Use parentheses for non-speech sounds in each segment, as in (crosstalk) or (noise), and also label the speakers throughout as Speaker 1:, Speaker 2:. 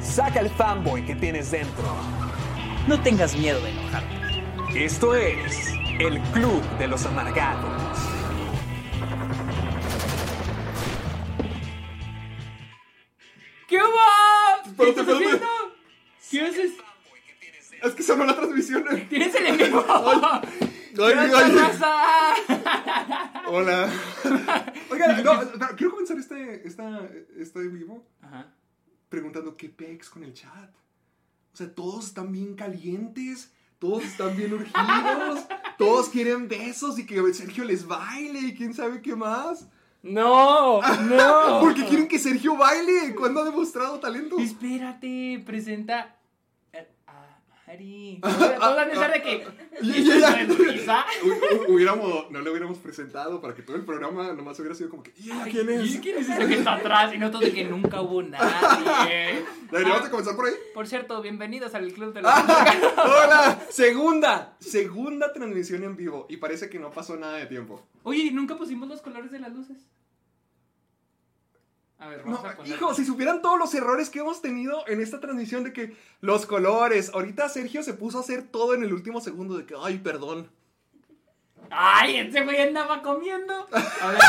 Speaker 1: Saca el fanboy que tienes dentro.
Speaker 2: No tengas miedo de enojarte.
Speaker 1: Esto es el Club de los Amargados.
Speaker 3: ¿Qué hubo? ¿Qué estás haciendo? ¿Tienes, el-
Speaker 4: Es que sonó la transmisión.
Speaker 3: tienes el enemigo?
Speaker 4: Ay, ay. (laughs) Hola. Oigan, no, no, quiero comenzar este, esta, este en vivo preguntando qué pex con el chat. O sea, todos están bien calientes, todos están
Speaker 2: (laughs)
Speaker 4: bien urgidos, todos quieren besos y que Sergio les baile y quién sabe qué más.
Speaker 3: No, no.
Speaker 4: Porque quieren que Sergio baile cuando ha demostrado talento.
Speaker 3: Espérate, presenta a a Ari.
Speaker 4: Ah,
Speaker 3: Todos van a pensar de que.
Speaker 4: Y- y- y-
Speaker 3: Bueno, quizá.
Speaker 4: Hu- hu- hubiéramos, no le hubiéramos presentado para que todo el programa nomás hubiera sido como que, "¿Y ella quién es?
Speaker 3: ¿Y quién es ese que está atrás? Y no todo de que nunca hubo nadie.
Speaker 4: Deberíamos de comenzar por ahí.
Speaker 3: Por cierto, bienvenidos al Club de
Speaker 4: Ah.
Speaker 3: los
Speaker 4: ¡Hola! Segunda, segunda transmisión en vivo y parece que no pasó nada de tiempo.
Speaker 3: Oye, ¿y nunca pusimos los colores de las luces? A ver,
Speaker 4: No,
Speaker 3: vamos a poner.
Speaker 4: hijo, si supieran todos los errores que hemos tenido en esta transmisión de que los colores, ahorita Sergio se puso a hacer todo en el último segundo de que, ay, perdón.
Speaker 3: ¡Ay, ese güey andaba comiendo! A ver.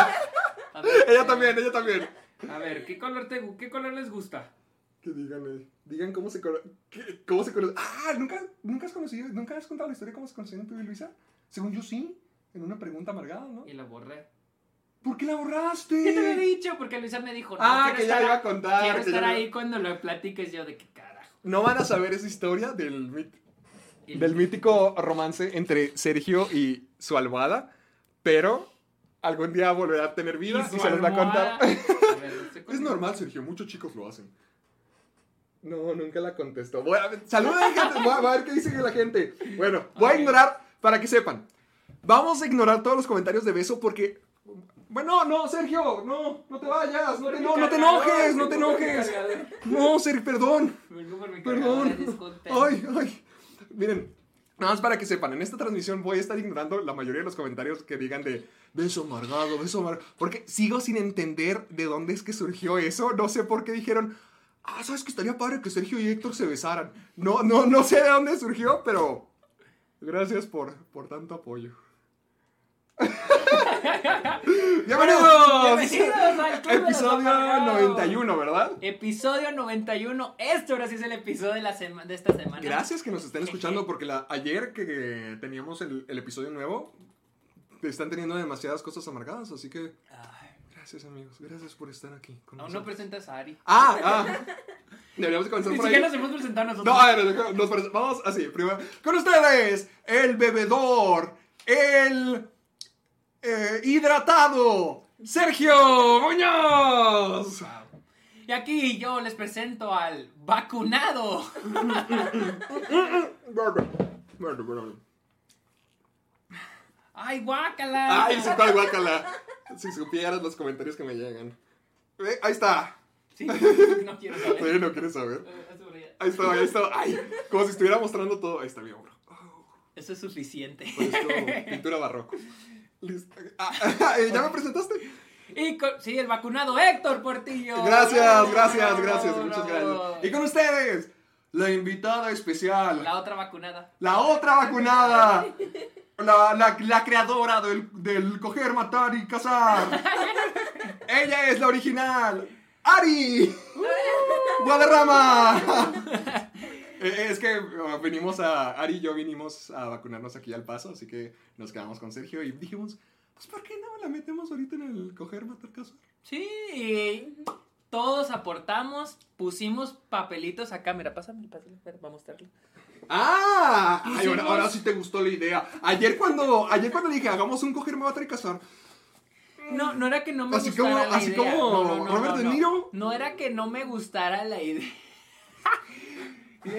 Speaker 3: A ver,
Speaker 4: Ella también, ella también.
Speaker 3: a ver, ¿qué color, te, gu- ¿qué color les gusta?
Speaker 4: Que digan, eh, digan cómo se cono- qué- cómo se cono- Ah, ¿nunca, nunca has conocido, nunca has contado la historia de cómo se conocieron tú y Luisa. Según yo sí, en una pregunta amargada, ¿no?
Speaker 3: Y la borré.
Speaker 4: ¿Por qué la
Speaker 3: ¿Qué te había
Speaker 4: borraste?
Speaker 3: dicho? Porque Luisa me dijo, no,
Speaker 4: Ah,
Speaker 3: quiero
Speaker 4: que ya
Speaker 3: estar
Speaker 4: iba a
Speaker 3: a-
Speaker 4: contar,
Speaker 3: Quiero
Speaker 4: que ya
Speaker 3: estar
Speaker 4: iba-
Speaker 3: ahí cuando lo platiques yo de qué carajo.
Speaker 4: No van a saber esa historia del mit-
Speaker 3: Y-
Speaker 4: del mítico romance entre Sergio y su albada, pero algún día volverá a tener
Speaker 3: y
Speaker 4: vida y,
Speaker 3: su
Speaker 4: se los va a
Speaker 3: almohada.
Speaker 4: contar.
Speaker 3: A ver, este
Speaker 4: (laughs) Es
Speaker 3: color.
Speaker 4: normal, Sergio, muchos chicos lo hacen. No, nunca la contestó. Voy a ver- saluden, gente, voy a voy a ver qué dice la gente. Bueno, voy a ignorar para que sepan. Vamos a ignorar todos los comentarios de beso porque bueno, no, Sergio, no, no te vayas, no te, no, no te enojes, no te enojes. No, Sergio, perdón.
Speaker 3: Vengo por mi cargadora,
Speaker 4: Perdón.
Speaker 3: disculpen.
Speaker 4: Ay, ay. Miren, nada más para que sepan, en esta transmisión voy a estar ignorando la mayoría de los comentarios que digan de beso amargado, beso amargado. Porque sigo sin entender de dónde es que surgió eso. No sé por qué dijeron, ah, sabes que estaría padre que Sergio y Héctor se besaran. No, no, no sé de dónde surgió, pero gracias por, por tanto apoyo. (laughs) ¡Bienvenidos!
Speaker 3: Bienvenidos al Club de los
Speaker 4: Episodio
Speaker 3: Amargados.
Speaker 4: 91, ¿verdad?
Speaker 3: Episodio 91. Este ahora sí es el episodio de, la sema- de esta semana.
Speaker 4: Gracias que nos estén escuchando porque la, ayer que teníamos el, el episodio nuevo, te están teniendo demasiadas cosas amargadas, así que
Speaker 3: Ay,
Speaker 4: gracias amigos, gracias por estar aquí. con
Speaker 3: aún no
Speaker 4: nosotros.
Speaker 3: presentas a Ari.
Speaker 4: Ah, ah. Deberíamos comenzar
Speaker 3: Ni
Speaker 4: por ahí.
Speaker 3: siquiera nos hemos presentado nosotros.
Speaker 4: No, a ver, nos- nos parece- vamos así, primero. Con ustedes, el bebedor, el eh, hidratado, Sergio Muñoz.
Speaker 3: Y aquí yo les presento al vacunado. Ay, guácala.
Speaker 4: Ay, sí, cuál guácala. Si supieras los comentarios que me llegan. Ve, ahí está.
Speaker 3: Sí, no quiero saber.
Speaker 4: Sí, no quieres saber.
Speaker 3: Hazte por allá.
Speaker 4: Ahí está, ahí está. Ay, como si estuviera mostrando todo. Ahí está mi hombro.
Speaker 3: Eso es suficiente.
Speaker 4: Esto, pintura barroco. Listo. Ah, (laughs) ¿Ya me presentaste?
Speaker 3: (laughs) Y con- sí, el vacunado Héctor Portillo.
Speaker 4: Gracias,
Speaker 3: Bravo,
Speaker 4: gracias,
Speaker 3: bravo,
Speaker 4: gracias. Muchas
Speaker 3: bravo.
Speaker 4: gracias. Y con ustedes, la invitada especial.
Speaker 3: La otra vacunada.
Speaker 4: La otra vacunada. La, la- la creadora del, del coger, matar y casar. Ella es la original. ¡Ari! ¡Guadarrama! Eh, es que uh, venimos a. Ari y yo vinimos a vacunarnos aquí al paso, así que nos quedamos con Sergio y dijimos: Pues, ¿por qué no la metemos ahorita en el coger, matar, casar?
Speaker 3: Sí. Todos aportamos, pusimos papelitos acá. Mira, pásame, pásame, espera, va a mostrarlo.
Speaker 4: ¡Ah! Ay, ahora,
Speaker 3: Hicimos-
Speaker 4: ahora sí te gustó la idea. Ayer cuando, ayer cuando le dije, hagamos un coger, me va a traer cazar.
Speaker 3: No, no era que no me
Speaker 4: Así
Speaker 3: gustara
Speaker 4: como-
Speaker 3: la
Speaker 4: así
Speaker 3: idea. no,
Speaker 4: como
Speaker 3: no, no,
Speaker 4: Robert
Speaker 3: no,
Speaker 4: De
Speaker 3: no.
Speaker 4: Niro.
Speaker 3: No era que no me gustara la idea. (laughs)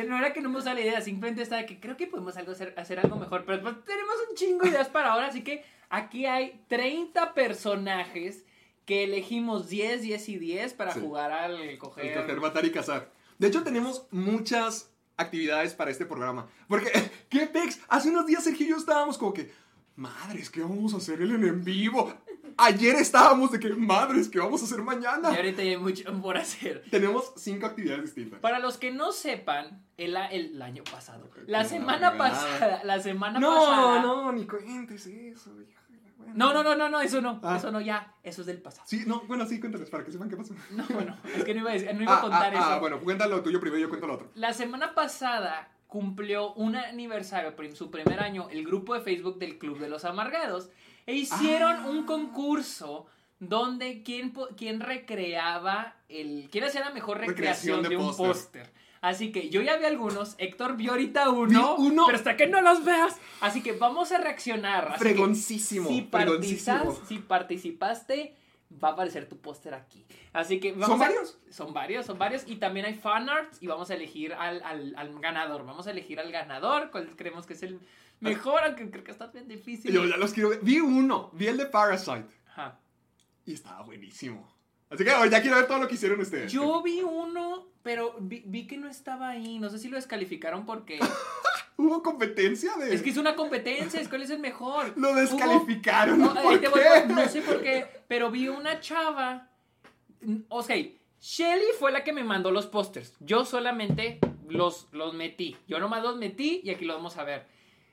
Speaker 3: No era que no me gustara la idea, simplemente estaba que creo que podemos algo hacer, hacer algo mejor. Pero pues tenemos un chingo de ideas para ahora, así que aquí hay 30 personajes que elegimos 10, 10 y 10 para
Speaker 4: Sí.
Speaker 3: jugar al coger.
Speaker 4: El coger, matar y cazar. De hecho, tenemos muchas actividades para este programa. Porque, (laughs) ¿qué pex? Hace unos días Sergio y yo estábamos como que, madres, ¿qué vamos a hacer en el en vivo? Ayer estábamos de que, madres, ¿qué vamos a hacer mañana?
Speaker 3: (laughs) Y ahorita ya hay mucho por hacer.
Speaker 4: Tenemos cinco actividades distintas.
Speaker 3: Para los que no sepan, el, a- el año pasado, la
Speaker 4: Qué
Speaker 3: semana
Speaker 4: barbaridad.
Speaker 3: pasada, la semana pasada.
Speaker 4: No, no, ni cuentes eso. hija de la buena.
Speaker 3: No, no, no, no, no, eso no.
Speaker 4: Ah.
Speaker 3: Eso no, ya. Eso es del pasado.
Speaker 4: Sí, no, bueno, sí, cuéntales para que sepan qué pasó.
Speaker 3: (laughs)
Speaker 4: (laughs)
Speaker 3: No, bueno, es que no iba a, decir- no iba a contar
Speaker 4: ah,
Speaker 3: eso.
Speaker 4: ah, bueno, cuéntalo tuyo primero y yo cuento lo otro.
Speaker 3: La semana pasada cumplió un aniversario, prim- su primer año, el grupo de Facebook del Club de los Amargados. E hicieron
Speaker 4: Ah.
Speaker 3: un concurso donde quien, po- quien recreaba el. ¿Quién hacía la mejor recreación,
Speaker 4: Recreación de
Speaker 3: de, un
Speaker 4: póster.
Speaker 3: póster? Así que yo ya vi algunos, Héctor vio ahorita uno,
Speaker 4: Vi uno.
Speaker 3: pero hasta que no los veas. Así que vamos a reaccionar. Así que
Speaker 4: Fregoncísimo,
Speaker 3: Si, partizas-
Speaker 4: fregoncísimo.
Speaker 3: si participaste, va a aparecer tu póster aquí. Así que vamos
Speaker 4: ¿Son
Speaker 3: a-
Speaker 4: varios?
Speaker 3: Son varios, son varios. Y también hay fanarts y vamos a elegir al, al- al ganador. Vamos a elegir al ganador, cuál creemos que es el mejor, aunque creo que está bien difícil.
Speaker 4: Yo ya los quiero ver. Vi uno, vi el de Parasite
Speaker 3: Ajá.
Speaker 4: y estaba buenísimo. Así que oh, ya quiero ver todo lo que hicieron ustedes.
Speaker 3: Yo vi uno, pero vi, vi que no estaba ahí. No sé si lo descalificaron
Speaker 4: (laughs)
Speaker 3: porque
Speaker 4: ¿Hubo competencia de...?
Speaker 3: es que es una competencia, es cuál es el mejor.
Speaker 4: (laughs) Lo descalificaron,
Speaker 3: Hubo-
Speaker 4: ¿por
Speaker 3: ahí te voy,
Speaker 4: qué?
Speaker 3: no sé por qué, pero vi una chava. Mm, Ok, Shelly fue la que me mandó los pósters. Yo solamente los, los metí. Yo nomás los metí y aquí lo vamos a ver.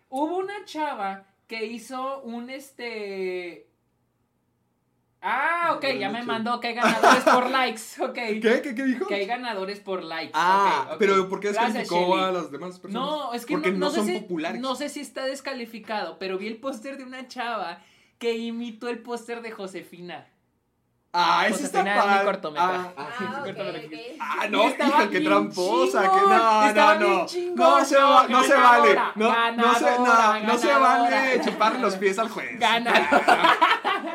Speaker 3: Hubo una chava que hizo un este. Ah, ok, ya me mandó que hay ganadores
Speaker 4: (laughs)
Speaker 3: por likes. Ok.
Speaker 4: ¿Qué? ¿Qué, qué dijo?
Speaker 3: Que hay ganadores por likes.
Speaker 4: Ah,
Speaker 3: ok, ok.
Speaker 4: pero ¿por qué
Speaker 3: Gracias,
Speaker 4: descalificó
Speaker 3: Shelly.
Speaker 4: a las demás personas?
Speaker 3: No, es que
Speaker 4: Porque
Speaker 3: no,
Speaker 4: no,
Speaker 3: no
Speaker 4: son
Speaker 3: sé si,
Speaker 4: populares.
Speaker 3: No sé si está descalificado, pero vi el póster de una chava que imitó el póster de Josefina. O
Speaker 4: Ah, ese
Speaker 3: sea,
Speaker 4: está
Speaker 3: tenía mi
Speaker 4: padre.
Speaker 3: cortometraje.
Speaker 4: Ah, ah.
Speaker 5: Ah, ok,
Speaker 3: Corta,
Speaker 5: ok.
Speaker 4: Ah,
Speaker 3: Y
Speaker 4: no,
Speaker 3: estaba
Speaker 4: hija, qué
Speaker 3: bien
Speaker 4: tramposa,
Speaker 3: chingón,
Speaker 4: que no,
Speaker 3: estaba
Speaker 4: no,
Speaker 3: bien
Speaker 4: no,
Speaker 3: chingón,
Speaker 4: no se, va- no se
Speaker 3: ganadora,
Speaker 4: vale, no, no se,
Speaker 3: ganadora,
Speaker 4: no, no se vale
Speaker 3: ganadora.
Speaker 4: chupar los pies al juez. (laughs)
Speaker 3: Ganadora.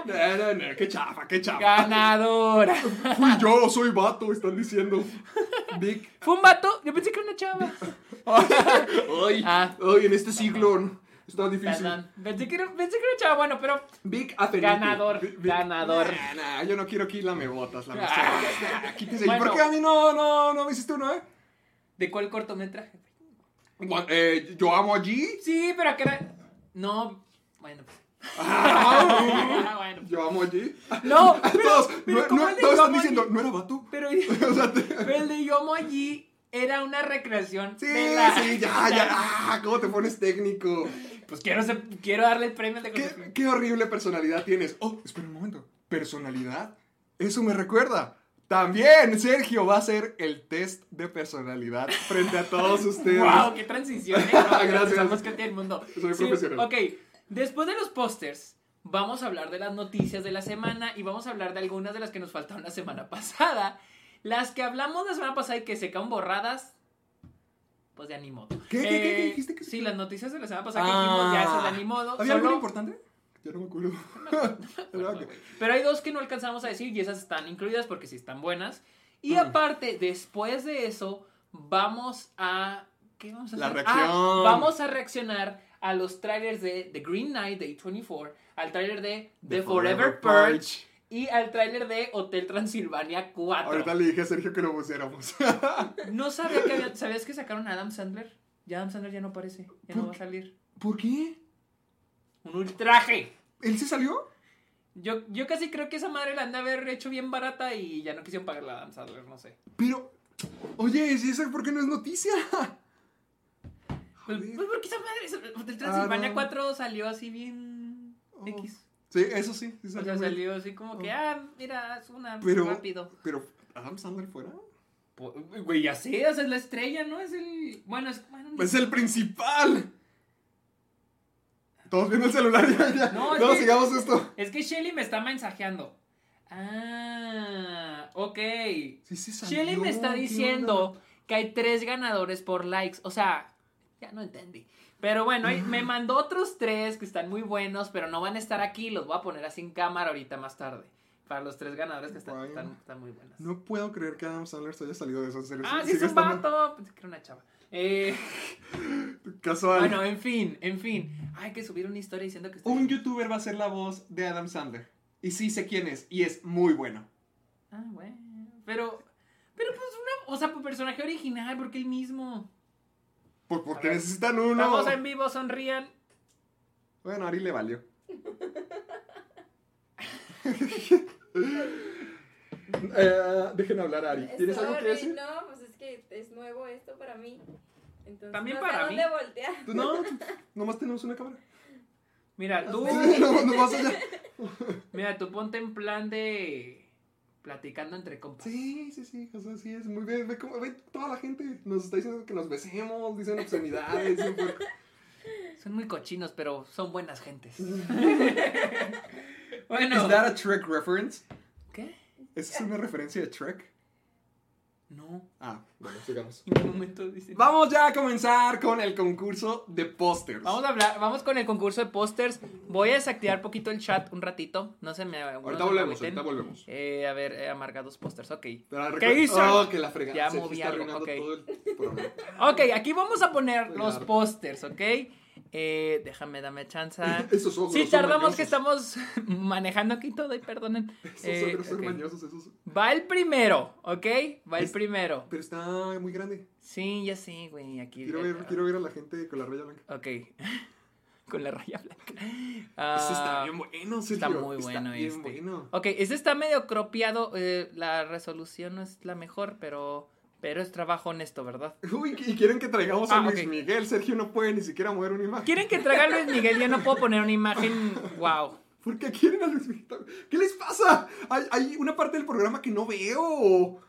Speaker 4: No, no, no, qué chafa, qué chafa.
Speaker 3: Ganadora.
Speaker 4: Fui yo, soy vato, están
Speaker 3: (laughs)
Speaker 4: diciendo. Big.
Speaker 3: Fue un vato. Yo pensé que era una chava.
Speaker 4: (laughs) Ay,
Speaker 3: Ah.
Speaker 4: ay, en este siglo está difícil.
Speaker 3: Perdón. Pensé que, era, pensé que era una chava. Bueno, pero.
Speaker 4: Big Aferite.
Speaker 3: Ganador,
Speaker 4: Big- Big-
Speaker 3: ganador.
Speaker 4: Nah, nah, yo no quiero que la me botas, la me
Speaker 3: Ah.
Speaker 4: nah, quítese.
Speaker 3: Bueno.
Speaker 4: ¿Por qué a mí no, no, no me hiciste uno, eh?
Speaker 3: ¿De cuál cortometraje?
Speaker 4: Gua- eh, yo amo allí.
Speaker 3: Sí, pero que era. No. Bueno, pues. (laughs) Ah, bueno.
Speaker 4: Yo amo allí. (laughs)
Speaker 3: No, pero,
Speaker 4: todos,
Speaker 3: pero
Speaker 4: no-
Speaker 3: ¿cómo
Speaker 4: no-
Speaker 3: le
Speaker 4: todos
Speaker 3: llamo
Speaker 4: están diciendo,
Speaker 3: allí?
Speaker 4: no era vato.
Speaker 3: Pero,
Speaker 4: (laughs) O sea, te-
Speaker 3: pero el de Yomo allí era una recreación.
Speaker 4: Sí,
Speaker 3: de la-
Speaker 4: sí, ya, ya. Ah, ¿Cómo te pones técnico?
Speaker 3: (laughs) Pues quiero, ser- quiero darle el premio al de
Speaker 4: ¿Qué, qué horrible personalidad tienes. Oh, espera un momento. ¿Personalidad? Eso me recuerda. También Sergio va a hacer el test de personalidad frente a
Speaker 3: (laughs)
Speaker 4: todos ustedes.
Speaker 3: ¡Wow! ¡Qué
Speaker 4: (laughs)
Speaker 3: transición! ¿eh? No,
Speaker 4: Gracias.
Speaker 3: Pensamos que tiene el mundo.
Speaker 4: Soy profesional.
Speaker 3: Ok, después de los pósters, vamos a hablar de las noticias de la semana y vamos a hablar de algunas de las que nos faltaron la semana pasada. Las que hablamos la semana pasada y que se quedan borradas, pues de Animodo.
Speaker 4: ¿Qué, qué, qué, qué dijiste que
Speaker 3: Eh,
Speaker 4: se- Ah,
Speaker 3: Sí, las noticias de la semana pasada que dijimos ya esas de Animodo.
Speaker 4: ¿Había algo
Speaker 3: solo-
Speaker 4: importante? Yo no me
Speaker 3: (laughs)
Speaker 4: acuerdo. Ok.
Speaker 3: Pero hay dos que no alcanzamos a decir y esas están incluidas porque sí están buenas.
Speaker 4: Mm.
Speaker 3: Y aparte, después de eso, vamos a. ¿Qué vamos a
Speaker 4: La
Speaker 3: hacer?
Speaker 4: reacción.
Speaker 3: Ah, vamos a reaccionar a los trailers de The Green Knight de A24, al trailer de The, Forever,
Speaker 4: Forever
Speaker 3: Purge,
Speaker 4: Purge.
Speaker 3: y al trailer de Hotel Transilvania 4.
Speaker 4: Ahorita le dije a Sergio que lo pusiéramos.
Speaker 3: No sabía que había- ¿Sabías que sacaron a Adam Sandler? Ya Adam Sandler ya no aparece, ya no va a salir.
Speaker 4: (laughs) ¿Por qué?
Speaker 3: Un ultraje.
Speaker 4: ¿Él se salió?
Speaker 3: Yo, yo casi creo que esa madre la han de haber hecho bien barata y ya no quisieron pagarla a Adam Sandler, no sé.
Speaker 4: Pero, oye, ¿y esa por qué no es noticia? (laughs)
Speaker 3: Pues,
Speaker 4: Joder.
Speaker 3: pues porque esa madre, Hotel Transilvania
Speaker 4: no.
Speaker 3: 4 salió así bien X.
Speaker 4: Sí, eso sí. sí
Speaker 3: O
Speaker 4: salió
Speaker 3: sea,
Speaker 4: muy-
Speaker 3: Oh, salió así como que, ah, mira, es una
Speaker 4: Pero,
Speaker 3: rápido.
Speaker 4: pero, ¿Adam Sandler fuera?
Speaker 3: Po- Pues, Güey, ya sé, o sea, es la estrella, ¿no? Es el. Bueno, es. bueno, ni- Pues
Speaker 4: ¡Es el principal! Todos viendo el celular ya, ya.
Speaker 3: No,
Speaker 4: No,
Speaker 3: es que-
Speaker 4: sigamos esto.
Speaker 3: Es que Shelly me está mensajeando. Ah, pregunta. Ok.
Speaker 4: Sí se salió,
Speaker 3: Shelly me está
Speaker 4: ¿qué
Speaker 3: diciendo que hay tres ganadores por likes. O sea, ya no entendí. Pero bueno, ahí me mandó otros tres que están muy buenos, pero no van a estar aquí. Los voy a poner así en cámara ahorita más tarde. Para los tres ganadores que están,
Speaker 4: Vaya.
Speaker 3: están, están muy buenas.
Speaker 4: No pues, puedo creer que Adam Sandler se haya salido de eso. en serio.
Speaker 3: ah, sí,
Speaker 4: Sigue
Speaker 3: es un
Speaker 4: estando
Speaker 3: vato. Pensé que era una chava. Eh,
Speaker 4: Casual.
Speaker 3: bueno, en fin, en fin. Hay que subir una historia diciendo que estoy-
Speaker 4: Un youtuber va a ser la voz de Adam Sandler. Y sí sé quién es. Y es muy bueno.
Speaker 3: Ah, bueno. Pero, pero pues una, o sea, por personaje original, porque el mismo.
Speaker 4: Por, porque
Speaker 3: ver.
Speaker 4: necesitan uno.
Speaker 3: Estamos en vivo, sonrían.
Speaker 4: Bueno, a Ari le valió. (laughs) Eh, dejen hablar a Ari. ¿Tienes algo que
Speaker 5: Sorry,
Speaker 4: decir?
Speaker 5: No, pues es que es nuevo esto para mí. Entonces,
Speaker 3: También
Speaker 5: no
Speaker 3: para
Speaker 5: sé
Speaker 3: mí.
Speaker 5: dónde voltear.
Speaker 4: Tú No, nomás tenemos una cámara.
Speaker 3: Mira, tú,
Speaker 4: (laughs) No, nomás allá.
Speaker 3: mira, tú ponte en plan de platicando entre compas.
Speaker 4: Sí, sí, sí, José, así es. Muy bien. Ve, cómo- ve toda la gente nos está diciendo que nos besemos, dicen obscenidades. dicen por-
Speaker 3: Son muy cochinos, pero son buenas gentes. (laughs) bueno.
Speaker 4: ¿Is that a Trek reference?
Speaker 3: ¿Qué?
Speaker 4: ¿Esa es una referencia de Trek?
Speaker 3: No.
Speaker 4: Ah, bueno, sigamos.
Speaker 3: ¿En qué momento dice?
Speaker 4: Vamos ya a comenzar con el concurso de pósters.
Speaker 3: Vamos a hablar, vamos con el concurso de pósters. Voy a desactivar poquito el chat un ratito. No se me. no se
Speaker 4: Ahorita
Speaker 3: me
Speaker 4: volvemos,
Speaker 3: agüiten.
Speaker 4: ahorita volvemos.
Speaker 3: Eh, a ver, eh, amargados pósters, ok.
Speaker 4: Pero recu-
Speaker 3: ¿Qué hice?
Speaker 4: Oh, que la fregada.
Speaker 3: Ya
Speaker 4: Sergio
Speaker 3: moví
Speaker 4: está
Speaker 3: algo,
Speaker 4: arruinando
Speaker 3: ok.
Speaker 4: todo
Speaker 3: (laughs)
Speaker 4: el programa.
Speaker 3: Ok, aquí vamos a poner los
Speaker 4: largo.
Speaker 3: pósters, ¿ok? Eh, déjame, dame chance.
Speaker 4: (laughs) Esos ogros
Speaker 3: Sí,
Speaker 4: son
Speaker 3: tardamos que
Speaker 4: mañosos.
Speaker 3: estamos (laughs) manejando aquí todo, y perdonen.
Speaker 4: Esos
Speaker 3: Eh,
Speaker 4: ogros son
Speaker 3: ok.
Speaker 4: mañosos, esos-
Speaker 3: Va el primero, ¿ok? Va el
Speaker 4: Es-
Speaker 3: primero.
Speaker 4: Pero está muy grande.
Speaker 3: Sí, ya sí, güey, aquí.
Speaker 4: Quiero ver, quiero ver a la gente con la raya blanca.
Speaker 3: Ok. (laughs) Con la raya blanca.
Speaker 4: Ese está
Speaker 3: Ah,
Speaker 4: bien bueno, Sergio.
Speaker 3: está muy bueno
Speaker 4: Está bien
Speaker 3: este.
Speaker 4: bueno.
Speaker 3: Ok, este está medio cropiado. eh, la resolución no es la mejor, pero, pero es trabajo honesto, ¿verdad?
Speaker 4: Uy, y quieren que traigamos a
Speaker 3: Ah,
Speaker 4: Luis
Speaker 3: ok.
Speaker 4: Miguel. Sergio no puede ni siquiera mover una imagen.
Speaker 3: ¿Quieren que traiga a Luis Miguel? Yo no puedo poner una imagen. ¡Wow!
Speaker 4: ¿Por qué quieren a Luis Miguel? ¿Qué les pasa? Hay, hay una parte del programa que no veo.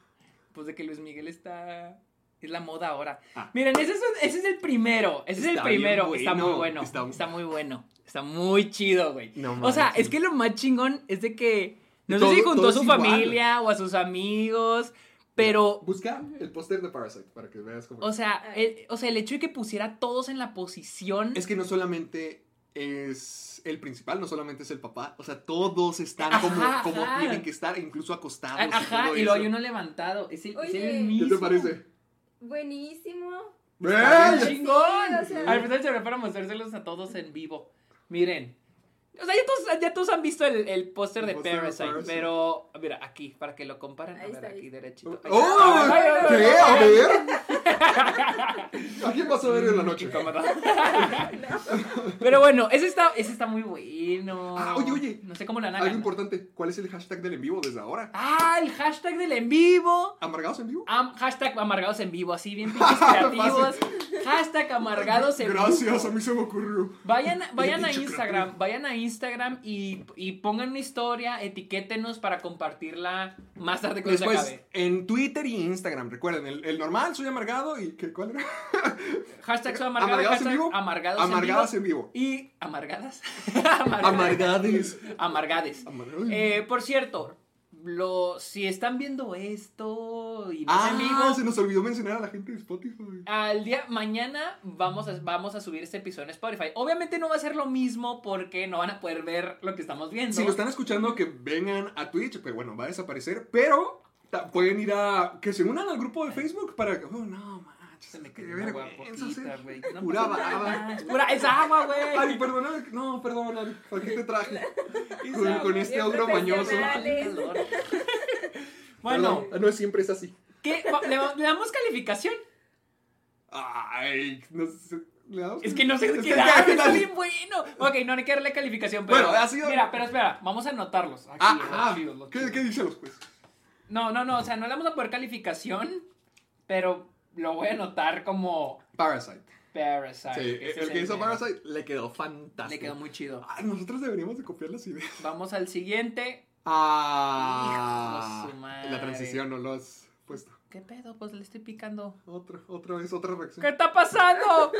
Speaker 3: Pues de que Luis Miguel está. Es la moda ahora.
Speaker 4: Ah.
Speaker 3: Miren, ese es, ese es el primero. Ese es el
Speaker 4: Está bien
Speaker 3: primero.
Speaker 4: bueno,
Speaker 3: Está muy bueno. Está,
Speaker 4: está-
Speaker 3: muy bueno. Está muy chido, güey.
Speaker 4: No
Speaker 3: o sea,
Speaker 4: manches.
Speaker 3: es que lo más chingón es de que. No
Speaker 4: Todo-
Speaker 3: sé si juntó
Speaker 4: todo
Speaker 3: a
Speaker 4: es
Speaker 3: su
Speaker 4: igual.
Speaker 3: familia o a sus amigos. Pero.
Speaker 4: Busca el póster de Parasite para que veas cómo.
Speaker 3: O sea, el, o sea, el hecho de que pusiera a todos en la posición.
Speaker 4: es que no solamente es el principal, no solamente es el papá. O sea, todos están
Speaker 3: Ajá,
Speaker 4: como,
Speaker 3: ajá.
Speaker 4: como tienen que estar, incluso acostados. y
Speaker 3: Ajá,
Speaker 4: pues, todo
Speaker 3: y lo hay
Speaker 4: eso.
Speaker 3: uno levantado. Es el, es el
Speaker 5: Oye.
Speaker 3: mismo.
Speaker 4: ¿Qué te parece?
Speaker 5: Buenísimo.
Speaker 3: ¡Ay,
Speaker 4: ¡Ey!
Speaker 3: chingón!
Speaker 5: Sí, o sea-
Speaker 3: Al final se ve para mostrárselos a todos en vivo. Miren. O sea, ya todos, ya todos han visto el, el póster
Speaker 4: El
Speaker 3: de
Speaker 4: póster de
Speaker 3: Parasite,
Speaker 4: Parasite.
Speaker 3: pero mira, aquí, para que lo comparen. A
Speaker 5: Ahí
Speaker 3: ver,
Speaker 5: está,
Speaker 3: aquí
Speaker 5: ahí.
Speaker 3: derechito. Ahí
Speaker 4: ¡Oh!
Speaker 3: está. Ay, ay,
Speaker 4: ¿Qué?
Speaker 3: ay,
Speaker 4: A
Speaker 3: ay, ay.
Speaker 4: ver. ¿A quién vas a ver en la noche?
Speaker 3: (laughs) Pero bueno, ese está, ese está muy bueno.
Speaker 4: Ah, oye, oye.
Speaker 3: No sé cómo la
Speaker 4: Algo
Speaker 3: hagan.
Speaker 4: importante. ¿Cuál es el hashtag del en vivo desde ahora?
Speaker 3: Ah, el hashtag del en vivo.
Speaker 4: ¿Amargados en vivo?
Speaker 3: Am- hashtag amargados en vivo, así bien pinches
Speaker 4: (laughs)
Speaker 3: creativos. hashtag amargados en vivo.
Speaker 4: Gracias, a mí se me ocurrió. (laughs)
Speaker 3: Vayan, vayan a
Speaker 4: pinche
Speaker 3: Instagram, vayan a Instagram y, y pongan una historia, etiquétenos para compartirla más tarde cuando se
Speaker 4: Después,
Speaker 3: acabe.
Speaker 4: en Twitter y Instagram, recuerden, el, el normal, soy amargado y ¿qué, ¿cuál era?
Speaker 3: Hashtag soy amargado,
Speaker 4: ¿Amargados
Speaker 3: hashtag
Speaker 4: en vivo?
Speaker 3: amargados
Speaker 4: Amargadas
Speaker 3: en
Speaker 4: en
Speaker 3: vivo.
Speaker 4: vivo.
Speaker 3: Y amargadas. (laughs) Amargadas.
Speaker 4: Amargades.
Speaker 3: Amargades.
Speaker 4: Amargades.
Speaker 3: Eh, por cierto, lo, si están viendo esto y no Ah, es
Speaker 4: Ah,
Speaker 3: en vivo,
Speaker 4: se nos olvidó mencionar a la gente de Spotify.
Speaker 3: Al día, mañana vamos a, vamos a subir este episodio en Spotify. Obviamente no va a ser lo mismo porque no van a poder ver lo que estamos viendo.
Speaker 4: Si lo están escuchando, que vengan a Twitch, pero bueno, va a desaparecer, pero ta- pueden ir a... que se unan al grupo de Facebook para que... Oh, no, manches,
Speaker 3: Se me
Speaker 4: qué
Speaker 3: quedó una
Speaker 4: vergüenza,
Speaker 3: guapotita,
Speaker 4: sí.
Speaker 3: güey.
Speaker 4: Pura
Speaker 3: pasa nada.
Speaker 4: baba.
Speaker 3: Es pura- es agua,
Speaker 4: ah, Ay,
Speaker 3: güey.
Speaker 4: perdona, no, perdona, ¿para qué te
Speaker 3: (laughs)
Speaker 4: traje?
Speaker 3: Es
Speaker 4: Con,
Speaker 3: agua.
Speaker 4: con este
Speaker 5: Bien
Speaker 4: ogro mañoso.
Speaker 3: Qué
Speaker 5: profesionales.
Speaker 3: calor. (laughs) Bueno,
Speaker 4: Perdón, no siempre es así.
Speaker 3: ¿qué? Va- ¿Le, va- le damos calificación?
Speaker 4: Ay, no sé. ¿le damos?
Speaker 3: Es que no sé
Speaker 4: Es
Speaker 3: qué
Speaker 4: que-
Speaker 3: dar,
Speaker 4: (laughs)
Speaker 3: (laughs)
Speaker 4: que-
Speaker 3: está bien bueno. Ok, no hay que darle calificación, pero...
Speaker 4: Bueno, ha sido-
Speaker 3: Mira, pero espera, vamos a anotarlos. Aquí,
Speaker 4: Ah,
Speaker 3: los
Speaker 4: ah,
Speaker 3: chidos, los
Speaker 4: ¿qué,
Speaker 3: chidos.
Speaker 4: ¿Qué dicen los jueces?
Speaker 3: No, no, no, o sea, no le vamos a poner calificación, pero lo voy a anotar como...
Speaker 4: Parasite.
Speaker 3: Parasite.
Speaker 4: Sí,
Speaker 3: Ah, Ese es
Speaker 4: el que hizo
Speaker 3: mero.
Speaker 4: Parasite le quedó fantástico.
Speaker 3: Le quedó muy chido.
Speaker 4: Ay, nosotros deberíamos de copiar las
Speaker 3: (laughs)
Speaker 4: ideas.
Speaker 3: Vamos al siguiente.
Speaker 4: Ah,
Speaker 3: Hijo de su madre.
Speaker 4: la transición no lo has puesto.
Speaker 3: ¿Qué pedo? Pues le estoy picando.
Speaker 4: Otro, otra vez, otra reacción.
Speaker 3: ¿Qué está
Speaker 4: (laughs)
Speaker 3: pasando?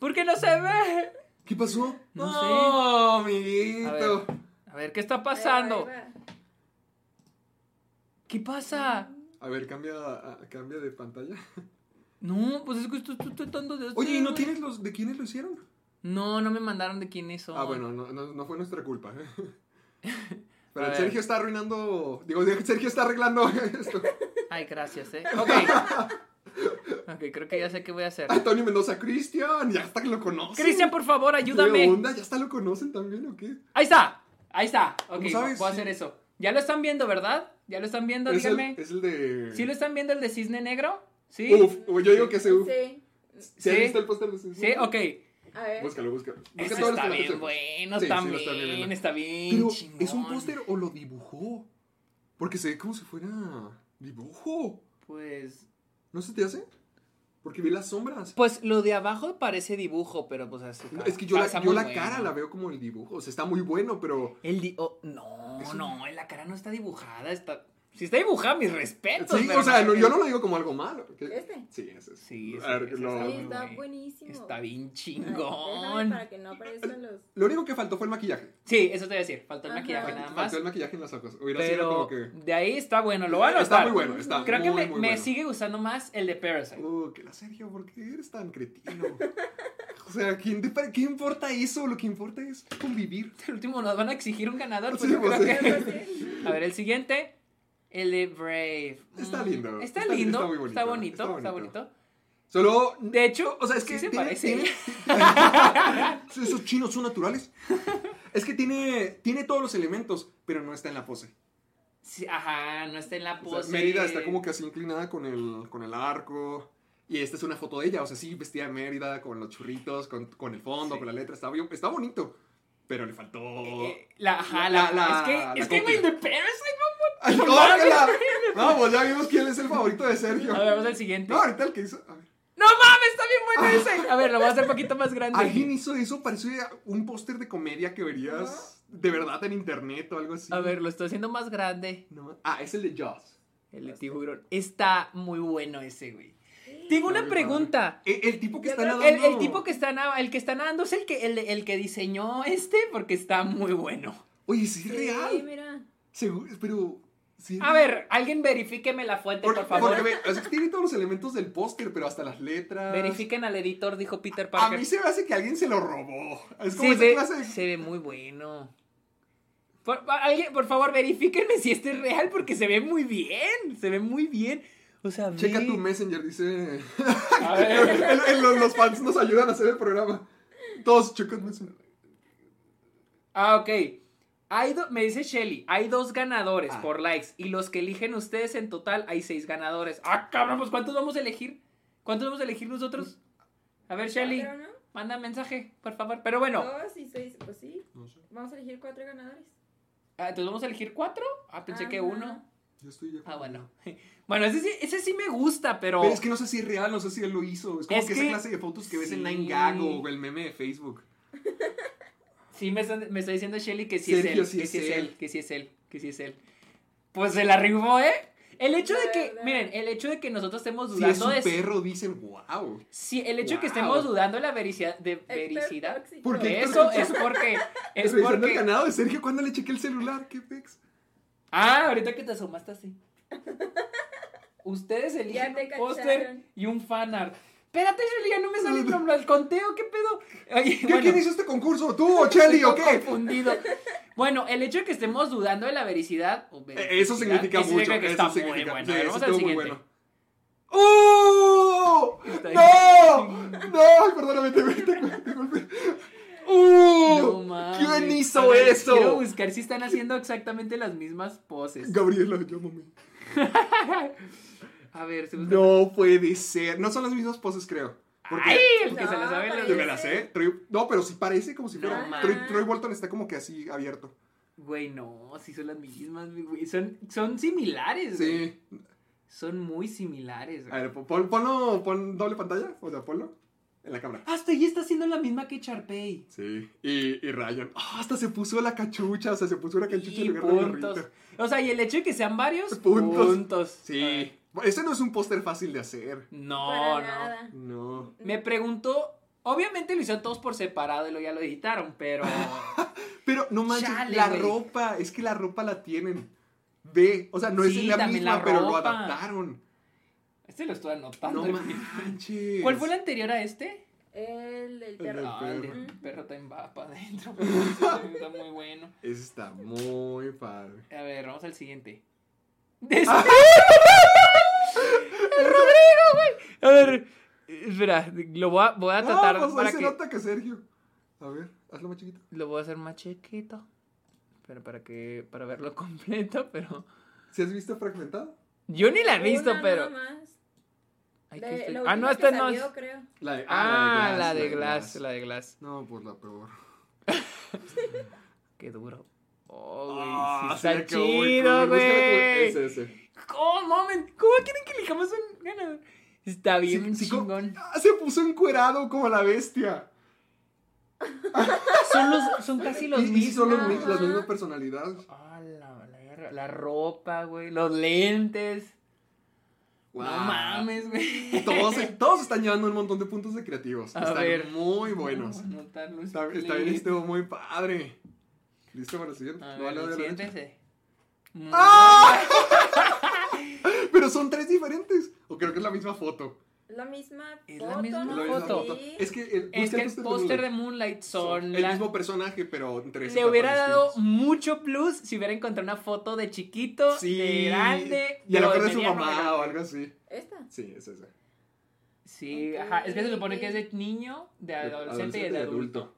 Speaker 3: ¿Por qué no se ve?
Speaker 4: ¿Qué pasó?
Speaker 3: No
Speaker 4: Oh,
Speaker 3: A ver,
Speaker 4: amiguito.
Speaker 3: a ver, ¿qué está pasando?
Speaker 5: Ahí va.
Speaker 3: ¿Qué pasa?
Speaker 4: A ver, cambia, a- cambia de pantalla. (laughs)
Speaker 3: No, pues es que estoy, estoy tratando de...
Speaker 4: Oye, ¿y no
Speaker 3: hacer-
Speaker 4: tienes los de quiénes lo hicieron?
Speaker 3: No, no me mandaron de quién es.
Speaker 4: Ah, bueno, no, no, no fue nuestra culpa.
Speaker 3: (laughs)
Speaker 4: ¿eh? Pero
Speaker 3: A ver.
Speaker 4: Sergio está arruinando. Digo, (laughs) Sergio está arreglando esto.
Speaker 3: Ay, gracias,
Speaker 4: (laughs)
Speaker 3: eh. Ok. Ok, creo que ya sé qué voy a hacer.
Speaker 4: Antonio Mendoza, Cristian, ya hasta que lo conocen.
Speaker 3: Cristian, por favor,
Speaker 4: Ah, ¿Qué
Speaker 3: ayúdame.
Speaker 4: onda? ¿Ya hasta lo conocen también o qué?
Speaker 3: Ahí está. Ahí está. Ok,
Speaker 4: ¿Cómo sabes?
Speaker 3: puedo hacer
Speaker 4: Sí.
Speaker 3: eso. Ya lo están viendo, ¿verdad? Ya lo están viendo,
Speaker 4: Es el,
Speaker 3: díganme.
Speaker 4: es el de.
Speaker 3: ¿Sí lo están viendo el de cisne negro? ¿Sí?
Speaker 4: Uf, yo digo que se uf.
Speaker 5: Sí.
Speaker 4: ¿Sí has
Speaker 3: Sí.
Speaker 4: visto el póster de Cisne?
Speaker 3: Sí, ok.
Speaker 5: A ver.
Speaker 4: Búscalo, búscalo. Busca
Speaker 3: Ese
Speaker 4: todos los
Speaker 3: está
Speaker 4: que lo
Speaker 3: bien
Speaker 4: conocen.
Speaker 3: bueno,
Speaker 4: este Sí, sí,
Speaker 3: está,
Speaker 4: lo
Speaker 3: bien,
Speaker 4: está bien, ¿no?
Speaker 3: está bien,
Speaker 4: Pero,
Speaker 3: chingón.
Speaker 4: ¿es un póster o lo dibujó? Porque se ve como si fuera dibujo.
Speaker 3: Pues.
Speaker 4: ¿No se te hace? Porque vi las sombras.
Speaker 3: Pues lo de abajo parece dibujo, pero pues así.
Speaker 4: No, es que yo, la, yo la cara la veo como el dibujo. O sea, está muy bueno, pero.
Speaker 3: El di- oh, no, no, la cara no está dibujada. Está... Si está dibujada, mis respetos.
Speaker 4: Sí,
Speaker 3: pero pues,
Speaker 4: o sea, no- yo no lo digo como algo malo. que-
Speaker 5: ¿Este?
Speaker 4: Sí, ese es.
Speaker 3: Sí, sí,
Speaker 4: A ver,
Speaker 3: ese
Speaker 4: lo-
Speaker 5: Sí,
Speaker 3: muy
Speaker 5: está
Speaker 3: bueno.
Speaker 5: buenísimo.
Speaker 3: Está bien
Speaker 5: Ay, déjame
Speaker 3: chingón.
Speaker 5: Para que no aparezcan los.
Speaker 4: Lo único que faltó fue el maquillaje.
Speaker 3: Sí, eso te voy a decir. Faltó el
Speaker 5: Ajá.
Speaker 3: maquillaje nada más.
Speaker 4: Faltó el maquillaje en las ojos. Hubiera sido como
Speaker 3: Pero
Speaker 4: que. Eh,
Speaker 3: de ahí está bueno, lo van a
Speaker 4: Está
Speaker 3: notar.
Speaker 4: muy bueno, está
Speaker 3: Creo que
Speaker 4: muy,
Speaker 3: me,
Speaker 4: muy
Speaker 3: me
Speaker 4: bueno.
Speaker 3: sigue gustando más el de Parasite.
Speaker 4: Uh, que la Sergio, ¿por qué eres tan cretino? O sea, ¿quién te- ¿qué importa eso? Lo que importa es convivir.
Speaker 3: (laughs) El último nos van a exigir un ganador. Pues
Speaker 4: Sí,
Speaker 3: yo creo
Speaker 4: pues,
Speaker 3: que-
Speaker 4: sí.
Speaker 3: A ver, el siguiente. El de Brave.
Speaker 4: Está
Speaker 3: Mm,
Speaker 4: lindo.
Speaker 3: Está,
Speaker 4: Está-
Speaker 3: lindo.
Speaker 4: está muy bonito,
Speaker 3: Está bonito.
Speaker 4: está
Speaker 3: Está
Speaker 4: bonito.
Speaker 3: bonito.
Speaker 4: Solo,
Speaker 3: De hecho,
Speaker 4: o sea, es que
Speaker 3: sí se
Speaker 4: tiene-
Speaker 3: parece. ¿eh?
Speaker 4: tiene- (laughs) esos chinos son naturales. Es que tiene, tiene todos los elementos, pero no está en la pose.
Speaker 3: Sí, ajá, no está en la
Speaker 4: O sea,
Speaker 3: pose.
Speaker 4: Mérida está como que así inclinada con el, con el arco. Y esta es una foto de ella, o sea, sí, vestida de Mérida, con los churritos, con, con el fondo, con la letra. Está, bien- está bonito, pero le faltó...
Speaker 3: Eh, la, ajá,
Speaker 4: oh,
Speaker 3: la,
Speaker 4: La- la-
Speaker 3: es que,
Speaker 4: la
Speaker 3: es que,
Speaker 4: copia.
Speaker 3: güey, de Parasite, mamón.
Speaker 4: ¡Ay,
Speaker 3: No
Speaker 4: cópiala!
Speaker 3: mames. (laughs)
Speaker 4: Vamos, pues ya vimos quién es el favorito de Sergio.
Speaker 3: A ver, vamos al siguiente.
Speaker 4: No, ahorita el que hizo. A ver.
Speaker 3: ¡No mames! Está
Speaker 4: (laughs)
Speaker 3: bien bueno ese. A ver, lo voy a hacer un poquito más grande.
Speaker 4: Alguien hizo eso, parecía un póster de comedia que verías de verdad en internet o algo así.
Speaker 3: A ver, lo estoy haciendo más grande.
Speaker 4: No, ah, es el de Jaws.
Speaker 3: El de tiburón. Está muy bueno ese, güey. Tengo una pregunta.
Speaker 4: El, el tipo que está nadando.
Speaker 3: El, el tipo que está na- el que está nadando es el que el, el que diseñó este porque está muy bueno.
Speaker 4: Oye, sí es
Speaker 5: Sí,
Speaker 4: real.
Speaker 5: mira.
Speaker 4: Seguro, pero. sí es
Speaker 3: A
Speaker 4: real.
Speaker 3: ver, alguien verifíqueme la fuente, por,
Speaker 4: Porque, porque
Speaker 3: favor.
Speaker 4: ve, o sea, tiene todos los elementos del póster, pero hasta las letras.
Speaker 3: Verifiquen al editor, dijo Peter
Speaker 4: A
Speaker 3: Parker.
Speaker 4: mí se me hace que alguien se lo robó. Es como
Speaker 3: se,
Speaker 4: esa
Speaker 3: ve,
Speaker 4: clase de-
Speaker 3: se ve muy bueno. Por, pa- alguien, por favor, verifíquenme si este es real porque se ve muy bien. Se ve muy bien. O sea, ve-
Speaker 4: Checa tu messenger, dice.
Speaker 3: A
Speaker 4: El-
Speaker 3: ver.
Speaker 4: el- los, los fans nos ayudan a hacer el programa. Todos, checa tu messenger.
Speaker 3: Ah, ok. Hay do- me dice Shelly, hay dos ganadores
Speaker 4: Ah.
Speaker 3: por likes y los que eligen ustedes en total hay seis ganadores. Ah, cabrón, pues ¿cuántos vamos a elegir? ¿Cuántos vamos a elegir nosotros? A ver, Shelly,
Speaker 5: ¿Cuatro, no?
Speaker 3: manda mensaje, por favor. Pero bueno,
Speaker 5: Dos y seis. Pues sí. Vamos a elegir cuatro ganadores.
Speaker 3: ah, entonces vamos a elegir cuatro. Ah, pensé que
Speaker 5: Ajá.
Speaker 3: uno.
Speaker 4: Yo estoy ya-
Speaker 3: Ah, bueno. (laughs) Bueno, ese sí, ese sí me gusta, pero...
Speaker 4: Pero es que no sé si es real, no sé si él lo hizo. Es como
Speaker 3: Es
Speaker 4: que, esa
Speaker 3: que-
Speaker 4: clase de fotos que ves en
Speaker 3: Sí.
Speaker 4: Nine Gag o el meme de Facebook.
Speaker 3: Sí, me está, me está diciendo Shelly que sí
Speaker 4: Sergio,
Speaker 3: es él.
Speaker 4: sí
Speaker 3: que
Speaker 4: es
Speaker 3: sí es
Speaker 4: él.
Speaker 3: él. Que sí es él. Que sí es él. Pues se la rifó, ¿eh? El hecho de
Speaker 5: La
Speaker 3: que,
Speaker 5: verdad.
Speaker 3: miren, el hecho de que nosotros estemos
Speaker 4: Si es
Speaker 3: dudando
Speaker 4: un
Speaker 3: de si-
Speaker 4: perro, dicen, wow.
Speaker 3: Sí, el hecho de que
Speaker 4: Wow.
Speaker 3: estemos dudando de la vericidad. De
Speaker 5: Héctor
Speaker 3: vericidad
Speaker 5: Tóxico.
Speaker 4: ¿Por qué?
Speaker 3: de eso es
Speaker 4: (laughs)
Speaker 3: porque. Es
Speaker 4: Revisando el
Speaker 3: porque.
Speaker 4: ganado de Sergio cuando le chequé el celular. ¿Qué pex?
Speaker 3: Ah, ahorita que te asomaste
Speaker 5: (laughs)
Speaker 3: así. Ustedes eligen
Speaker 5: Ya te
Speaker 3: un póster
Speaker 5: cacharon.
Speaker 3: y un fanart. Espérate, Shelly, ya no me sale el, el conteo, ¿qué pedo? Oye,
Speaker 4: ¿Qué,
Speaker 3: bueno,
Speaker 4: ¿Quién hizo este concurso? ¿Tú o Chelly o
Speaker 3: estoy
Speaker 4: qué?
Speaker 3: Confundido. Bueno, el hecho de que estemos dudando de la vericidad. o
Speaker 4: Eh,
Speaker 3: verificidad,
Speaker 4: Eso significa
Speaker 3: eso
Speaker 4: mucho.
Speaker 3: significa que
Speaker 4: eso
Speaker 3: está muy
Speaker 4: significa-
Speaker 3: bueno.
Speaker 4: sí,
Speaker 3: A ver,
Speaker 4: eso
Speaker 3: vamos al
Speaker 4: estuvo muy
Speaker 3: siguiente.
Speaker 4: bueno. ¡Uh!
Speaker 3: Está
Speaker 4: ¡No! ¡No! Ay, Perdóname, te te- te golpeé. ¡Uh!
Speaker 3: No mames.
Speaker 4: ¿Quién
Speaker 3: A
Speaker 4: hizo
Speaker 3: ver,
Speaker 4: eso?
Speaker 3: Quiero buscar si están haciendo exactamente las mismas poses.
Speaker 4: Gabriela, llámame.
Speaker 3: A ver, se busca-
Speaker 4: No puede ser. No son las mismas poses, creo. Porque
Speaker 3: ¡Ay! El que se la
Speaker 5: No,
Speaker 3: sabe. la-
Speaker 4: Yo me la sé. Troy- no, pero sí parece como si fuera.
Speaker 3: No,
Speaker 4: Troy,
Speaker 5: man.
Speaker 4: Troy Bolton está como que así abierto.
Speaker 3: Güey, no, sí son las mismas, mi güey. Son, son similares, güey.
Speaker 4: Sí.
Speaker 3: Son muy similares,
Speaker 4: A
Speaker 3: güey.
Speaker 4: ver, pon, ponlo, pon doble pantalla. O sea, ponlo en la cámara.
Speaker 3: Hasta ella está haciendo la misma que Charpey.
Speaker 4: Sí. Y, y Ryan. Ah, hasta se puso la cachucha. O sea, se puso la cachucha
Speaker 3: Y
Speaker 4: en lugar de la
Speaker 3: puntos.
Speaker 4: gorrita. (laughs)
Speaker 3: O sea, y el hecho de que sean varios
Speaker 4: Puntos.
Speaker 3: puntos. A
Speaker 4: Sí.
Speaker 3: ver.
Speaker 4: Ese no es un póster fácil de hacer.
Speaker 3: No,
Speaker 5: Para
Speaker 3: no.
Speaker 5: nada.
Speaker 4: No.
Speaker 3: Me
Speaker 5: Mm.
Speaker 3: preguntó. Obviamente lo hicieron todos por separado y lo ya lo editaron, pero. (laughs)
Speaker 4: Pero no manches,
Speaker 3: Chale,
Speaker 4: la
Speaker 3: güey.
Speaker 4: ropa. Es que la ropa la tienen. de. O sea, no
Speaker 3: Sí,
Speaker 4: es la
Speaker 3: también
Speaker 4: misma,
Speaker 3: la
Speaker 4: pero lo
Speaker 3: ropa.
Speaker 4: adaptaron.
Speaker 3: Este lo estoy anotando.
Speaker 4: No manches.
Speaker 3: ¿Cuál fue el anterior a este?
Speaker 5: El del
Speaker 4: El del
Speaker 5: perro.
Speaker 3: Ah, el
Speaker 4: perro.
Speaker 5: Mm.
Speaker 3: del perro también va para adentro. (laughs) Está muy bueno.
Speaker 4: Ese está muy padre.
Speaker 3: A ver, vamos al siguiente. (laughs) ¡El Rodrigo, güey! A ver, espera, lo voy a, voy a tratar
Speaker 4: Ah, pues ahí
Speaker 3: para
Speaker 4: se
Speaker 3: que...
Speaker 4: nota que Sergio. A ver, hazlo más chiquito.
Speaker 3: Lo voy a hacer más chiquito. Pero para que... para verlo (laughs) completo, pero...
Speaker 4: ¿Si has visto fragmentado?
Speaker 3: Yo ni la he visto,
Speaker 5: Una
Speaker 3: pero...
Speaker 5: nada más.
Speaker 3: Ay,
Speaker 5: La-
Speaker 3: ¿qué estoy-
Speaker 5: la
Speaker 3: Ah,
Speaker 5: última
Speaker 3: no,
Speaker 5: que
Speaker 3: esta no es...
Speaker 5: salió, creo.
Speaker 4: La de,
Speaker 3: Ah, la de Glass, la de Glass.
Speaker 4: No, por la peor.
Speaker 3: Qué duro. Oh, güey,
Speaker 4: Ah,
Speaker 3: sí está
Speaker 4: sí, qué uy,
Speaker 3: chido,
Speaker 4: güey,
Speaker 3: güey.
Speaker 4: Ese, ese.
Speaker 3: Oh, moment. ¿Cómo quieren que elijamos un ganador? Está bien
Speaker 4: Sí, sí, como-
Speaker 3: chingón.
Speaker 4: Ah, se puso encuerado como la bestia.
Speaker 3: Son, los, son casi los
Speaker 4: y, y sí
Speaker 3: mismos.
Speaker 4: son los mis- las mismas personalidades.
Speaker 3: Ah, la, la verga, la ropa, güey. Los lentes. No
Speaker 4: Guau.
Speaker 3: mames, güey. (laughs)
Speaker 4: Todos, todos están llevando un montón de puntos de creativos.
Speaker 3: A
Speaker 4: están
Speaker 3: ver.
Speaker 4: muy buenos.
Speaker 3: No, no tan luz
Speaker 4: Está, está bien,
Speaker 3: clip.
Speaker 4: estuvo muy padre. ¿Listo para el siguiente?
Speaker 3: A
Speaker 4: No,
Speaker 3: ver,
Speaker 4: no, no,
Speaker 3: el
Speaker 4: no.
Speaker 3: siguiente ese.
Speaker 4: ¡Ah! Pero son tres diferentes. O creo que es la misma foto.
Speaker 5: La misma foto.
Speaker 3: Es la misma
Speaker 5: ¿no?
Speaker 4: La misma
Speaker 3: foto.
Speaker 4: foto.
Speaker 5: Sí.
Speaker 4: Es que el,
Speaker 3: Es
Speaker 4: busca
Speaker 3: que
Speaker 4: el
Speaker 3: el póster de Moonlight son
Speaker 4: El
Speaker 3: la-
Speaker 4: mismo personaje, pero en tres.
Speaker 3: Le hubiera
Speaker 4: etapas
Speaker 3: dado
Speaker 4: distintas.
Speaker 3: mucho plus si hubiera encontrado una foto de chiquito,
Speaker 4: Sí.
Speaker 3: de grande.
Speaker 4: Y a lo
Speaker 3: pero
Speaker 4: mejor de su
Speaker 3: mediano,
Speaker 4: mamá
Speaker 3: grande.
Speaker 4: o algo así.
Speaker 5: Esta.
Speaker 4: Sí, es esa.
Speaker 3: Sí,
Speaker 5: Ok.
Speaker 3: ajá. Es que se supone que es de niño, de adolescente y de adulto.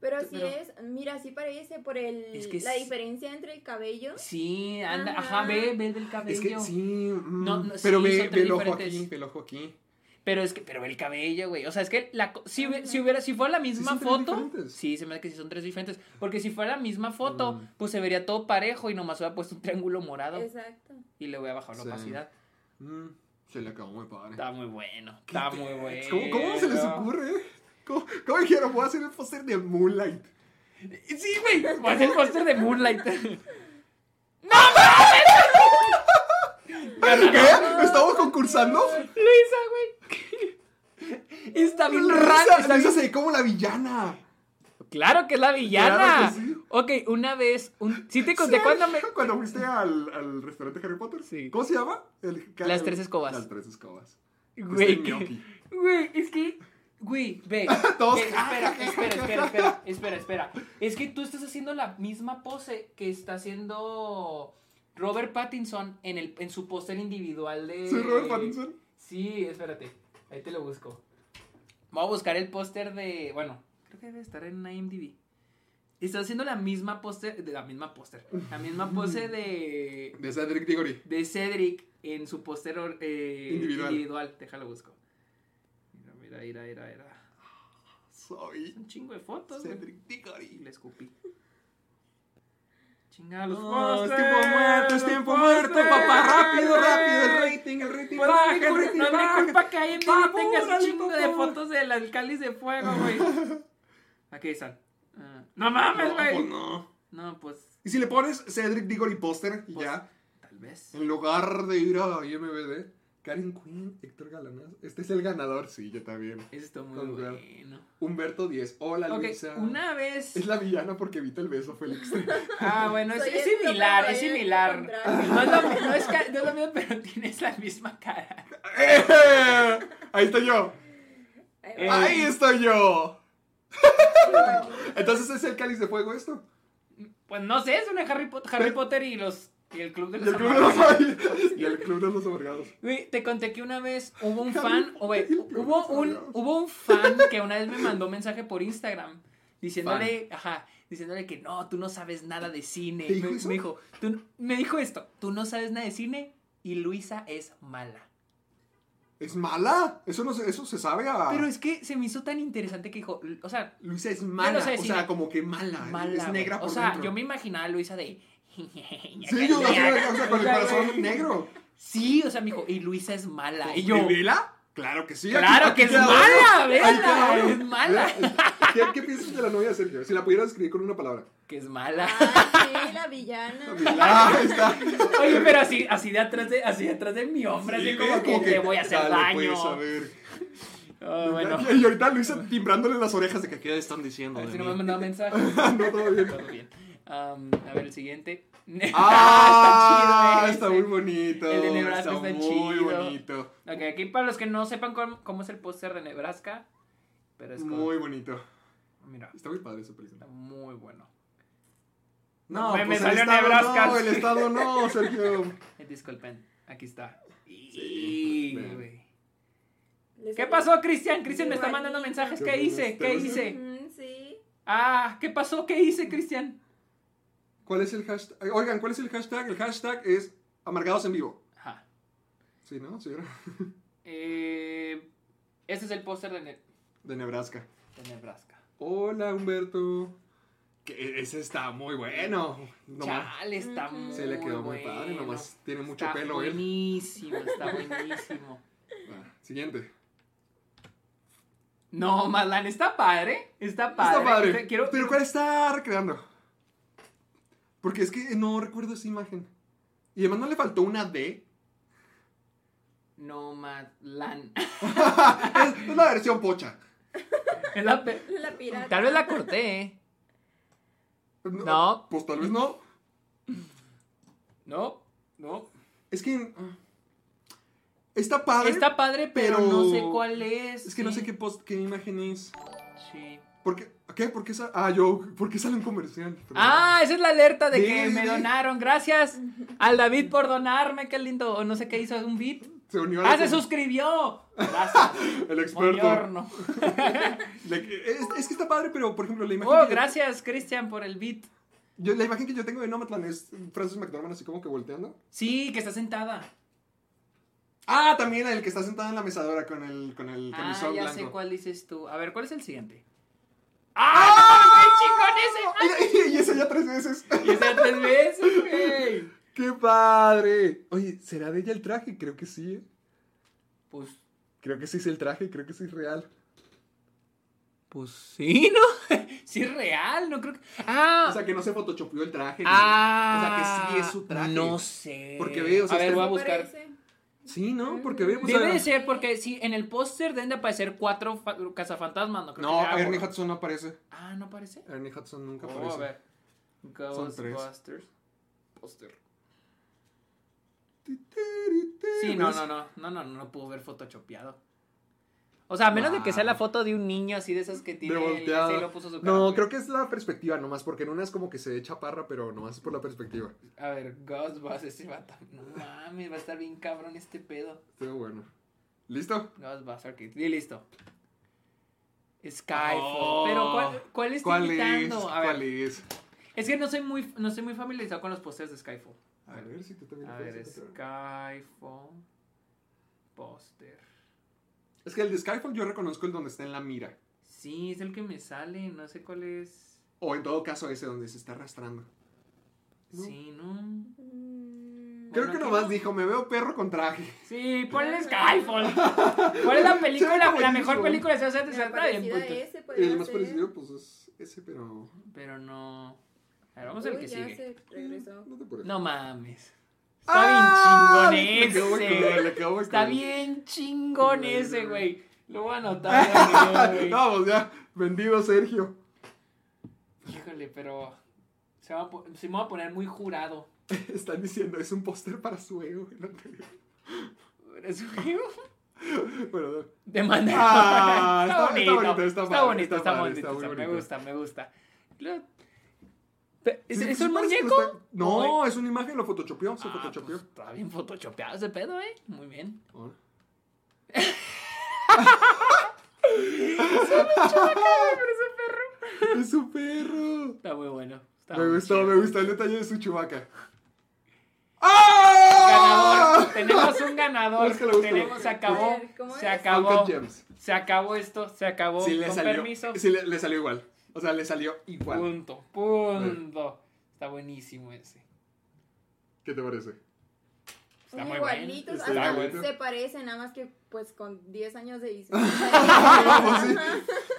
Speaker 5: Pero si
Speaker 3: Pero-
Speaker 5: es, mira, sí parece por el,
Speaker 3: Es que
Speaker 5: la
Speaker 3: es-
Speaker 5: diferencia entre el cabello.
Speaker 3: Sí, anda. Ajá,
Speaker 5: Ajá.
Speaker 3: ve, ve el del cabello.
Speaker 4: Es que sí. mm,
Speaker 3: No, no,
Speaker 4: pero
Speaker 3: sí,
Speaker 4: ve,
Speaker 3: son
Speaker 4: ve
Speaker 3: tres
Speaker 4: el ojo
Speaker 3: diferentes.
Speaker 4: aquí, ve el ojo aquí.
Speaker 3: Pero es que, pero el cabello, güey. O sea, es que la, co- si, hubie- si hubiera, si fuera la misma
Speaker 4: son tres
Speaker 3: foto.
Speaker 4: diferentes. Mm.
Speaker 3: Sí, se me hace que sí son tres diferentes. Porque si fuera la misma foto, pues se vería todo parejo y nomás hubiera puesto un triángulo morado.
Speaker 5: Exacto.
Speaker 3: Y le voy a bajar la
Speaker 4: Sí.
Speaker 3: opacidad.
Speaker 4: Mm, se le acabó muy padre.
Speaker 3: Está muy bueno. Está muy bueno.
Speaker 4: ¿Cómo, cómo se les ocurre? ¿Cómo, cómo dijeron? Voy a hacer el póster
Speaker 3: (laughs)
Speaker 4: de Moonlight.
Speaker 3: Sí, güey. Va a ser el póster de Moonlight.
Speaker 4: ¿Qué? ¿Estamos concursando?
Speaker 3: (laughs) Luisa, güey. Está bien raro.
Speaker 4: Lisa,
Speaker 3: está
Speaker 4: Lisa
Speaker 3: bien-
Speaker 4: se ve como la villana.
Speaker 3: Claro que es la villana.
Speaker 4: Claro que sí.
Speaker 3: Ok, una vez. Un... Sí, te conté cuando me.
Speaker 4: Cuando fuiste al, al restaurante Harry Potter.
Speaker 3: Sí.
Speaker 4: ¿Cómo se llama? El-
Speaker 3: Las Tres Escobas.
Speaker 4: Las tres escobas.
Speaker 3: Güey,
Speaker 4: Este
Speaker 3: que-
Speaker 4: ñoqui.
Speaker 3: güey, es que. Güey,
Speaker 4: (laughs)
Speaker 3: ve.
Speaker 4: Todos-
Speaker 3: ve, espera, espera, espera, espera, espera, espera. Es que tú estás haciendo la misma pose que está haciendo Robert Pattinson en, el, en su póster individual de.
Speaker 4: ¿Soy Robert Pattinson?
Speaker 3: Sí, espérate. Ahí te lo busco. Voy a buscar el póster de. Bueno, creo que debe estar en IMDb. Está haciendo la misma póster. de- La misma póster. La misma
Speaker 4: (laughs)
Speaker 3: pose de.
Speaker 4: De Cedric Diggory.
Speaker 3: de Cedric en su póster or- eh, individual.
Speaker 4: Individual.
Speaker 3: Déjalo busco. Mira, mira, mira, mira, mira.
Speaker 4: Soy
Speaker 3: Un chingo de fotos. güey.
Speaker 4: Cedric
Speaker 3: Y
Speaker 4: Diggory.
Speaker 3: le escupí. Chinga los
Speaker 4: No, es
Speaker 3: pósters,
Speaker 4: Oh, tiempo muerto, es
Speaker 3: los
Speaker 4: tiempo muerto,
Speaker 3: pósters,
Speaker 4: papá. Rápido,
Speaker 3: güey.
Speaker 4: rápido. El rating, el rating.
Speaker 3: Pues
Speaker 4: baja,
Speaker 3: no es mi culpa-
Speaker 4: el rating
Speaker 3: no es
Speaker 4: baja.
Speaker 3: mi culpa que ahí en
Speaker 4: Papu,
Speaker 3: mí tengas
Speaker 4: órale,
Speaker 3: un chingo
Speaker 4: papu.
Speaker 3: de fotos del alcalde de fuego,
Speaker 4: (laughs)
Speaker 3: güey. Aquí están. Ah, no mames,
Speaker 4: No, pues
Speaker 3: güey.
Speaker 4: no.
Speaker 3: No, pues
Speaker 4: Y si le pones Cedric Diggory póster y ya,
Speaker 3: tal vez.
Speaker 4: en lugar de ir a IMBD, Karen Quinn, Héctor Galanaz, este es el ganador, sí, yo también.
Speaker 3: Eso está muy
Speaker 4: Con lugar.
Speaker 3: bueno.
Speaker 4: Humberto 10, hola
Speaker 3: Ok,
Speaker 4: Luisa.
Speaker 3: una vez.
Speaker 4: Es la villana porque evita el beso, Félix.
Speaker 3: Ah, bueno, es,
Speaker 5: Soy
Speaker 3: es
Speaker 5: el loco
Speaker 3: similar, es
Speaker 5: caballero que
Speaker 3: similar.
Speaker 5: encontraste.
Speaker 3: (laughs) No es, lo, no, es ca- no es lo mismo, pero tienes la misma cara.
Speaker 4: ¡Eh! (laughs) Ahí estoy yo.
Speaker 5: Ahí
Speaker 3: Eh,
Speaker 5: va.
Speaker 4: Ahí estoy yo. (laughs) Entonces es el cáliz de fuego esto.
Speaker 3: Pues no sé, es una Harry, Pot- Harry Potter y los y el club de
Speaker 4: Y
Speaker 3: los
Speaker 4: el club de
Speaker 3: Amargados.
Speaker 4: los amargados. Y el club de los amargados.
Speaker 3: Güey, te conté que una vez hubo un
Speaker 4: Harry
Speaker 3: fan, o güey,
Speaker 4: Potter y el club
Speaker 3: hubo
Speaker 4: de los
Speaker 3: un,
Speaker 4: amargados.
Speaker 3: hubo un fan que una vez me mandó un mensaje por Instagram diciéndole, ajá, diciéndole que no, tú no sabes nada de cine.
Speaker 4: ¿Te dijo
Speaker 3: me,
Speaker 4: eso?
Speaker 3: me dijo, tú no- me dijo esto, tú no sabes nada de cine y Luisa es mala.
Speaker 4: ¿Es mala? Eso, no, se- eso se sabe a...
Speaker 3: Pero es que se me hizo tan interesante que dijo, o sea,
Speaker 4: Luisa es mala.
Speaker 3: Yo no sé
Speaker 4: o
Speaker 3: si-
Speaker 4: sea, como que mala.
Speaker 3: mala.
Speaker 4: es
Speaker 3: güey.
Speaker 4: negra
Speaker 3: O
Speaker 4: por
Speaker 3: sea,
Speaker 4: dentro.
Speaker 3: yo me imaginaba a Luisa de. (laughs)
Speaker 4: Sí, yo no sé, o sea, con el corazón negro.
Speaker 3: Sí, o sea, me dijo, y Luisa es mala. Y yo.
Speaker 4: ¿Y Vela? Claro que sí. aquí-
Speaker 3: Claro
Speaker 4: Pues aquí
Speaker 3: que es
Speaker 4: queda
Speaker 3: mala,
Speaker 4: uno. Ahí
Speaker 3: vela,
Speaker 4: queda uno.
Speaker 3: es mala.
Speaker 4: Vela, ¿Qué, qué piensas de la novia de Sergio? Si la pudieras escribir con una palabra.
Speaker 3: Que es mala.
Speaker 5: Ah, sí, la villana.
Speaker 3: Ah,
Speaker 4: Vela, Ah,
Speaker 3: (laughs)
Speaker 4: ahí está.
Speaker 3: Oye, pero así, así de atrás de, así de atrás de mi hombre,
Speaker 4: Sí,
Speaker 3: así como
Speaker 4: ve,
Speaker 3: que, te voy a hacer
Speaker 4: dale,
Speaker 3: daño.
Speaker 4: pues, a ver.
Speaker 3: Ah, bueno.
Speaker 4: Y ahorita Luisa timbrándole las orejas de que qué están diciendo.
Speaker 3: A
Speaker 4: (laughs) de
Speaker 3: ver si no
Speaker 4: mí?
Speaker 3: me han mandado mensaje.
Speaker 4: no, todo bien.
Speaker 3: Todo bien. Am, a ver, el siguiente. (laughs)
Speaker 4: ¡Ah!
Speaker 3: Está chido
Speaker 4: está,
Speaker 3: eh.
Speaker 4: muy
Speaker 3: ese.
Speaker 4: bonito.
Speaker 3: El de Nebraska está,
Speaker 4: muy
Speaker 3: chido.
Speaker 4: bonito.
Speaker 3: Ok, aquí para los que no sepan cómo, cómo es el póster de Nebraska, pero es como-
Speaker 4: Muy bonito.
Speaker 3: Mira,
Speaker 4: Está muy padre esa película.
Speaker 3: está muy bueno.
Speaker 4: No,
Speaker 3: Me- me
Speaker 4: pues
Speaker 3: salió
Speaker 4: el estado
Speaker 3: Nebraska.
Speaker 4: no, el estado no, Sergio.
Speaker 3: Eh, Disculpen, aquí está. Y-
Speaker 4: ven.
Speaker 3: güey.
Speaker 5: Les
Speaker 3: ¿Qué
Speaker 5: salió-
Speaker 3: pasó, Cristian? Cristian me está
Speaker 5: Qué
Speaker 3: mandando
Speaker 5: bonito.
Speaker 3: mensajes.
Speaker 4: Qué
Speaker 3: ¿Qué hice?
Speaker 4: bonito.
Speaker 3: ¿Qué hice?
Speaker 5: Mm, sí.
Speaker 3: Ah, ¿qué pasó? ¿Qué hice, Cristian?
Speaker 4: ¿Cuál es el hashtag? Oigan, ¿cuál es el hashtag? El hashtag es amargados en vivo.
Speaker 3: Ajá.
Speaker 4: Sí, ¿no? Sí, ¿no?
Speaker 3: Eh, este es el póster de, Ne-
Speaker 4: (laughs) De Nebraska.
Speaker 3: de Nebraska.
Speaker 4: Hola, Humberto. Que ese está muy bueno. No más.
Speaker 3: Chale, está muy
Speaker 4: Se le quedó muy padre,
Speaker 3: bueno.
Speaker 4: nomás tiene mucho
Speaker 3: Está
Speaker 4: pelo él.
Speaker 3: buenísimo,
Speaker 4: (laughs)
Speaker 3: está buenísimo.
Speaker 4: Ah, siguiente.
Speaker 3: No, Malan, está padre. Está padre.
Speaker 4: Está padre.
Speaker 3: Te- Quiero...
Speaker 4: Pero ¿cuál está recreando? Porque es que eh, no recuerdo esa imagen. Y además no le faltó una D.
Speaker 3: No, Malan.
Speaker 4: es, es la versión pocha.
Speaker 3: Es (laughs) la pe-
Speaker 5: La pirata.
Speaker 3: Tal vez la corté, ¿eh? No.
Speaker 4: Pues tal vez no.
Speaker 3: No, no.
Speaker 4: Es que. ah, Está padre.
Speaker 3: Está padre, pero,
Speaker 4: Pero-
Speaker 3: no sé cuál es.
Speaker 4: Es que no
Speaker 3: sí.
Speaker 4: sé qué, post, qué imagen es.
Speaker 3: Sí.
Speaker 4: ¿Por qué? ¿Qué? ¿Por qué sa- Ah, yo. ¿Por qué sale un comercial? Pero-
Speaker 3: Ah, esa es la alerta de que
Speaker 4: Sí,
Speaker 3: me
Speaker 4: sí.
Speaker 3: donaron. Gracias al David por donarme, qué lindo. O no sé qué hizo, un beat.
Speaker 4: Se unió a la
Speaker 3: ¡Ah, se
Speaker 4: com-
Speaker 3: suscribió! Gracias.
Speaker 4: El (laughs) experto.
Speaker 3: Buongiorno.
Speaker 4: La que- es, es que está padre, pero por ejemplo, la
Speaker 3: (laughs)
Speaker 4: imagen.
Speaker 3: Oh,
Speaker 4: que yo-
Speaker 3: gracias, Cristian, por el beat.
Speaker 4: yo- la imagen que yo tengo de Nomadland es Francis McDormand así como que volteando.
Speaker 3: Sí, que está sentada.
Speaker 4: Ah, también el que está sentado en la mesadora con el, con el
Speaker 3: Ah,
Speaker 4: camisón
Speaker 3: ya
Speaker 4: blanco.
Speaker 3: sé
Speaker 4: (laughs)
Speaker 3: cuál dices tú. A ver, ¿cuál es el siguiente? ¡Ah! no, ¡Ay, chingón ese!
Speaker 4: Y, y ese ya tres veces.
Speaker 3: ¡Ay! Y esa tres veces, güey.
Speaker 4: (laughs) ¡Qué padre! Oye, ¿será de ella el traje? Creo que sí. ¿eh?
Speaker 3: Pues,
Speaker 4: Creo que sí es el traje, creo que sí es real.
Speaker 3: pues sí, ¿no? (laughs) Sí es real, no creo que... ¡Ah!
Speaker 4: O sea, que no se photoshopeó el traje. ni-
Speaker 3: Ah,
Speaker 4: o sea, que sí es su traje.
Speaker 3: No sé.
Speaker 4: Porque ve, o sea,
Speaker 3: a ver,
Speaker 4: está-
Speaker 3: voy a
Speaker 5: ¿Qué
Speaker 3: buscar.
Speaker 5: parece?
Speaker 4: Sí, ¿no? Porque ve, pues,
Speaker 3: este Debe
Speaker 4: a-
Speaker 3: de ser, porque sí, en el póster deben de aparecer cuatro fa- cazafantasmas, no creo que
Speaker 4: No,
Speaker 3: sea
Speaker 4: Ernie
Speaker 3: uno.
Speaker 4: Hudson no aparece.
Speaker 3: Ah, ¿no aparece?
Speaker 4: Ernie Hudson nunca
Speaker 3: Oh,
Speaker 4: aparece.
Speaker 3: a ver.
Speaker 4: Son tres.
Speaker 3: Ghostbusters. Póster.
Speaker 4: Ti, tiri, tiri.
Speaker 3: Sí, no, no, no, no, no, no, no pudo ver photoshopeado. O sea, a menos de que sea la foto de un niño así de esas que
Speaker 4: De
Speaker 3: tiene
Speaker 4: volteado.
Speaker 3: y lo puso su cara. pues.
Speaker 4: no, creo que es la perspectiva nomás, porque en una es como que se ve chaparra, pero nomás es por la perspectiva.
Speaker 3: A ver, Ghostbusters, sí va a estar- No mames, va a estar bien cabrón este pedo.
Speaker 4: Estuvo bueno. ¿Listo?
Speaker 3: Ghostbuster Kids. Y listo. Skyfall.
Speaker 4: Oh.
Speaker 3: Pero ¿cuál, cuál está
Speaker 4: ¿Cuál es?
Speaker 3: imitando? A ver,
Speaker 4: ¿Cuál es?
Speaker 3: es que no soy muy, no soy muy familiarizado con los pósters de Skyfall.
Speaker 4: A ver si tú también
Speaker 3: A
Speaker 4: lo puedes
Speaker 3: ver,
Speaker 4: encontrar.
Speaker 3: Skyfall. Póster.
Speaker 4: Es que el de Skyfall yo reconozco el donde está en la mira.
Speaker 3: Sí, es el que me sale. No sé cuál es.
Speaker 4: O en todo caso ese donde se está arrastrando.
Speaker 3: Sí, ¿no?
Speaker 5: Mm,
Speaker 4: Creo
Speaker 3: Bueno, ¿qué
Speaker 4: que nomás
Speaker 3: más?
Speaker 4: dijo, me veo perro con traje.
Speaker 3: Sí, ponle Skyfall. ¿Cuál es
Speaker 4: (laughs)
Speaker 3: la película?
Speaker 4: como
Speaker 3: La
Speaker 4: el
Speaker 3: mejor
Speaker 4: hijo.
Speaker 3: película de 60
Speaker 5: pero
Speaker 3: Está bien,
Speaker 5: parecida a
Speaker 3: puto.
Speaker 5: ese podría
Speaker 4: El más
Speaker 5: ser.
Speaker 4: parecido, pues es ese, pero...
Speaker 3: Pero no. A ver, vamos al
Speaker 5: Uy,
Speaker 3: que
Speaker 5: ya
Speaker 3: sigue. Mm.
Speaker 5: se regresó.
Speaker 4: No te apures.
Speaker 3: No mames. Está
Speaker 4: ¡Ah!
Speaker 3: bien
Speaker 4: Le
Speaker 3: chingón
Speaker 4: quedó muy
Speaker 3: ese.
Speaker 4: cool, le quedó muy
Speaker 3: Está
Speaker 4: cool. (laughs)
Speaker 3: bien chingón ese, güey. Lo voy a anotar. güey.
Speaker 4: No, pues ya, vendido Sergio. (laughs)
Speaker 3: Híjole, pero se, va a po- se me va a poner muy jurado.
Speaker 4: (laughs) Están diciendo, es un póster para su ego. (laughs) No te digo.
Speaker 3: ¿Es un juego?
Speaker 4: Bueno, no.
Speaker 3: Te manda.
Speaker 4: Ah,
Speaker 3: (laughs) está,
Speaker 4: está- está
Speaker 3: bonito, está bonito,
Speaker 4: bonito, está
Speaker 3: está
Speaker 4: padre,
Speaker 3: bonito,
Speaker 4: está padre, está muy
Speaker 3: Me
Speaker 4: bonito.
Speaker 3: gusta, me gusta. Lo- Pe- ¿Es,
Speaker 4: Sí,
Speaker 3: es
Speaker 4: sí
Speaker 3: un
Speaker 4: parece que
Speaker 3: muñeco? eh.
Speaker 4: está- No, es una imagen, lo photoshopeó, se
Speaker 3: Ah,
Speaker 4: photoshopeó.
Speaker 3: pues, está bien photoshopeado ese pedo, ¿eh? Muy bien.
Speaker 4: Ahora. (laughs) es un perro.
Speaker 3: Está muy bueno. Está
Speaker 4: Me
Speaker 3: muy
Speaker 4: gustó,
Speaker 3: chido.
Speaker 4: me gustó el detalle de su chubaca. ¡Ah!
Speaker 3: Ganador. Tenemos un ganador.
Speaker 4: Búscalo, búscalo.
Speaker 3: Tenemos, se acabó.
Speaker 5: A ver, ¿cómo
Speaker 3: se
Speaker 5: es?
Speaker 3: acabó.
Speaker 4: Uncut Gems.
Speaker 3: Se acabó esto. Se acabó.
Speaker 4: Sí, le
Speaker 3: Con
Speaker 4: salió.
Speaker 3: permiso.
Speaker 4: Sí, le, le salió igual. O sea, le salió igual.
Speaker 3: Punto. Punto. Está buenísimo ese.
Speaker 4: ¿Qué te parece? (laughs)
Speaker 3: Está
Speaker 5: Son
Speaker 3: muy bueno.
Speaker 5: igualitos,
Speaker 4: Está
Speaker 5: hasta
Speaker 4: bueno.
Speaker 5: se parecen, nada más que pues con 10
Speaker 4: (laughs)
Speaker 5: años de edición.
Speaker 4: Pues sí.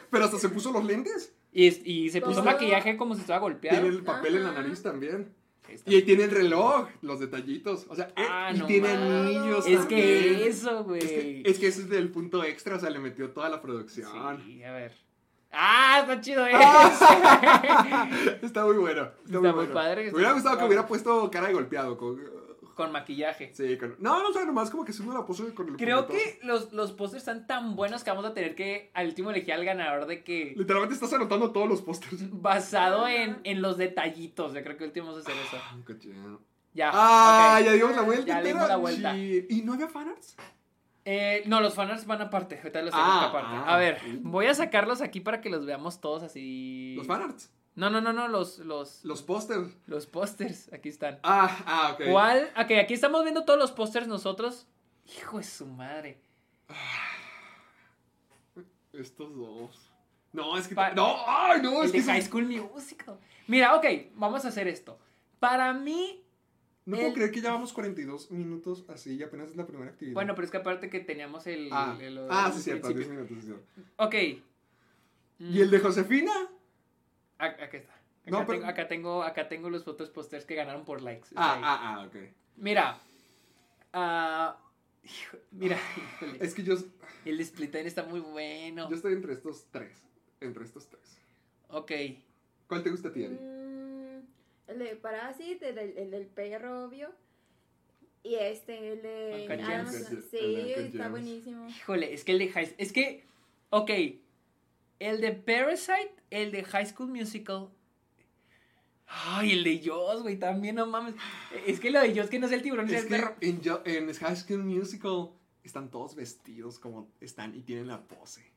Speaker 4: Pero hasta se puso los lentes.
Speaker 3: Y, es- y se puso
Speaker 5: Todo.
Speaker 3: maquillaje como si estaba golpeado.
Speaker 4: Tiene el papel en la nariz también.
Speaker 3: Está-
Speaker 4: Y ahí tiene el reloj, los detallitos. O sea, eh,
Speaker 3: Ah,
Speaker 4: y
Speaker 3: no
Speaker 4: tiene
Speaker 3: mames.
Speaker 4: anillos.
Speaker 3: Es que
Speaker 4: también.
Speaker 3: eso, güey.
Speaker 4: Es que ese es el punto extra, o sea, le metió toda la producción.
Speaker 3: Sí, a ver. Ah, ah, está chido ese.
Speaker 4: (laughs) Ah, Está muy bueno. Está,
Speaker 3: muy
Speaker 4: muy bueno.
Speaker 3: padre,
Speaker 4: Me
Speaker 3: está
Speaker 4: hubiera
Speaker 3: muy
Speaker 4: gustado que
Speaker 3: padre.
Speaker 4: hubiera puesto cara de golpeado. Con...
Speaker 3: Con maquillaje.
Speaker 4: Sí, con... No, no, o sea, nomás como que sí me la puso con el
Speaker 3: Creo
Speaker 4: puñetazo.
Speaker 3: que los, los pósters están tan buenos que vamos a tener que al último elegir al ganador de que
Speaker 4: Literalmente estás anotando todos los pósters.
Speaker 3: basado en, en los detallitos. Yo creo que el último vamos a hacer eso.
Speaker 4: Ay, cochino.
Speaker 3: Ya.
Speaker 4: Ah,
Speaker 3: ok.
Speaker 4: ya dimos la vuelta.
Speaker 3: Ya le
Speaker 4: entera.
Speaker 3: dimos la vuelta.
Speaker 4: Sí. ¿Y no había fanarts?
Speaker 3: Eh, no, los fanarts van aparte. Ahorita los
Speaker 4: Ah,
Speaker 3: tengo aparte.
Speaker 4: ah.
Speaker 3: a ver, voy a sacarlos aquí para que los veamos todos así.
Speaker 4: Los fanarts.
Speaker 3: No, no, no, no, los, los,
Speaker 4: Los pósters.
Speaker 3: los pósters. Aquí están.
Speaker 4: Ah, ah, ok.
Speaker 3: ¿Cuál? Ok, aquí estamos viendo todos los pósters nosotros. Hijo de su madre.
Speaker 4: Estos dos. No, es que.
Speaker 3: Pa-
Speaker 4: No, ay, no,
Speaker 3: El
Speaker 4: es que.
Speaker 3: de
Speaker 4: eso-
Speaker 3: High School Musical. Mira, ok, vamos a hacer esto. Para mí,
Speaker 4: No puedo
Speaker 3: el-
Speaker 4: creer que ya vamos 42 minutos así y apenas es la primera actividad.
Speaker 3: bueno, pero es que aparte que teníamos el.
Speaker 4: Ah,
Speaker 3: el- el-
Speaker 4: ah
Speaker 3: el
Speaker 4: sí, cierto, 10
Speaker 3: principio. Mm.
Speaker 4: minutos. sí, cierto.
Speaker 3: Ok,
Speaker 4: ¿Y el de Josefina?
Speaker 3: a- aquí está. Acá,
Speaker 4: No, pero-
Speaker 3: tengo, acá, tengo, acá tengo los otros pósters que ganaron por likes. Está
Speaker 4: Ah,
Speaker 3: ahí.
Speaker 4: ah, ah, ok.
Speaker 3: Mira. ah, hijo- mira, híjole,
Speaker 4: Es que yo,
Speaker 3: el split time está muy bueno.
Speaker 4: yo estoy entre estos tres. Entre estos tres.
Speaker 3: Ok.
Speaker 4: ¿Cuál te gusta a ti, Ari?
Speaker 5: Mm, el de Parasit, el, del- el del perro, obvio. Y este, el de.
Speaker 3: Uncle
Speaker 5: Adam
Speaker 3: James.
Speaker 5: Sandler.
Speaker 4: El de
Speaker 5: Sí,
Speaker 4: Uncle
Speaker 5: está
Speaker 4: James.
Speaker 5: buenísimo.
Speaker 3: Híjole, es que el de High Es que, ok. El de Parasite, el de High School Musical. Ay, el de Jaws, güey, también, no mames. Es que lo de Jaws que no es el tiburón, es,
Speaker 4: Es
Speaker 3: el
Speaker 4: que
Speaker 3: perro.
Speaker 4: en, Jo- en High School Musical están todos vestidos como están y tienen la pose.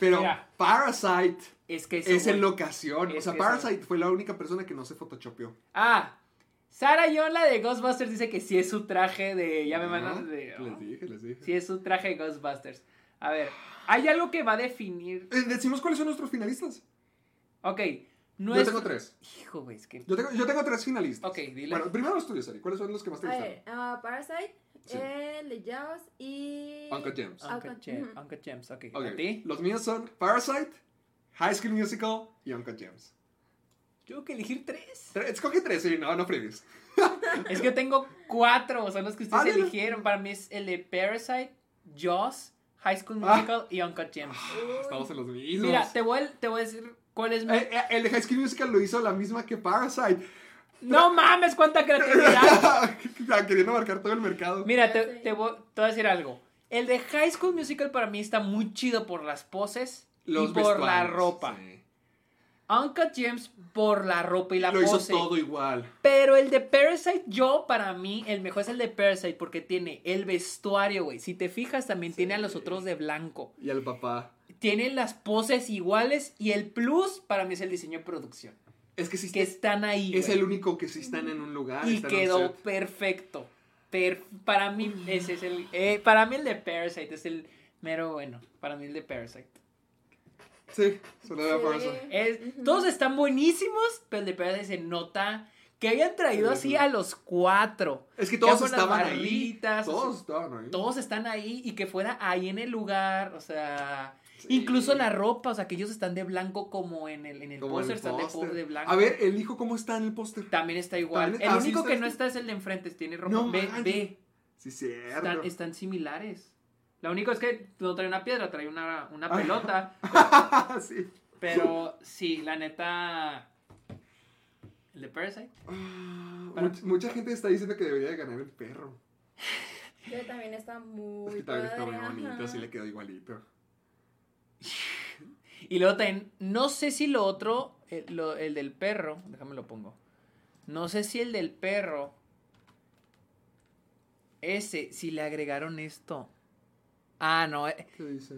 Speaker 4: Pero
Speaker 3: Mira.
Speaker 4: Parasite
Speaker 3: Es que eso,
Speaker 4: es en
Speaker 3: güey.
Speaker 4: locación.
Speaker 3: Es
Speaker 4: o sea,
Speaker 3: que eso-
Speaker 4: Parasite fue la única persona que no se photoshopeó.
Speaker 3: Ah, Sarah John, la de Ghostbusters, dice que sí es su traje de. Ya me
Speaker 4: Ah,
Speaker 3: mandan de.
Speaker 4: Les dije, les dije.
Speaker 3: Sí es su traje de Ghostbusters. A ver, hay algo que va a definir.
Speaker 4: Eh, Decimos cuáles son nuestros finalistas.
Speaker 3: Ok, no
Speaker 4: Yo
Speaker 3: es.
Speaker 4: tengo tres.
Speaker 3: Hijo, güey, es que.
Speaker 4: Yo tengo, yo tengo tres finalistas.
Speaker 3: Ok, dile.
Speaker 4: Bueno, primero los tuyos, Ari. ¿Cuáles son los que más te
Speaker 5: A ver,
Speaker 4: gustaron?
Speaker 5: ah, Parasite,
Speaker 4: Sí.
Speaker 5: el de Jaws y.
Speaker 4: Uncle James.
Speaker 3: Uncle,
Speaker 5: Uncle-
Speaker 3: James,
Speaker 5: ujú.
Speaker 3: Uncle James, ok.
Speaker 4: Ok,
Speaker 3: ¿A ti?
Speaker 4: Los míos son Parasite, High School Musical y Uncle James.
Speaker 3: Tengo que elegir tres.
Speaker 4: Tre- Escoge tres, sí, no, no fregues.
Speaker 3: Es que yo tengo cuatro, son los que ustedes
Speaker 4: Ah, mira.
Speaker 3: eligieron. Para mí es el de Parasite, Jaws, High School
Speaker 4: Ah.
Speaker 3: Musical y Uncle James.
Speaker 4: Estamos en los mismos.
Speaker 3: Mira, te voy, a, te voy a decir cuál es mi.
Speaker 4: Eh, eh, el de High School Musical lo hizo la misma que Parasite. (laughs)
Speaker 3: ¡No mames, cuánta creatividad!
Speaker 4: Queriendo marcar todo el mercado.
Speaker 3: Mira, te, te voy, te voy a decir algo. El de High School Musical para mí está muy chido por las poses
Speaker 4: Los
Speaker 3: y por la
Speaker 4: vestuarios,
Speaker 3: ropa.
Speaker 4: sí.
Speaker 3: Uncle James por la ropa y la
Speaker 4: Lo hizo
Speaker 3: pose.
Speaker 4: todo igual.
Speaker 3: Pero el de Parasite, yo, para mí, el mejor es el de Parasite porque tiene el vestuario, güey. Si te fijas, también tiene a los otros de blanco.
Speaker 4: Y al papá.
Speaker 3: Tiene las poses iguales y el plus para mí es el diseño de producción.
Speaker 4: Es que sí
Speaker 3: Que
Speaker 4: está-
Speaker 3: están ahí.
Speaker 4: es
Speaker 3: güey.
Speaker 4: el único que sí están en un lugar.
Speaker 3: y
Speaker 4: están en un
Speaker 3: quedó
Speaker 4: set.
Speaker 3: perfecto. Per- para mí, ese es el. eh, para mí, el de Parasite es el mero bueno. Para mí, el de Parasite.
Speaker 4: Sí, se lo da
Speaker 5: Sí.
Speaker 4: por eso.
Speaker 3: Es- Todos están buenísimos, pero el de Parasite se nota que hayan traído así a los cuatro.
Speaker 4: Es que
Speaker 3: Ya
Speaker 4: todos
Speaker 3: con las
Speaker 4: estaban ahí.
Speaker 3: barritas,
Speaker 4: Todos
Speaker 3: así.
Speaker 4: estaban ahí.
Speaker 3: Todos están ahí y que fuera ahí en el lugar, o sea, incluso la ropa, o sea, que ellos están de blanco como en el, en el
Speaker 4: Como en
Speaker 3: póster,
Speaker 4: el
Speaker 3: están de,
Speaker 4: póster.
Speaker 3: po- de blanco.
Speaker 4: A ver, el hijo, ¿cómo está en el póster?
Speaker 3: También está igual.
Speaker 4: También-
Speaker 3: el
Speaker 4: así
Speaker 3: único
Speaker 4: está
Speaker 3: que
Speaker 4: este.
Speaker 3: no está es el de enfrente, tiene ropa.
Speaker 4: No
Speaker 3: ve,
Speaker 4: manches.
Speaker 3: ve,
Speaker 4: Sí, cierto.
Speaker 3: están, están similares. Lo único es que no trae una piedra, trae una, una
Speaker 4: (laughs)
Speaker 3: pelota.
Speaker 4: (laughs) sí.
Speaker 3: Pero sí, la neta. El de Parasite. Ah,
Speaker 4: Much- mucha gente está diciendo que debería de ganar el perro.
Speaker 5: Pero también está muy.
Speaker 4: Es que también está muy
Speaker 5: padre,
Speaker 4: bonito,
Speaker 5: ajá.
Speaker 4: sí le quedó igualito.
Speaker 3: Y luego también, no sé si lo otro, eh, lo- el, del perro, déjame lo pongo. No sé si el del perro, ese, si le agregaron esto. Ah, no. eh,
Speaker 4: ¿Qué dice?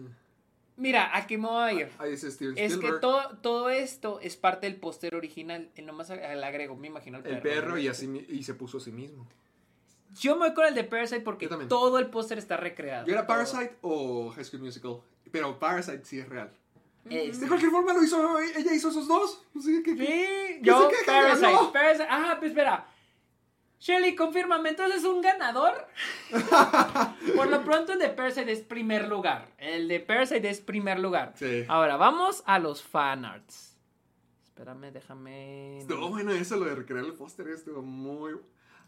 Speaker 3: Mira, aquí me voy a ir.
Speaker 4: Ahí dice Steven
Speaker 3: Es que
Speaker 4: Spielberg.
Speaker 3: todo, todo esto es parte del póster original. eh, Nomás a- le agrego, me imagino al perro.
Speaker 4: El perro y, así, mi- y se puso a sí mismo.
Speaker 3: Yo me voy con el de Parasite porque
Speaker 4: Yo también.
Speaker 3: todo el póster está recreado.
Speaker 4: Yo era
Speaker 3: todo.
Speaker 4: Parasite o High School Musical. Pero Parasite sí es real.
Speaker 3: Este,
Speaker 4: De cualquier forma lo hizo, ella hizo esos dos. Pues Sí, que,
Speaker 3: Sí,
Speaker 4: que
Speaker 3: yo,
Speaker 4: se queja,
Speaker 3: Parasite,
Speaker 4: ganó.
Speaker 3: Parasite. Ah, pues espera. Shelly, confírmame, entonces es un
Speaker 4: (laughs)
Speaker 3: ganador. Por lo pronto, el de Parasite es primer lugar. El de Parasite es primer lugar.
Speaker 4: Sí.
Speaker 3: Ahora, vamos a los fanarts. Espérame, déjame.
Speaker 4: Estuvo bueno eso, lo de recrear el póster, estuvo muy...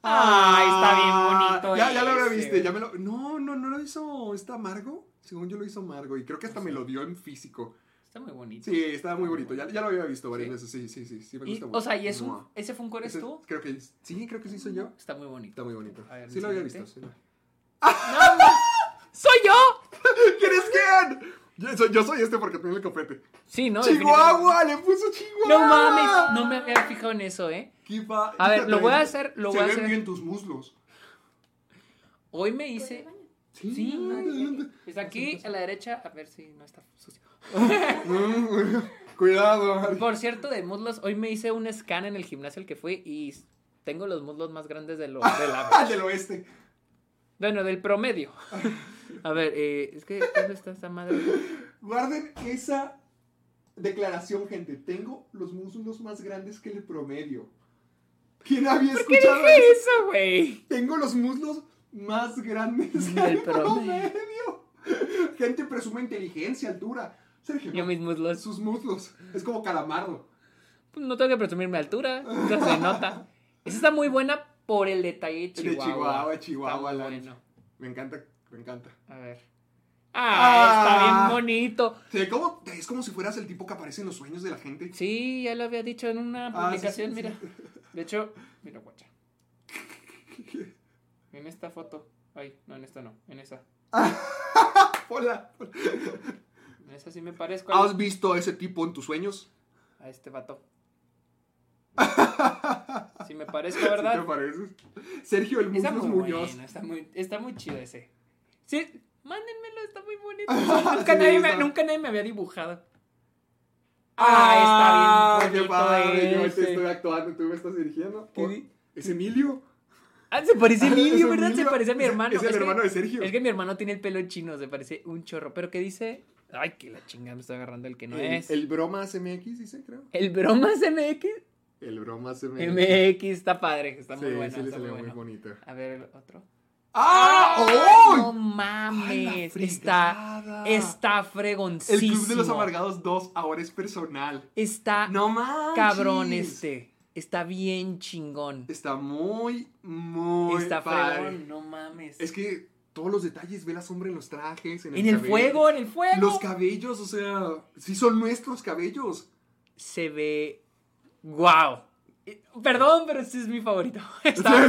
Speaker 3: Ay, está bien
Speaker 4: Ah,
Speaker 3: bonito
Speaker 4: Ya, ya lo
Speaker 3: ese,
Speaker 4: viste,
Speaker 3: güey.
Speaker 4: ya me lo... No, no, no lo hizo, ¿está Margo? Según yo lo hizo Margo y creo que hasta me lo dio en físico.
Speaker 3: Está muy bonito.
Speaker 4: Sí, está muy bonito. Ya, ya lo había visto varias
Speaker 3: Sí.
Speaker 4: veces. Sí, sí, sí. sí me
Speaker 3: Y-
Speaker 4: gusta mucho.
Speaker 3: o sea, ¿y es un-
Speaker 4: Mua.
Speaker 3: ese Funko eres
Speaker 4: Ese-
Speaker 3: tú?
Speaker 4: Creo que sí, creo que sí soy yo.
Speaker 3: Está muy bonito.
Speaker 4: Está muy bonito.
Speaker 3: A ver,
Speaker 4: sí lo había
Speaker 3: enséñate.
Speaker 4: visto. sí lo-
Speaker 3: ¡Soy yo!
Speaker 4: (laughs) ¿Quién es quién? Yo soy, yo soy este porque tengo el copete.
Speaker 3: Sí, ¿no?
Speaker 4: ¡Chihuahua! ¡Le puso Chihuahua!
Speaker 3: No mames, no me había fijado en eso, ¿eh?
Speaker 4: Qué pa-
Speaker 3: A ver, lo voy a
Speaker 4: Fíjate,
Speaker 3: hacer, lo
Speaker 4: se
Speaker 3: voy a
Speaker 4: ven
Speaker 3: hacer.
Speaker 4: bien tus muslos.
Speaker 3: Hoy me hice.
Speaker 4: Sí.
Speaker 3: Está aquí a la derecha, a ver si no está sucio.
Speaker 4: Mm, (laughs) Cuidado. Mari.
Speaker 3: Por cierto, de muslos, hoy me hice un scan en el gimnasio al que fui y tengo los muslos más grandes de los de la-
Speaker 4: (laughs) Del oeste.
Speaker 3: Bueno, del promedio. A ver, eh, es que ¿dónde está esta
Speaker 4: (laughs)
Speaker 3: madre?
Speaker 4: Guarden esa declaración, gente. Tengo los muslos más grandes que el promedio. ¿Quién había
Speaker 3: ¿Qué
Speaker 4: escuchado
Speaker 3: dije
Speaker 4: eso?
Speaker 3: eso, güey?
Speaker 4: Tengo los muslos más grandes que
Speaker 3: Del
Speaker 4: el
Speaker 3: promedio.
Speaker 4: promedio. Gente presume inteligencia, altura. Sergio,
Speaker 3: Yo
Speaker 4: no.
Speaker 3: mis muslos.
Speaker 4: sus muslos. Es como calamardo.
Speaker 3: No tengo que presumirme altura, no se nota. Esa está muy buena por el detalle de
Speaker 4: El De
Speaker 3: Chihuahua.
Speaker 4: Chihuahua,
Speaker 3: Está
Speaker 4: Chihuahua.
Speaker 3: muy
Speaker 4: la-
Speaker 3: bueno.
Speaker 4: Me encanta, me encanta.
Speaker 3: A ver. Ah,
Speaker 4: Ah.
Speaker 3: está bien bonito.
Speaker 4: Sí, como- es como si fueras el tipo que aparece en los sueños de la gente.
Speaker 3: Sí, ya lo había dicho en una
Speaker 4: Ah, sí,
Speaker 3: publicación,
Speaker 4: sí, sí.
Speaker 3: mira. De hecho, mira,
Speaker 4: (laughs)
Speaker 3: guacha. En esta foto. Ay, no, en esta no, en esa.
Speaker 4: Hola.
Speaker 3: En esa sí me parezco a,
Speaker 4: ¿Has visto a ese tipo en tus sueños?
Speaker 3: a este vato. Sí me parezco, ¿verdad?
Speaker 4: (laughs) ¿Sí te pareces? Sergio el
Speaker 3: Está
Speaker 4: Muslos
Speaker 3: muy
Speaker 4: Muñoz.
Speaker 3: bueno, está muy, está muy chido ese. Sí, mándenmelo, está muy
Speaker 4: (laughs)
Speaker 3: bonito. Nunca, nadie, me,
Speaker 4: está.
Speaker 3: nunca nadie me había dibujado. Ah,
Speaker 4: Ah,
Speaker 3: está bien
Speaker 4: qué padre.
Speaker 3: bonito
Speaker 4: Yo te
Speaker 3: ese.
Speaker 4: estoy actuando, tú me estás dirigiendo.
Speaker 3: ¿Qué
Speaker 4: Oh,
Speaker 3: di-
Speaker 4: ¿Es Emilio?
Speaker 3: Ah, se parece a Emilio,
Speaker 4: (laughs) Es
Speaker 3: ¿verdad? Se
Speaker 4: Emilio.
Speaker 3: parece a mi
Speaker 4: Es-
Speaker 3: hermano.
Speaker 4: es el hermano de Sergio.
Speaker 3: Es que mi hermano tiene el pelo chino, se parece un chorro. Pero ¿qué dice? Ay, que la chingada me está agarrando el que no
Speaker 4: el,
Speaker 3: es. El,
Speaker 4: el Bromas MX, dice, creo.
Speaker 3: bromas MX.
Speaker 4: (laughs) El Bromas MX.
Speaker 3: MX está padre, está
Speaker 4: Sí,
Speaker 3: muy bueno.
Speaker 4: sí le
Speaker 3: está muy
Speaker 4: salió muy
Speaker 3: bueno.
Speaker 4: bonito.
Speaker 3: a ver, el otro.
Speaker 4: ¡Ah!
Speaker 3: No
Speaker 4: ¡Oh!
Speaker 3: mames.
Speaker 4: ¡A la
Speaker 3: Está,
Speaker 4: fregada!
Speaker 3: está
Speaker 4: El
Speaker 3: fregoncísimo.
Speaker 4: Club de los Amargados 2 ahora es personal.
Speaker 3: Está
Speaker 4: ¡No manches!
Speaker 3: cabrón este. Está bien chingón.
Speaker 4: Está muy, muy
Speaker 3: está
Speaker 4: padre.
Speaker 3: fregón, no mames.
Speaker 4: Es que todos los detalles, ve la sombra en los trajes, en el
Speaker 3: en el
Speaker 4: cabello.
Speaker 3: fuego, en el fuego.
Speaker 4: Los cabellos, o sea, sí son nuestros cabellos.
Speaker 3: se ve wow. Perdón, pero este es mi favorito. (laughs) Está-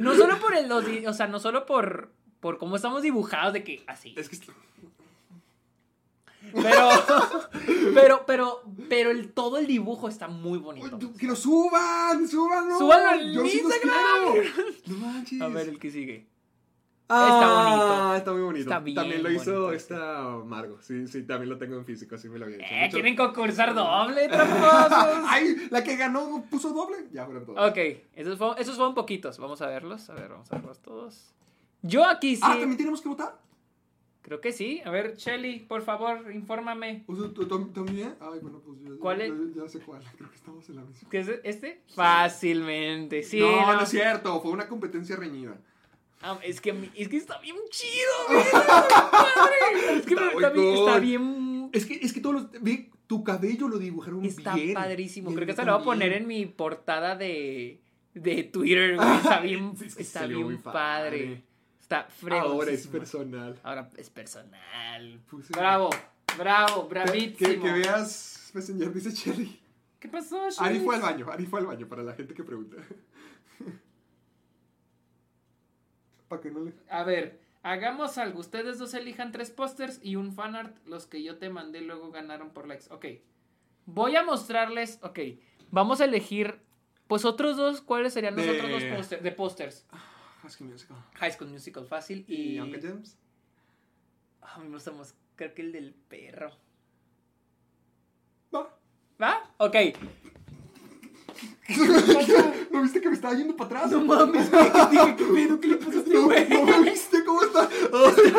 Speaker 3: no solo por el los di- o sea, no solo por por cómo estamos dibujados de que así.
Speaker 4: Es que es-
Speaker 3: Pero (laughs) pero pero pero el todo el dibujo está muy bonito.
Speaker 4: que lo suban, súbanlo.
Speaker 3: Súbanlo al
Speaker 4: Yo sí los
Speaker 3: Instagram.
Speaker 4: quiero. No manches.
Speaker 3: A ver el que sigue.
Speaker 4: Ah,
Speaker 3: bonito.
Speaker 4: Está muy bonito.
Speaker 3: Está bien
Speaker 4: también lo hizo
Speaker 3: bonito, este.
Speaker 4: esta Margo. Sí, sí, también lo tengo en físico, así me lo había hecho.
Speaker 3: Eh, quieren concursar doble, tramposos.
Speaker 4: (laughs) Ay, la que ganó puso doble. Ya fueron todos.
Speaker 3: Ok, esos fueron, esos fueron poquitos. Vamos a verlos. A ver, vamos a verlos todos. Yo aquí sí.
Speaker 4: Ah, también tenemos que votar.
Speaker 3: Creo que sí. A ver, Shelly, por favor, infórmame.
Speaker 4: O sea, ¿tú- tam- ¿También? Ay, bueno, pues yo,
Speaker 3: ¿Cuál
Speaker 4: yo-
Speaker 3: es?
Speaker 4: yo- ya sé cuál. Creo que estamos en la misma.
Speaker 3: ¿Qué es este? Fácilmente, sí.
Speaker 4: no, no, es cierto. Fue una competencia reñida.
Speaker 3: Ah, es, que, a mí- es que está bien chido,
Speaker 4: (laughs)
Speaker 3: güey. Padre. Es que
Speaker 4: Está
Speaker 3: me-
Speaker 4: muy
Speaker 3: está, bien, está
Speaker 4: cool.
Speaker 3: bien-
Speaker 4: Es que, es que todos los. Ve, tu cabello lo dibujaron
Speaker 3: está
Speaker 4: bien.
Speaker 3: padrísimo.
Speaker 4: Bien,
Speaker 3: Creo que
Speaker 4: bien,
Speaker 3: se lo voy a
Speaker 4: bien.
Speaker 3: poner en mi portada de, de Twitter, güey.
Speaker 4: (laughs)
Speaker 3: Está bien,
Speaker 4: Sí, sí,
Speaker 3: está
Speaker 4: salió
Speaker 3: bien
Speaker 4: muy
Speaker 3: padre.
Speaker 4: padre.
Speaker 3: Está
Speaker 4: Ahora es
Speaker 3: fregoncísimo.
Speaker 4: personal.
Speaker 3: Ahora es personal.
Speaker 4: Puse-
Speaker 3: Bravo, bravo, bravísimo.
Speaker 4: Pues Que, que veas, pues, señor, dice Cherry.
Speaker 3: ¿Qué pasó,
Speaker 4: Ari
Speaker 3: Shelly?
Speaker 4: fue al baño, Ari fue al baño, para la gente que (laughs) pregunta. Para que no le.
Speaker 3: A ver, hagamos algo. Ustedes dos elijan tres pósters y un fanart. Los que yo te mandé luego ganaron por likes. Ok. Voy a mostrarles. Ok. Vamos a elegir. Pues otros dos, ¿cuáles serían los
Speaker 4: De-
Speaker 3: otros dos pósters? De pósters.
Speaker 4: Husky Music.
Speaker 3: High School Musical Fácil y.
Speaker 4: ¿Y Uncle James?
Speaker 3: Ah, me gusta más. Creo que el del perro. (laughs)
Speaker 4: Va.
Speaker 3: ¿Va? Ok.
Speaker 4: ¿No viste que me estaba yendo para
Speaker 3: (laughs)
Speaker 4: atrás?
Speaker 3: No mames, güey. ¿Qué, dije? ¿Qué pedo? ¿Qué le pasó a este (laughs)
Speaker 4: No,
Speaker 3: güey?
Speaker 4: no me viste cómo está. Ah,
Speaker 3: (laughs)
Speaker 4: Ay,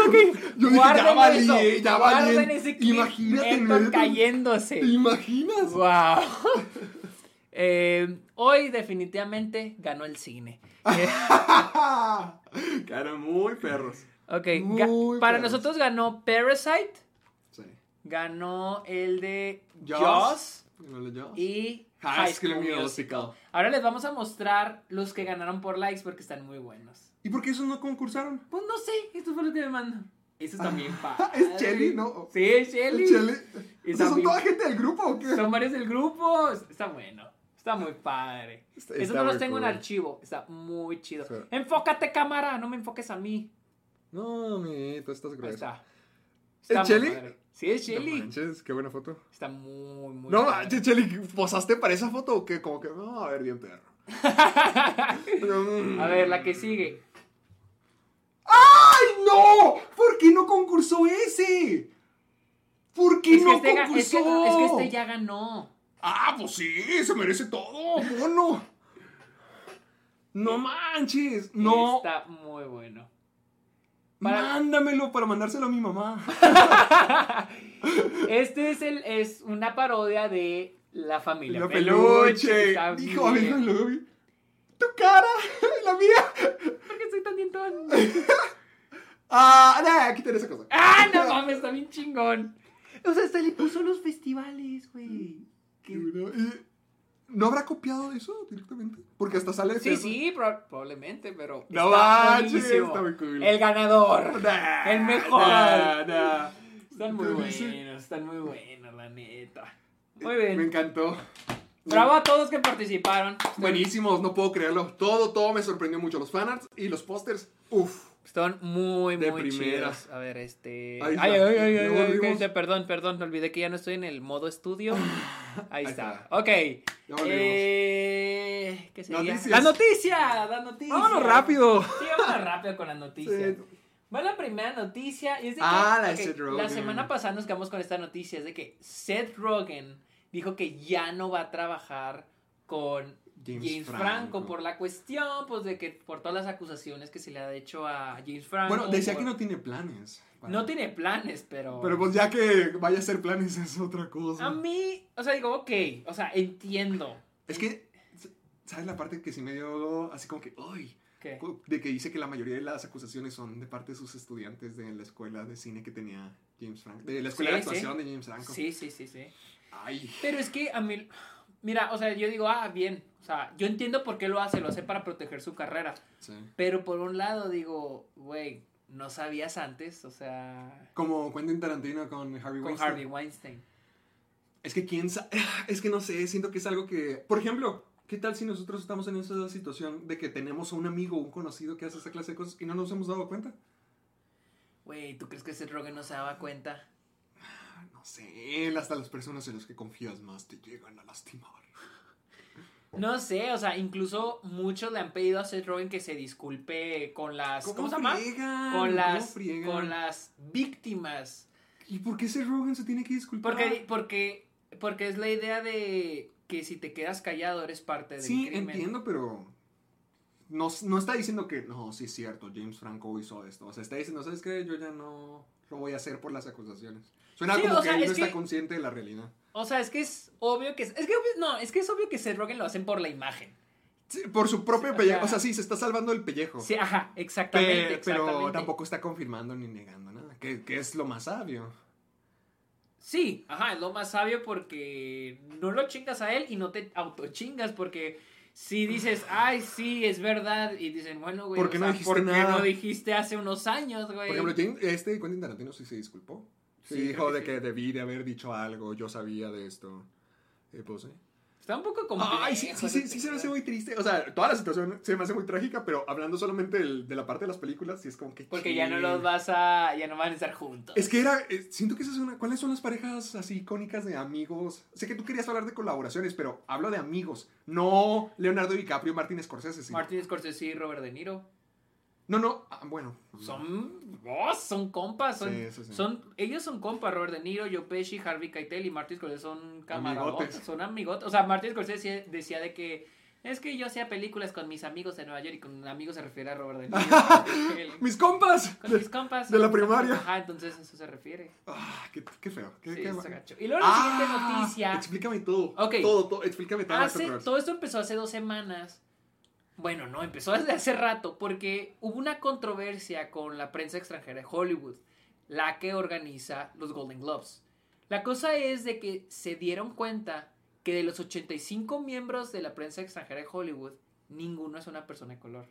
Speaker 4: Yo dije, ya
Speaker 3: Guarden
Speaker 4: valí,
Speaker 3: eso,
Speaker 4: eh, ya valí.
Speaker 3: guarden ese clip.
Speaker 4: Imagínate,
Speaker 3: Héctor
Speaker 4: me-
Speaker 3: cayéndose.
Speaker 4: ¿Te imaginas? (laughs)
Speaker 3: ¡Wow! (laughs) Eh, hoy definitivamente ganó el
Speaker 4: (laughs)
Speaker 3: cine. Eh,
Speaker 4: Cara, muy perros.
Speaker 3: ok,
Speaker 4: Muy
Speaker 3: ga- para
Speaker 4: buenos.
Speaker 3: nosotros ganó Parasite,
Speaker 4: Sí.
Speaker 3: ganó el de Jaws,
Speaker 4: Jaws. ¿No lo Jaws?
Speaker 3: y
Speaker 4: High School Musical.
Speaker 3: Ahora les vamos a mostrar los que ganaron por likes porque están muy buenos.
Speaker 4: ¿Y por qué esos no concursaron? (laughs)
Speaker 3: Pues no sé, esto fue lo que me mandan. Eso también
Speaker 4: Ah,
Speaker 3: padre.
Speaker 4: ¿Es Chelly, no?
Speaker 3: Sí, es Shelly.
Speaker 4: ¿Es Chelly?
Speaker 3: Y
Speaker 4: O sea, ¿Son
Speaker 3: también-
Speaker 4: toda gente del grupo o qué?
Speaker 3: Son varios del grupo. Está bueno. Está muy padre.
Speaker 4: Está-
Speaker 3: Eso
Speaker 4: está
Speaker 3: no los
Speaker 4: muy
Speaker 3: tengo en
Speaker 4: cool.
Speaker 3: archivo. Está muy chido.
Speaker 4: Sí.
Speaker 3: Enfócate, cámara. No me enfoques a mí.
Speaker 4: No, amiguito, estás
Speaker 3: Ahí
Speaker 4: grueso.
Speaker 3: está.
Speaker 4: Pues, ¿Es
Speaker 3: muy
Speaker 4: Chelly?
Speaker 3: padre. Sí, es
Speaker 4: No
Speaker 3: Shelly.
Speaker 4: manches, qué buena foto.
Speaker 3: Está muy, muy
Speaker 4: No,
Speaker 3: padre.
Speaker 4: manches, Chelly, ¿posaste para esa foto o qué? Como que, no, a ver, bien perro.
Speaker 3: (laughs) A ver, la que sigue.
Speaker 4: ¡Ay, no! ¿Por qué no concursó ese? ¿Por qué
Speaker 3: Es que,
Speaker 4: no
Speaker 3: este ga- es, que,
Speaker 4: concursó?
Speaker 3: es que este ya ganó.
Speaker 4: Ah, pues sí, se merece todo, mono. No manches, no.
Speaker 3: Está muy bueno.
Speaker 4: Mándamelo para mandárselo a mi mamá.
Speaker 3: Este es el es una parodia de La Familia
Speaker 4: La
Speaker 3: Peluche.
Speaker 4: peluche.
Speaker 3: está
Speaker 4: Dijo, a ver,
Speaker 3: bien.
Speaker 4: lo vi. Tu cara, (laughs) la mía. (laughs)
Speaker 3: ¿Por qué soy tan (laughs) dientón?
Speaker 4: Ah, nah, quítale esa cosa.
Speaker 3: ¡Ah,
Speaker 4: (laughs)
Speaker 3: no mames! Está bien chingón. O sea, hasta le puso los festivales, güey.
Speaker 4: Y bueno, Mm, y- ¿No habrá copiado eso directamente? Porque hasta sale
Speaker 3: Sí,
Speaker 4: eso.
Speaker 3: sí, proba- probablemente, pero.
Speaker 4: No
Speaker 3: está
Speaker 4: manches,
Speaker 3: buenísimo.
Speaker 4: está muy cool.
Speaker 3: El ganador.
Speaker 4: (laughs) (laughs) Nah,
Speaker 3: el mejor.
Speaker 4: nah, nah.
Speaker 3: Están muy
Speaker 4: Pero dice-
Speaker 3: buenos, están muy buenos, la neta. Muy bien.
Speaker 4: eh, Me encantó.
Speaker 3: Bravo a todos que participaron.
Speaker 4: Buenísimos, no puedo creerlo. Todo, todo me sorprendió mucho. Los fanarts y los pósters. Uf.
Speaker 3: Están muy,
Speaker 4: De
Speaker 3: muy
Speaker 4: primera.
Speaker 3: chidos. A ver, este.
Speaker 4: Ahí
Speaker 3: Ay,
Speaker 4: está.
Speaker 3: ay, ay, ay,
Speaker 4: Ya
Speaker 3: ay,
Speaker 4: volvimos.
Speaker 3: ok, este, perdón, perdón, me olvidé que ya no estoy en el modo estudio. Ahí está.
Speaker 4: Ah, está.
Speaker 3: Ok.
Speaker 4: volvimos.
Speaker 3: Eh, ¿Qué sería?
Speaker 4: Noticias.
Speaker 3: La noticia, la noticia.
Speaker 4: Vámonos rápido.
Speaker 3: Sí, vámonos rápido con las noticias.
Speaker 4: Sí.
Speaker 3: Va la primera noticia. y es de
Speaker 4: Ah,
Speaker 3: que-
Speaker 4: la de
Speaker 3: ok,
Speaker 4: Seth Rogen.
Speaker 3: La semana pasada nos quedamos con esta noticia. Es de que Seth Rogen dijo que ya no va a trabajar con
Speaker 4: James
Speaker 3: James,
Speaker 4: Franco.
Speaker 3: Franco. por la cuestión, pues de que por todas las acusaciones que se le ha hecho a James Franco.
Speaker 4: Bueno, decía
Speaker 3: por-
Speaker 4: que no tiene planes.
Speaker 3: Ah, No tiene planes, pero.
Speaker 4: Pero pues ya que vaya a hacer planes (laughs) es otra cosa.
Speaker 3: A mí, o sea, digo, ok, o sea, entiendo.
Speaker 4: Es que, ¿sabes la parte que sí me dio así como que, ¡ay!
Speaker 3: ¿Qué?
Speaker 4: De que dice que la mayoría de las acusaciones son de parte de sus estudiantes de la escuela de cine que tenía James Franco. De la escuela de
Speaker 3: Sí, sí.
Speaker 4: actuación de James Franco.
Speaker 3: Sí, sí, sí, sí.
Speaker 4: Ay.
Speaker 3: Pero es que a mí, mira, o sea, yo digo, ah, bien, o sea, yo entiendo por qué lo hace, lo hace para proteger su carrera.
Speaker 4: Sí.
Speaker 3: Pero por un lado digo, güey, no sabías antes, o sea,
Speaker 4: Como Quentin Tarantino con Harvey
Speaker 3: con
Speaker 4: Weinstein.
Speaker 3: Harvey Weinstein.
Speaker 4: Es que quién sabe. (sighs) Es que no sé, siento que es algo que. Por ejemplo, ¿qué tal si nosotros estamos en esa situación de que tenemos a un amigo o un conocido que hace esa clase de cosas y no nos hemos dado cuenta?
Speaker 3: Güey, ¿tú crees que ese Rogen no se daba cuenta?
Speaker 4: No sé, hasta las personas en las que confías más te llegan a lastimar.
Speaker 3: No sé, o sea, incluso muchos le han pedido a Seth Rogen que se disculpe con las. ¿Cómo, se llama? Con
Speaker 4: friegan? ¿Cómo
Speaker 3: las.
Speaker 4: friegan?
Speaker 3: Con las víctimas.
Speaker 4: ¿Y por qué ese Rogan se tiene que disculpar?
Speaker 3: Porque, porque, porque es la idea de que si te quedas callado eres parte del
Speaker 4: Sí,
Speaker 3: crimen.
Speaker 4: entiendo, pero. No, no está diciendo que. No, sí es cierto, James Franco hizo esto. O sea, está diciendo, ¿sabes qué? Yo ya no lo voy a hacer por las acusaciones. Suena
Speaker 3: Sí,
Speaker 4: como
Speaker 3: o
Speaker 4: que
Speaker 3: sea,
Speaker 4: él
Speaker 3: es
Speaker 4: no está
Speaker 3: que-
Speaker 4: consciente de la realidad.
Speaker 3: O sea, es que es obvio que. Es que obvio- no, es que es obvio que Seth Rogen lo hacen por la imagen.
Speaker 4: Sí, por su propio
Speaker 3: o
Speaker 4: pellejo.
Speaker 3: sea-
Speaker 4: o sea, sí, se está salvando el pellejo.
Speaker 3: Sí, ajá,
Speaker 4: Pe-
Speaker 3: exactamente.
Speaker 4: pero
Speaker 3: exactamente.
Speaker 4: tampoco está confirmando ni negando nada, que, que es lo más sabio.
Speaker 3: Sí, ajá, es lo más sabio porque no lo chingas a él y no te autochingas porque si dices, ay, sí, es verdad, y dicen, bueno, güey,
Speaker 4: ¿Por
Speaker 3: o
Speaker 4: qué no
Speaker 3: sea,
Speaker 4: dijiste
Speaker 3: ¿por qué
Speaker 4: nada?
Speaker 3: no dijiste hace unos años, güey?
Speaker 4: Por ejemplo, Jane- este Quentin Tarantino sí se disculpó. Sí,
Speaker 3: Sí, creo
Speaker 4: dijo
Speaker 3: que
Speaker 4: de
Speaker 3: sí.
Speaker 4: que debí de haber dicho algo, yo sabía de esto. Eh, pues, ¿eh?
Speaker 3: Está un poco complejo.
Speaker 4: Ay, sí, sí, sí, sí se me hace muy triste. O sea, toda la situación se me hace muy trágica, pero hablando solamente del- de la parte de las películas, sí es como que...
Speaker 3: Porque ya no
Speaker 4: ching.
Speaker 3: los vas a, ya no van a estar juntos.
Speaker 4: Es que era, eh, siento que esa es una, ¿cuáles son las parejas así icónicas de amigos? Sé que tú querías hablar de colaboraciones, pero hablo de amigos, no Leonardo DiCaprio, Martín Scorsese. sino-
Speaker 3: Martin Scorsese y Robert De Niro
Speaker 4: No, no, ah, bueno.
Speaker 3: son, oh, son compas, son,
Speaker 4: Sí, sí, sí.
Speaker 3: son, ellos son compas, Robert De Niro, Joe Pesci, Harvey Keitel y Martin Scorsese son camaradas,
Speaker 4: Amigotes.
Speaker 3: son amigotes. O sea, Martin Scorsese decía de que es que yo hacía películas con mis amigos en Nueva York y con amigos se refiere a Robert De Niro. (laughs) Harvey
Speaker 4: (laughs)
Speaker 3: Keitel.
Speaker 4: ¡Mis compas!
Speaker 3: con mis compas.
Speaker 4: de la
Speaker 3: son mis amigos.
Speaker 4: primaria.
Speaker 3: Ajá, entonces eso se refiere.
Speaker 4: Ah, qué, qué feo. Qué,
Speaker 3: Sí,
Speaker 4: qué-
Speaker 3: está gacho. Y luego la
Speaker 4: Ah,
Speaker 3: siguiente noticia.
Speaker 4: Explícame todo.
Speaker 3: Ok.
Speaker 4: Todo, todo, explícame todo.
Speaker 3: Hace-
Speaker 4: Dr. Ross.
Speaker 3: todo esto empezó hace dos semanas. Bueno, no, empezó desde hace rato, porque hubo una controversia con la prensa extranjera de Hollywood, la que organiza los Golden Globes. La cosa es de que se dieron cuenta que de los 85 miembros de la prensa extranjera de Hollywood, ninguno es una persona de color.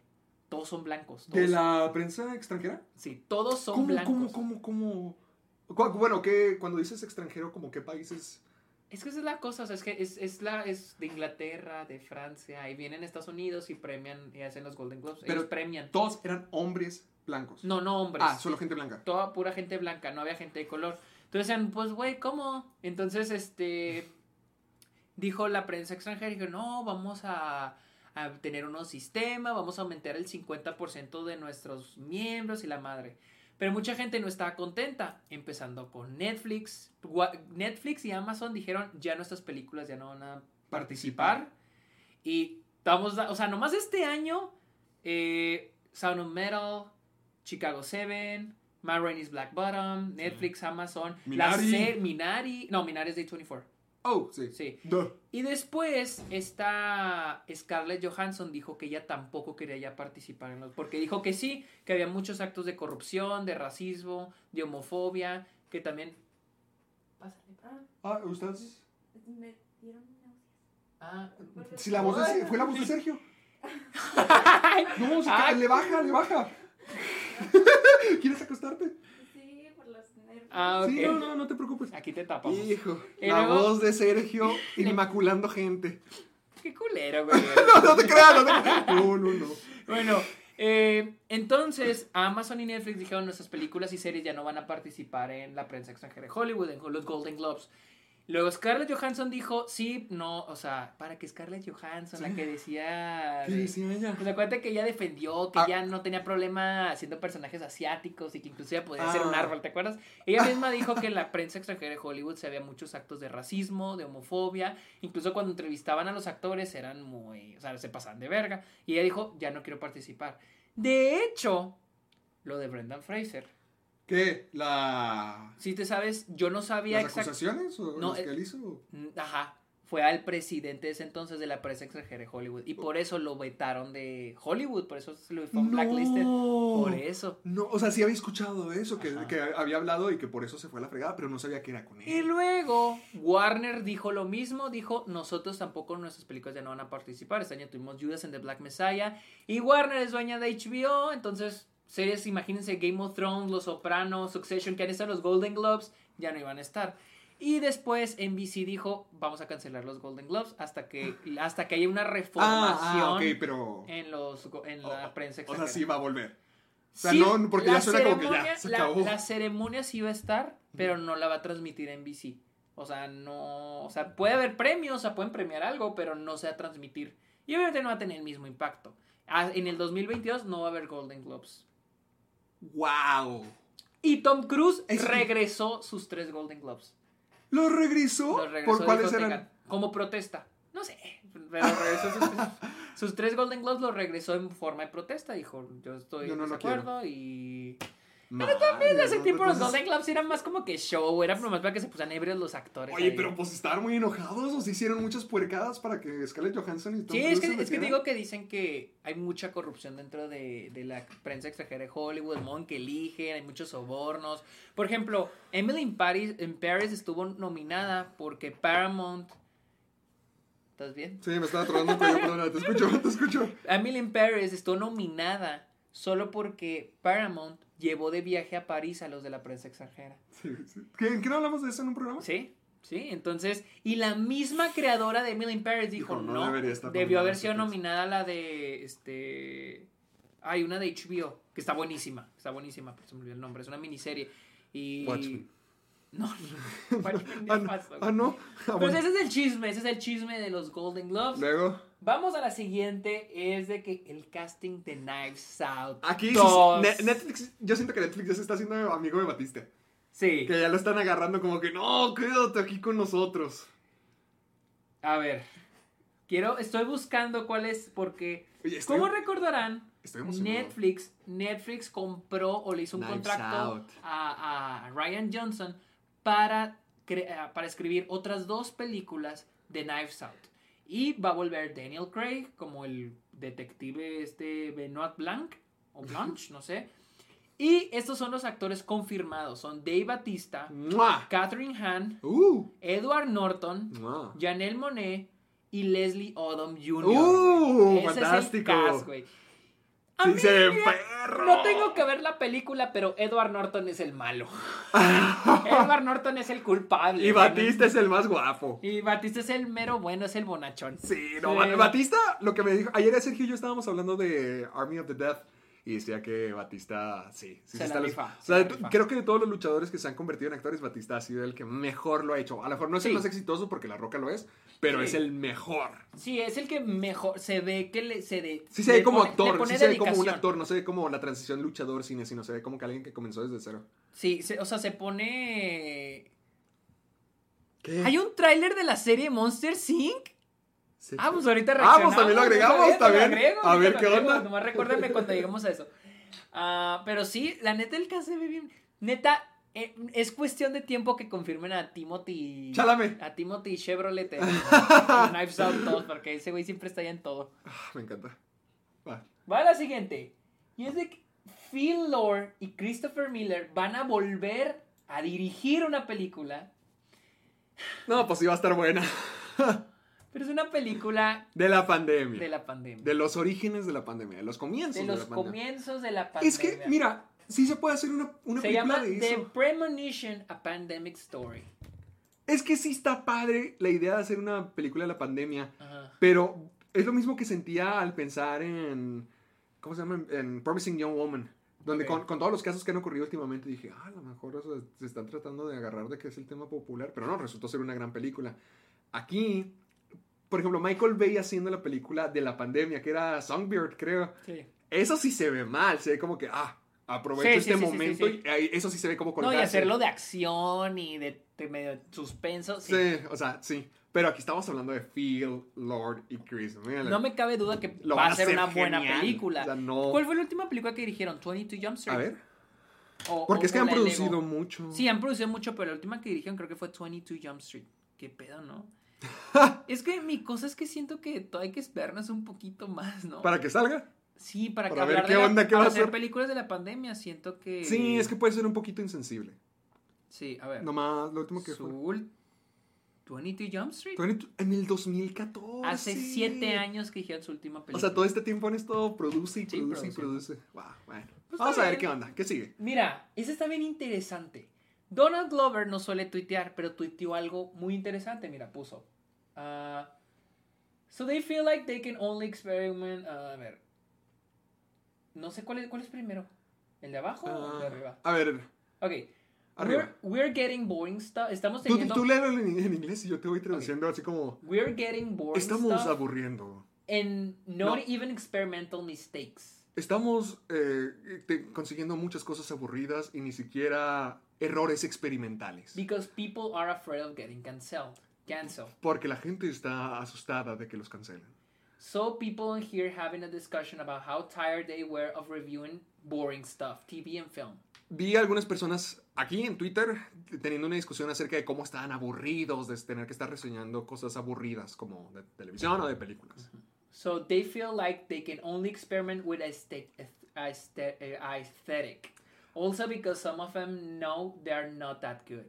Speaker 3: Todos son blancos. Todos,
Speaker 4: ¿De la prensa extranjera?
Speaker 3: Sí, todos son
Speaker 4: ¿Cómo,
Speaker 3: blancos.
Speaker 4: cómo, cómo, cómo? Cu- Bueno, ¿qué, cuando dices extranjero, ¿como qué países?
Speaker 3: Es que esa es la cosa, o sea, es que es, es la, es de Inglaterra, de Francia, y vienen a Estados Unidos y premian, y hacen los Golden Globes.
Speaker 4: Pero
Speaker 3: Ellos premian.
Speaker 4: Todos eran hombres blancos.
Speaker 3: No, no hombres.
Speaker 4: Ah, solo gente blanca.
Speaker 3: Toda pura gente blanca, no había gente de color. Entonces decían, pues, güey, ¿cómo? Entonces, este, dijo la prensa extranjera, dijo, no, vamos a, a tener unos sistemas, vamos a aumentar el 50% de nuestros miembros y la madre. Pero mucha gente no estaba contenta, empezando con Netflix. Gua- Netflix y Amazon dijeron, ya nuestras películas ya no van a participar. Y estamos, da- o sea, nomás este año, eh, Sound of Metal, Chicago 7, Ma Rainey's Black Bottom, Netflix, Amazon,
Speaker 4: Minari.
Speaker 3: La se- Minari, no, Minari es de 24.
Speaker 4: Oh, sí.
Speaker 3: Sí.
Speaker 4: Duh.
Speaker 3: Y después, esta Scarlett Johansson dijo que ella tampoco quería ya participar en los. Porque dijo que sí, que había muchos actos de corrupción, de racismo, de homofobia, que también. Pásale.
Speaker 4: Ah, ¿ustedes?
Speaker 5: Me dieron náuseas.
Speaker 3: Ah,
Speaker 4: Si la voz de Sergio, fue la voz
Speaker 3: (laughs)
Speaker 4: de Sergio. No, se
Speaker 3: Ah.
Speaker 4: cae, le baja, le baja. (laughs) ¿Quieres acostarte?
Speaker 5: Sí, por los nervios.
Speaker 3: ah, ok.
Speaker 4: Sí, no, no, no te preocupes.
Speaker 3: Aquí te tapamos.
Speaker 4: Hijo,
Speaker 3: Y
Speaker 4: la
Speaker 3: luego-
Speaker 4: voz
Speaker 3: (laughs)
Speaker 4: de Sergio inmaculando gente.
Speaker 3: Qué culero, güey.
Speaker 4: No, no te creas, no
Speaker 3: (laughs)
Speaker 4: te creas. No, no, no.
Speaker 3: Bueno, eh, entonces Amazon y Netflix dijeron nuestras películas y series ya no van a participar en la prensa extranjera de Hollywood, en los Golden Globes. Luego Scarlett Johansson dijo, sí, no, o sea, para que Scarlett Johansson, la que decía...
Speaker 4: ¿Qué
Speaker 3: de-
Speaker 4: decía ella?
Speaker 3: Pues acuérdate que ella defendió que
Speaker 4: Ah.
Speaker 3: ya no tenía problema haciendo personajes asiáticos y que inclusive podía
Speaker 4: Ah.
Speaker 3: ser un árbol, ¿te acuerdas? Ella misma dijo que en la prensa extranjera de Hollywood se había muchos actos de racismo, de homofobia, incluso cuando entrevistaban a los actores eran muy, o sea, se pasaban de verga. Y ella dijo, ya no quiero participar. De hecho, lo de Brendan Fraser.
Speaker 4: ¿Qué? ¿La...
Speaker 3: Si te sabes, yo no sabía
Speaker 4: ¿Las
Speaker 3: exact-
Speaker 4: acusaciones o
Speaker 3: No,
Speaker 4: las
Speaker 3: eh,
Speaker 4: que él hizo?
Speaker 3: Mm, Ajá. Fue al presidente de ese entonces de la prensa extranjera de Hollywood. Y por eso lo vetaron de Hollywood. Por eso se lo fue blacklisted.
Speaker 4: No.
Speaker 3: Por eso.
Speaker 4: No, o sea, sí había escuchado eso, que,
Speaker 3: Ajá.
Speaker 4: que había hablado y que por eso se fue a la fregada, pero no sabía que era con
Speaker 3: Y
Speaker 4: él.
Speaker 3: luego Warner dijo lo mismo, dijo, nosotros tampoco en nuestras películas ya no van a participar, este año tuvimos Judas and the Black Messiah y Warner es dueña de HBO, entonces series, imagínense Game of Thrones, Los Sopranos, Succession, que han estado en los Golden Globes, ya no iban a estar. Y después NBC dijo, vamos a cancelar los Golden Globes hasta que, hasta que haya una reformación
Speaker 4: Ah, ah, ok, pero...
Speaker 3: en, los, go- en la prensa
Speaker 4: O sea,
Speaker 3: extranjera.
Speaker 4: sí va a volver. O sea,
Speaker 3: Sí,
Speaker 4: no, porque ya
Speaker 3: la
Speaker 4: suena como que ya
Speaker 3: ceremonia-
Speaker 4: se
Speaker 3: la,
Speaker 4: acabó.
Speaker 3: la ceremonia sí va a estar, pero no la va a transmitir en NBC. O sea, no. O sea, puede haber premios, o sea, pueden premiar algo, pero no se va a transmitir. Y obviamente no va a tener el mismo impacto. Ah, En el 2022 no va a haber Golden Globes.
Speaker 4: ¡Wow!
Speaker 3: Y Tom Cruise
Speaker 4: Es-
Speaker 3: regresó sus tres Golden Globes.
Speaker 4: ¿Lo regresó?
Speaker 3: Los regresó
Speaker 4: ¿Por
Speaker 3: de
Speaker 4: cuáles
Speaker 3: Copenhague,
Speaker 4: eran?
Speaker 3: Como protesta. No sé, pero regresó sus,
Speaker 4: (laughs)
Speaker 3: tres- sus tres Golden Globes los regresó en forma de protesta. Dijo, yo estoy
Speaker 4: Yo
Speaker 3: en
Speaker 4: no lo
Speaker 3: desacuerdo y
Speaker 4: Pero también
Speaker 3: Ese tipo los Golden Globes eran más como que show, era nomás para que se pusieran ebrios los actores.
Speaker 4: Oye,
Speaker 3: ahí.
Speaker 4: pero pues estaban muy enojados o se hicieron muchas puercadas para que Scarlett Johansson y Tom
Speaker 3: Sí, es
Speaker 4: Cruise se
Speaker 3: que, es que
Speaker 4: metieran?
Speaker 3: digo que dicen que hay mucha corrupción dentro de, de la prensa extranjera de Hollywood, el modo en que eligen, hay muchos sobornos. Por ejemplo, Emily in Paris, en Paris estuvo nominada porque Paramount... ¿Estás bien?
Speaker 4: Sí, me estaba trabando, pero perdona, te escucho, te escucho.
Speaker 3: Emily in Paris estuvo nominada solo porque Paramount llevó de viaje a París a los de la prensa extranjera.
Speaker 4: Sí, sí. (laughs) ¿Qué, ¿Qué no hablamos de eso en un programa?
Speaker 3: Sí, sí, entonces, y la misma creadora de Emily in Paris dijo,
Speaker 4: Dijo, "No
Speaker 3: no,
Speaker 4: debería estar
Speaker 3: debió
Speaker 4: nominada
Speaker 3: haber
Speaker 4: esa
Speaker 3: sido
Speaker 4: actriz".
Speaker 3: nominada la de, este, hay una de HBO, que está buenísima, está buenísima, pero se me olvidó el nombre, es una miniserie, y...
Speaker 4: Watchmen.
Speaker 3: No, no, Watchmen
Speaker 4: (laughs)
Speaker 3: ya
Speaker 4: Ah, no.
Speaker 3: pasó.
Speaker 4: Ah, no. Ah,
Speaker 3: Pues
Speaker 4: bueno.
Speaker 3: ese es el chisme, ese es el chisme de los Golden Gloves.
Speaker 4: Luego.
Speaker 3: Vamos a la siguiente, es de que el casting de Knives Out.
Speaker 4: Aquí sí-
Speaker 3: dos.
Speaker 4: Ne- Netflix, yo siento que Netflix ya se está haciendo amigo de Batista.
Speaker 3: Sí,
Speaker 4: Que ya lo están agarrando como que, no, quédate aquí con nosotros.
Speaker 3: a ver, quiero, estoy buscando cuál es, porque...
Speaker 4: Oye, estoy-
Speaker 3: Como recordarán,
Speaker 4: Estoy emocionado.
Speaker 3: Netflix, Netflix compró o le hizo un
Speaker 4: Knives
Speaker 3: contrato
Speaker 4: Out.
Speaker 3: a, a Ryan Johnson para, cre- eh, para escribir otras dos películas de Knives Out. Y va a volver Daniel Craig como el detective este Benoit Blanc o Blanche,
Speaker 4: (laughs)
Speaker 3: no sé. Y estos son los actores confirmados. Son Dave Batista,
Speaker 4: ¡Mua!
Speaker 3: Catherine Hahn,
Speaker 4: ¡Uh!
Speaker 3: Edward Norton,
Speaker 4: ¡Mua!
Speaker 3: Janelle Monet y Leslie Odom Jr.
Speaker 4: ¡Uh!
Speaker 3: güey. Ese es el
Speaker 4: ¡Fantástico!
Speaker 3: cast, güey. A mí,
Speaker 4: Dice,
Speaker 3: mira,
Speaker 4: "Perro".
Speaker 3: no tengo que ver la película, pero Edward Norton es el
Speaker 4: (laughs)
Speaker 3: malo. Edward Norton es el culpable.
Speaker 4: Y
Speaker 3: güey.
Speaker 4: Batista es el más guapo.
Speaker 3: Y Batista es el mero bueno, es el bonachón.
Speaker 4: Sí, no, Bat- Batista, lo que me dijo, ayer Sergio y yo estábamos hablando de Army of the Death y decía que Batista, sí, sí,
Speaker 3: Se
Speaker 4: sí
Speaker 3: la
Speaker 4: está los-
Speaker 3: rifa,
Speaker 4: o
Speaker 3: se
Speaker 4: sea,
Speaker 3: la
Speaker 4: tú-
Speaker 3: rifa.
Speaker 4: creo que de todos los luchadores que se han convertido en actores, Batista ha sido el que mejor lo ha hecho. A lo mejor no es el
Speaker 3: Sí.
Speaker 4: más exitoso porque La Roca lo es, pero
Speaker 3: Sí.
Speaker 4: es el mejor.
Speaker 3: Sí, es el que mejor se ve que le, se de,
Speaker 4: Sí se
Speaker 3: le
Speaker 4: ve como
Speaker 3: pone- le
Speaker 4: actor,
Speaker 3: pone
Speaker 4: sí se ve como un
Speaker 3: dedicación.
Speaker 4: actor, no se ve como la transición luchador cine, sino se ve como que alguien que comenzó desde cero.
Speaker 3: Sí, se- o sea, se pone.
Speaker 4: ¿Qué?
Speaker 3: ¿Hay un tráiler de la serie Monster Inc?
Speaker 4: Sí.
Speaker 3: Ah, pues ahorita
Speaker 4: Ah,
Speaker 3: reaccionamos.
Speaker 4: pues también lo agregamos,
Speaker 3: ahorita
Speaker 4: también.
Speaker 3: agrego,
Speaker 4: A
Speaker 3: ahorita
Speaker 4: ver
Speaker 3: lo
Speaker 4: qué
Speaker 3: agrego,
Speaker 4: onda.
Speaker 3: Nomás recuérdame cuando lleguemos a eso. Ah, pero sí, la neta el caso se ve bien. Neta, eh, es cuestión de tiempo que confirmen a Timothy.
Speaker 4: Chalamet.
Speaker 3: A Timothy
Speaker 4: (laughs)
Speaker 3: Chevrolet. en- en Knives Out 2, porque ese güey siempre está ya en todo.
Speaker 4: Ah, me encanta. Va.
Speaker 3: Va a la siguiente. Y es de que Phil Lord y Christopher Miller van a volver a dirigir una película.
Speaker 4: No, pues iba a estar buena.
Speaker 3: Pero es una película
Speaker 4: De la pandemia.
Speaker 3: de la pandemia.
Speaker 4: De los orígenes de la pandemia, de los comienzos
Speaker 3: De
Speaker 4: de,
Speaker 3: los
Speaker 4: la pandemia.
Speaker 3: comienzos de la pandemia.
Speaker 4: Es que, mira, sí se puede hacer una, una
Speaker 3: Se
Speaker 4: película
Speaker 3: llama
Speaker 4: de
Speaker 3: The
Speaker 4: eso.
Speaker 3: Premonition, a Pandemic Story.
Speaker 4: Es que sí está padre la idea de hacer una película de la pandemia,
Speaker 3: Ajá.
Speaker 4: pero es lo mismo que sentía al pensar en, ¿cómo se llama? En, en Promising Young Woman, donde
Speaker 3: Ok.
Speaker 4: con, con todos los casos que han ocurrido últimamente dije, ah, a lo mejor o sea, se están tratando de agarrar de que es el tema popular, pero no, resultó ser una gran película. Aquí, por ejemplo, Michael Bay haciendo la película de la pandemia, que era Songbird, creo.
Speaker 3: Sí.
Speaker 4: Eso sí se ve mal, se ve como que, ah, aprovecho
Speaker 3: Sí, sí,
Speaker 4: este
Speaker 3: sí, sí,
Speaker 4: momento
Speaker 3: sí, sí.
Speaker 4: y ahí- eso sí se ve como
Speaker 3: No, y
Speaker 4: colgarse.
Speaker 3: hacerlo de acción y de, de medio suspenso. sí.
Speaker 4: Sí, o sea, sí. Pero aquí estamos hablando de Phil, Lord y Chris Miller.
Speaker 3: No me cabe duda que
Speaker 4: Lo
Speaker 3: va
Speaker 4: van
Speaker 3: a
Speaker 4: a
Speaker 3: ser
Speaker 4: hacer
Speaker 3: una buena
Speaker 4: genial.
Speaker 3: película.
Speaker 4: O sea, no-
Speaker 3: ¿Cuál fue la última película que dirigieron? 22 Jump Street.
Speaker 4: A ver,
Speaker 3: O-
Speaker 4: porque
Speaker 3: o-
Speaker 4: es que
Speaker 3: o
Speaker 4: han
Speaker 3: la de Lego.
Speaker 4: producido mucho.
Speaker 3: Sí, han producido mucho, pero la última que dirigieron creo que fue 22 Jump Street. Qué pedo,
Speaker 4: (laughs)
Speaker 3: ¿no? es que mi cosa es que siento que to- hay que esperarnos un poquito más, ¿no?
Speaker 4: ¿Para que salga?
Speaker 3: sí, para,
Speaker 4: para
Speaker 3: que
Speaker 4: ver
Speaker 3: hablar
Speaker 4: qué
Speaker 3: de la-
Speaker 4: onda, qué
Speaker 3: para
Speaker 4: va a
Speaker 3: hacer
Speaker 4: ser.
Speaker 3: películas de la pandemia, siento que...
Speaker 4: Sí, es que puede ser un poquito insensible.
Speaker 3: Sí, a ver.
Speaker 4: Nomás, lo último que
Speaker 3: Su
Speaker 4: fue.
Speaker 3: ul- 22 Jump Street.
Speaker 4: 20 En el 2014.
Speaker 3: Hace 7 años que dijeron su última
Speaker 4: O
Speaker 3: película.
Speaker 4: sea, todo este tiempo han estado produce y
Speaker 3: Sí, Pues
Speaker 4: produce y
Speaker 3: produciendo.
Speaker 4: produce. Wow, bueno. Vamos a ver qué onda, qué sigue.
Speaker 3: Mira, ese está bien interesante. Donald Glover no suele tuitear, pero tuiteó algo muy interesante. Mira, puso. ah, so they feel like they can only experiment. ah, a ver. No sé cuál es, cuál es primero. ¿El de abajo o el de
Speaker 4: Ah,
Speaker 3: arriba?
Speaker 4: a ver,
Speaker 3: Ok.
Speaker 4: Arriba.
Speaker 3: We're, we're getting boring stuff. Estamos
Speaker 4: tú,
Speaker 3: teniendo.
Speaker 4: tú léelo en, en inglés y yo te voy traduciendo así como.
Speaker 3: We're getting boring
Speaker 4: Estamos
Speaker 3: stuff
Speaker 4: aburriendo.
Speaker 3: and not
Speaker 4: No.
Speaker 3: even experimental mistakes.
Speaker 4: Estamos eh, te- consiguiendo muchas cosas aburridas y ni siquiera errores experimentales.
Speaker 3: Because people are afraid of getting canceled. Cancel.
Speaker 4: Porque la gente está asustada de que los cancelen.
Speaker 3: So people in here having a discussion about how tired they were of reviewing boring stuff, TV and film.
Speaker 4: Vi a algunas personas aquí en Twitter teniendo una discusión acerca de cómo estaban aburridos de tener que estar reseñando cosas aburridas como de televisión o de películas.
Speaker 3: So they feel like they can only experiment with aesthet- aesthet- uh, aesthetic. Also because some of them know they're not that good.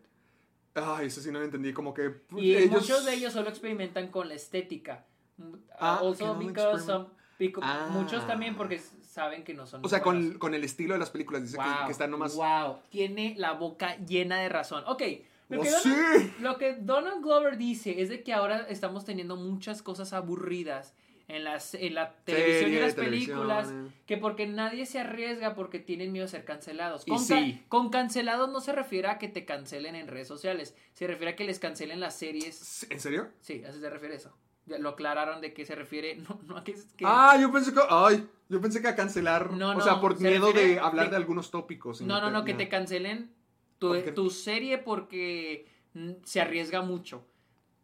Speaker 4: Ay, Ah, eso sí no lo entendí, como que... pues,
Speaker 3: Y muchos de ellos solo experimentan con la estética. Mm,
Speaker 4: Ah, que
Speaker 3: also
Speaker 4: no
Speaker 3: because
Speaker 4: experiment-
Speaker 3: some, pico-
Speaker 4: Ah.
Speaker 3: muchos también porque s- saben que no son
Speaker 4: O sea, con,
Speaker 3: buenos.
Speaker 4: con el estilo de las películas, dice que- que, están nomás...
Speaker 3: Wow, tiene la boca llena de razón. Ok, lo,
Speaker 4: ¡Oh,
Speaker 3: que Donald,
Speaker 4: sí!
Speaker 3: lo que Donald Glover dice es de que ahora estamos teniendo muchas cosas aburridas en, las, en la televisión y
Speaker 4: Series,
Speaker 3: las películas,
Speaker 4: televisiones.
Speaker 3: que porque nadie se arriesga porque tienen miedo a ser cancelados.
Speaker 4: Y
Speaker 3: Con, ca-
Speaker 4: sí.
Speaker 3: con cancelados no se refiere a que te cancelen en redes sociales, se refiere a que les cancelen las series.
Speaker 4: ¿En serio?
Speaker 3: Sí, a eso se refiere eso. Ya lo aclararon de que se refiere, (laughs) no, no a que... que-
Speaker 4: Ah, yo pensé que. Ay, yo pensé que a cancelar.
Speaker 3: No, no,
Speaker 4: o sea, por
Speaker 3: se
Speaker 4: miedo
Speaker 3: refiere-
Speaker 4: de hablar
Speaker 3: te-
Speaker 4: de, algunos tópicos. y
Speaker 3: No, no, no, que
Speaker 4: ya.
Speaker 3: te cancelen tu,
Speaker 4: Porque-
Speaker 3: tu serie porque mm, se arriesga mucho.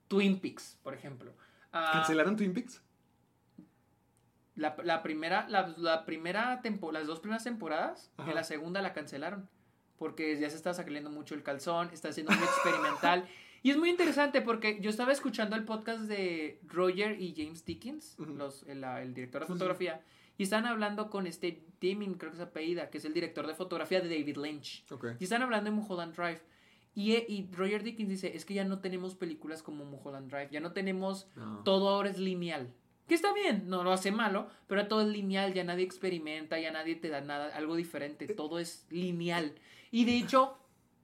Speaker 3: Twin Peaks, por ejemplo. Ah,
Speaker 4: ¿Cancelaron Twin Peaks?
Speaker 3: la, la primera, la, la primera tempo- las dos primeras temporadas,
Speaker 4: Ajá.
Speaker 3: en la segunda la cancelaron. Porque ya se está sacando mucho el calzón, está siendo muy experimental. Y es muy interesante porque yo estaba escuchando el podcast de Roger y James Dickens, los- el, la- el director de fotografía, y estaban hablando con este Deming, creo que es apellida, que es el director de fotografía de David Lynch.
Speaker 4: Ok.
Speaker 3: Y están hablando de Mulholland Drive. Y, eh, y Roger Dickens dice, es que ya no tenemos películas como Mulholland Drive, ya no tenemos, todo ahora es lineal. Que está bien, no lo hace malo, pero todo es lineal, ya nadie experimenta, ya nadie te da nada, algo diferente,
Speaker 4: Eh.
Speaker 3: todo es lineal. Y de hecho,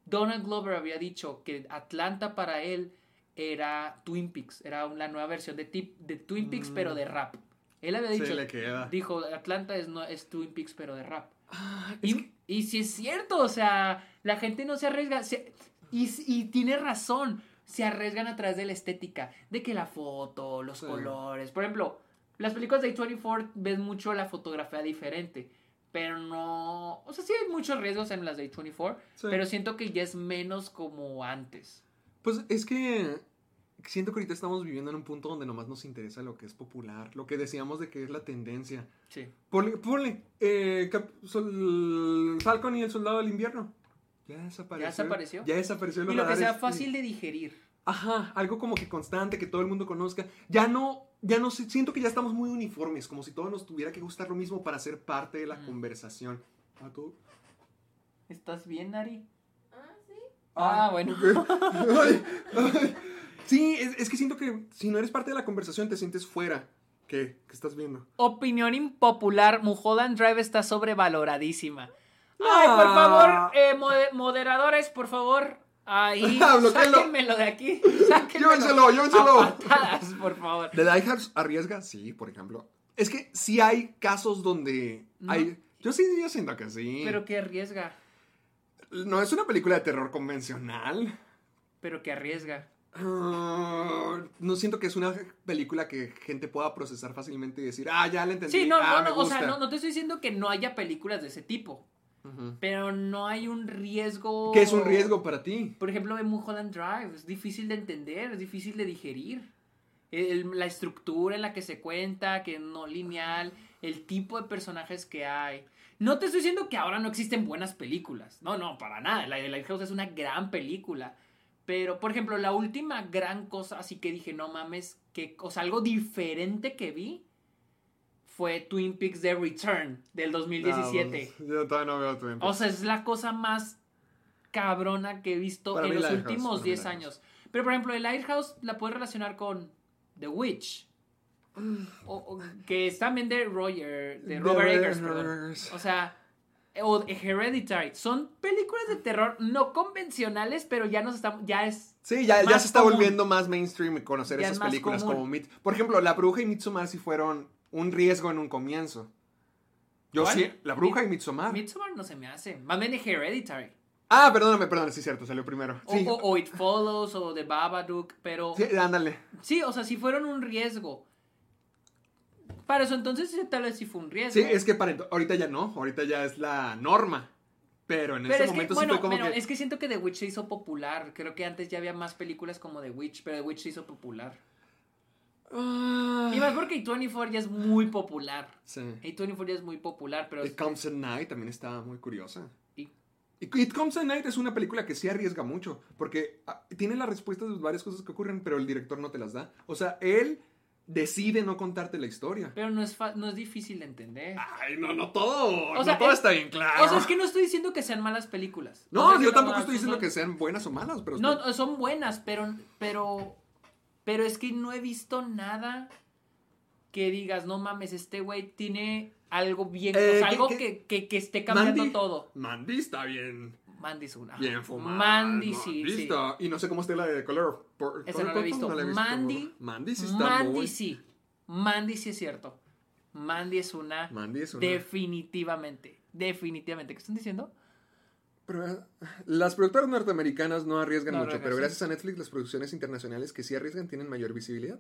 Speaker 3: Donald Glover había dicho que Atlanta para él era Twin Peaks, era la nueva versión de, Tip- de Twin Peaks, pero de rap. Él había
Speaker 4: Mm. Sí,
Speaker 3: dicho,
Speaker 4: le queda.
Speaker 3: dijo, Atlanta es, no, es Twin Peaks, pero de rap. Ah, Y, y si es cierto, o sea, la gente no se arriesga. se- y, y tiene razón, se arriesgan a través de la estética, de que la foto, los
Speaker 4: Sí.
Speaker 3: colores. Por ejemplo, las películas de A24 ves mucho la fotografía diferente, pero no. O sea, sí hay muchos riesgos en las de A24,
Speaker 4: Sí.
Speaker 3: pero siento que ya es menos como antes.
Speaker 4: Pues es que siento que ahorita estamos viviendo en un punto donde nomás nos interesa lo que es popular, lo que decíamos de que es la tendencia.
Speaker 3: Sí.
Speaker 4: Ponle, ponle, eh, Cap- Sol- Falcon y el Soldado del Invierno. Ya desapareció.
Speaker 3: Ya desapareció.
Speaker 4: Ya desapareció. en
Speaker 3: Y
Speaker 4: los
Speaker 3: lo que sea
Speaker 4: radares.
Speaker 3: fácil de digerir.
Speaker 4: Ajá, algo como que constante, que todo el mundo conozca. Ya no, ya no sé, siento que ya estamos muy uniformes, como si todo nos tuviera que gustar lo mismo para ser parte de la conversación. ¿A tú?
Speaker 3: ¿Estás bien, Nari?
Speaker 5: Ah, sí.
Speaker 3: Ah, bueno.
Speaker 4: (laughs) Ay, ay. Sí, es, es que siento que si no eres parte de la conversación te sientes fuera. ¿Qué? ¿Qué estás viendo?
Speaker 3: Opinión impopular, Mulholland Drive está sobrevaloradísima. Ay, por favor, eh, mode- moderadores, por favor,
Speaker 4: (laughs)
Speaker 3: ahí,
Speaker 4: Bloquéalo.
Speaker 3: sáquenmelo de aquí. sáquenmelo.
Speaker 4: Llévenselo, llévenselo.
Speaker 3: A patadas, por favor.
Speaker 4: ¿De Die Hard arriesga? Sí, por ejemplo. Es que sí hay casos donde hay... Yo sí, yo siento que sí.
Speaker 3: Pero que arriesga,
Speaker 4: No es una película de terror convencional.
Speaker 3: pero que arriesga.
Speaker 4: Ah, no siento que es una película que gente pueda procesar fácilmente y decir, ah, ya la entendí.
Speaker 3: Sí, no,
Speaker 4: ah,
Speaker 3: no,
Speaker 4: me
Speaker 3: no, o sea,
Speaker 4: gusta".
Speaker 3: no, no te estoy diciendo que no haya películas de ese tipo, pero no hay un riesgo.
Speaker 4: Que es un riesgo para ti.
Speaker 3: Por ejemplo, en Mulholland Drive es difícil de entender, es difícil de digerir. El- la estructura en la que se cuenta, que no lineal, el tipo de personajes que hay. No te estoy diciendo que ahora no existen buenas películas. No, no, para nada. La de Lighthouse es una gran película. Pero, por ejemplo, la última gran cosa, así que dije, no mames, que, o sea, algo diferente que vi fue Twin Peaks The Return del 2017.
Speaker 4: No, yo todavía no veo tu
Speaker 3: O sea, es la cosa más cabrona que he visto
Speaker 4: Para
Speaker 3: en
Speaker 4: mí
Speaker 3: los
Speaker 4: Lighthouse,
Speaker 3: últimos
Speaker 4: para mí
Speaker 3: 10
Speaker 4: Lighthouse.
Speaker 3: años. Pero, por ejemplo, el Lighthouse la puedes relacionar con The Witch. O- o- que es también de Roger, de
Speaker 4: De
Speaker 3: Robert
Speaker 4: Robert
Speaker 3: Eggers, perdón.
Speaker 4: Eggers.
Speaker 3: O sea, o de Hereditary. Son películas de terror no convencionales, pero ya nos estamos, ya es...
Speaker 4: Sí, ya, ya
Speaker 3: más
Speaker 4: se está
Speaker 3: común.
Speaker 4: volviendo más mainstream conocer
Speaker 3: Ya es
Speaker 4: esas
Speaker 3: más
Speaker 4: películas
Speaker 3: común.
Speaker 4: como Mit. Por ejemplo, La Bruja y Midsommar sí fueron un riesgo en un comienzo. Yo
Speaker 3: ¿Cuál?
Speaker 4: sí, La Bruja y
Speaker 3: Mi-
Speaker 4: Midsommar.
Speaker 3: Midsommar no se me hace. Más bien Hereditary.
Speaker 4: Ah, perdóname, perdóname, sí, cierto, salió primero.
Speaker 3: O,
Speaker 4: Sí,
Speaker 3: o- o It Follows, o The Babadook, pero...
Speaker 4: sí, ándale.
Speaker 3: Sí, o sea, si fueron un riesgo. Para eso entonces sí, tal vez sí fue un riesgo.
Speaker 4: Sí, es que para ento- ahorita ya no, ahorita ya es la norma. Pero en
Speaker 3: pero
Speaker 4: ese
Speaker 3: es que,
Speaker 4: momento sí
Speaker 3: bueno,
Speaker 4: fue como
Speaker 3: pero
Speaker 4: que...
Speaker 3: es que siento que The Witch se hizo popular. Creo que antes ya había más películas como The Witch, pero The Witch se hizo popular.
Speaker 4: "Ah".
Speaker 3: Y más porque A24 ya es muy popular.
Speaker 4: Sí.
Speaker 3: A24 ya es muy popular, pero...
Speaker 4: It Comes at Night también estaba muy curiosa.
Speaker 3: y-
Speaker 4: It It Comes at Night es una película que sí arriesga mucho, porque ah, tiene las respuestas de varias cosas que ocurren, pero el director no te las da. O sea, él decide no contarte la historia.
Speaker 3: pero no es, fa- no es difícil de entender.
Speaker 4: Ay, no, no todo.
Speaker 3: sea,
Speaker 4: Ah, no todo
Speaker 3: es-
Speaker 4: está bien claro.
Speaker 3: O sea, es que no estoy diciendo que sean malas películas.
Speaker 4: No,
Speaker 3: O sea,
Speaker 4: yo tampoco
Speaker 3: no,
Speaker 4: estoy diciendo
Speaker 3: no-
Speaker 4: que sean buenas o malas, pero...
Speaker 3: No, no, son buenas, pero, pero, pero es que no he visto nada que digas, no mames, este güey tiene algo bien, o
Speaker 4: Eh,
Speaker 3: sea,
Speaker 4: ¿qué-
Speaker 3: algo
Speaker 4: qué?
Speaker 3: que, que, que esté cambiando
Speaker 4: Mandy-
Speaker 3: todo.
Speaker 4: Mandy está bien...
Speaker 3: Mandy es una.
Speaker 4: Bien fumada.
Speaker 3: Mandy
Speaker 4: ¿no?
Speaker 3: sí, sí.
Speaker 4: Listo. Y no sé cómo esté la de Color. Por,
Speaker 3: Esa no la he visto. Mandy.
Speaker 4: Mandy sí está
Speaker 3: Mandy
Speaker 4: muy...
Speaker 3: sí. Mandy sí es cierto. Mandy es una.
Speaker 4: Mandy es una-
Speaker 3: Definitivamente. Definitivamente. ¿Qué están diciendo?
Speaker 4: Pero, eh, Las productoras norteamericanas no arriesgan
Speaker 3: No
Speaker 4: mucho,
Speaker 3: arriesgan,
Speaker 4: pero
Speaker 3: sí.
Speaker 4: gracias a Netflix las producciones internacionales que sí arriesgan tienen mayor visibilidad.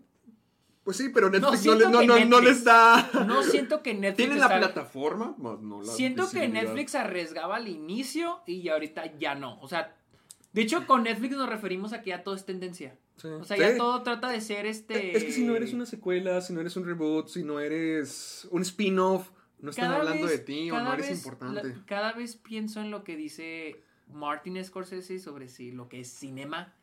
Speaker 4: Pues sí, pero Netflix no,
Speaker 3: siento
Speaker 4: les, no,
Speaker 3: que
Speaker 4: no- no
Speaker 3: Netflix-
Speaker 4: les da...
Speaker 3: No siento
Speaker 4: (laughs)
Speaker 3: que Netflix.
Speaker 4: Tienen la
Speaker 3: está-
Speaker 4: plataforma, mas no la
Speaker 3: Siento que
Speaker 4: visibilidad.
Speaker 3: Netflix arriesgaba al inicio y ya ahorita ya no. O sea, de hecho, con Netflix nos referimos a que ya todo es tendencia.
Speaker 4: Sí.
Speaker 3: O sea,
Speaker 4: Sí.
Speaker 3: ya todo trata de ser este.
Speaker 4: Es que si no eres una secuela, si no eres un reboot, si no eres un spin-off, no están
Speaker 3: Cada
Speaker 4: hablando
Speaker 3: vez-
Speaker 4: de ti o
Speaker 3: cada
Speaker 4: no eres
Speaker 3: vez-
Speaker 4: importante.
Speaker 3: la- cada vez pienso en lo que dice Martin Scorsese sobre sí, lo que es cinema.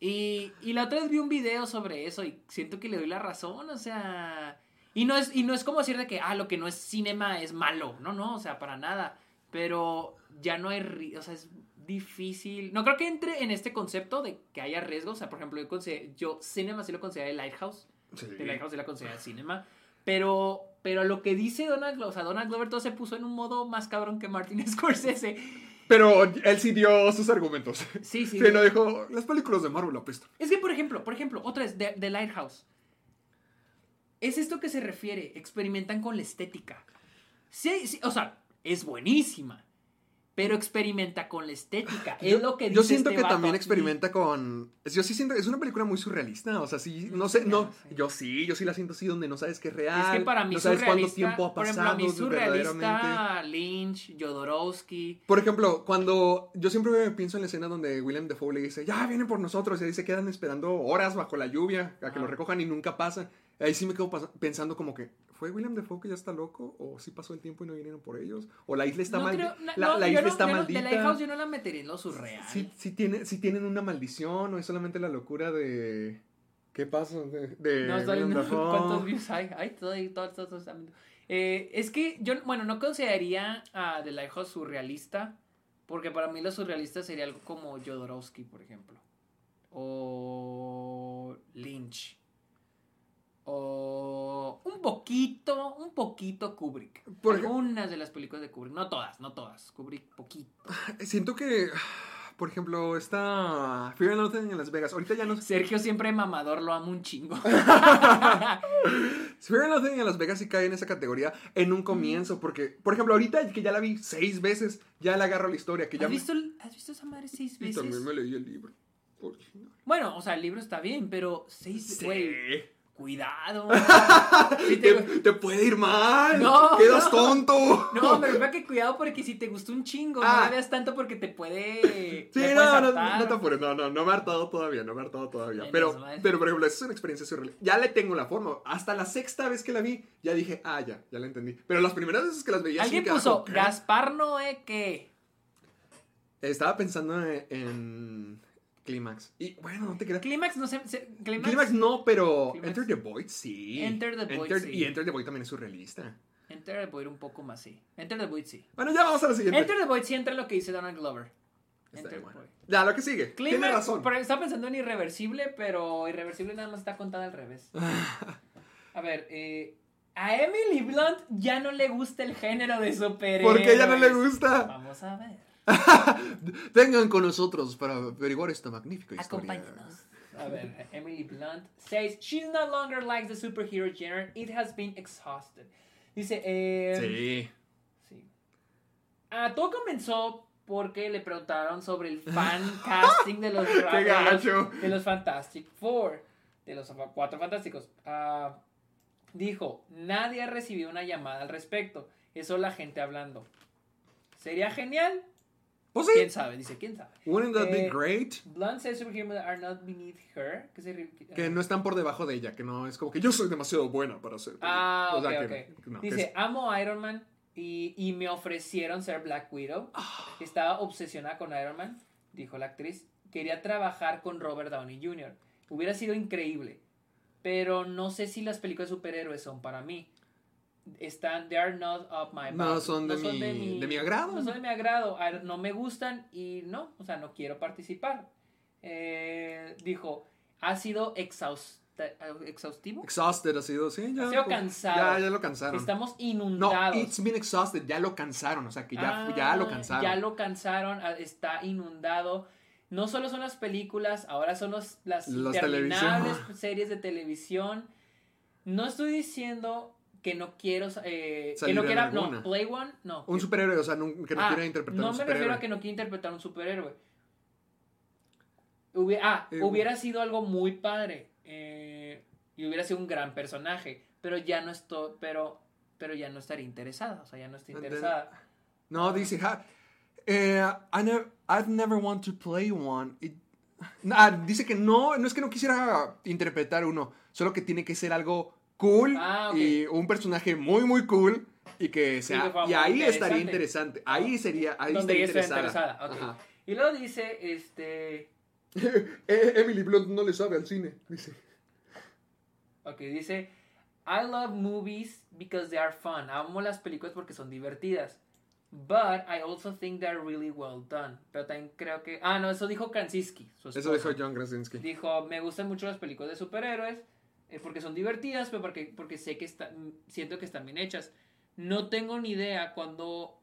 Speaker 3: Y, y la otra vez vi un video sobre eso y siento que le doy la razón, o sea... Y no es, y no es como decir de que, ah, lo que no es cinema es malo. No, no, o sea, para nada. Pero ya no hay... ri- O sea, es difícil. No creo que entre en este concepto de que haya riesgos. O sea, por ejemplo, yo, conse- yo cinema sí lo consideré Lighthouse.
Speaker 4: Sí.
Speaker 3: Te la dejamos de la consideración cinema. Pero, pero lo que dice Donald Glover, o sea, Donald Glover todo se puso en un modo más cabrón que Martin (laughs) Scorsese.
Speaker 4: Pero él sí dio sus argumentos.
Speaker 3: Sí, sí.
Speaker 4: Sí, no dijo, las películas de Marvel apestan.
Speaker 3: Es que, por ejemplo, por ejemplo, otra es The, The Lighthouse. Es esto que se refiere, experimentan con la estética. Sí, sí, o sea, es buenísima, pero experimenta con la estética. es lo que dice
Speaker 4: yo siento
Speaker 3: este
Speaker 4: que
Speaker 3: vato
Speaker 4: también
Speaker 3: aquí.
Speaker 4: experimenta con. es- Yo sí siento. Es una película muy surrealista. O sea, sí. No sé. No. Yo sí. Yo sí la siento así donde no sabes qué es real.
Speaker 3: Es que para mí
Speaker 4: No sabes cuánto
Speaker 3: surrealista,
Speaker 4: tiempo ha
Speaker 3: por ejemplo, a
Speaker 4: pasado.
Speaker 3: mí
Speaker 4: verdaderamente.
Speaker 3: surrealista, Lynch, Jodorowsky,
Speaker 4: Por ejemplo, cuando yo siempre me pienso en la escena donde William Defoe le dice, ya vienen por nosotros, y ahí se quedan esperando horas bajo la lluvia a que lo recojan y nunca pasa. Ahí sí me quedo pas- pensando como que, ¿fue William Defoe que ya está loco? ¿O sí pasó el tiempo y no vinieron por ellos? ¿O la isla está
Speaker 3: No
Speaker 4: mal-
Speaker 3: creo- no,
Speaker 4: la,
Speaker 3: no,
Speaker 4: la
Speaker 3: yo
Speaker 4: isla
Speaker 3: no-
Speaker 4: está
Speaker 3: yo no-
Speaker 4: maldita?
Speaker 3: De Lighthouse yo no la metería en lo surreal.
Speaker 4: si, tiene, si tienen una maldición o es solamente la locura de... ¿Qué pasa? De, de
Speaker 3: No, estoy
Speaker 4: Willem
Speaker 3: viendo (laughs)
Speaker 4: Dafoe.
Speaker 3: cuántos views hay. Ay, todo, todo, todo, todo está viendo. Eh, es que yo, bueno, no consideraría a The Lighthouse surrealista, porque para mí lo surrealista sería algo como Jodorowsky, por ejemplo, o Lynch, o un poquito, un poquito Kubrick.
Speaker 4: Por ej-
Speaker 3: Algunas de las películas de Kubrick, no todas, no todas, Kubrick poquito.
Speaker 4: Siento que, por ejemplo, está Fear and Loathing en Las Vegas. Ahorita ya
Speaker 3: (laughs)
Speaker 4: no sé.
Speaker 3: Sergio siempre mamador, lo amo un chingo. (laughs)
Speaker 4: Fear and Loathing en Las Vegas sí cae en esa categoría en un
Speaker 3: Mm.
Speaker 4: comienzo, porque, por ejemplo, ahorita que ya la vi seis veces, ya le agarro la historia, (laughs) que ya
Speaker 3: ¿Has
Speaker 4: me-
Speaker 3: visto, el- ¿Has visto esa madre seis
Speaker 4: Y
Speaker 3: veces?
Speaker 4: también me leí el libro. Por-
Speaker 3: Bueno, o sea, el libro está bien, pero seis,
Speaker 4: Sí.
Speaker 3: güey,
Speaker 4: (laughs)
Speaker 3: cuidado. Si te-
Speaker 4: Te, te puede ir mal.
Speaker 3: No,
Speaker 4: Quedas
Speaker 3: no.
Speaker 4: tonto.
Speaker 3: No, me refiero a que cuidado porque si te gustó un chingo, no
Speaker 4: Ah.
Speaker 3: la veas tanto porque te puede. te
Speaker 4: Sí, no,
Speaker 3: puedes
Speaker 4: no,
Speaker 3: hartar.
Speaker 4: no te apures, no, no, no me ha hartado todavía, no me ha hartado todavía.
Speaker 3: Menos
Speaker 4: Pero,
Speaker 3: mal.
Speaker 4: pero, por ejemplo, esa es una experiencia surreal. Ya le tengo la forma. Hasta la sexta vez que la vi, ya dije, ah, ya, ya la entendí. Pero las primeras veces que las veía, sí
Speaker 3: Alguien
Speaker 4: me quedaba
Speaker 3: puso
Speaker 4: como, ¿qué?
Speaker 3: Gaspar Noé que.
Speaker 4: Estaba pensando en, en Clímax. Y bueno, no te creas.
Speaker 3: Clímax no sé. se- Clímax.
Speaker 4: Clímax no, pero
Speaker 3: Clímax.
Speaker 4: Enter the Void sí.
Speaker 3: Enter the Void, sí.
Speaker 4: Y Enter the Void también es surrealista.
Speaker 3: Enter the Void un poco más, sí. Enter the Void sí.
Speaker 4: Bueno, ya vamos a la siguiente.
Speaker 3: Enter the Void sí entra lo que dice Donald Glover.
Speaker 4: Está
Speaker 3: Enter the
Speaker 4: bien, bueno.
Speaker 3: Void.
Speaker 4: Ya, lo que sigue. Tiene
Speaker 3: Clímax,
Speaker 4: razón.
Speaker 3: pero estaba pensando en irreversible, pero irreversible nada más está contada al
Speaker 4: (laughs)
Speaker 3: revés. A ver, eh, a Emily Blunt ya no le gusta el género de superhéroes.
Speaker 4: ¿Por qué ya no le gusta?
Speaker 3: Vamos a ver.
Speaker 4: Vengan con nosotros para averiguar esta magnífica historia.
Speaker 3: Acompáñenos. A ver, Emily Blunt says she no longer likes the superhero genre. It has been exhausted. Dice, eh,
Speaker 4: Sí.
Speaker 3: Sí. Ah, todo comenzó porque le preguntaron sobre el
Speaker 4: (laughs)
Speaker 3: fan casting de los,
Speaker 4: Qué gacho.
Speaker 3: de los Fantastic Four, de los cuatro fantásticos. Ah, dijo, nadie ha recibido una llamada al respecto. Eso la gente hablando. ¿Sería genial?
Speaker 4: Pues
Speaker 3: ¿Quién
Speaker 4: sí.
Speaker 3: sabe? Dice, ¿quién sabe?
Speaker 4: Wouldn't that be
Speaker 3: Eh,
Speaker 4: great?
Speaker 3: Blunt says superheroes are not beneath her. Que se re- eh,
Speaker 4: Que no están por debajo de ella, que no es como que yo soy demasiado buena para ser.
Speaker 3: Ah,
Speaker 4: o sea,
Speaker 3: ok,
Speaker 4: que-
Speaker 3: ok.
Speaker 4: que no, que
Speaker 3: Dice,
Speaker 4: es-
Speaker 3: amo a Iron Man y, y me ofrecieron ser Black Widow.
Speaker 4: Ah.
Speaker 3: Estaba obsesionada con Iron Man, dijo la actriz. Quería trabajar con Robert Downey Jr. Hubiera sido increíble, pero no sé si las películas de superhéroes son para mí. Están, they are not up my
Speaker 4: No
Speaker 3: bounty.
Speaker 4: son de mi- de mi agrado.
Speaker 3: No son de mi agrado, Ar- no me gustan y no, o sea, no quiero participar. Eh, dijo, ha sido exhausta- exhaustivo.
Speaker 4: Exhausted ha sido, sí, ya.
Speaker 3: Ha sido
Speaker 4: pues,
Speaker 3: cansado.
Speaker 4: Ya, ya lo cansaron.
Speaker 3: Estamos
Speaker 4: no,
Speaker 3: inundados.
Speaker 4: it's been exhausted, ya lo cansaron, o sea que ya,
Speaker 3: Ah,
Speaker 4: ya lo cansaron.
Speaker 3: Ya lo cansaron, ah, está inundado. No solo son las películas, ahora son los, las
Speaker 4: Los
Speaker 3: interminables (laughs)
Speaker 4: televisión.
Speaker 3: series de televisión. No estoy diciendo que no quiero eh, que
Speaker 4: Salir
Speaker 3: no
Speaker 4: en
Speaker 3: quiera
Speaker 4: alguna.
Speaker 3: no, Play One, no.
Speaker 4: Un
Speaker 3: Que-
Speaker 4: superhéroe, o sea, nun- que no
Speaker 3: Ah,
Speaker 4: quiera interpretar
Speaker 3: no
Speaker 4: un
Speaker 3: me refiero a
Speaker 4: superhéroe.
Speaker 3: que no quiera interpretar un superhéroe. Hubi- ah,
Speaker 4: Eh,
Speaker 3: hubiera sido algo muy padre. eh, y hubiera sido un gran personaje. Pero ya no estoy. Pero, pero ya no estaría interesada. O sea, ya no estoy
Speaker 4: Entiendo.
Speaker 3: interesada.
Speaker 4: No, dice, ja, eh, I never, I'd never want to play one. It- Ah, dice que no, no es que no quisiera interpretar uno, solo que tiene que ser algo cool
Speaker 3: Ah, ok.
Speaker 4: y un personaje muy, muy cool y que sea...
Speaker 3: que fuera
Speaker 4: y
Speaker 3: muy
Speaker 4: ahí
Speaker 3: interesante.
Speaker 4: estaría interesante, ahí sería... Ahí
Speaker 3: donde
Speaker 4: estaría
Speaker 3: ella estuviera
Speaker 4: interesada.
Speaker 3: interesada. ok.
Speaker 4: Ajá.
Speaker 3: Y luego dice, este.
Speaker 4: (laughs) Eh, Emily Blunt no le sabe al cine, dice.
Speaker 3: Ok, dice. I love movies because they are fun. Amo las películas porque son divertidas. But I also think they're really well done. Pero también creo que. Ah, no, eso dijo Krasinski. su
Speaker 4: Eso dijo
Speaker 3: esposo.
Speaker 4: John Krasinski.
Speaker 3: Dijo, me gustan mucho las películas de superhéroes, eh, porque son divertidas, pero porque, porque sé que están, siento que están bien hechas. No tengo ni idea cuando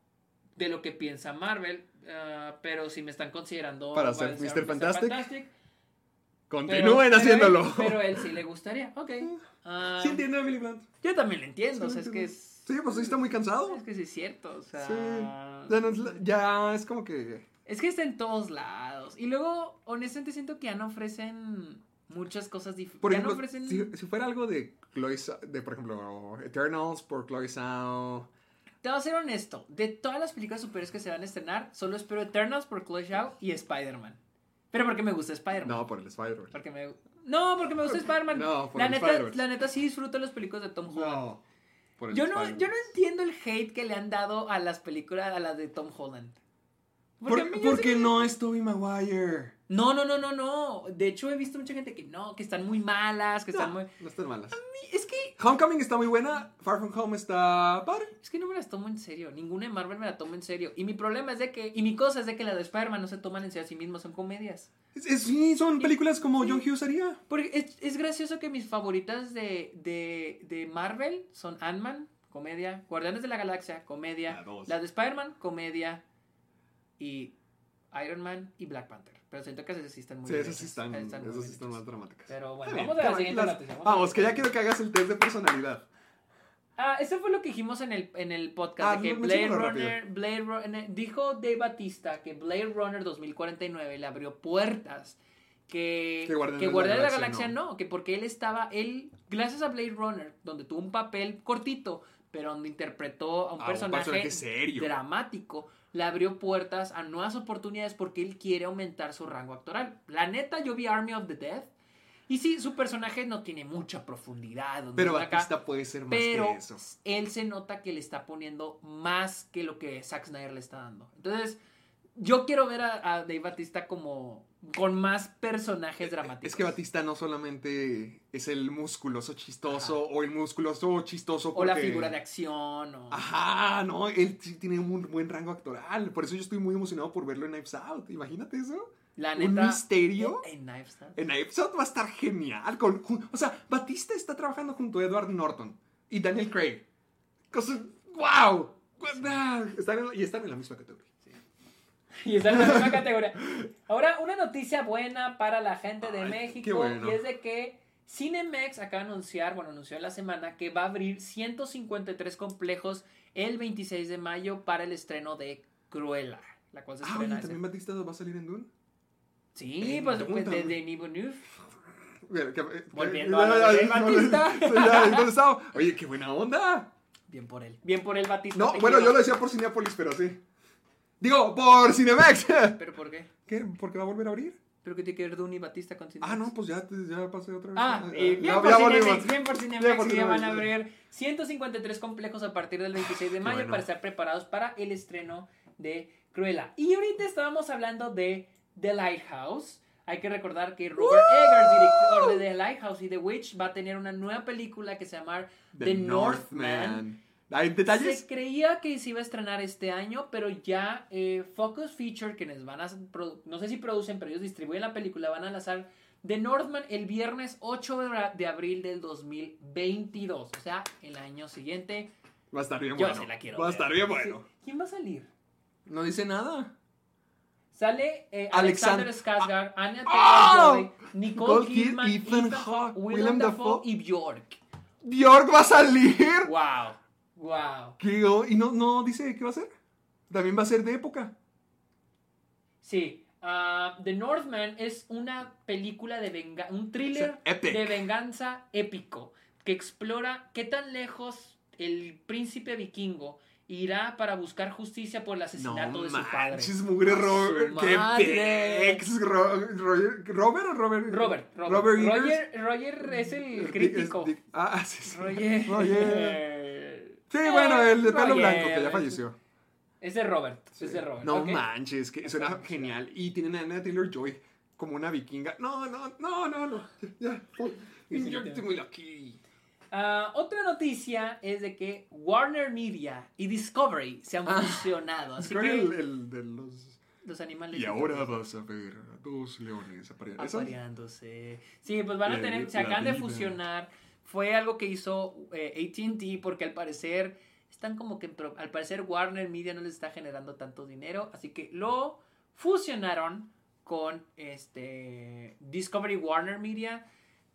Speaker 3: de lo que piensa Marvel, ah, pero si me están considerando
Speaker 4: Para
Speaker 3: ser
Speaker 4: hacer Mr. Fantastic.
Speaker 3: pero-
Speaker 4: Continúen
Speaker 3: pero
Speaker 4: haciéndolo.
Speaker 3: él- Pero él sí le gustaría, ok. Ah,
Speaker 4: (laughs) Sí entiendo a Emily Blunt.
Speaker 3: yo también lo entiendo, o
Speaker 4: Sí,
Speaker 3: sea, es que es,
Speaker 4: Sí, pues sí está muy cansado.
Speaker 3: es que sí es cierto, o sea,
Speaker 4: Sí. Ya, no es la- ya es como que.
Speaker 3: es que está en todos lados. Y luego, honestamente, siento que ya no ofrecen muchas cosas diferentes.
Speaker 4: Por
Speaker 3: ya
Speaker 4: ejemplo,
Speaker 3: no ofrecen...
Speaker 4: si, si fuera algo de Chloe Zhao- de por ejemplo, Eternals por Chloe Zhao.
Speaker 3: Te voy a ser honesto, de todas las películas superiores que se van a estrenar, solo espero Eternals por Chloe Zhao y Spider-Man. Pero porque me gusta Spider-Man.
Speaker 4: No, por el Spider-Man.
Speaker 3: Porque me... No, porque me gusta Spider-Man.
Speaker 4: No, por
Speaker 3: la
Speaker 4: el
Speaker 3: neta,
Speaker 4: Spider-Verse.
Speaker 3: la neta sí disfruto las películas de Tom Holland.
Speaker 4: No, por el
Speaker 3: Yo no,
Speaker 4: Spider-Man.
Speaker 3: yo no entiendo el hate que le han dado a las películas, a las de Tom Holland. Porque a
Speaker 4: ¿Por,
Speaker 3: mí yo
Speaker 4: por
Speaker 3: sé
Speaker 4: qué
Speaker 3: que-
Speaker 4: no es Tobey Maguire?
Speaker 3: No, no, no, no, no. De hecho, he visto mucha gente que no, que están muy malas, que están
Speaker 4: No,
Speaker 3: muy...
Speaker 4: no están malas.
Speaker 3: Es que,
Speaker 4: Homecoming está muy buena, Far From Home está padre.
Speaker 3: es que no me las tomo en serio. Ninguna de Marvel me la tomo en serio. Y mi problema es de que... Y mi cosa es de que las de Spider-Man no se toman en serio a sí mismos, son comedias.
Speaker 4: Es- es- sí, son películas como John Hughes haría.
Speaker 3: Porque es, es gracioso que mis favoritas de, de, de Marvel son Ant-Man, comedia, Guardianes de la Galaxia, comedia,
Speaker 4: La dos.
Speaker 3: las de Spider-Man, comedia, y Iron Man y Black Panther. Pero siento que esas sí están muy
Speaker 4: Sí,
Speaker 3: bien
Speaker 4: esas sí
Speaker 3: hechas,
Speaker 4: están,
Speaker 3: esas muy
Speaker 4: esas
Speaker 3: bien
Speaker 4: sí están
Speaker 3: hechas.
Speaker 4: más dramáticas.
Speaker 3: Pero bueno,
Speaker 4: Está bien,
Speaker 3: vamos a la
Speaker 4: está bien,
Speaker 3: siguiente
Speaker 4: las-
Speaker 3: noticia, vamos a la
Speaker 4: Vamos, que ya quiero que hagas el test de personalidad.
Speaker 3: Ah, eso fue lo que dijimos en el, en el podcast,
Speaker 4: Ah,
Speaker 3: de que
Speaker 4: no,
Speaker 3: Blade
Speaker 4: menciónalo
Speaker 3: Runner, Blade Runner, dijo Dave Batista que Blade Runner 2049 le abrió puertas, que,
Speaker 4: Que Guardianes
Speaker 3: que
Speaker 4: de la
Speaker 3: Guardianes de la Galaxia
Speaker 4: Galaxia
Speaker 3: no. que porque él estaba, él, gracias a Blade Runner, donde tuvo un papel cortito, pero donde interpretó a un,
Speaker 4: A Ah, un
Speaker 3: personaje,
Speaker 4: personaje serio.
Speaker 3: dramático, le abrió puertas a nuevas oportunidades porque él quiere aumentar su rango actoral. La neta, yo vi Army of the Dead. Y sí, su personaje no tiene mucha profundidad. donde
Speaker 4: Pero
Speaker 3: anda acá,
Speaker 4: Batista puede ser más
Speaker 3: pero
Speaker 4: que eso.
Speaker 3: él se nota que le está poniendo más que lo que Zack Snyder le está dando. Entonces, yo quiero ver a, a Dave Batista como con más personajes dramáticos.
Speaker 4: Es que Batista no solamente es el musculoso chistoso o el musculoso chistoso
Speaker 3: o la
Speaker 4: porque- Ah,
Speaker 3: figura de acción o
Speaker 4: Ajá, no, él sí tiene un buen rango actoral. Por eso yo estoy muy emocionado por verlo en Knives Out. Imagínate eso.
Speaker 3: la
Speaker 4: un
Speaker 3: neta- eh,
Speaker 4: misterio.
Speaker 3: en Knives Out.
Speaker 4: En Knives Out va a estar genial. con- ju- o sea, Batista está trabajando junto a Edward Norton y Daniel Craig. Cosas, ¡Wow! Están en la- y están en la misma categoría.
Speaker 3: (laughs) Y está en la
Speaker 4: (laughs)
Speaker 3: misma categoría. Ahora, una noticia buena para la gente de
Speaker 4: Ay, qué
Speaker 3: México
Speaker 4: bueno.
Speaker 3: y es de que Cinemex acaba de anunciar, bueno, anunció en la semana que va a abrir 153 complejos el 26 de mayo para el estreno de Cruella, la cual se
Speaker 4: Ah,
Speaker 3: estrena
Speaker 4: oye,
Speaker 3: ese-
Speaker 4: ¿también Batista va a salir en Dune?
Speaker 3: Sí,
Speaker 4: Eh,
Speaker 3: pues,
Speaker 4: no,
Speaker 3: pues, de,
Speaker 4: también.
Speaker 3: de Denis Villeneuve.
Speaker 4: Mira, que- eh,
Speaker 3: Volviendo
Speaker 4: eh,
Speaker 3: a lo de
Speaker 4: eh,
Speaker 3: Batista.
Speaker 4: (laughs) eh, ya, entonces, ah, Oye, qué buena onda.
Speaker 3: Bien por él. Bien por él, Batista.
Speaker 4: No,
Speaker 3: te
Speaker 4: bueno,
Speaker 3: quiero.
Speaker 4: yo lo decía por Cinepolis, pero sí. Digo, por Cinemex.
Speaker 3: ¿Pero por qué?
Speaker 4: (laughs) ¿Qué? ¿Por qué va a volver a abrir?
Speaker 3: ¿Pero qué tiene que ver Dune y Batista con Cinemex?
Speaker 4: Ah, no, pues ya, ya pasé otra vez.
Speaker 3: Ah,
Speaker 4: Ya,
Speaker 3: eh, bien,
Speaker 4: ya
Speaker 3: por Cinemex,
Speaker 4: volvimos.
Speaker 3: bien por Cinemex,
Speaker 4: Bien por
Speaker 3: que ya van a
Speaker 4: Cinemex.
Speaker 3: abrir 153 complejos a partir del 26 de mayo
Speaker 4: bueno.
Speaker 3: para estar preparados para el estreno de Cruella. Y ahorita estábamos hablando de The Lighthouse. Hay que recordar que Robert Eggers, director de The Lighthouse y The Witch, va a tener una nueva película que se llama The, Northman.
Speaker 4: ¿Hay detalles?
Speaker 3: Se creía que se iba a estrenar este año, pero ya eh, Focus Feature, quienes van a, produ- no sé si producen, pero ellos distribuyen la película, van a lanzar The Northman el viernes 8 de abra- de abril del 2022, o sea, el año siguiente.
Speaker 4: Va a estar bien
Speaker 3: Yo
Speaker 4: bueno.
Speaker 3: sí la quiero
Speaker 4: Va a
Speaker 3: ver.
Speaker 4: estar bien bueno.
Speaker 3: ¿Quién va a salir?
Speaker 4: No dice nada.
Speaker 3: Sale eh,
Speaker 4: Alexand-
Speaker 3: Alexander Skarsgård, Anya
Speaker 4: ¡Ah!
Speaker 3: Taylor-Joy, ¡Oh! Nicole
Speaker 4: Nicole
Speaker 3: Kidman,
Speaker 4: Kidman, Ethan
Speaker 3: Ethan
Speaker 4: Hawke,
Speaker 3: Hawke,
Speaker 4: Willem
Speaker 3: Willem Dafoe
Speaker 4: Dafoe.
Speaker 3: y Bjork.
Speaker 4: Bjork va a salir. (laughs)
Speaker 3: Wow, wow.
Speaker 4: ¿Qué? ¿Y no, no dice qué va a ser? También va a ser de época.
Speaker 3: Sí. ah, The Northman es una película de venganza, un thriller
Speaker 4: Es epic.
Speaker 3: de venganza épico que explora qué tan lejos el príncipe vikingo irá para buscar justicia por el asesinato de su padre.
Speaker 4: manches, mugre
Speaker 3: A su
Speaker 4: Robert.
Speaker 3: madre.
Speaker 4: Qué pex. Ro- Roger- ¿Robert o Robert?
Speaker 3: Robert, Robert.
Speaker 4: Eggers.
Speaker 3: Roger, Roger es el
Speaker 4: Dick-
Speaker 3: crítico.
Speaker 4: es Dick- Ah, sí, sí.
Speaker 3: Roger.
Speaker 4: Roger.
Speaker 3: (laughs)
Speaker 4: Sí,
Speaker 3: Eh,
Speaker 4: bueno, el de pelo
Speaker 3: Roger.
Speaker 4: blanco que ya falleció.
Speaker 3: Es de Robert. Es de Robert.
Speaker 4: No
Speaker 3: ok.
Speaker 4: manches, que suena genial. Y tienen a Anna Taylor Joy como una vikinga. No, no, no, no, no. Ya, ya. Yo estoy muy aquí.
Speaker 3: Ah, otra noticia es de que
Speaker 4: Ah.
Speaker 3: Warner Media y Discovery se han fusionado. Así
Speaker 4: Creo que
Speaker 3: que
Speaker 4: el, el de los.
Speaker 3: Los animales.
Speaker 4: eh, Y ahora vas a ver a dos leones apareando. ¿Eso?
Speaker 3: apareándose. Sí, pues van a
Speaker 4: La-
Speaker 3: tener, se
Speaker 4: la
Speaker 3: acaban de
Speaker 4: vida.
Speaker 3: fusionar. Fue algo que hizo eh, ATT porque al parecer están como que, en pro- al parecer Warner Media no les está generando tanto dinero, así que lo fusionaron con este Discovery Warner Media.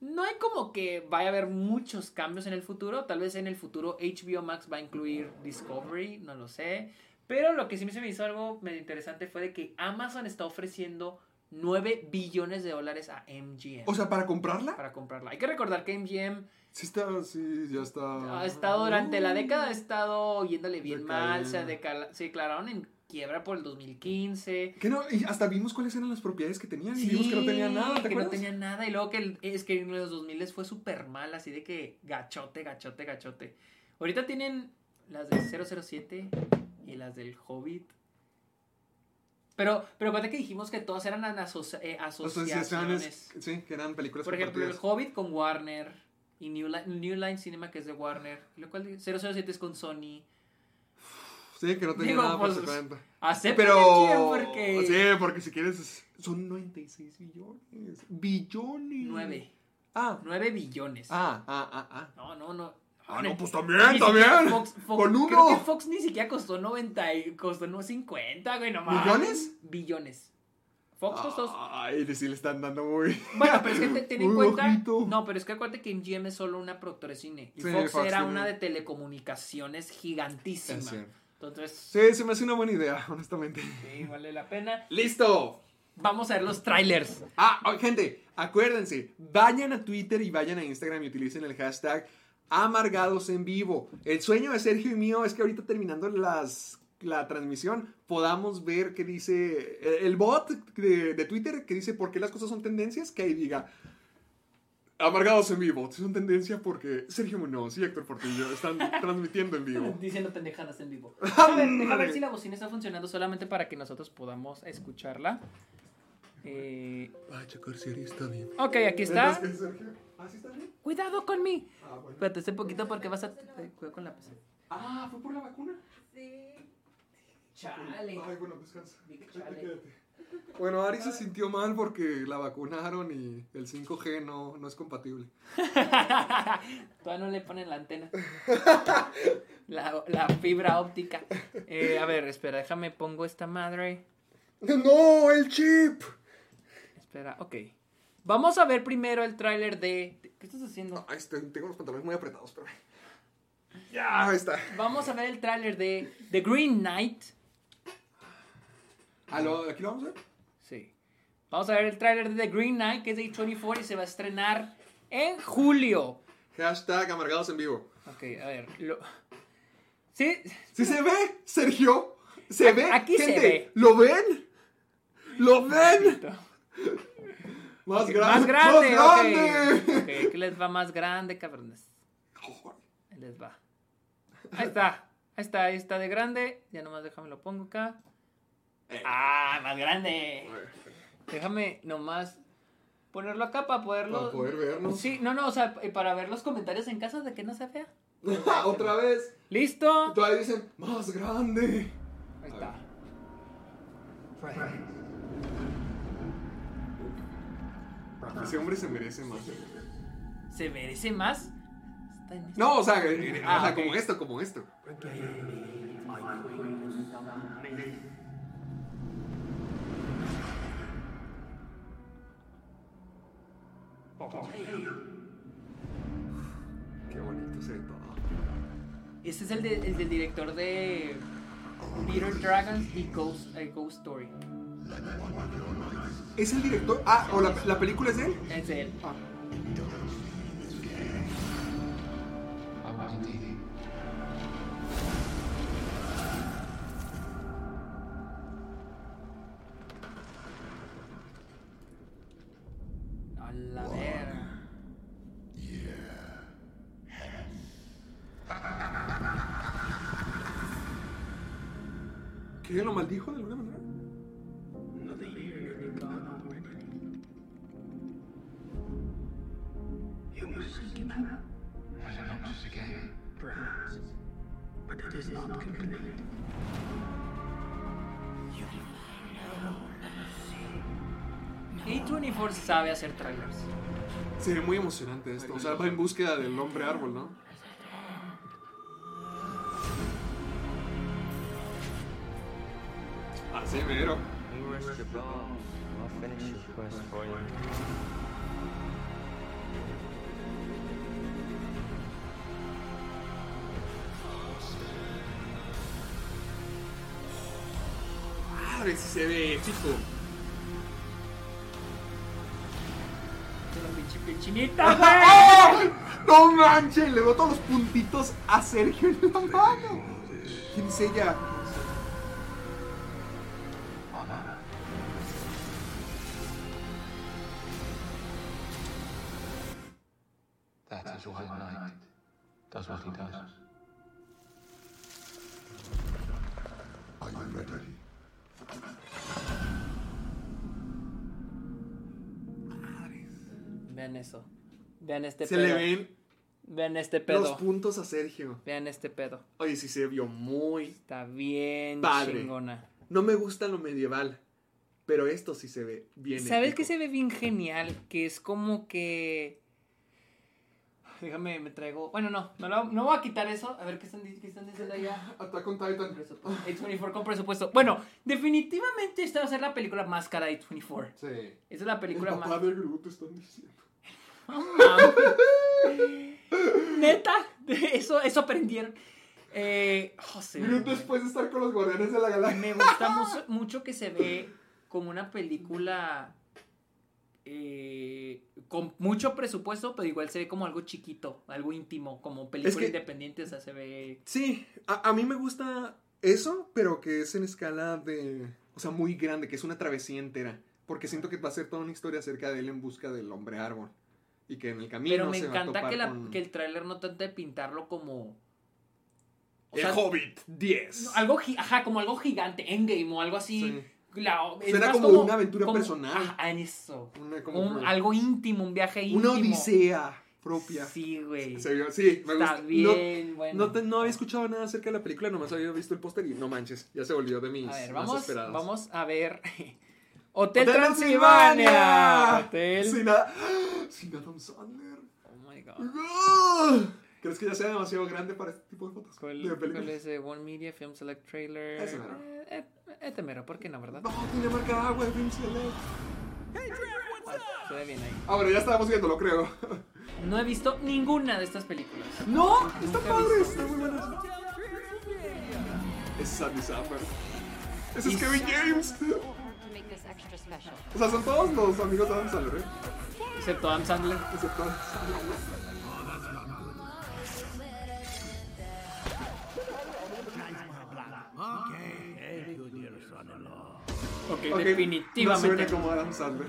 Speaker 3: No hay como que vaya a haber muchos cambios en el futuro. Tal vez en el futuro HBO Max va a incluir Discovery, no lo sé. Pero lo que sí se me hizo algo medio interesante fue de que Amazon está ofreciendo 9 billones de dólares a MGM
Speaker 4: O sea, para comprarla,
Speaker 3: para comprarla. Hay que recordar que MGM
Speaker 4: sí está, sí, ya está.
Speaker 3: ha estado Ah, durante la década, ha estado yéndole bien
Speaker 4: Decaída.
Speaker 3: mal, se, decala- se declararon en quiebra por el 2015.
Speaker 4: Que no, y hasta vimos cuáles eran las propiedades que tenían y vimos que no tenían nada, ¿te
Speaker 3: que no
Speaker 4: acuerdas?
Speaker 3: tenían nada. Y luego que el- es que en los 2000 fue súper mal, así de que gachote, gachote, gachote. Ahorita tienen las del 007 y las del Hobbit. Pero, pero acuérdate que dijimos que todas eran aso- eh, asociaciones.
Speaker 4: Asociaciones, sí, que eran películas
Speaker 3: Por ejemplo, el
Speaker 4: compartidas.
Speaker 3: Hobbit con Warner y New, Li- New Line Cinema que es de Warner, y lo cual 007 es con Sony.
Speaker 4: Sí, que no tenía
Speaker 3: Digo,
Speaker 4: nada por
Speaker 3: pues,
Speaker 4: su cuenta.
Speaker 3: Acepten
Speaker 4: Pero.
Speaker 3: MGM porque
Speaker 4: Sí, porque si quieres. es- Son 96 billones. Billones.
Speaker 3: 9,
Speaker 4: Ah,
Speaker 3: 9 billones.
Speaker 4: ah, ah, ah. ah.
Speaker 3: No, no, no.
Speaker 4: Ah,
Speaker 3: Ni-
Speaker 4: no, pues también,
Speaker 3: ni siquiera
Speaker 4: también.
Speaker 3: Fox- Fox-
Speaker 4: Con uno.
Speaker 3: Creo que Fox ni siquiera costó 90, y- costó no 50, güey, nomás.
Speaker 4: ¿Millones? Ah.
Speaker 3: Billones. Fox costó...
Speaker 4: Ay, sí le están dando muy. (laughs)
Speaker 3: Bueno, pero es que te- ten en
Speaker 4: muy
Speaker 3: cuenta...
Speaker 4: bajito.
Speaker 3: No, pero es que acuérdate que MGM es solo una productora de cine. Y
Speaker 4: Sí,
Speaker 3: Fox,
Speaker 4: Fox
Speaker 3: era
Speaker 4: tiene-
Speaker 3: una de telecomunicaciones gigantísima.
Speaker 4: Es cierto.
Speaker 3: Entonces,
Speaker 4: Sí, se me hace una buena idea, honestamente.
Speaker 3: sí, vale la pena.
Speaker 4: ¡Listo!
Speaker 3: Vamos a ver los trailers.
Speaker 4: Ah, oh, gente, acuérdense, vayan a Twitter y vayan a Instagram y utilicen el hashtag Amargados en Vivo. El sueño de Sergio y mío es que ahorita terminando las, la transmisión podamos ver qué dice eh, el bot de, de Twitter que dice por qué las cosas son tendencias, que ahí diga. Amargados en vivo, son tendencia porque Sergio Munoz y Héctor Portillo están transmitiendo en vivo.
Speaker 3: Diciendo pendejadas en
Speaker 4: (laughs)
Speaker 3: vivo.
Speaker 4: Ah,
Speaker 3: A ver, deja ver si la bocina está funcionando solamente para que nosotros podamos escucharla. Eh,
Speaker 4: Va a checar si ahí está bien.
Speaker 3: ok, aquí está.
Speaker 4: Mientras que Sergio- ¿Ah, sí está bien?
Speaker 3: Cuidado con mí. Espérate este poquito porque vas a. eh, Cuidado con la PC.
Speaker 4: Ah, fue por la vacuna.
Speaker 5: Sí.
Speaker 3: Chale.
Speaker 4: Ay, bueno, descansa. Quédate, quédate. Bueno, Ari se sintió mal porque la vacunaron y el 5G no, no es compatible.
Speaker 3: (laughs) Todavía no le ponen la antena. (laughs) La, la fibra óptica. Eh, a ver, espera, déjame pongo esta madre.
Speaker 4: ¡No! ¡El chip!
Speaker 3: Espera, ok. Vamos a ver primero el tráiler de. ¿Qué estás haciendo?
Speaker 4: Ay, estoy- tengo los pantalones muy apretados, pero. Ya, ahí está.
Speaker 3: Vamos a ver el tráiler de The Green Knight.
Speaker 4: ¿Aló? ¿Aquí lo vamos a ver?
Speaker 3: Sí. Vamos a ver el tráiler de The Green Knight, que es de A24 y se va a estrenar en julio.
Speaker 4: Hashtag amargados en vivo.
Speaker 3: Ok, a ver. lo- Sí,
Speaker 4: ¿Sí se ve, Sergio? ¿Se ve?
Speaker 3: aquí se
Speaker 4: gente?
Speaker 3: ve.
Speaker 4: ¿Lo ven? ¿Lo ven? Más grande.
Speaker 3: más grande.
Speaker 4: ¡Más
Speaker 3: ok.
Speaker 4: grande!
Speaker 3: Ok, ¿qué les va más grande, cabrones? Ahí Les va. Ahí está. Ahí está, ahí está de grande. Ya nomás déjame lo pongo acá.
Speaker 4: Eh.
Speaker 3: Ah, más grande. Déjame nomás ponerlo acá para poderlo.
Speaker 4: Para poder vernos.
Speaker 3: Sí, no, no, o sea, eh, para ver los comentarios en caso de que no se vea.
Speaker 4: (laughs) Otra vez.
Speaker 3: ¿Listo?
Speaker 4: Todavía dicen, más grande.
Speaker 3: Ahí está.
Speaker 4: Ese hombre se merece más.
Speaker 3: ¿Se merece más? Está en
Speaker 4: No, o sea, eh, eh,
Speaker 3: Ah,
Speaker 4: o sea,
Speaker 3: ok.
Speaker 4: como esto, como esto.
Speaker 3: pues,
Speaker 4: Qué bonito se ve todo.
Speaker 3: Este es el, de- el del director de Peter Dragons y Ghost, eh, Ghost Story.
Speaker 4: ¿Es el director? Ah, o la, la película es de él.
Speaker 3: Es de él. A la verga.
Speaker 4: ¿Que lo maldijo de alguna manera?
Speaker 6: What
Speaker 3: A24 sabe hacer trailers.
Speaker 4: Se ve muy emocionante esto. O sea, va en búsqueda del hombre árbol, ¿no? Así mero.
Speaker 6: You rush the bomb. I'll finish your quest for you.
Speaker 4: Madre, si se ve épico.
Speaker 3: Pero pinche pechinita, güey.
Speaker 4: ¡No manches! Le veo todos los puntitos a Sergio en la mano. ¿Quién es ella?
Speaker 6: That is why Knight does what he does.
Speaker 7: Are you ready?
Speaker 3: Vean eso. Vean este
Speaker 4: Se
Speaker 3: pedo.
Speaker 4: le ven
Speaker 3: Vean este
Speaker 4: los
Speaker 3: pedo.
Speaker 4: puntos a Sergio.
Speaker 3: Vean este pedo.
Speaker 4: Oye, sí se vio muy.
Speaker 3: Está bien
Speaker 4: Padre.
Speaker 3: chingona.
Speaker 4: No me gusta lo medieval, pero esto sí se ve bien.
Speaker 3: ¿Sabes
Speaker 4: épico.
Speaker 3: qué se ve bien genial? Que es como que. Déjame, me traigo. Bueno, no, no, lo- no voy a quitar eso. A ver qué están, di- qué están diciendo allá.
Speaker 4: Attack on Titan.
Speaker 3: A24 con presupuesto. Bueno, definitivamente esta va a ser la película más cara de A24.
Speaker 4: Sí. El
Speaker 3: Esa es la película
Speaker 4: papá
Speaker 3: (laughs) más. Oh,
Speaker 4: de Groot están diciendo.
Speaker 3: (laughs) Neta, eso, eso aprendieron. Eh, José.
Speaker 4: Groot después de estar con los guardianes de la galaxia.
Speaker 3: Me gusta mucho, mucho que se ve como una película eh, con mucho presupuesto, pero igual se ve como algo chiquito, algo íntimo, como película
Speaker 4: Es que-
Speaker 3: independiente, o sea, se ve...
Speaker 4: Sí, a, a mí me gusta eso, pero que es en escala de. O sea, muy grande, que es una travesía entera. Porque siento que va a ser toda una historia acerca de él en busca del hombre árbol. Y que en el camino.
Speaker 3: Pero me
Speaker 4: se va a
Speaker 3: encanta
Speaker 4: topar
Speaker 3: que, la-
Speaker 4: con
Speaker 3: que el tráiler no trate de pintarlo como... o
Speaker 4: El
Speaker 3: sea,
Speaker 4: Hobbit 10.
Speaker 3: no, algo, gi- ajá, como algo gigante, Endgame o algo así.
Speaker 4: Sí.
Speaker 3: La- es
Speaker 4: Suena
Speaker 3: más
Speaker 4: como una aventura personal.
Speaker 3: Ajá, en eso.
Speaker 4: Una como-
Speaker 3: Un- algo íntimo, un viaje íntimo.
Speaker 4: Una odisea propia.
Speaker 3: Sí, güey.
Speaker 4: Se vio- sí, me
Speaker 3: Está
Speaker 4: gusta.
Speaker 3: bien,
Speaker 4: no,
Speaker 3: bueno.
Speaker 4: No, te- no había escuchado nada acerca de la película, nomás había visto el póster y no manches, ya se volvió de mis
Speaker 3: A ver,
Speaker 4: Pues, más
Speaker 3: vamos,
Speaker 4: esperadas.
Speaker 3: vamos a ver. (laughs) Hotel,
Speaker 4: ¡Hotel
Speaker 3: Transilvania.
Speaker 4: Transilvania!
Speaker 3: Hotel.
Speaker 4: Sin, a- sin Adam Sandler.
Speaker 3: Oh my god.
Speaker 4: ¡Ah! ¿Crees que ya sea demasiado grande para este tipo de fotos?
Speaker 3: ¿Cuál,
Speaker 4: de
Speaker 3: cuál
Speaker 4: películas.
Speaker 3: es eh, One Media Film Select Trailer?
Speaker 4: Ese mero.
Speaker 3: Eh, eh, este mero, ¿por qué no, verdad?
Speaker 4: No, tiene marca agua de Film Select.
Speaker 3: Se ve bien ahí.
Speaker 4: Ah, bueno, ya estábamos viéndolo, creo. (laughs)
Speaker 3: No he visto ninguna de estas películas.
Speaker 4: ¡No! ¡Está
Speaker 3: Nunca he
Speaker 4: padre!
Speaker 3: visto.
Speaker 4: ¡Está muy bueno! Es Sandy Samberg. Ese es Kevin James. O sea, son todos los amigos de Adam Sandler, ¿eh?
Speaker 3: Excepto Adam Sandler.
Speaker 4: Excepto Adam Sandler.
Speaker 3: Ok,
Speaker 4: Ok, No
Speaker 3: definitivamente.
Speaker 4: suena como Adam Sandler.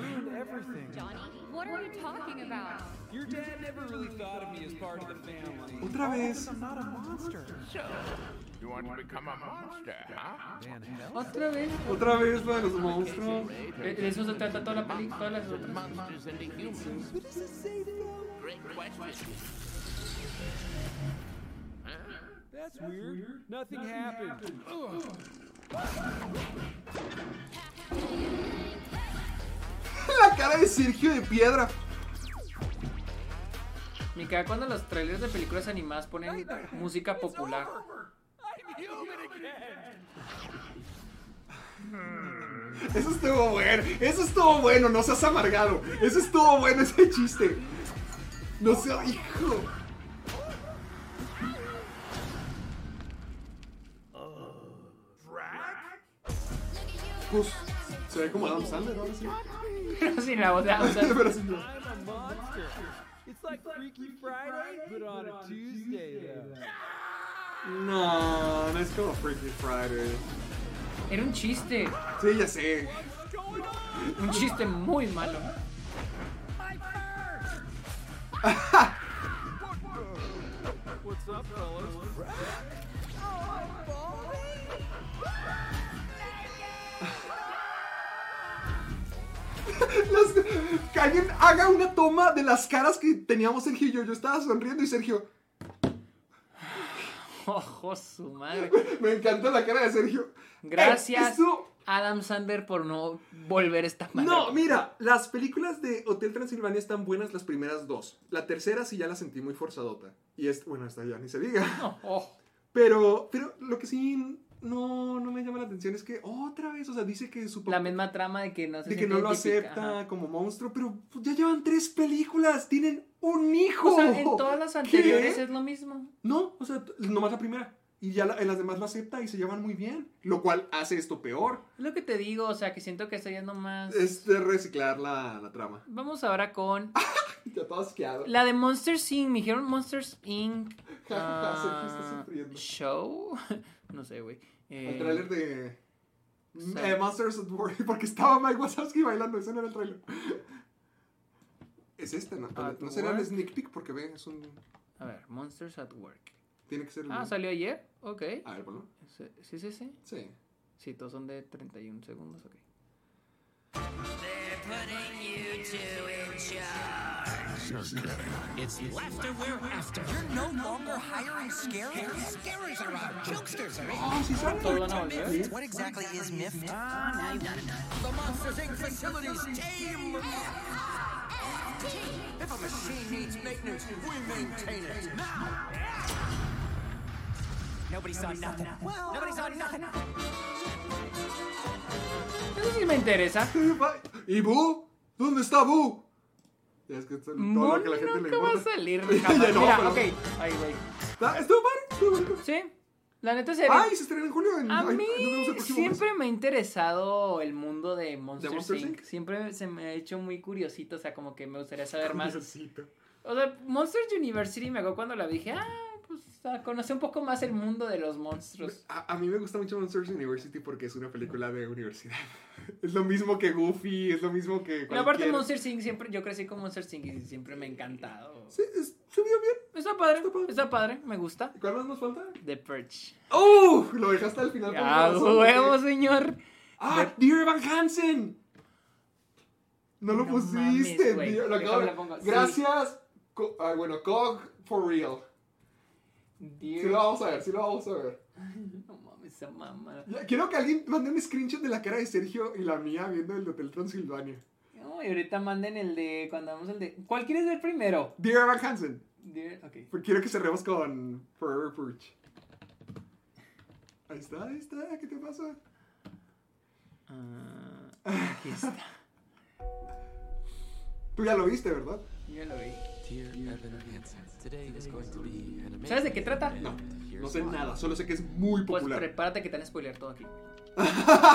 Speaker 4: Otra vez.
Speaker 8: You want to become a monster, huh?
Speaker 3: Otra vez.
Speaker 4: Otra vez lo de los monstruos.
Speaker 3: Eh, De eso se trata toda la película, todas las otras.
Speaker 8: Monsters into humans. Great question.
Speaker 4: La cara de Sergio de piedra.
Speaker 3: Me caga cuando los trailers de películas animadas ponen música popular. (laughs)
Speaker 4: Eso estuvo bueno. Eso estuvo bueno. No seas amargado. Eso estuvo bueno ese chiste. No seas hijo. Pues se ve como Adam Sandler, ¿no? Sí. (laughs)
Speaker 3: Pero sin la voz de Adam Sandler.
Speaker 4: Pero sí, no. No, no es como Freaky Friday.
Speaker 3: Era un chiste.
Speaker 4: Sí, ya sé.
Speaker 3: Un chiste muy malo. (laughs)
Speaker 4: Las- que alguien haga una toma de las caras que teníamos Sergio y yo. Yo estaba sonriendo y Sergio.
Speaker 3: Ojo, su madre.
Speaker 4: Me encantó la cara de Sergio.
Speaker 3: Gracias,
Speaker 4: Eh, esto-
Speaker 3: Adam Sandler, por no volver esta madre.
Speaker 4: No, mira, las películas de Hotel Transilvania están buenas las primeras dos. La tercera sí ya la sentí muy forzadota. Y es, bueno, esta ya ni se diga.
Speaker 3: No, ojo.
Speaker 4: Pero, pero lo que sí no, no me llama la atención es que otra vez, o sea, dice que su papá-
Speaker 3: La misma trama de que no se
Speaker 4: de que
Speaker 3: siente
Speaker 4: no lo
Speaker 3: identifica,
Speaker 4: acepta
Speaker 3: ajá.
Speaker 4: como monstruo, pero pues, ya llevan tres películas, tienen un hijo.
Speaker 3: O sea, en todas las
Speaker 4: ¿Qué?
Speaker 3: anteriores es lo mismo.
Speaker 4: No, o sea, t- nomás la primera. Y ya la- en las demás lo acepta y se llevan muy bien. Lo cual hace esto peor.
Speaker 3: Es lo que te digo, o sea, que siento que estoy yendo más.
Speaker 4: Es de reciclar la, la trama.
Speaker 3: Vamos ahora con
Speaker 4: Ya todo asqueado.
Speaker 3: la de Monsters Inc. Me dijeron Monsters
Speaker 4: (laughs)
Speaker 3: Inc.
Speaker 4: Ja, ja, ja, Sergio está
Speaker 3: ah,
Speaker 4: sufriendo.
Speaker 3: show. (laughs) No sé, güey. Eh,
Speaker 4: El tráiler de
Speaker 3: sí.
Speaker 4: eh, Monsters at War, (laughs) porque estaba Mike Wazowski bailando, ese no era el tráiler. Es este, ¿no?
Speaker 3: At
Speaker 4: No será
Speaker 3: Work.
Speaker 4: el sneak peek porque ve, es un...
Speaker 3: A ver, Monsters at Work.
Speaker 4: Tiene que ser el...
Speaker 3: Ah, salió ayer. Ok.
Speaker 4: A ver, ponlo.
Speaker 3: Sí, sí, sí, sí.
Speaker 4: Sí.
Speaker 3: Sí, todos son de 31 segundos, ok.
Speaker 8: It's laughter we're after. You're no longer hiring scarers. Scarers are out. Jokesters are in.
Speaker 4: Ah, sí sale.
Speaker 3: Todos van a volver.
Speaker 8: What exactly is MIFT? Ah, now you've done enough. The Monsters Inc. facilities team. If a machine needs maintenance, we maintain it. Nobody saw nothing. Nobody saw nothing.
Speaker 3: Eso sí me interesa.
Speaker 4: ¿Y Boo? ¿Dónde está Boo? Ya es que es todo lo
Speaker 3: Moon
Speaker 4: que la gente le
Speaker 3: nunca va a
Speaker 4: importa. (laughs)
Speaker 3: salir.
Speaker 4: Ya
Speaker 3: Jamás.
Speaker 4: no,
Speaker 3: Mira,
Speaker 4: pero-
Speaker 3: ok. Ay, güey.
Speaker 4: Ah, ¿Estuvo padre? estuvo bonito.
Speaker 3: Sí. La neta se ve.
Speaker 4: Ay, se estrena en julio. En,
Speaker 3: A
Speaker 4: ay,
Speaker 3: mí
Speaker 4: nos vemos el próximo mes.
Speaker 3: siempre me ha interesado el mundo de Monsters,
Speaker 4: Monsters,
Speaker 3: Inc.
Speaker 4: Inc?
Speaker 3: Siempre se me ha hecho muy curiosito, o sea, como que me gustaría saber más.
Speaker 4: Diosito.
Speaker 3: O sea, Monsters University me acuerdo cuando la vi, dije, ah, pues a conocer un poco más el mundo de los monstruos.
Speaker 4: A, a mí me gusta mucho Monsters University porque es una película de universidad. (laughs) Es lo mismo que Goofy, es lo mismo que.
Speaker 3: Pero aparte
Speaker 4: cualquier-
Speaker 3: Monsters Inc. siempre, yo crecí con Monsters Inc. y siempre me ha encantado.
Speaker 4: Sí, es- se vio bien.
Speaker 3: Está padre,
Speaker 4: Está padre.
Speaker 3: está padre, me gusta.
Speaker 4: ¿Cuál más nos falta?
Speaker 3: The Perch.
Speaker 4: ¡Oh! Lo dejaste al final. por una
Speaker 3: ¡Ah,
Speaker 4: razón,
Speaker 3: huevo,
Speaker 4: porque-
Speaker 3: señor!
Speaker 4: ¡Ah! ¡Dear Evan Hansen! No lo
Speaker 3: No
Speaker 4: pusiste,
Speaker 3: mames, güey.
Speaker 4: tío, lo
Speaker 3: Déjame
Speaker 4: acabo de-
Speaker 3: la pongo, sí.
Speaker 4: Gracias. Co- ah, bueno, Cog for real. Sí lo
Speaker 3: Dios,
Speaker 4: vamos a ver, sí lo vamos a ver.
Speaker 3: no mames, esa mamá.
Speaker 4: Ya, Quiero que alguien mande un screenshot de la cara de Sergio y la mía viendo el de Hotel Transilvania.
Speaker 3: No, y ahorita manden el de, cuando vamos el de... ¿Cuál quieres ver primero?
Speaker 4: Dear Evan Hansen.
Speaker 3: Dear- Ok.
Speaker 4: Pues Quiero que cerremos con Forever Purge. Ahí está, ahí está, ¿qué te pasa?
Speaker 3: Ah, aquí está.
Speaker 4: Tú ya lo viste, ¿verdad?
Speaker 3: Ya lo vi.
Speaker 6: Dear Evan Hansen, today is going to be an amazing
Speaker 3: ¿Sabes de qué trata?
Speaker 6: day.
Speaker 3: No,
Speaker 4: No sé nada, solo sé que es muy
Speaker 3: Pues
Speaker 4: popular.
Speaker 3: prepárate que te van a spoilear todo aquí.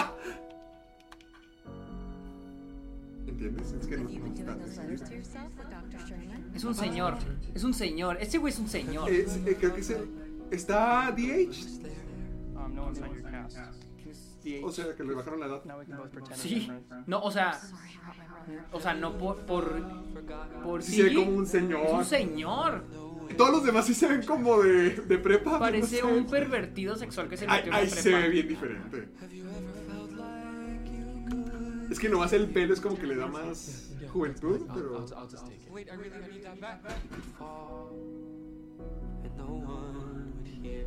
Speaker 4: (laughs) ¿Entiendes? Es que no me gusta decir.
Speaker 3: Es un señor. Es un señor. Este güey es un señor.
Speaker 4: Es- eh, creo que es el... Está DH, o sea, que le bajaron la edad.
Speaker 3: Sí. No, o sea. O sea, no por. Por. por
Speaker 4: Sí, se ve
Speaker 3: CG.
Speaker 4: como un
Speaker 3: Es un
Speaker 4: señor.
Speaker 3: señor.
Speaker 4: Todos los demás sí se ven como de, de prepa.
Speaker 3: Parece
Speaker 4: no sé.
Speaker 3: un pervertido sexual que se
Speaker 4: Ay,
Speaker 3: metió en este
Speaker 4: ay,
Speaker 3: la
Speaker 4: se ve
Speaker 3: prepa.
Speaker 4: bien diferente. Es que nomás el pelo es como que le da más juventud, pero...
Speaker 6: I'll, I'll just take it. Wait, I really need that back. Fall, and no one would hear.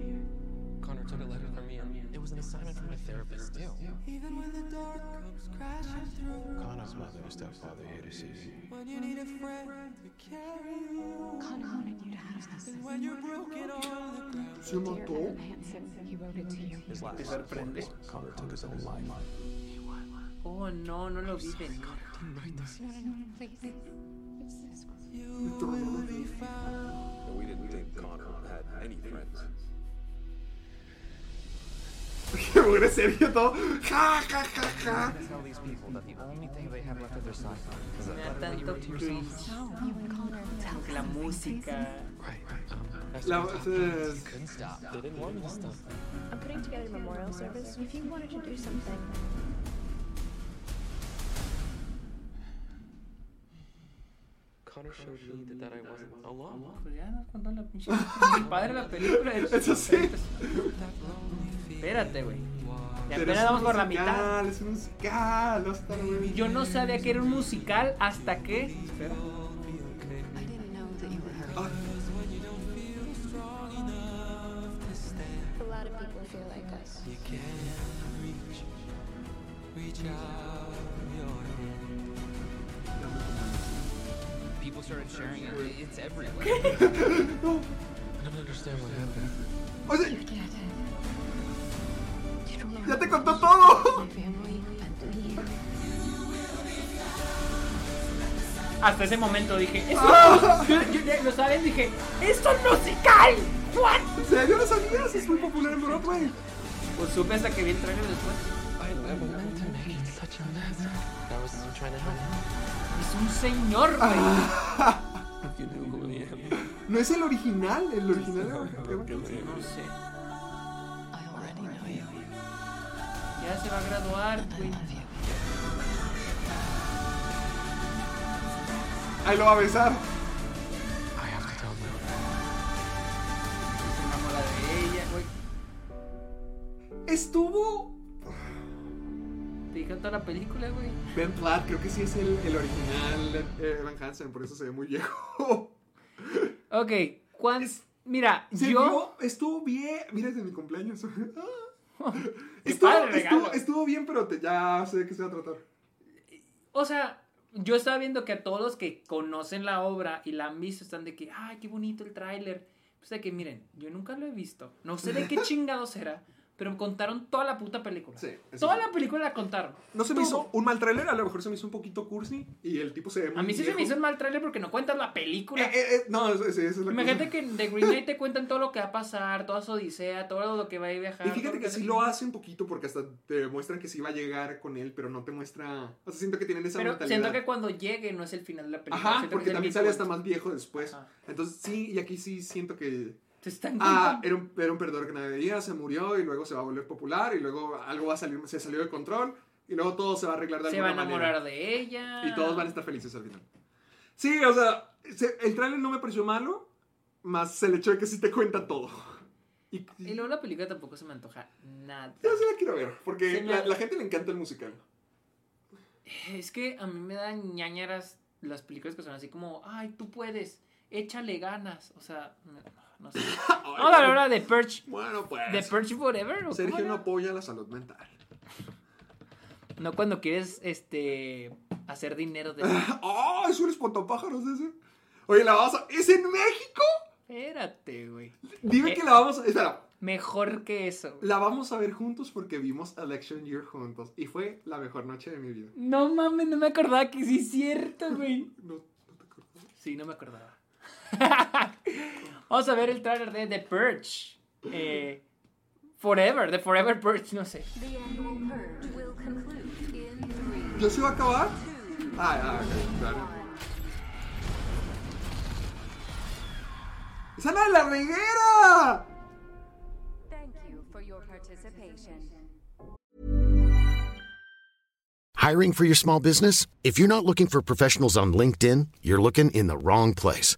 Speaker 6: Connor took a letter from me, and it was an assignment from my therapist too. Even when the dark comes crashing through. Connor's mother and stepfather here to see you. When you need a friend to carry you. Connor wanted you to have this. And when you're broken on the ground.
Speaker 4: Se mató.
Speaker 3: Te sorprende.
Speaker 6: Connor took his own life.
Speaker 3: Oh, no, no lo vi venir.
Speaker 6: We didn't think Connor had any friends.
Speaker 4: (laughs) Que muere serio todo. Ja, ja, ja, ja.
Speaker 6: Tell these people that the only thing they have left of their side is a
Speaker 3: Me da tanto cringe. Como que la música.
Speaker 6: Right, right. Um, that's
Speaker 4: La-
Speaker 6: what
Speaker 4: es-
Speaker 6: happened.
Speaker 4: es-
Speaker 6: couldn't stop. They didn't want me to stop.
Speaker 9: I'm putting together a memorial service. If you wanted to do something,
Speaker 6: Connor showed me that, that I wasn't alone.
Speaker 3: Pues ya nos contó la pinche. Mi padre la película. de los
Speaker 4: Eso sí.
Speaker 3: perritos. Espérate, güey. Ya
Speaker 4: Pero es
Speaker 3: apenas
Speaker 4: un
Speaker 3: vamos por la
Speaker 4: musical,
Speaker 3: mitad.
Speaker 4: Es un musical, no está muy
Speaker 3: Yo no sabía que era un musical hasta que. Espera.
Speaker 4: Ah,
Speaker 9: people feel like us.
Speaker 6: You can reach, reach out your hand.
Speaker 10: People started sharing it. It's everywhere. I
Speaker 6: don't understand what happened.
Speaker 4: O sea, ya te contó todo. (laughs)
Speaker 3: Hasta ese momento dije, esto
Speaker 4: Ah.
Speaker 3: no, yo- yo- lo saben, dije, esto es musical. What?
Speaker 4: ¿En serio lo sabías? Es muy popular en Broadway.
Speaker 3: Pues supe hasta que vi el trailer después.
Speaker 6: I was trying to help.
Speaker 3: Es un señor, güey.
Speaker 6: You knew who I am.
Speaker 4: No es el original, el original
Speaker 6: (laughs)
Speaker 4: de Evangelion.
Speaker 3: No sé. Ya se va a graduar, güey.
Speaker 4: Ahí lo va a besar.
Speaker 6: I have to tell them.
Speaker 3: Se enamora de ella, güey.
Speaker 4: Estuvo.
Speaker 3: Te dije toda la película, güey.
Speaker 4: Ben Platt, creo que sí es el, el original eh, Evan Hansen, por eso se ve muy viejo. (laughs)
Speaker 3: Ok, ¿cuán- Mira,
Speaker 4: Se
Speaker 3: yo.
Speaker 4: vio- estuvo bien. Mira, es de mi cumpleaños. (laughs) Ah.
Speaker 3: Qué
Speaker 4: estuvo,
Speaker 3: padre regalo.
Speaker 4: estuvo, estuvo bien, pero te- ya sé de qué se va a tratar.
Speaker 3: O sea, yo estaba viendo que a todos los que conocen la obra y la han visto están de que, ay, qué bonito el tráiler. Pues de que, miren, yo nunca lo he visto. No sé de
Speaker 4: (laughs)
Speaker 3: qué chingados era, pero contaron toda la puta película.
Speaker 4: Sí, eso
Speaker 3: toda
Speaker 4: sí.
Speaker 3: la película la contaron.
Speaker 4: No se me
Speaker 3: Todo.
Speaker 4: hizo un mal tráiler, a lo mejor se me hizo un poquito cursi y el tipo se ve muy
Speaker 3: A mí sí se
Speaker 4: viejo.
Speaker 3: me hizo un mal tráiler porque no cuentan la película.
Speaker 4: Eh, eh, eh, no, es- es- esa es la cosa.
Speaker 3: Imagínate que de Green Knight te cuentan todo lo que va a pasar, toda su odisea, todo lo que va a ir viajar.
Speaker 4: Y fíjate
Speaker 3: todo
Speaker 4: que
Speaker 3: hace.
Speaker 4: sí lo hace un poquito porque hasta te muestran que sí va a llegar con él, pero no te muestra. O sea, siento que tienen esa
Speaker 3: Pero
Speaker 4: mentalidad.
Speaker 3: siento que cuando llegue no es el final de la película.
Speaker 4: Ajá,
Speaker 3: siento que
Speaker 4: porque
Speaker 3: es el
Speaker 4: también sale hasta
Speaker 3: midpoint.
Speaker 4: más viejo después.
Speaker 3: Ajá.
Speaker 4: Entonces sí, y aquí sí siento que.
Speaker 3: Te están
Speaker 4: Ah,
Speaker 3: contando.
Speaker 4: era un, era un perdedor que nadie veía, se murió y luego se va a volver popular y luego algo va a salir, se salió de control y luego todo se va a arreglar de
Speaker 3: Se va a
Speaker 4: alguna
Speaker 3: enamorar
Speaker 4: manera.
Speaker 3: de ella.
Speaker 4: Y todos van a estar felices al final. Sí, o sea, se- el tráiler no me pareció malo, más el hecho de que sí te cuenta todo. Y,
Speaker 3: Y luego la película tampoco se me antoja nada.
Speaker 4: yo sí la quiero ver, porque
Speaker 3: Se me-
Speaker 4: la, la gente le encanta el musical.
Speaker 3: Es que a mí me dan ñañaras las películas que son así como, ay, tú puedes, échale ganas. O sea, no, no
Speaker 4: (laughs)
Speaker 3: sé. Vamos a hablar ahora de Perch.
Speaker 4: Bueno, pues.
Speaker 3: ¿De Perch Forever? ¿o
Speaker 4: Sergio
Speaker 3: cómo
Speaker 4: no
Speaker 3: era?
Speaker 4: apoya la salud mental.
Speaker 3: No cuando quieres este hacer dinero de
Speaker 4: (laughs) ¡Oh! Es un espantapájaros ese. Oye, la vamos a. ¿Es en México?
Speaker 3: Espérate, güey.
Speaker 4: Dime
Speaker 3: Eh,
Speaker 4: que la vamos a. Espera.
Speaker 3: Mejor que eso. güey.
Speaker 4: La vamos a ver juntos porque vimos Election Year juntos. Y fue la mejor noche de mi vida.
Speaker 3: No mames, no me acordaba que sí es cierto, güey.
Speaker 4: (laughs) No, no te acuerdas.
Speaker 3: Sí, no me acordaba. (laughs) Vamos a ver el trailer de The Purge. Eh, Forever, The Forever Purge, no sé.
Speaker 11: The annual purge will conclude in three,
Speaker 4: ¿Ya se va a acabar? Ah, ah, ok, claro. ¡Es Ana de la Reguera!
Speaker 11: Thank you for your participation.
Speaker 12: Hiring for your small business? If you're not looking for professionals on LinkedIn, you're looking in the wrong place.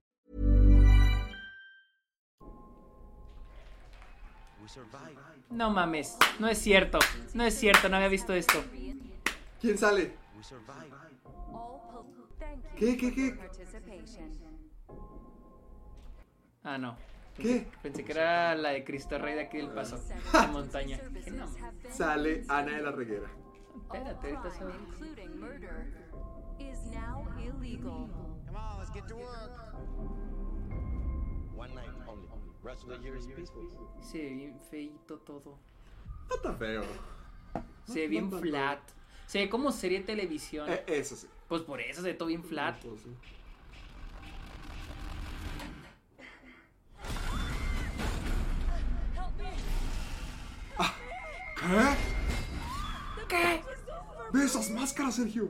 Speaker 3: No mames, no es cierto. No es cierto, no había visto esto.
Speaker 4: ¿Quién sale?
Speaker 11: All po- thank you
Speaker 4: ¿Qué, qué,
Speaker 11: for your
Speaker 4: qué?
Speaker 11: participation.
Speaker 3: Ah, no.
Speaker 4: ¿Qué?
Speaker 3: Pensé que era la de Cristo Rey de aquí del paso, la montaña. Dije, no, mames,
Speaker 4: Sale Ana de la Reguera.
Speaker 11: All
Speaker 3: espérate, ahorita se
Speaker 11: crime,
Speaker 3: va.
Speaker 11: including murder, is now illegal.
Speaker 8: Come on, let's get to work. One night only. Rest of the year is peaceful.
Speaker 3: Se ve bien feito todo.
Speaker 4: No está feo.
Speaker 3: Se ve bien flat. Se ve como serie de televisión.
Speaker 4: Eh, eso sí.
Speaker 3: Pues por eso se ve todo bien flat.
Speaker 4: Eso sí. Ah, ¿Qué?
Speaker 3: ¿Qué?
Speaker 4: ¡Ve esas máscaras, Sergio!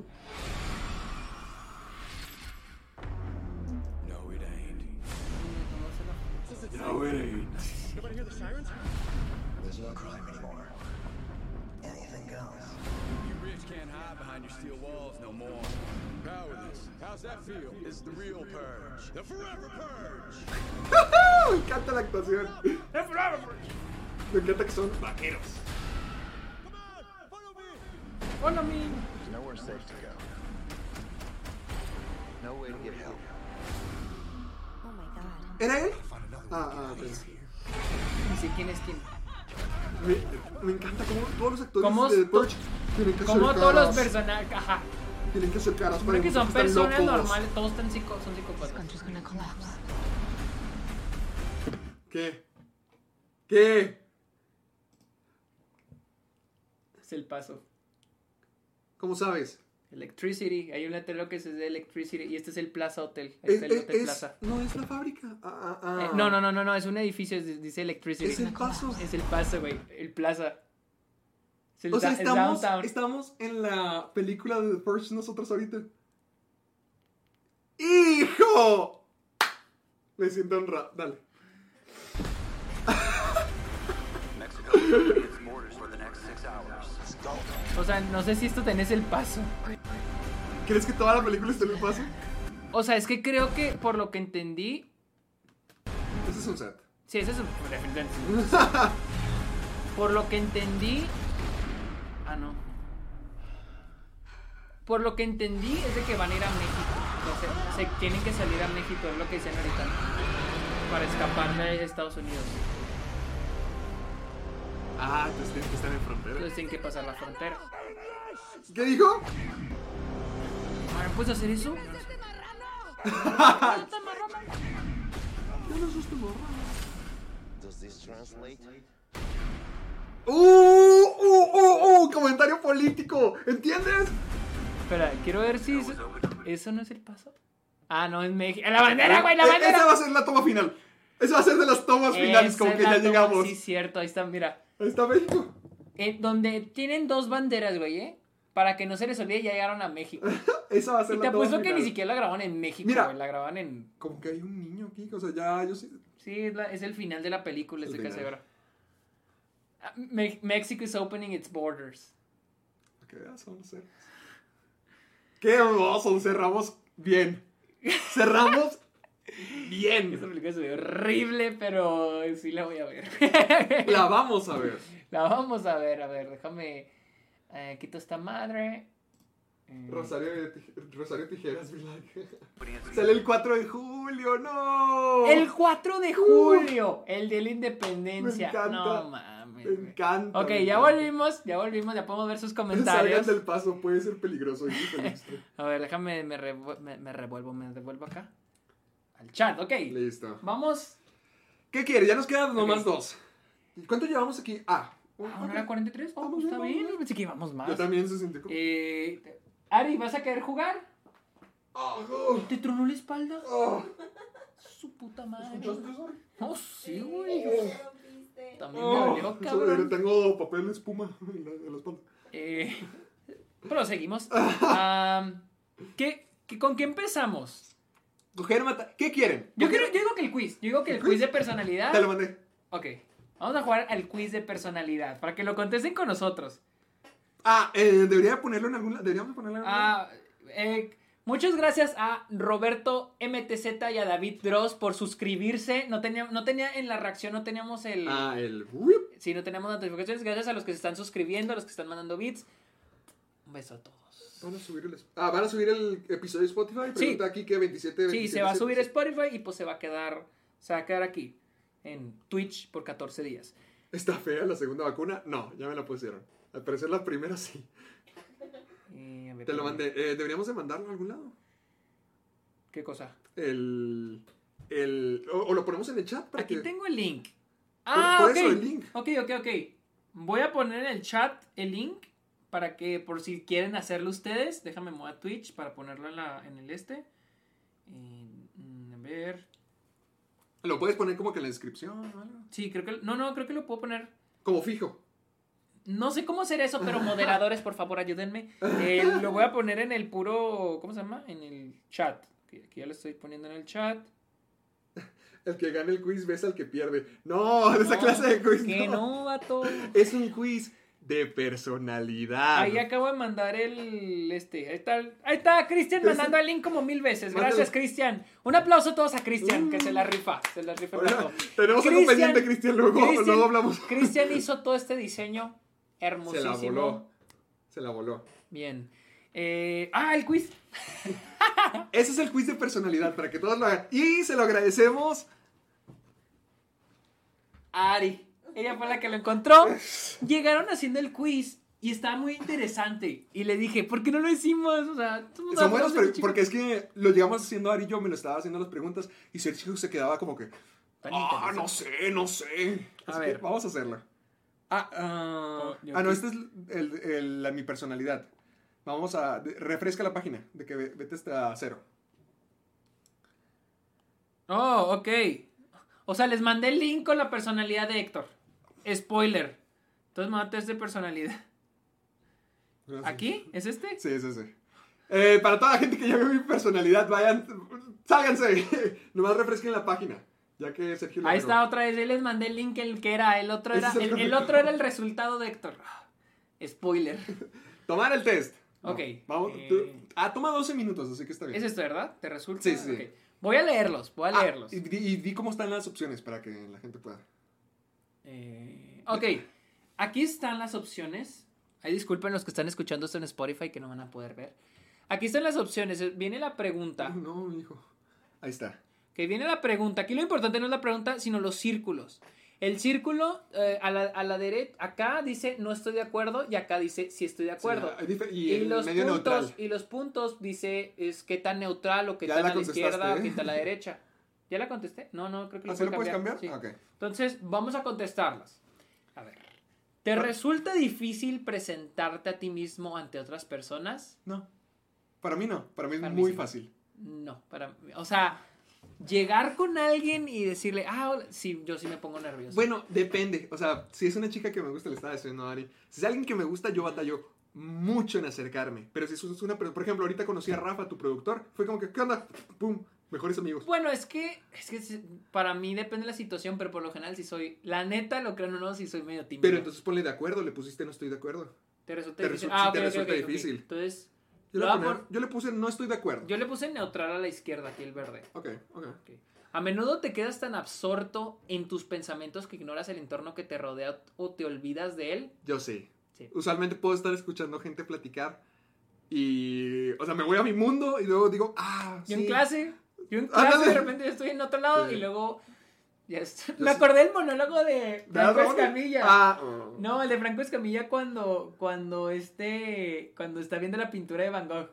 Speaker 6: No, it ain't.
Speaker 7: No, it ain't.
Speaker 6: Everybody hear the sirens?
Speaker 7: There's no crime anymore. Anything goes.
Speaker 6: You
Speaker 13: rich can't hide behind your steel walls no more. Powerless. How's that feel? It's the real purge. The forever purge.
Speaker 4: (laughs) Me encanta la actuación.
Speaker 13: The forever purge.
Speaker 4: Me encanta que son vaqueros.
Speaker 3: Follow me.
Speaker 14: There's nowhere safe to go. No way to get help.
Speaker 9: Oh my god.
Speaker 4: ¿Era él? Ah, ah, ok.
Speaker 3: Ni sé quién es quién.
Speaker 4: Me, me encanta cómo todos los actores
Speaker 3: ¿Cómo
Speaker 4: de
Speaker 3: to-
Speaker 4: Purge tienen que
Speaker 3: Como
Speaker 4: hacer
Speaker 3: todos los
Speaker 4: caras.
Speaker 3: personajes. Ajá.
Speaker 4: tienen que hacer caras para
Speaker 3: Creo que son
Speaker 4: demostrar están
Speaker 3: personas
Speaker 4: locos.
Speaker 3: normales. Todos están psico- son psicópatas.
Speaker 4: ¿Qué? ¿Qué?
Speaker 3: Es el paso.
Speaker 4: ¿Cómo sabes?
Speaker 3: Electricity. Hay un letrero que es de Electricity. Y este es el Plaza Hotel. Ahí
Speaker 4: Es,
Speaker 3: está el
Speaker 4: es-
Speaker 3: Hotel
Speaker 4: es-
Speaker 3: Plaza.
Speaker 4: no es la fábrica. Ah, ah, ah.
Speaker 3: Eh, no, no, no, no, no, es un edificio, es- dice Electricity.
Speaker 4: Es el paso.
Speaker 3: (laughs) Es el paso, güey. El plaza. Es el
Speaker 4: O sea,
Speaker 3: da- el
Speaker 4: estamos,
Speaker 3: downtown.
Speaker 4: estamos en la película de The Purge nosotros ahorita. ¡Hijo! Me siento honrado. Dale.
Speaker 14: Mexico will be its borders for the next six hours.
Speaker 3: O sea, no sé si esto tenés el paso.
Speaker 4: ¿Crees que toda la película está en el paso?
Speaker 3: O sea, es que creo que por lo que entendí.
Speaker 4: Ese es un set.
Speaker 3: Sí, ese es un. definitivamente es un-
Speaker 4: (laughs)
Speaker 3: Por lo que entendí. Ah, no. Por lo que entendí es de que van a ir a México. O sea, se tienen que salir a México, es lo que dicen ahorita. Para escapar de Estados Unidos.
Speaker 4: Ah, entonces tienen que estar en frontera.
Speaker 3: Entonces tienen que pasar la frontera.
Speaker 4: ¿Qué dijo?
Speaker 3: Ahora, ¿puedes hacer
Speaker 4: (laughs)
Speaker 3: eso?
Speaker 14: Does this translate?
Speaker 4: ¡Uh! ¡Uh! ¡Uh! ¡Uh! Comentario político. ¿Entiendes?
Speaker 3: Espera, quiero ver si eso, ¿eso no es el paso. Ah, no, es México. ¡La bandera, güey! ¡La
Speaker 4: Eh,
Speaker 3: bandera!
Speaker 4: Esa va a ser la toma final. Esa va a ser de las tomas finales,
Speaker 3: Esa
Speaker 4: como
Speaker 3: es
Speaker 4: que
Speaker 3: la
Speaker 4: ya
Speaker 3: toma,
Speaker 4: llegamos.
Speaker 3: Sí, cierto, ahí está, mira.
Speaker 4: Ahí está México.
Speaker 3: Eh, donde tienen dos banderas, güey, ¿eh? Para que no se les olvide, ya llegaron a
Speaker 4: (laughs)
Speaker 3: México.
Speaker 4: Esa va a ser
Speaker 3: Y te
Speaker 4: la toma
Speaker 3: apuesto que
Speaker 4: final.
Speaker 3: ni siquiera la grabaron en México,
Speaker 4: Mira.
Speaker 3: güey. La grabaron en.
Speaker 4: Como que hay un niño aquí, o sea, ya yo sé.
Speaker 3: Sí, es, la- es el final de la película,
Speaker 4: El
Speaker 3: estoy casi
Speaker 4: final.
Speaker 3: ahora. Ah, Me- Mexico is opening its borders.
Speaker 4: ¿Qué veas? Son los cerros. ¡Qué hermoso! Cerramos bien. Cerramos
Speaker 3: (laughs) Esta
Speaker 4: bien.
Speaker 3: película se ve horrible, pero sí la voy a ver. (laughs)
Speaker 4: La vamos a ver.
Speaker 3: La vamos a ver, a ver, déjame. eh, quito esta madre. Eh,
Speaker 4: Rosario, de Tij- Rosario Tijeras, be like. Sale el 4 de julio, no.
Speaker 3: El 4 de julio, el día de la independencia.
Speaker 4: Me encanta.
Speaker 3: No mames.
Speaker 4: Me
Speaker 3: güey.
Speaker 4: encanta.
Speaker 3: Ok,
Speaker 4: me
Speaker 3: ya
Speaker 4: encanta.
Speaker 3: volvimos, ya volvimos, ya podemos ver sus
Speaker 4: Salgan
Speaker 3: comentarios.
Speaker 4: del paso, puede ser peligroso. y peligroso.
Speaker 3: A ver, déjame, me, revu- me, me revuelvo, me revuelvo acá. Al chat, ok.
Speaker 4: Listo.
Speaker 3: Vamos.
Speaker 4: ¿Qué quiere? Ya nos quedan nomás dos. ¿Cuánto llevamos aquí? Ah,
Speaker 3: Ah, ¿una hora 43? Oh, está bien, pensé que íbamos más.
Speaker 4: yo también 65.
Speaker 3: Eh, Ari, ¿vas a querer jugar?
Speaker 4: "Ah,
Speaker 3: ¿Te tronó la espalda? Su puta madre.
Speaker 4: Oh. ¿Escuchaste eso?
Speaker 3: No, sí, güey. También me
Speaker 4: Oh,
Speaker 3: dolió,
Speaker 4: yo
Speaker 3: cabrón.
Speaker 4: tengo papel de espuma (laughs) en la, en la espalda.
Speaker 3: Eh, (laughs) proseguimos. Am, ¿qué- qué- con qué empezamos?
Speaker 4: Coger, matar. ¿Qué quieren?
Speaker 3: Yo, quiero, yo digo que el quiz. Yo digo que el quiz de personalidad.
Speaker 4: Te lo mandé.
Speaker 3: Ok. Vamos a jugar al quiz de personalidad. Para que lo contesten con nosotros.
Speaker 4: Ah, eh, debería ponerlo en algún lado. Deberíamos ponerlo en algún lado.
Speaker 3: Ah, eh, muchas gracias a Roberto MTZ y a David Dross por suscribirse. No tenía, no tenía en la reacción, no teníamos el.
Speaker 4: Ah, el. whip.
Speaker 3: Si no tenemos notificaciones, gracias a los que se están suscribiendo, a los que están mandando bits. Un beso a todos.
Speaker 4: Van a subir el. Ah, van a subir el episodio de Spotify. Pregunta aquí que 27.
Speaker 3: Sí,
Speaker 4: 27,
Speaker 3: se va a subir a
Speaker 4: 27.
Speaker 3: Spotify y pues se va a quedar, se va a quedar aquí en Twitch por 14 días.
Speaker 4: ¿Está fea la segunda vacuna? No, ya me la pusieron. Al parecer la primera sí.
Speaker 3: Y a ver,
Speaker 4: Te lo mandé. Eh, deberíamos de mandarlo a algún lado.
Speaker 3: ¿Qué cosa?
Speaker 4: El. El. O, o lo ponemos en el chat para
Speaker 3: Aquí
Speaker 4: que.
Speaker 3: tengo el link.
Speaker 4: Por-
Speaker 3: Ah,
Speaker 4: por
Speaker 3: ok.
Speaker 4: eso el link.
Speaker 3: Ok, ok, ok. Voy a poner en el chat el link para que por si quieren hacerlo ustedes, déjame mover a Twitch para ponerlo en, la- en el este. Y, mm, a ver.
Speaker 4: Lo puedes poner como que en la descripción o algo.
Speaker 3: Sí, creo que no, no, creo que lo puedo poner.
Speaker 4: Como fijo.
Speaker 3: No sé cómo hacer
Speaker 4: (laughs)
Speaker 3: eso, pero moderadores, por favor, ayúdenme. Eh, lo voy a poner en el puro. ¿Cómo se llama? En el chat. Aquí aquí ya lo estoy poniendo en el chat.
Speaker 4: El que gana el quiz besa al que pierde. No, de esa
Speaker 3: No,
Speaker 4: clase de quiz.
Speaker 3: Que
Speaker 4: no.
Speaker 3: no, vato.
Speaker 4: Es un quiz de personalidad.
Speaker 3: Ahí acabo de mandar el este. Ahí está, ahí está Cristian mandando el link como mil veces. Gracias, Cristian. Un aplauso todos a Cristian, que se la rifa. Se la rifa.
Speaker 4: Ahora, Mm. tenemos algo pendiente, Cristian. Luego,
Speaker 3: Cristian-
Speaker 4: luego hablamos.
Speaker 3: Cristian
Speaker 4: (laughs)
Speaker 3: hizo todo este diseño
Speaker 4: Se la
Speaker 3: hermosísimo.
Speaker 4: voló. Se la voló.
Speaker 3: Bien. Eh, ah, el quiz.
Speaker 4: Ese es el quiz de personalidad para que todos lo hagan. Y se lo agradecemos.
Speaker 3: Ari. Ella fue la que lo encontró. Llegaron haciendo el quiz y estaba muy interesante. Y le dije, ¿por qué no lo hicimos? O sea, somos
Speaker 4: Son buenos,
Speaker 3: adultos,
Speaker 4: pero-
Speaker 3: chicos.
Speaker 4: porque es que lo llegamos haciendo Ari y yo, me lo estaba haciendo las preguntas y Sergio se quedaba como que. Ah, no sé, no sé.
Speaker 3: A
Speaker 4: Así
Speaker 3: ver.
Speaker 4: que vamos a hacerla. Ah, ah,
Speaker 3: Oh, yo
Speaker 4: ah, no,
Speaker 3: aquí.
Speaker 4: esta es el- el- la- mi personalidad. Vamos a. de- refresca la página de que ve- vete hasta cero.
Speaker 3: Oh, ok. O sea, les mandé el link con la personalidad de Héctor. Spoiler. Entonces me va a test de personalidad. ¿Aquí? ¿Es este?
Speaker 4: Sí, sí, sí. Eh, para toda la gente que ya vio mi personalidad, vayan. ¡Sálganse! (laughs) Nomás refresquen la página. Ya que Sergio lo
Speaker 3: Ahí
Speaker 4: agregó.
Speaker 3: está otra vez. Ahí les mandé el link el que era. El otro
Speaker 4: Ese
Speaker 3: era
Speaker 4: es el
Speaker 3: el, el
Speaker 4: correcto.
Speaker 3: otro era el resultado de Héctor. Ah,
Speaker 4: (laughs)
Speaker 3: Spoiler.
Speaker 4: Tomar el test. No,
Speaker 3: Ok.
Speaker 4: vamos,
Speaker 3: Eh.
Speaker 4: tú- ah, toma 12 minutos, así que está bien.
Speaker 3: Es esto, ¿verdad? ¿Te resulta?
Speaker 4: Sí, sí.
Speaker 3: Ok. Voy a leerlos, voy a
Speaker 4: Ah,
Speaker 3: leerlos.
Speaker 4: y, di- y di cómo están las opciones para que la gente pueda.
Speaker 3: Eh, ok, aquí están las opciones. Ahí disculpen los que están escuchando esto en Spotify que no van a poder ver. Aquí están las opciones. Eh, Viene la pregunta.
Speaker 4: No, hijo. Ahí está.
Speaker 3: Que viene la pregunta. Aquí lo importante no es la pregunta, sino los círculos. El círculo eh, a la, a la derecha, acá dice no estoy de acuerdo y acá dice sí estoy de acuerdo.
Speaker 4: Sí, hay difer- y el
Speaker 3: los
Speaker 4: medio
Speaker 3: puntos,
Speaker 4: neutral.
Speaker 3: y los puntos dice es qué tan neutral o qué
Speaker 4: Ya
Speaker 3: tan
Speaker 4: la
Speaker 3: a la izquierda
Speaker 4: contestaste,
Speaker 3: o qué
Speaker 4: ¿eh?
Speaker 3: tan a la derecha. ¿Ya la contesté? No, no, creo que
Speaker 4: ¿Ah,
Speaker 3: lo
Speaker 4: sí
Speaker 3: puedo
Speaker 4: lo puedes cambiar?
Speaker 3: Sí.
Speaker 4: Ok.
Speaker 3: Entonces, vamos a contestarlas. A ver. ¿Te resulta difícil presentarte a ti mismo ante otras personas?
Speaker 4: No. Para mí no. Para mí es
Speaker 3: Para mí
Speaker 4: muy
Speaker 3: sí.
Speaker 4: fácil.
Speaker 3: No, para o sea, llegar con alguien y decirle, ah, hola", sí, yo sí me pongo nervioso.
Speaker 4: Bueno, depende. O sea, si es una chica que me gusta, le estaba diciendo a Ari. Si es alguien que me gusta, yo batallo mucho en acercarme. Pero si es una. per- Por ejemplo, ahorita conocí a Rafa, tu productor. Fue como que, ¿qué onda? Pum, mejores amigos.
Speaker 3: Bueno, es que es que se- para mí depende de la situación, pero por lo general si soy, la neta lo creo o no, si soy medio tímido.
Speaker 4: Pero entonces ponle de acuerdo, le pusiste no estoy de acuerdo.
Speaker 3: te resulta
Speaker 4: te
Speaker 3: difícil. Ah,
Speaker 4: resu-
Speaker 3: ok,
Speaker 4: sí te
Speaker 3: ok,
Speaker 4: resulta
Speaker 3: ok, ok.
Speaker 4: difícil.
Speaker 3: Entonces,
Speaker 4: Yo
Speaker 3: lo
Speaker 4: le,
Speaker 3: voy a
Speaker 4: voy a
Speaker 3: pon-
Speaker 4: poner- yo le puse no estoy de acuerdo.
Speaker 3: yo le puse neutral a la izquierda aquí el verde.
Speaker 4: Ok, ok.
Speaker 3: A menudo te quedas tan absorto en tus pensamientos que ignoras el entorno que te rodea o te olvidas de él.
Speaker 4: Yo sí.
Speaker 3: Sí.
Speaker 4: Usualmente puedo estar escuchando gente platicar y, o sea, me voy a mi mundo y luego digo, ah,
Speaker 3: Yo
Speaker 4: sí.
Speaker 3: en clase, yo en
Speaker 4: Ándale.
Speaker 3: clase de repente yo estoy en otro lado
Speaker 4: Sí.
Speaker 3: y luego ya estoy-
Speaker 4: Yo
Speaker 3: me
Speaker 4: sí.
Speaker 3: acordé el monólogo de
Speaker 4: ¿De
Speaker 3: Franco
Speaker 4: Ramón?
Speaker 3: Escamilla.
Speaker 4: Ah, (laughs) oh.
Speaker 3: No, el de Franco Escamilla cuando cuando este cuando está viendo la pintura de Van Gogh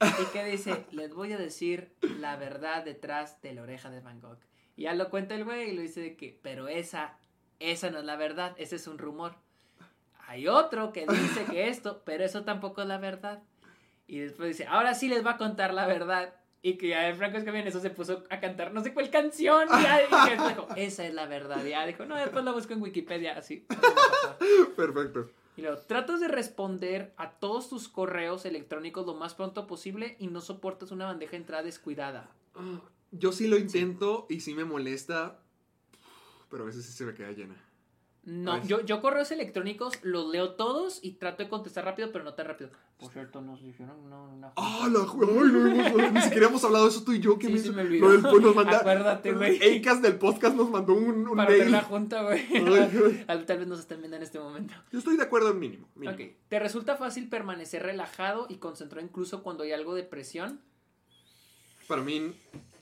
Speaker 3: y que dice, "Les voy a decir la verdad detrás de la oreja de Van Gogh." Y ya lo cuenta el güey y lo dice de que, "Pero esa esa no es la verdad, ese es un rumor." Hay otro que dice que esto, pero eso tampoco es la verdad. Y después dice, ahora sí les va a contar la verdad. Y que ya el Franco Escamilla en eso se puso a cantar no sé cuál canción. y ya, y que después dijo, esa es la verdad. Y ya dijo, no, después la busco en Wikipedia. Así. así me pasó.
Speaker 4: Perfecto.
Speaker 3: Y luego, tratas de responder a todos tus correos electrónicos lo más pronto posible y no soportas una bandeja de entrada descuidada.
Speaker 4: Yo sí lo intento y sí me molesta, pero a veces sí se me queda llena.
Speaker 3: No,
Speaker 4: Ay.
Speaker 3: yo, yo correos electrónicos los leo todos y trato de contestar rápido, pero no tan rápido. Por cierto, nos dijeron no, una...
Speaker 4: ¡Ah, la ju- ay, no hemos- ni siquiera hemos hablado de eso tú y yo. Que
Speaker 3: Sí,
Speaker 4: me,
Speaker 3: sí,
Speaker 4: hizo-
Speaker 3: me olvidó.
Speaker 4: lo del- pues, nos manda-
Speaker 3: Acuérdate, güey.
Speaker 4: Acast del podcast nos mandó un, un
Speaker 3: Para ver
Speaker 4: mail.
Speaker 3: la junta,
Speaker 4: (laughs)
Speaker 3: güey.
Speaker 4: Ay,
Speaker 3: Tal vez nos estén viendo en este momento.
Speaker 4: Yo estoy de acuerdo en mínimo. mínimo.
Speaker 3: Ok. ¿Te resulta fácil permanecer relajado y concentrado incluso cuando hay algo de presión?
Speaker 4: Para mí,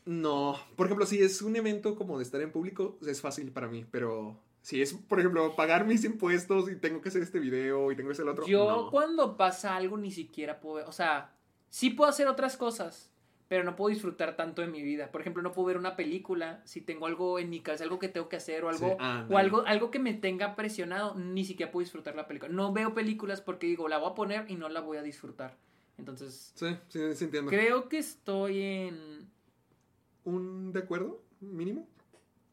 Speaker 4: no. Por ejemplo, si es un evento como de estar en público, es fácil para mí, pero si es, por ejemplo, pagar mis impuestos y tengo que hacer este video y tengo que hacer el otro.
Speaker 3: Yo
Speaker 4: no.
Speaker 3: cuando pasa algo ni siquiera puedo, o sea, sí puedo hacer otras cosas, pero no puedo disfrutar tanto de mi vida. Por ejemplo, no puedo ver una película si tengo algo en mi casa, algo que tengo que hacer o algo
Speaker 4: Sí, ándale.
Speaker 3: o algo algo que me tenga presionado, ni siquiera puedo disfrutar la película. No veo películas porque digo, la voy a poner y no la voy a disfrutar. Entonces,
Speaker 4: Sí, sí, sí entiendo.
Speaker 3: creo que estoy en
Speaker 4: ¿Un de acuerdo mínimo?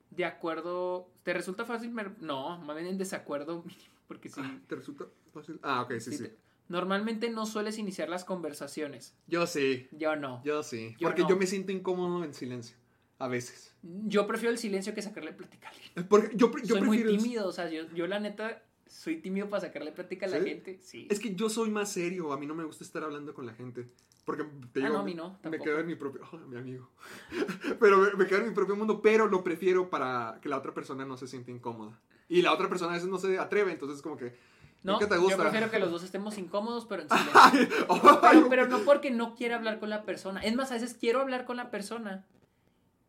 Speaker 3: de acuerdo, ¿te resulta fácil? mer- No, más bien en desacuerdo mínimo, porque sí.
Speaker 4: ¿Te resulta fácil? Ah, ok, Ah, sí, sí.
Speaker 3: Sí, te- Normalmente no sueles iniciar las conversaciones.
Speaker 4: Yo sí,
Speaker 3: Yo no.
Speaker 4: yo sí.
Speaker 3: Yo
Speaker 4: porque
Speaker 3: no.
Speaker 4: yo me siento incómodo en silencio, a veces.
Speaker 3: Yo prefiero el silencio que sacarle plática a alguien.
Speaker 4: Porque yo, pre- yo
Speaker 3: Soy
Speaker 4: prefiero...
Speaker 3: muy tímido, o sea, yo, yo la neta Soy tímido para sacarle plática a la
Speaker 4: ¿Sí?
Speaker 3: gente. Sí.
Speaker 4: Es que yo soy más serio, a mí no me gusta estar hablando con la gente. Porque te
Speaker 3: Ah,
Speaker 4: digo,
Speaker 3: no, a mí no,
Speaker 4: me
Speaker 3: tampoco.
Speaker 4: quedo en mi propio, Ah, mi amigo. (laughs) pero me, me quedo en mi propio mundo, pero lo prefiero para que la otra persona no se sienta incómoda. Y la otra persona a veces no se atreve, entonces es como que
Speaker 3: No,
Speaker 4: ¿qué te
Speaker 3: yo
Speaker 4: gusta? (laughs) oh,
Speaker 3: prefiero que los dos estemos incómodos, pero en silencio. pero, pero no porque no quiera hablar con la persona. Es más, a veces quiero hablar con la persona,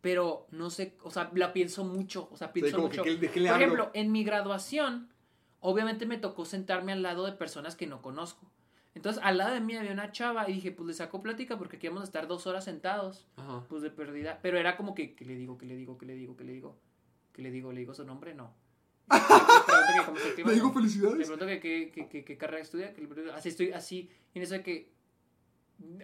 Speaker 3: pero no sé, o sea, la pienso mucho. O sea, pienso
Speaker 4: como que
Speaker 3: mucho.
Speaker 4: qué- de qué le
Speaker 3: Por
Speaker 4: hablo.
Speaker 3: ejemplo, en mi graduación, obviamente me tocó sentarme al lado de personas que no conozco. Entonces, al lado de mí había una chava y dije, pues le saco plática porque aquí vamos a estar dos horas sentados.
Speaker 4: Ajá.
Speaker 3: Pues de pérdida. Pero era como que, ¿qué le digo? ¿Qué le digo? ¿Qué le digo? ¿Qué le digo? ¿Qué le digo? ¿Le digo su nombre?
Speaker 4: (laughs)
Speaker 3: No. Le pregunto que cómo se activa,
Speaker 4: Le digo
Speaker 3: no.
Speaker 4: felicidades.
Speaker 3: Le pregunto que qué que, que- que carrera estudia. que le- así estoy, así. Y en eso de que.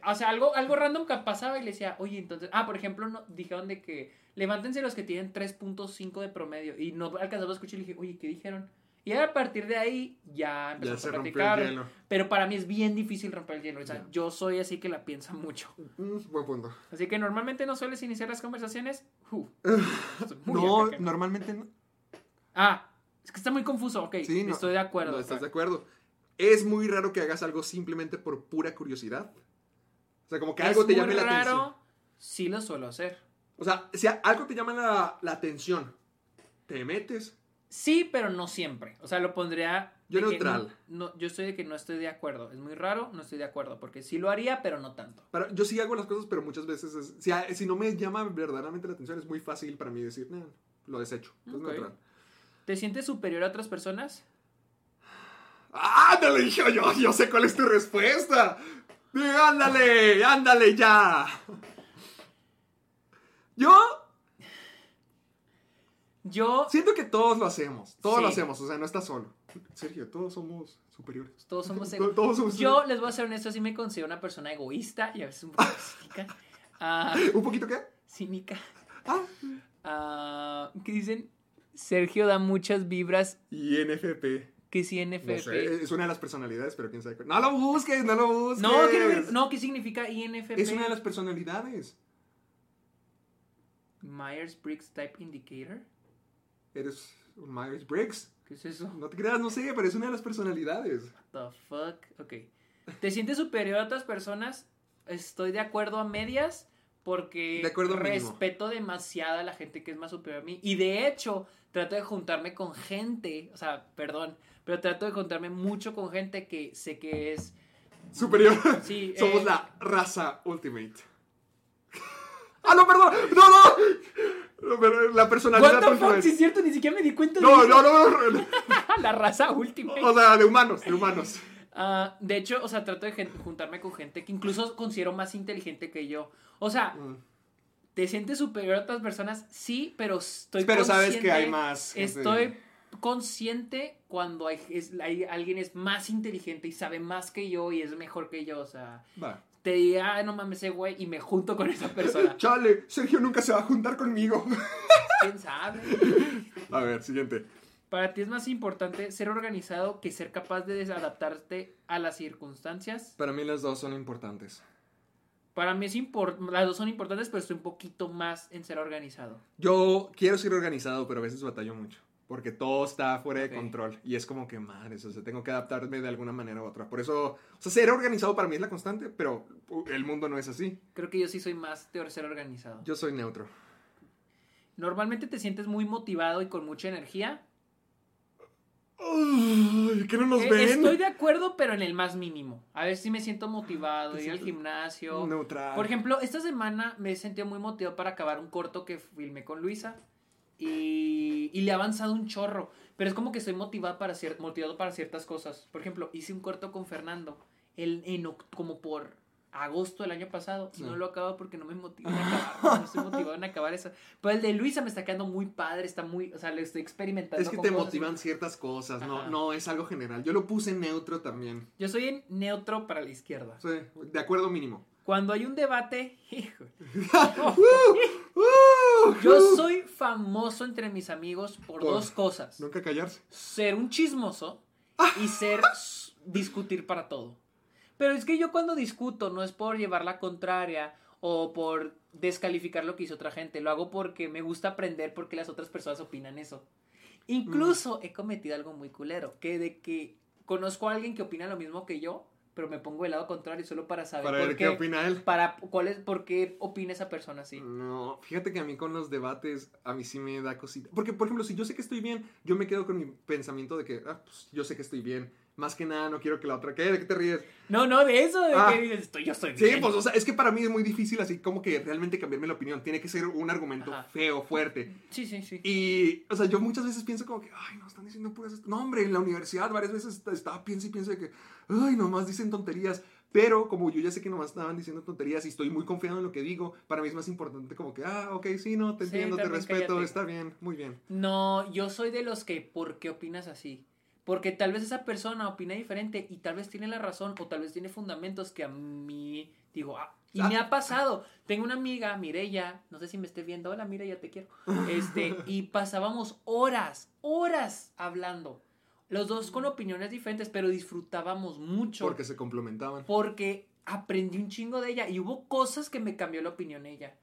Speaker 3: O sea, algo, algo random que pasaba y le decía, oye, entonces. Ah, por ejemplo, no, dijeron de que. Levántense los que tienen 3.5 de promedio. Y no alcanzaba a escuchar y le dije, oye, ¿qué dijeron? Y a partir de ahí ya
Speaker 4: ya
Speaker 3: empezamos
Speaker 4: se
Speaker 3: a
Speaker 4: rompió
Speaker 3: platicar.
Speaker 4: el hielo.
Speaker 3: Pero para mí es bien difícil romper el hielo. O sea, yo soy así que la piensa mucho.
Speaker 4: Mm, buen punto.
Speaker 3: Así que normalmente no sueles iniciar las conversaciones. Uh, muy
Speaker 4: (laughs) no,
Speaker 3: acá que no.
Speaker 4: normalmente no.
Speaker 3: Ah, es que está muy confuso. Ok,
Speaker 4: Sí, no.
Speaker 3: estoy de acuerdo.
Speaker 4: No, estás de acuerdo. Es muy raro que hagas algo simplemente por pura curiosidad. O sea, como que algo
Speaker 3: es
Speaker 4: te
Speaker 3: muy
Speaker 4: llame la
Speaker 3: raro,
Speaker 4: atención.
Speaker 3: Sí lo suelo hacer.
Speaker 4: O sea, si a- algo te llama la, la atención, te metes.
Speaker 3: Sí, pero no siempre. O sea, lo pondría.
Speaker 4: Yo
Speaker 3: de que
Speaker 4: neutral.
Speaker 3: No, no- yo estoy de que no estoy de acuerdo. Es muy raro, no estoy de acuerdo. Porque sí lo haría, pero no tanto.
Speaker 4: Para- yo sí hago las cosas, pero muchas veces, es- si, a- si no me llama verdaderamente la atención, es muy fácil para mí decir, "Nah, lo desecho. Es
Speaker 3: Ok.
Speaker 4: neutral.
Speaker 3: ¿Te sientes superior a otras personas?
Speaker 4: ¡Ándale, hijo! Yo, yo sé cuál es tu respuesta. Sí, ¡Ándale! ¡Ándale ya! Yo
Speaker 3: Yo
Speaker 4: siento que todos lo hacemos. Todos lo
Speaker 3: Sí.
Speaker 4: hacemos, o sea, no estás solo. Sergio, todos somos superiores.
Speaker 3: Todos
Speaker 4: (laughs)
Speaker 3: somos
Speaker 4: To- todos somos
Speaker 3: Yo les voy a ser honesto, sí me considero una persona egoísta y a veces un
Speaker 4: (laughs)
Speaker 3: poco cínica. Ah,
Speaker 4: ¿Un poquito qué?
Speaker 3: cínica. Ah, ¿Qué dicen? Sergio da muchas vibras
Speaker 4: INFP.
Speaker 3: que si
Speaker 4: No
Speaker 3: NFP.
Speaker 4: sé, es una de las personalidades, pero quién sabe. cu- No lo busques, no lo busques.
Speaker 3: No, quiero ver- no, ¿qué significa INFP?
Speaker 4: Es una de las personalidades.
Speaker 3: Myers-Briggs Type Indicator.
Speaker 4: Eres un Myers Briggs.
Speaker 3: ¿Qué es eso?
Speaker 4: No te creas, no sé, pero es una de las personalidades.
Speaker 3: The fuck. Ok. ¿Te sientes superior a otras personas? Estoy de acuerdo a medias porque
Speaker 4: De acuerdo mínimo.
Speaker 3: respeto demasiado a la gente que es más superior a mí. Y de hecho, trato de juntarme con gente, o sea, perdón, pero trato de juntarme mucho con gente que sé que es...
Speaker 4: Superior.
Speaker 3: Sí,
Speaker 4: (laughs) Somos
Speaker 3: eh,
Speaker 4: la raza ultimate. (laughs) ¡Ah, no, perdón! ¡No, no! No, pero La
Speaker 3: What
Speaker 4: personalidad
Speaker 3: the fuck,
Speaker 4: ultimate.
Speaker 3: sí es cierto, ni siquiera me di cuenta
Speaker 4: No,
Speaker 3: de
Speaker 4: no, no, no.
Speaker 3: (laughs) La raza última.
Speaker 4: O sea, de humanos, de humanos.
Speaker 3: Ah, de hecho, o sea, trato de gen- juntarme con gente que incluso considero más inteligente que yo. O sea,
Speaker 4: Mm.
Speaker 3: ¿te sientes superior a otras personas? Sí, pero estoy
Speaker 4: Pero sabes
Speaker 3: consciente-
Speaker 4: que hay más gente.
Speaker 3: Estoy consciente cuando hay, es- hay- alguien es más inteligente y sabe más que yo y es mejor que yo. O sea,
Speaker 4: Va.
Speaker 3: te diría, "Ah, no mames, ese güey, y me junto con esa
Speaker 4: (laughs)
Speaker 3: persona.
Speaker 4: Chale, Sergio nunca se va a juntar conmigo. (laughs)
Speaker 3: ¿Quién sabe?
Speaker 4: A ver, siguiente.
Speaker 3: ¿Para ti es más importante ser organizado que ser capaz de adaptarte a las circunstancias?
Speaker 4: Para mí las dos son importantes.
Speaker 3: Para mí es impor- las dos son importantes, pero estoy un poquito más en ser organizado.
Speaker 4: Yo quiero ser organizado, pero a veces batallo mucho. Porque todo está fuera de control. Y es como que, madre, o sea, tengo que adaptarme de alguna manera u otra. Por eso, o sea, ser organizado para mí es la constante, pero uh, el mundo no es así.
Speaker 3: Creo que yo sí soy más de ser organizado.
Speaker 4: Yo soy neutro.
Speaker 3: Normalmente te sientes muy motivado y con mucha energía.
Speaker 4: Ay, que no nos
Speaker 3: Eh,
Speaker 4: Pues ven.
Speaker 3: estoy de acuerdo, pero en el más mínimo. A ver si me siento motivado,
Speaker 4: Te
Speaker 3: ir al
Speaker 4: siento
Speaker 3: gimnasio.
Speaker 4: neutral.
Speaker 3: Por ejemplo, esta semana me he sentido muy motivado para acabar un corto que filmé con Luisa. Y, y le he avanzado un chorro. Pero es como que estoy motivado para, cier- motivado para ciertas cosas. Por ejemplo, hice un corto con Fernando el, en oc- como por agosto del año pasado. Y
Speaker 4: Sí.
Speaker 3: no lo acabo porque no me motivé en acabar. No
Speaker 4: (laughs)
Speaker 3: estoy motivado en acabar eso. Pero el de Luisa me está quedando muy padre. Está muy. O sea, lo estoy experimentando.
Speaker 4: Es que
Speaker 3: con
Speaker 4: te
Speaker 3: cosas.
Speaker 4: motivan ciertas cosas, no,
Speaker 3: Ajá.
Speaker 4: no es algo general. Yo lo puse neutro también.
Speaker 3: Yo soy en neutro para la izquierda.
Speaker 4: Sí, de acuerdo mínimo.
Speaker 3: (laughs) Cuando hay un debate, (laughs) hijo.
Speaker 4: ¡Uh!
Speaker 3: Yo soy famoso entre mis amigos por
Speaker 4: Por-
Speaker 3: dos cosas:
Speaker 4: Nunca callarse.
Speaker 3: ser un chismoso
Speaker 4: Ah.
Speaker 3: y ser s- discutir para todo. Pero es que yo cuando discuto no es por llevar la contraria o por descalificar lo que hizo otra gente, lo hago porque me gusta aprender porque las otras personas opinan eso.
Speaker 4: Mm.
Speaker 3: Incluso he cometido algo muy culero, que de que conozco a alguien que opina lo mismo que yo, pero me pongo del lado contrario solo para saber
Speaker 4: Para ver qué opina él.
Speaker 3: Para cuál es, por qué opina esa persona así.
Speaker 4: No, fíjate que a mí con los debates, a mí sí me da cosita. Porque, por ejemplo, si yo sé que estoy bien, yo me quedo con mi pensamiento de que, ah, pues yo sé que estoy bien. Más que nada, no quiero que la otra. ¿Qué? ¿De qué te ríes?
Speaker 3: No, no, de eso, de
Speaker 4: Ah.
Speaker 3: que dices, estoy, yo estoy
Speaker 4: Sí,
Speaker 3: bien.
Speaker 4: pues, o sea, es que para mí es muy difícil así como que realmente cambiarme la opinión. Tiene que ser un argumento feo, fuerte.
Speaker 3: Sí, sí, sí.
Speaker 4: Y, o sea, yo muchas veces pienso como que, ay, no, están diciendo puras... est- No, hombre, en la universidad varias veces está- estaba, piensa y piensa de que, ay, nomás dicen tonterías. Pero como yo ya sé que nomás estaban diciendo tonterías y estoy muy confiado en lo que digo, para mí es más importante como que, ah, ok, sí, no, te
Speaker 3: Sí,
Speaker 4: entiendo, te
Speaker 3: también
Speaker 4: respeto,
Speaker 3: cállate.
Speaker 4: está bien, muy bien.
Speaker 3: No, yo soy de los que, ¿por qué opinas así? Porque tal vez esa persona opina diferente y tal vez tiene la razón o tal vez tiene fundamentos que a mí digo, ah, y me ha pasado. Tengo una amiga, Mireya, no sé si me esté viendo, hola Mireya, te quiero. Este, y pasábamos horas, horas hablando. Los dos
Speaker 4: Mm.
Speaker 3: con opiniones diferentes, pero disfrutábamos mucho.
Speaker 4: Porque se complementaban.
Speaker 3: Porque aprendí un chingo de ella y hubo cosas que me cambió la opinión de ella.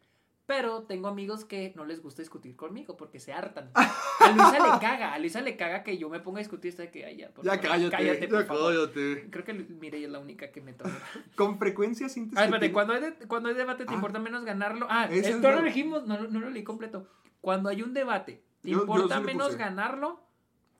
Speaker 3: Pero tengo amigos que no les gusta discutir conmigo porque se
Speaker 4: (laughs)
Speaker 3: hartan. A Luisa le caga, a Luisa le caga que yo me ponga a discutir hasta que ay, ya, por
Speaker 4: Ya
Speaker 3: favor,
Speaker 4: cállate,
Speaker 3: cállate, por
Speaker 4: ya
Speaker 3: favor.
Speaker 4: cállate.
Speaker 3: Creo que Mireya es la única que me tolera.
Speaker 4: Con frecuencia sientes
Speaker 3: Ah,
Speaker 4: que
Speaker 3: espérate,
Speaker 4: tienes-
Speaker 3: cuando hay, de- cuando hay debate te importa menos ganarlo. Ah,
Speaker 4: Ese es
Speaker 3: esto lo
Speaker 4: la-
Speaker 3: dijimos, no, lo- no lo leí completo. Cuando hay un debate, te
Speaker 4: Yo- yo
Speaker 3: importa
Speaker 4: sí le
Speaker 3: menos
Speaker 4: puse.
Speaker 3: ganarlo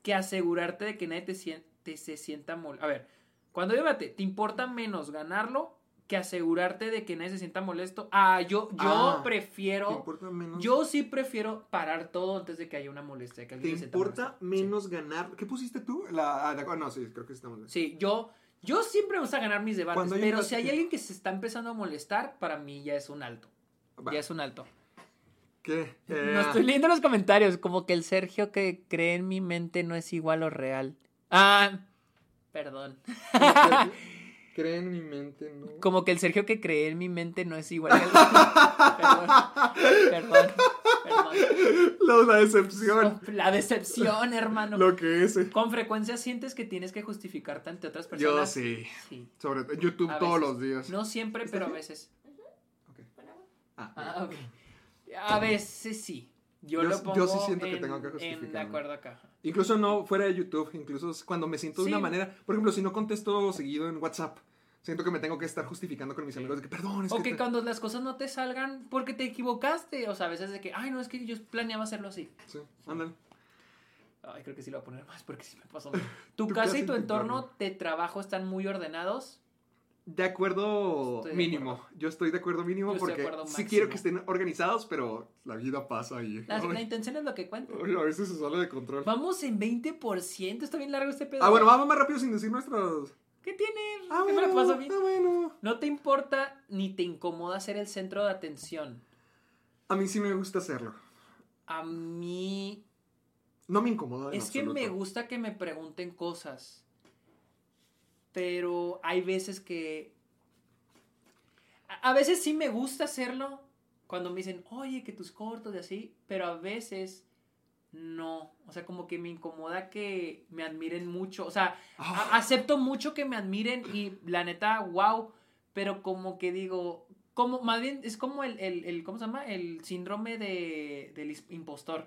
Speaker 3: que asegurarte de que nadie te, sien- te se sienta molesto. A ver, cuando hay debate, te importa menos ganarlo que asegurarte de que nadie se sienta molesto. Ah, yo, yo
Speaker 4: Ah,
Speaker 3: prefiero.
Speaker 4: te importa menos-
Speaker 3: Yo sí prefiero parar todo antes de que haya una molestia. de Que
Speaker 4: ¿Te
Speaker 3: alguien se sienta
Speaker 4: importa menos ganar? ¿Qué pusiste tú? La, ah, de acuerdo, no, sí, creo que estamos bien.
Speaker 3: Sí, yo, yo siempre me gusta ganar mis debates,
Speaker 4: Cuando hay un
Speaker 3: pero
Speaker 4: debate
Speaker 3: si hay
Speaker 4: que-
Speaker 3: alguien que se está empezando a molestar, para mí ya es un alto. Ya es un alto.
Speaker 4: ¿Qué? Eh,
Speaker 3: No estoy leyendo los comentarios, como que el Sergio que cree en mi mente no es igual o real. Ah, perdón.
Speaker 4: (laughs) Cree en mi mente, ¿no?
Speaker 3: Como que el Sergio que cree en mi mente no es igual.
Speaker 4: (laughs)
Speaker 3: al- perdón, perdón,
Speaker 4: La, la decepción.
Speaker 3: La decepción, hermano.
Speaker 4: Lo que es. eh.
Speaker 3: Con frecuencia sientes que tienes que justificarte ante otras personas.
Speaker 4: Yo sí. Sobre todo en YouTube
Speaker 3: A
Speaker 4: todos
Speaker 3: veces.
Speaker 4: los días.
Speaker 3: No siempre, pero a veces.
Speaker 4: Ah,
Speaker 3: Ah, ok. A veces sí. Yo,
Speaker 4: Yo-
Speaker 3: lo
Speaker 4: yo
Speaker 3: pongo
Speaker 4: sí siento que
Speaker 3: en-
Speaker 4: tengo que
Speaker 3: en de
Speaker 4: justificarme.
Speaker 3: acuerdo acá.
Speaker 4: Incluso no fuera de YouTube, incluso es cuando me siento de
Speaker 3: Sí.
Speaker 4: una manera. Por ejemplo, si no contesto seguido en WhatsApp, siento que me tengo que estar justificando con mis amigos de que perdón, es
Speaker 3: O que
Speaker 4: que. te-".
Speaker 3: cuando las cosas no te salgan porque te equivocaste. O sea, a veces de que, ay, no, es que yo planeaba hacerlo así.
Speaker 4: Sí, ándale.
Speaker 3: Ay, creo que sí lo voy a poner más porque sí me
Speaker 4: (laughs)
Speaker 3: pasó. Tu casa y tu entorno de trabajo están muy ordenados.
Speaker 4: De acuerdo
Speaker 3: Estoy de
Speaker 4: mínimo. Yo estoy de acuerdo mínimo
Speaker 3: Yo estoy de
Speaker 4: porque
Speaker 3: acuerdo
Speaker 4: sí
Speaker 3: máximo.
Speaker 4: quiero que estén organizados, pero la vida pasa y.
Speaker 3: La, la
Speaker 4: ay,
Speaker 3: intención es lo que cuenta.
Speaker 4: ay, a veces se sale de control.
Speaker 3: Vamos en 20%. Está bien largo este pedo.
Speaker 4: Ah, bueno, vamos más rápido sin decir nuestros.
Speaker 3: ¿Qué tiene?
Speaker 4: Ah,
Speaker 3: ¿Qué me la
Speaker 4: bueno,
Speaker 3: paso bien?
Speaker 4: ah, bueno.
Speaker 3: No te importa ni te incomoda ser el centro de atención.
Speaker 4: A mí sí me gusta hacerlo.
Speaker 3: A mí
Speaker 4: No me incomoda. en
Speaker 3: Es que me
Speaker 4: absoluto.
Speaker 3: gusta que me pregunten cosas. Pero hay veces que. A a veces sí me gusta hacerlo. Cuando me dicen, oye, que tus cortos y así. Pero a veces no. O sea, como que me incomoda que me admiren mucho. O sea,
Speaker 4: Ah,
Speaker 3: a- acepto mucho que me admiren y la neta, wow. Pero como que digo. Como, más bien, es como el, el- el- ¿cómo se llama? El síndrome de, del is- impostor.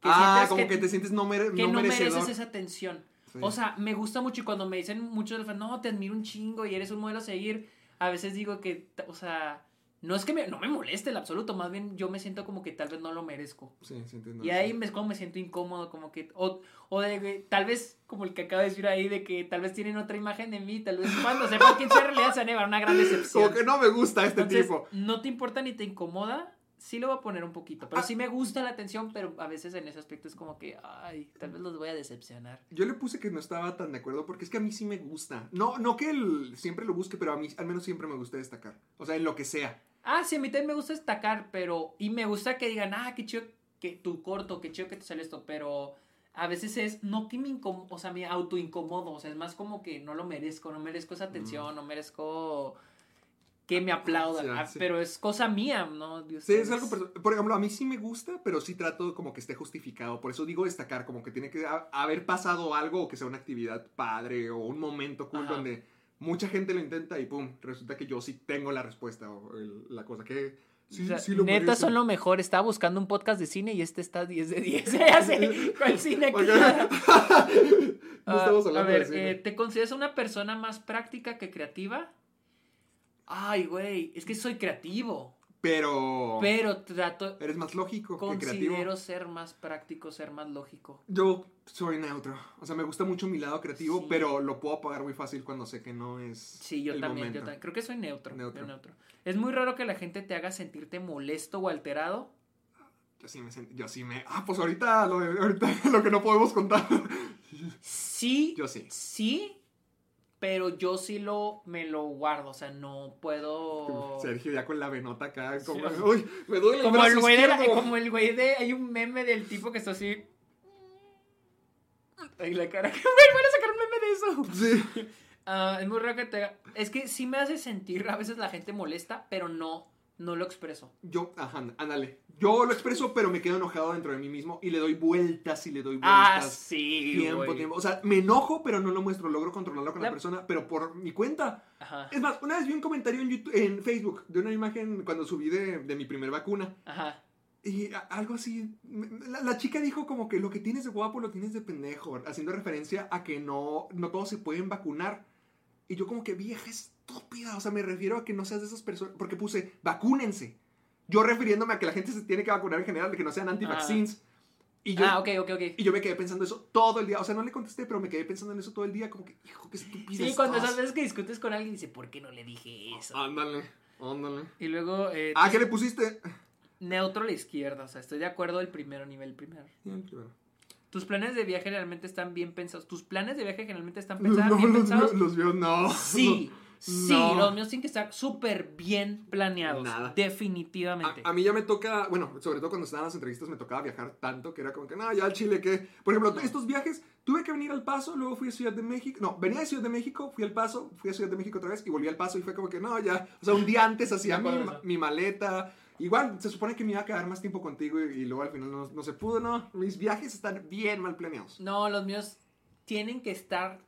Speaker 3: Que
Speaker 4: Ah,
Speaker 3: sientes
Speaker 4: como que, te sientes no, mere-
Speaker 3: que
Speaker 4: no
Speaker 3: no,
Speaker 4: merecedor.
Speaker 3: mereces esa atención.
Speaker 4: Sí.
Speaker 3: O sea, me gusta mucho y cuando me dicen muchos del no, te admiro un chingo y eres un modelo a seguir, a veces digo que, t- o sea, no es que me, no me moleste el absoluto, más bien yo me siento como que tal vez no lo merezco.
Speaker 4: Sí, sí, entiendo.
Speaker 3: y ahí es como me siento incómodo, como que, o, o de, que tal vez, como el que acaba de decir ahí, de que tal vez tienen otra imagen de mí, tal vez cuando sepa quién soy en realidad se van a llevar una gran decepción.
Speaker 4: Como que no me gusta este
Speaker 3: Entonces,
Speaker 4: tipo.
Speaker 3: No te importa ni te incomoda. Sí lo voy a poner un poquito, pero sí me gusta la atención, pero a veces en ese aspecto es como que, ay, tal vez los voy a decepcionar.
Speaker 4: Yo le puse que no estaba tan de acuerdo porque es que a mí sí me gusta. No, no que el- siempre lo busque, pero a mí al menos siempre me gusta destacar. O sea, en lo que sea.
Speaker 3: Ah, sí, a mí también me gusta destacar, pero, y me gusta que digan, ah, qué chido que tu corto, qué chido que te sale esto, pero a veces es, no que me incomodo, o sea, me autoincomodo, o sea, es más como que no lo merezco, no merezco esa atención, no merezco que me aplaudan,
Speaker 4: Sí,
Speaker 3: ah,
Speaker 4: sí.
Speaker 3: pero es cosa mía, ¿no? De
Speaker 4: Sí, es
Speaker 3: ustedes.
Speaker 4: algo perso- Por ejemplo, a mí sí me gusta, pero sí trato como que esté justificado. Por eso digo destacar, como que tiene que ha- haber pasado algo o que sea una actividad padre o un momento cool
Speaker 3: Ajá.
Speaker 4: donde mucha gente lo intenta y pum, resulta que yo sí tengo la respuesta o el- la cosa que Sí,
Speaker 3: O sea,
Speaker 4: sí lo
Speaker 3: neta
Speaker 4: merece.
Speaker 3: son lo mejor. Estaba buscando un podcast de cine y este está 10 de 10. (laughs) Ya sé, ¿Cuál
Speaker 4: (laughs)
Speaker 3: cine aquí?
Speaker 4: Ok.
Speaker 3: (laughs)
Speaker 4: No estamos
Speaker 3: Ah, a
Speaker 4: hablando de
Speaker 3: ver,
Speaker 4: cine.
Speaker 3: eh, ¿te consideras una persona más práctica que creativa? Ay, güey, es que soy creativo.
Speaker 4: Pero.
Speaker 3: Pero trato.
Speaker 4: Eres más lógico que
Speaker 3: Considero
Speaker 4: creativo.
Speaker 3: ser más práctico, ser más lógico.
Speaker 4: Yo soy neutro. O sea, me gusta mucho mi lado creativo,
Speaker 3: Sí.
Speaker 4: pero lo puedo apagar muy fácil cuando sé que no es.
Speaker 3: Sí, yo
Speaker 4: el
Speaker 3: también, yo
Speaker 4: momento.
Speaker 3: también. Creo que soy neutro, yo
Speaker 4: Neutro.
Speaker 3: neutro. Es muy raro que la gente te haga sentirte molesto o alterado.
Speaker 4: Yo sí me sent- Yo sí me. Ah, pues ahorita lo, de- ahorita (laughs) lo que no podemos contar.
Speaker 3: Sí.
Speaker 4: Yo sí.
Speaker 3: Sí, pero yo sí lo me lo guardo, o sea, no puedo
Speaker 4: (laughs) Sergio ya con la venota acá. Como,
Speaker 3: Sí.
Speaker 4: Uy, me duele
Speaker 3: como el
Speaker 4: brazo
Speaker 3: güey de la-
Speaker 4: izquierdo".
Speaker 3: como el güey de hay un meme del tipo que está así en la cara. (laughs) Güey, voy a sacar un meme de eso. (laughs) Sí. es muy raro que te haga- es que sí me hace sentir a veces la gente molesta, pero no no lo expreso.
Speaker 4: Yo, ajá, ándale. Yo lo expreso, pero me quedo enojado dentro de mí mismo y le doy vueltas y le doy
Speaker 3: Ah,
Speaker 4: vueltas.
Speaker 3: sí,
Speaker 4: Tiempo,
Speaker 3: güey.
Speaker 4: tiempo. O sea, me enojo, pero no lo muestro. Logro controlarlo con la,
Speaker 3: La-
Speaker 4: persona, pero por mi cuenta.
Speaker 3: Ajá.
Speaker 4: Es más, una vez vi un comentario en, YouTube- en Facebook de una imagen cuando subí de, de mi primer vacuna.
Speaker 3: Ajá.
Speaker 4: Y a- algo así. me- La, la chica dijo como que lo que tienes de guapo lo tienes de pendejo, haciendo referencia a que no, no todos se pueden vacunar. Y yo, como que vieja estúpida. O sea, me refiero a que no seas de esas personas. Porque puse, vacúnense. Yo refiriéndome a que la gente se tiene que vacunar en general, de que no sean anti-vaccines. Y yo,
Speaker 3: Ah, ok, ok, ok.
Speaker 4: y yo me quedé pensando eso todo el día. O sea, no le contesté, pero me quedé pensando en eso todo el día. Como que, hijo, qué estúpida.
Speaker 3: Sí, cuando
Speaker 4: estás".
Speaker 3: esas veces que discutes con alguien y dice, ¿por qué no le dije eso?
Speaker 4: (laughs) Ándale, ándale.
Speaker 3: Y luego, eh,
Speaker 4: Ah, ¿qué le pusiste?
Speaker 3: neutro a la izquierda, o sea, estoy de acuerdo el primero, nivel primero. Tus planes de viaje generalmente están bien pensados. Tus planes de viaje generalmente están
Speaker 4: (laughs) No,
Speaker 3: pensados, bien
Speaker 4: los,
Speaker 3: pensados.
Speaker 4: veo- los veo, no. (laughs)
Speaker 3: Sí, sí,
Speaker 4: No.
Speaker 3: los míos tienen que estar súper bien planeados.
Speaker 4: Nada.
Speaker 3: Definitivamente.
Speaker 4: A mí ya me toca, bueno, sobre todo cuando estaban las entrevistas me tocaba viajar tanto que era como que, no, ya al Chile, que, por ejemplo, estos viajes, tuve que venir al Paso, luego fui a Ciudad de México, no, venía de Ciudad de México, fui al Paso, fui a Ciudad de México otra vez y volví al Paso y fue como que, no, ya, o sea, un
Speaker 3: (laughs)
Speaker 4: día antes hacía
Speaker 3: Me
Speaker 4: mi,
Speaker 3: acuerdo de
Speaker 4: ma- mi maleta, igual se supone que me iba a quedar más tiempo contigo y, y luego al final no, no se pudo, no, mis viajes están bien mal planeados.
Speaker 3: No, los míos tienen que estar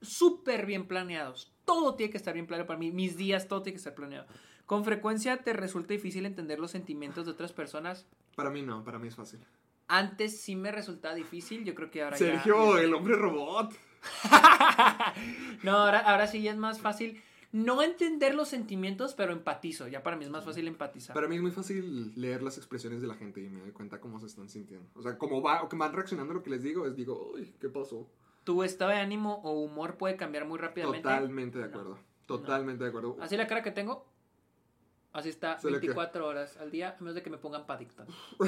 Speaker 3: súper bien planeados. Todo tiene que estar bien planeado para mí. Mis días, todo tiene que estar planeado. Con frecuencia te resulta difícil entender los sentimientos de otras personas.
Speaker 4: Para mí no, para mí es fácil.
Speaker 3: Antes sí me resultaba difícil, yo creo que ahora ya-
Speaker 4: Sergio, el hombre robot.
Speaker 3: (laughs) No, ahora, ahora sí ya es más fácil no entender los sentimientos, pero empatizo. Ya para mí es más fácil empatizar.
Speaker 4: Para mí es muy fácil leer las expresiones de la gente y me doy cuenta cómo se están sintiendo. O sea, cómo va, o que van reaccionando a lo que les digo, es digo, uy, ¿qué pasó?
Speaker 3: Tu estado de ánimo o humor puede cambiar muy rápidamente.
Speaker 4: Totalmente de acuerdo. Totalmente de acuerdo.
Speaker 3: Así la cara que tengo, así está
Speaker 4: Se le queda.
Speaker 3: 24 horas al día, a menos de que me pongan Paddington.
Speaker 4: (laughs)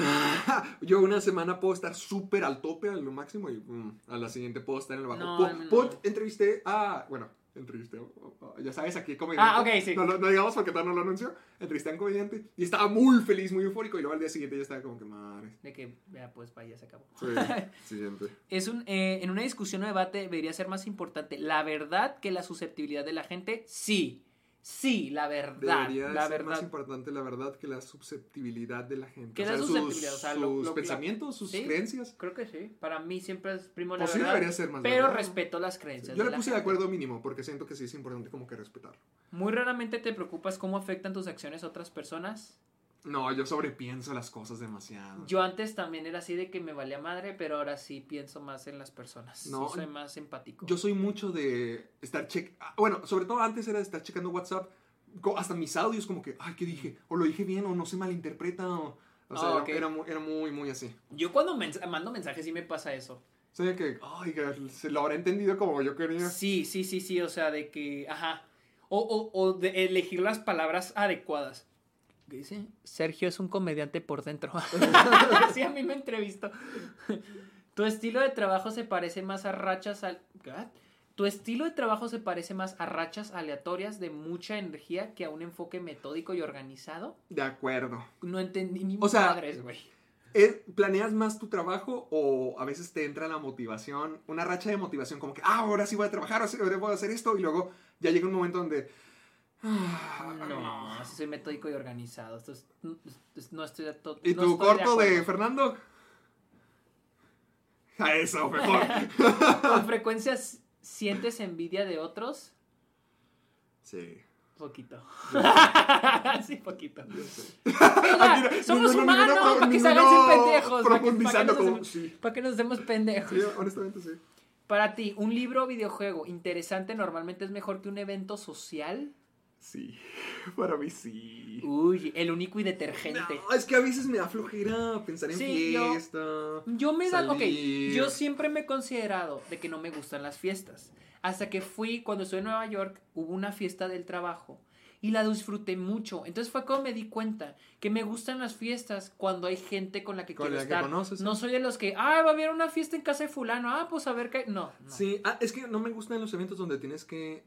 Speaker 4: Yo una semana puedo estar súper al tope, a lo máximo, y mm, a la siguiente puedo estar en el bajo.
Speaker 3: No,
Speaker 4: Po-
Speaker 3: no,
Speaker 4: po- Entrevisté a... Bueno, entrevisté a- Ya sabes, aquí como
Speaker 3: Ah, ok, sí.
Speaker 4: No, lo- no digamos porque todavía no lo anunció. Entrevisté a un comediante y estaba muy feliz, muy eufórico, y luego al día siguiente ya estaba como que, madre.
Speaker 3: De que, ya pues, vaya, se acabó.
Speaker 4: Sí,
Speaker 3: (laughs)
Speaker 4: siguiente.
Speaker 3: Es un, eh, en una discusión o debate debería ser más importante la verdad que la susceptibilidad de la gente. Sí, sí, la verdad.
Speaker 4: Debería
Speaker 3: la
Speaker 4: ser más
Speaker 3: verdad.
Speaker 4: importante la verdad que la susceptibilidad de la gente.
Speaker 3: ¿Qué
Speaker 4: O
Speaker 3: es la
Speaker 4: sea, sus-
Speaker 3: susceptibilidad? O sea, lo-
Speaker 4: sus
Speaker 3: lo-
Speaker 4: pensamientos, sus
Speaker 3: sí,
Speaker 4: creencias.
Speaker 3: Creo que sí. Para mí siempre es primo la
Speaker 4: Pues sí
Speaker 3: verdad.
Speaker 4: debería ser más la
Speaker 3: pero
Speaker 4: verdad.
Speaker 3: respeto las creencias.
Speaker 4: Yo
Speaker 3: de
Speaker 4: le
Speaker 3: la
Speaker 4: puse de
Speaker 3: gente.
Speaker 4: acuerdo mínimo porque siento que sí es importante como que respetarlo.
Speaker 3: Muy raramente te preocupas cómo afectan tus acciones a otras personas.
Speaker 4: No, yo sobrepienso las cosas demasiado.
Speaker 3: Yo antes también era así de que me valía madre, pero ahora sí pienso más en las personas.
Speaker 4: No,
Speaker 3: Sí soy más empático.
Speaker 4: Yo soy mucho de estar check... ah, Bueno, sobre todo antes era de estar checando WhatsApp. co- Hasta mis audios como que, ay, ¿qué dije? O lo dije bien o no se malinterpreta. O, o sea,
Speaker 3: Ah,
Speaker 4: era-
Speaker 3: ok.
Speaker 4: era, mu- era muy, muy así.
Speaker 3: Yo cuando mens- mando mensajes sí me pasa eso.
Speaker 4: O sea, que, ay, que se lo habrá entendido como yo quería.
Speaker 3: Sí, sí, sí, sí, o sea, de que, ajá. O, o- o de elegir las palabras adecuadas. ¿Qué dice? Sergio es un comediante por dentro. (laughs) Así a mí me entrevistó. tu estilo de trabajo se parece más a rachas al... ¿Qué? Tu estilo de trabajo se parece más a rachas aleatorias de mucha energía que a un enfoque metódico y organizado.
Speaker 4: De acuerdo.
Speaker 3: No entendí ni
Speaker 4: O sea,
Speaker 3: madres, güey.
Speaker 4: ¿Eh, ¿Planeas más tu trabajo o a veces te entra la motivación, una racha de motivación como que, ah, ahora sí voy a trabajar, ahora sí ahora voy a hacer esto y luego ya llega un momento donde... "Ah,
Speaker 3: No, así soy metódico y organizado. Esto es- es- no estoy a to-
Speaker 4: ¿Y
Speaker 3: no
Speaker 4: tu
Speaker 3: estoy
Speaker 4: corto de,
Speaker 3: acuerdo.
Speaker 4: Fernando? A eso, mejor. (laughs)
Speaker 3: ¿Con frecuencia s- sientes envidia de otros?
Speaker 4: (laughs) sí.
Speaker 3: Poquito. (laughs) sí, poquito.
Speaker 4: Ah,
Speaker 3: Mira, somos
Speaker 4: Ninguno-
Speaker 3: humanos,
Speaker 4: ninguno pro-
Speaker 3: para que se hagan
Speaker 4: ninguno
Speaker 3: sin pendejos. para que-
Speaker 4: profundizando
Speaker 3: para que, nos
Speaker 4: como-
Speaker 3: hacemos-
Speaker 4: sí.
Speaker 3: (laughs) para que nos hacemos pendejos.
Speaker 4: Sí, honestamente sí.
Speaker 3: Para ti, ¿un libro o videojuego interesante normalmente es mejor que un evento social?
Speaker 4: Sí, (laughs) para mí sí.
Speaker 3: Uy, el único y detergente.
Speaker 4: No, es que a veces me da flojera pensar en
Speaker 3: Sí, yo-
Speaker 4: fiesta.
Speaker 3: Yo me da, ok,
Speaker 4: salir.
Speaker 3: yo siempre me he considerado de que no me gustan las fiestas. Hasta que fui, cuando estuve en Nueva York, hubo una fiesta del trabajo y la disfruté mucho. Entonces fue cuando me di cuenta que me gustan las fiestas cuando hay gente con la que
Speaker 4: Con
Speaker 3: quiero
Speaker 4: la que
Speaker 3: estar.
Speaker 4: conoces,
Speaker 3: no soy de los que, ah, va a haber una fiesta en casa de fulano, ah, pues a ver qué. No, no.
Speaker 4: Sí, ah, es que no me gustan los eventos donde tienes que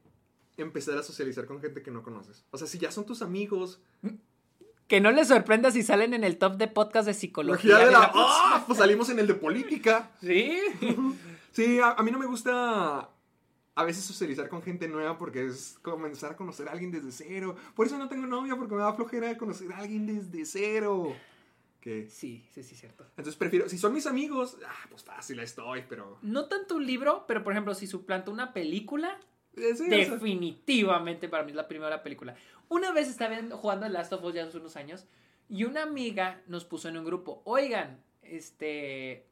Speaker 4: empezar a socializar con gente que no conoces. O sea, si ya son tus amigos.
Speaker 3: Que no les sorprenda si salen en el top de podcast de psicología.
Speaker 4: Logía de
Speaker 3: de
Speaker 4: la-
Speaker 3: la-
Speaker 4: ¡Ah! Pues salimos en el de política.
Speaker 3: Sí.
Speaker 4: Sí, a, a mí no me gusta a veces socializar con gente nueva porque es comenzar a conocer a alguien desde cero. Por eso no tengo novia, porque me da flojera conocer a alguien desde cero. ¿Qué?
Speaker 3: (laughs) Sí, sí, sí, cierto.
Speaker 4: Entonces prefiero, si son mis amigos, ah, pues fácil, ahí estoy, pero...
Speaker 3: No tanto un libro, pero por ejemplo, si suplanta una película,
Speaker 4: Eh, sí, o sea,
Speaker 3: Definitivamente para mí es la primera película. Una vez estaba viendo- jugando el Last of Us ya hace unos años y una amiga nos puso en un grupo, oigan, este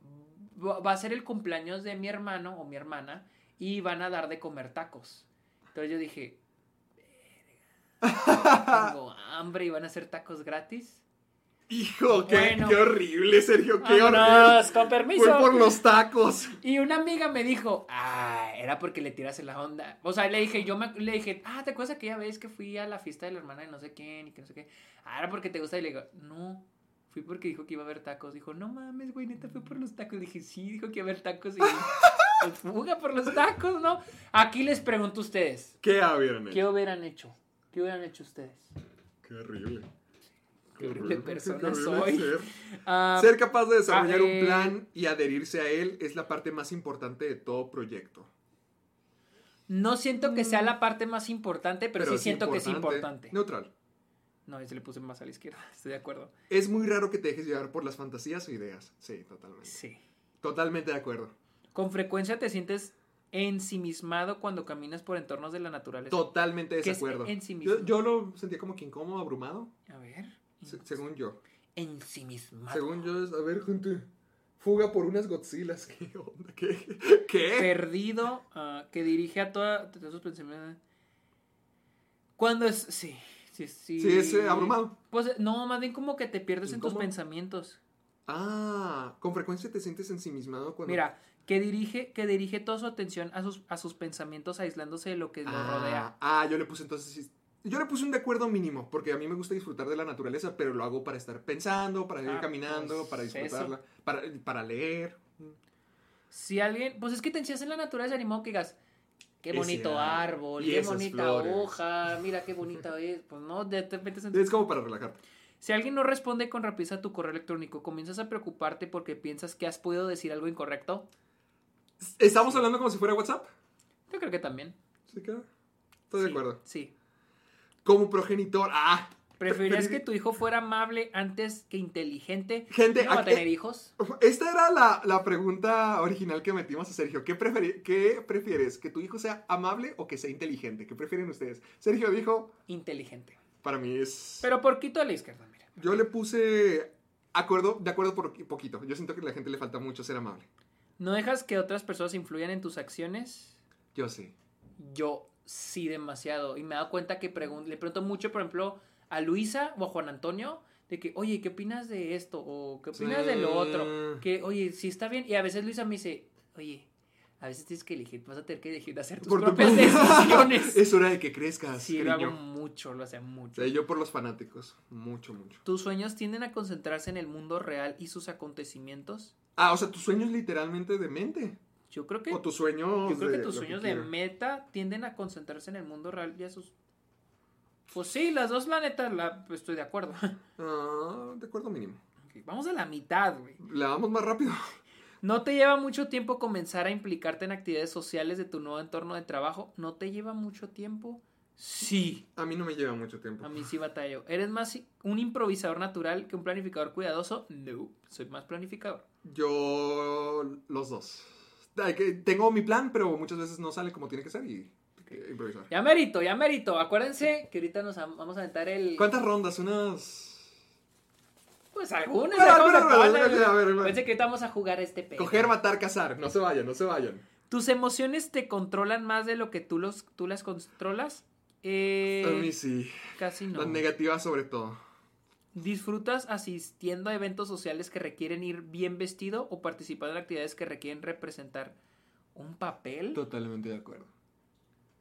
Speaker 3: va va a ser el cumpleaños de mi hermano o mi hermana y van a dar de comer tacos. Entonces yo dije, "Verga, (laughs) tengo hambre y van a hacer tacos gratis.
Speaker 4: Hijo, qué,
Speaker 3: Bueno.
Speaker 4: qué horrible, Sergio, qué
Speaker 3: Vámonos,
Speaker 4: horrible.
Speaker 3: con permiso.
Speaker 4: Fue por los tacos.
Speaker 3: Y una amiga me dijo, ah, era porque le tiras en la onda. O sea, le dije, yo me- le dije, ah, ¿te acuerdas aquella vez que fui a la fiesta de la hermana de no sé quién y que no sé qué? Ah, era porque te gusta. Y le digo, no, fui porque dijo que iba a haber tacos. Dijo, no mames, güey, neta, fue por los tacos. dije, sí, dijo que iba a haber tacos y pues, fuga por los tacos, ¿no? Aquí les pregunto a ustedes,
Speaker 4: ¿Qué habían hecho?
Speaker 3: ¿qué hubieran hecho? ¿Qué hubieran hecho ustedes?
Speaker 4: Qué horrible.
Speaker 3: (laughs) Qué horrible persona
Speaker 4: horrible
Speaker 3: soy.
Speaker 4: ser.
Speaker 3: Ah,
Speaker 4: Ser capaz de desarrollar
Speaker 3: ah,
Speaker 4: un
Speaker 3: eh,
Speaker 4: plan y adherirse a él es la parte más importante de todo proyecto.
Speaker 3: No siento que sea la parte más importante, pero, sí
Speaker 4: es
Speaker 3: siento que es importante.
Speaker 4: Neutral.
Speaker 3: No, yo le puse más a la izquierda, (laughs) estoy de acuerdo.
Speaker 4: Es muy raro que te dejes llevar por las fantasías o ideas. Sí, totalmente.
Speaker 3: Sí. Pues,
Speaker 4: Totalmente de acuerdo.
Speaker 3: Con frecuencia te sientes ensimismado cuando caminas por entornos de la naturaleza.
Speaker 4: Totalmente
Speaker 3: ¿Qué es
Speaker 4: desacuerdo.
Speaker 3: ensimismo?
Speaker 4: yo, yo lo sentía como que incómodo, abrumado,
Speaker 3: A ver.
Speaker 4: se- según yo.
Speaker 3: Ensimismado.
Speaker 4: Según yo es, a ver, gente, fuga por unas Godzillas. (laughs) ¿Qué onda? ¿Qué? ¿Qué?
Speaker 3: (laughs) Perdido, ah, que dirige a toda- todos sus pensamientos. Cuando es. Sí, sí, sí.
Speaker 4: Sí, es, eh, abrumado.
Speaker 3: Pues no, más bien como que te pierdes en tus
Speaker 4: Incómodo.
Speaker 3: pensamientos.
Speaker 4: Ah, con frecuencia te sientes ensimismado cuando...
Speaker 3: Mira, que dirige, que dirige toda su atención a sus, a sus pensamientos aislándose de lo que lo
Speaker 4: Ah,
Speaker 3: rodea.
Speaker 4: Ah, yo le puse entonces. sí. Yo le puse un de acuerdo mínimo, porque a mí me gusta disfrutar de la naturaleza, pero lo hago para estar pensando, para ir
Speaker 3: Ah,
Speaker 4: caminando,
Speaker 3: pues,
Speaker 4: para disfrutarla, para, para leer.
Speaker 3: Si alguien, pues es que te encías en la naturaleza, ni modo que digas, qué
Speaker 4: Ese
Speaker 3: bonito
Speaker 4: árbol,
Speaker 3: árbol,
Speaker 4: ah, y
Speaker 3: qué
Speaker 4: esas
Speaker 3: bonita
Speaker 4: flores".
Speaker 3: hoja, mira qué
Speaker 4: (laughs)
Speaker 3: bonita es. Pues no, de te metes en-
Speaker 4: Es como para relajarte.
Speaker 3: Si alguien no responde con rapidez a tu correo electrónico, comienzas a preocuparte porque piensas que has podido decir algo incorrecto.
Speaker 4: ¿Estamos hablando como si fuera WhatsApp?
Speaker 3: Yo creo que también.
Speaker 4: ¿Sí, claro. Estoy de acuerdo.
Speaker 3: Sí.
Speaker 4: Como progenitor, ah.
Speaker 3: ¿Preferirías que
Speaker 4: Preferir-
Speaker 3: tu hijo fuera amable antes que inteligente?
Speaker 4: Gente,
Speaker 3: ¿No va a
Speaker 4: aquí-
Speaker 3: tener hijos?
Speaker 4: Esta era la, la pregunta original que metimos a Sergio. ¿Qué, preferi- ¿Qué prefieres? ¿Que tu hijo sea amable o que sea inteligente? ¿Qué prefieren ustedes? Sergio dijo,
Speaker 3: Inteligente.
Speaker 4: para mí es
Speaker 3: Pero por quito a la izquierda, mira.
Speaker 4: Yo le puse acuerdo, de acuerdo por poquito. Yo siento que a la gente le falta mucho ser amable.
Speaker 3: ¿No dejas que otras personas influyan en tus acciones?
Speaker 4: Yo sí.
Speaker 3: Yo sí demasiado. Y me he dado cuenta que pregun- le pregunto mucho, por ejemplo, a Luisa o a Juan Antonio, de que, oye, ¿qué opinas de esto? O ¿qué opinas de lo otro?
Speaker 4: Sí.
Speaker 3: Que, oye, sí está bien. Y a veces Luisa me dice, oye, a veces tienes que elegir, vas a tener que elegir de hacer tus
Speaker 4: Por tu
Speaker 3: propias
Speaker 4: propia-
Speaker 3: (laughs) decisiones.
Speaker 4: (laughs) es hora de que crezcas,
Speaker 3: sí, lo hago
Speaker 4: cariño.
Speaker 3: mucho, lo hacía mucho.
Speaker 4: O sea, yo por los fanáticos. Mucho, mucho.
Speaker 3: ¿Tus sueños tienden a concentrarse en el mundo real y sus acontecimientos?
Speaker 4: Ah, o sea, tus sueños literalmente de mente.
Speaker 3: Yo creo que...
Speaker 4: O tus sueños.
Speaker 3: Yo creo que
Speaker 4: de
Speaker 3: tus
Speaker 4: lo
Speaker 3: sueños de
Speaker 4: quiero.
Speaker 3: meta tienden a concentrarse en el mundo real y a sus. Pues sí, las dos, la neta, la, pues, estoy de acuerdo. (laughs)
Speaker 4: Ah, de acuerdo mínimo.
Speaker 3: Ok, Vamos a la mitad, güey.
Speaker 4: Le vamos más rápido.
Speaker 3: ¿No te lleva mucho tiempo comenzar a implicarte en actividades sociales de tu nuevo entorno de trabajo? ¿No te lleva mucho tiempo? Sí.
Speaker 4: A mí no me lleva mucho tiempo.
Speaker 3: A mí sí batallo. ¿Eres más un improvisador natural que un planificador cuidadoso? No, soy más planificador.
Speaker 4: Yo los dos. Ay, que Tengo mi plan, pero muchas veces no sale como tiene que ser y improvisar.
Speaker 3: Ya merito, ya merito. Acuérdense que ahorita nos am- vamos a aventar el.
Speaker 4: ¿Cuántas rondas? Unas.
Speaker 3: Pues algunas.
Speaker 4: Bueno,
Speaker 3: algunas
Speaker 4: algunas rondas,
Speaker 3: rondas.
Speaker 4: ok, a ver, a ver.
Speaker 3: Pensé que ahorita vamos a jugar este pedo.
Speaker 4: Coger, matar, cazar. No se vayan, no se vayan.
Speaker 3: ¿Tus emociones te controlan más de lo que tú, los, tú las controlas? Eh,
Speaker 4: A mí sí.
Speaker 3: Casi no.
Speaker 4: Las negativas sobre todo.
Speaker 3: ¿Disfrutas asistiendo a eventos sociales que requieren ir bien vestido o participando en actividades que requieren representar un papel?
Speaker 4: Totalmente de acuerdo.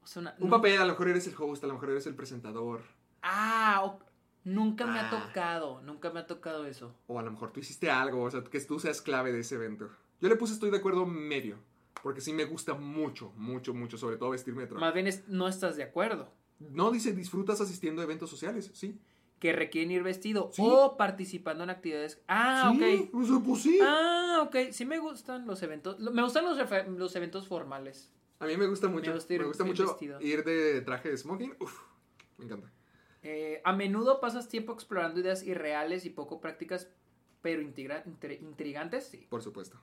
Speaker 3: O sea, una-
Speaker 4: Un
Speaker 3: nun-
Speaker 4: papel, a lo mejor eres el host, a lo mejor eres el presentador.
Speaker 3: Ah, o- nunca me ha
Speaker 4: Ah.
Speaker 3: tocado, nunca me ha tocado eso.
Speaker 4: O a lo mejor tú hiciste algo, o sea, que tú seas clave de ese evento. Yo le puse estoy de acuerdo medio, porque sí me gusta mucho, mucho, mucho, sobre todo vestirme de traje.
Speaker 3: Más bien es- no estás de acuerdo.
Speaker 4: No, dice, disfrutas asistiendo a eventos sociales, sí.
Speaker 3: Que requieren ir vestido o participando en actividades. Ah,
Speaker 4: Sí,
Speaker 3: ok.
Speaker 4: o sea, pues sí.
Speaker 3: Ah, ok. Sí me gustan los eventos. lo- Me gustan los, refe- los eventos formales.
Speaker 4: A mí me gusta mucho,
Speaker 3: Me
Speaker 4: me,
Speaker 3: gusta ir
Speaker 4: gusta
Speaker 3: bien
Speaker 4: mucho
Speaker 3: vestido.
Speaker 4: ir de traje de smoking, uf, me encanta.
Speaker 3: Eh, a menudo pasas tiempo explorando ideas irreales y poco prácticas, pero integra- intri- intrigantes, sí.
Speaker 4: Por supuesto.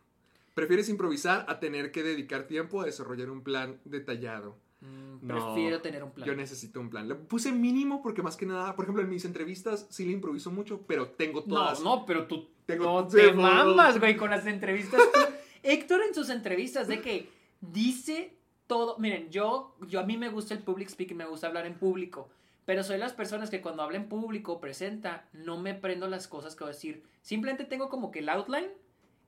Speaker 4: Prefieres improvisar a tener que dedicar tiempo a desarrollar un plan detallado. No,
Speaker 3: Mm, prefiero tener un plan.
Speaker 4: Yo necesito un plan. Le puse mínimo porque más que nada, por ejemplo, en mis entrevistas sí le improviso mucho, pero tengo todas.
Speaker 3: No, no, pero tú
Speaker 4: tengo
Speaker 3: no te mamas, güey, con las entrevistas. tú- Héctor en sus entrevistas de que dice todo. Miren, yo, yo a mí me gusta el public speaking, me gusta hablar en público. Pero soy las personas que cuando habla en público, presenta, no me prendo las cosas que voy a decir. Simplemente tengo como que el outline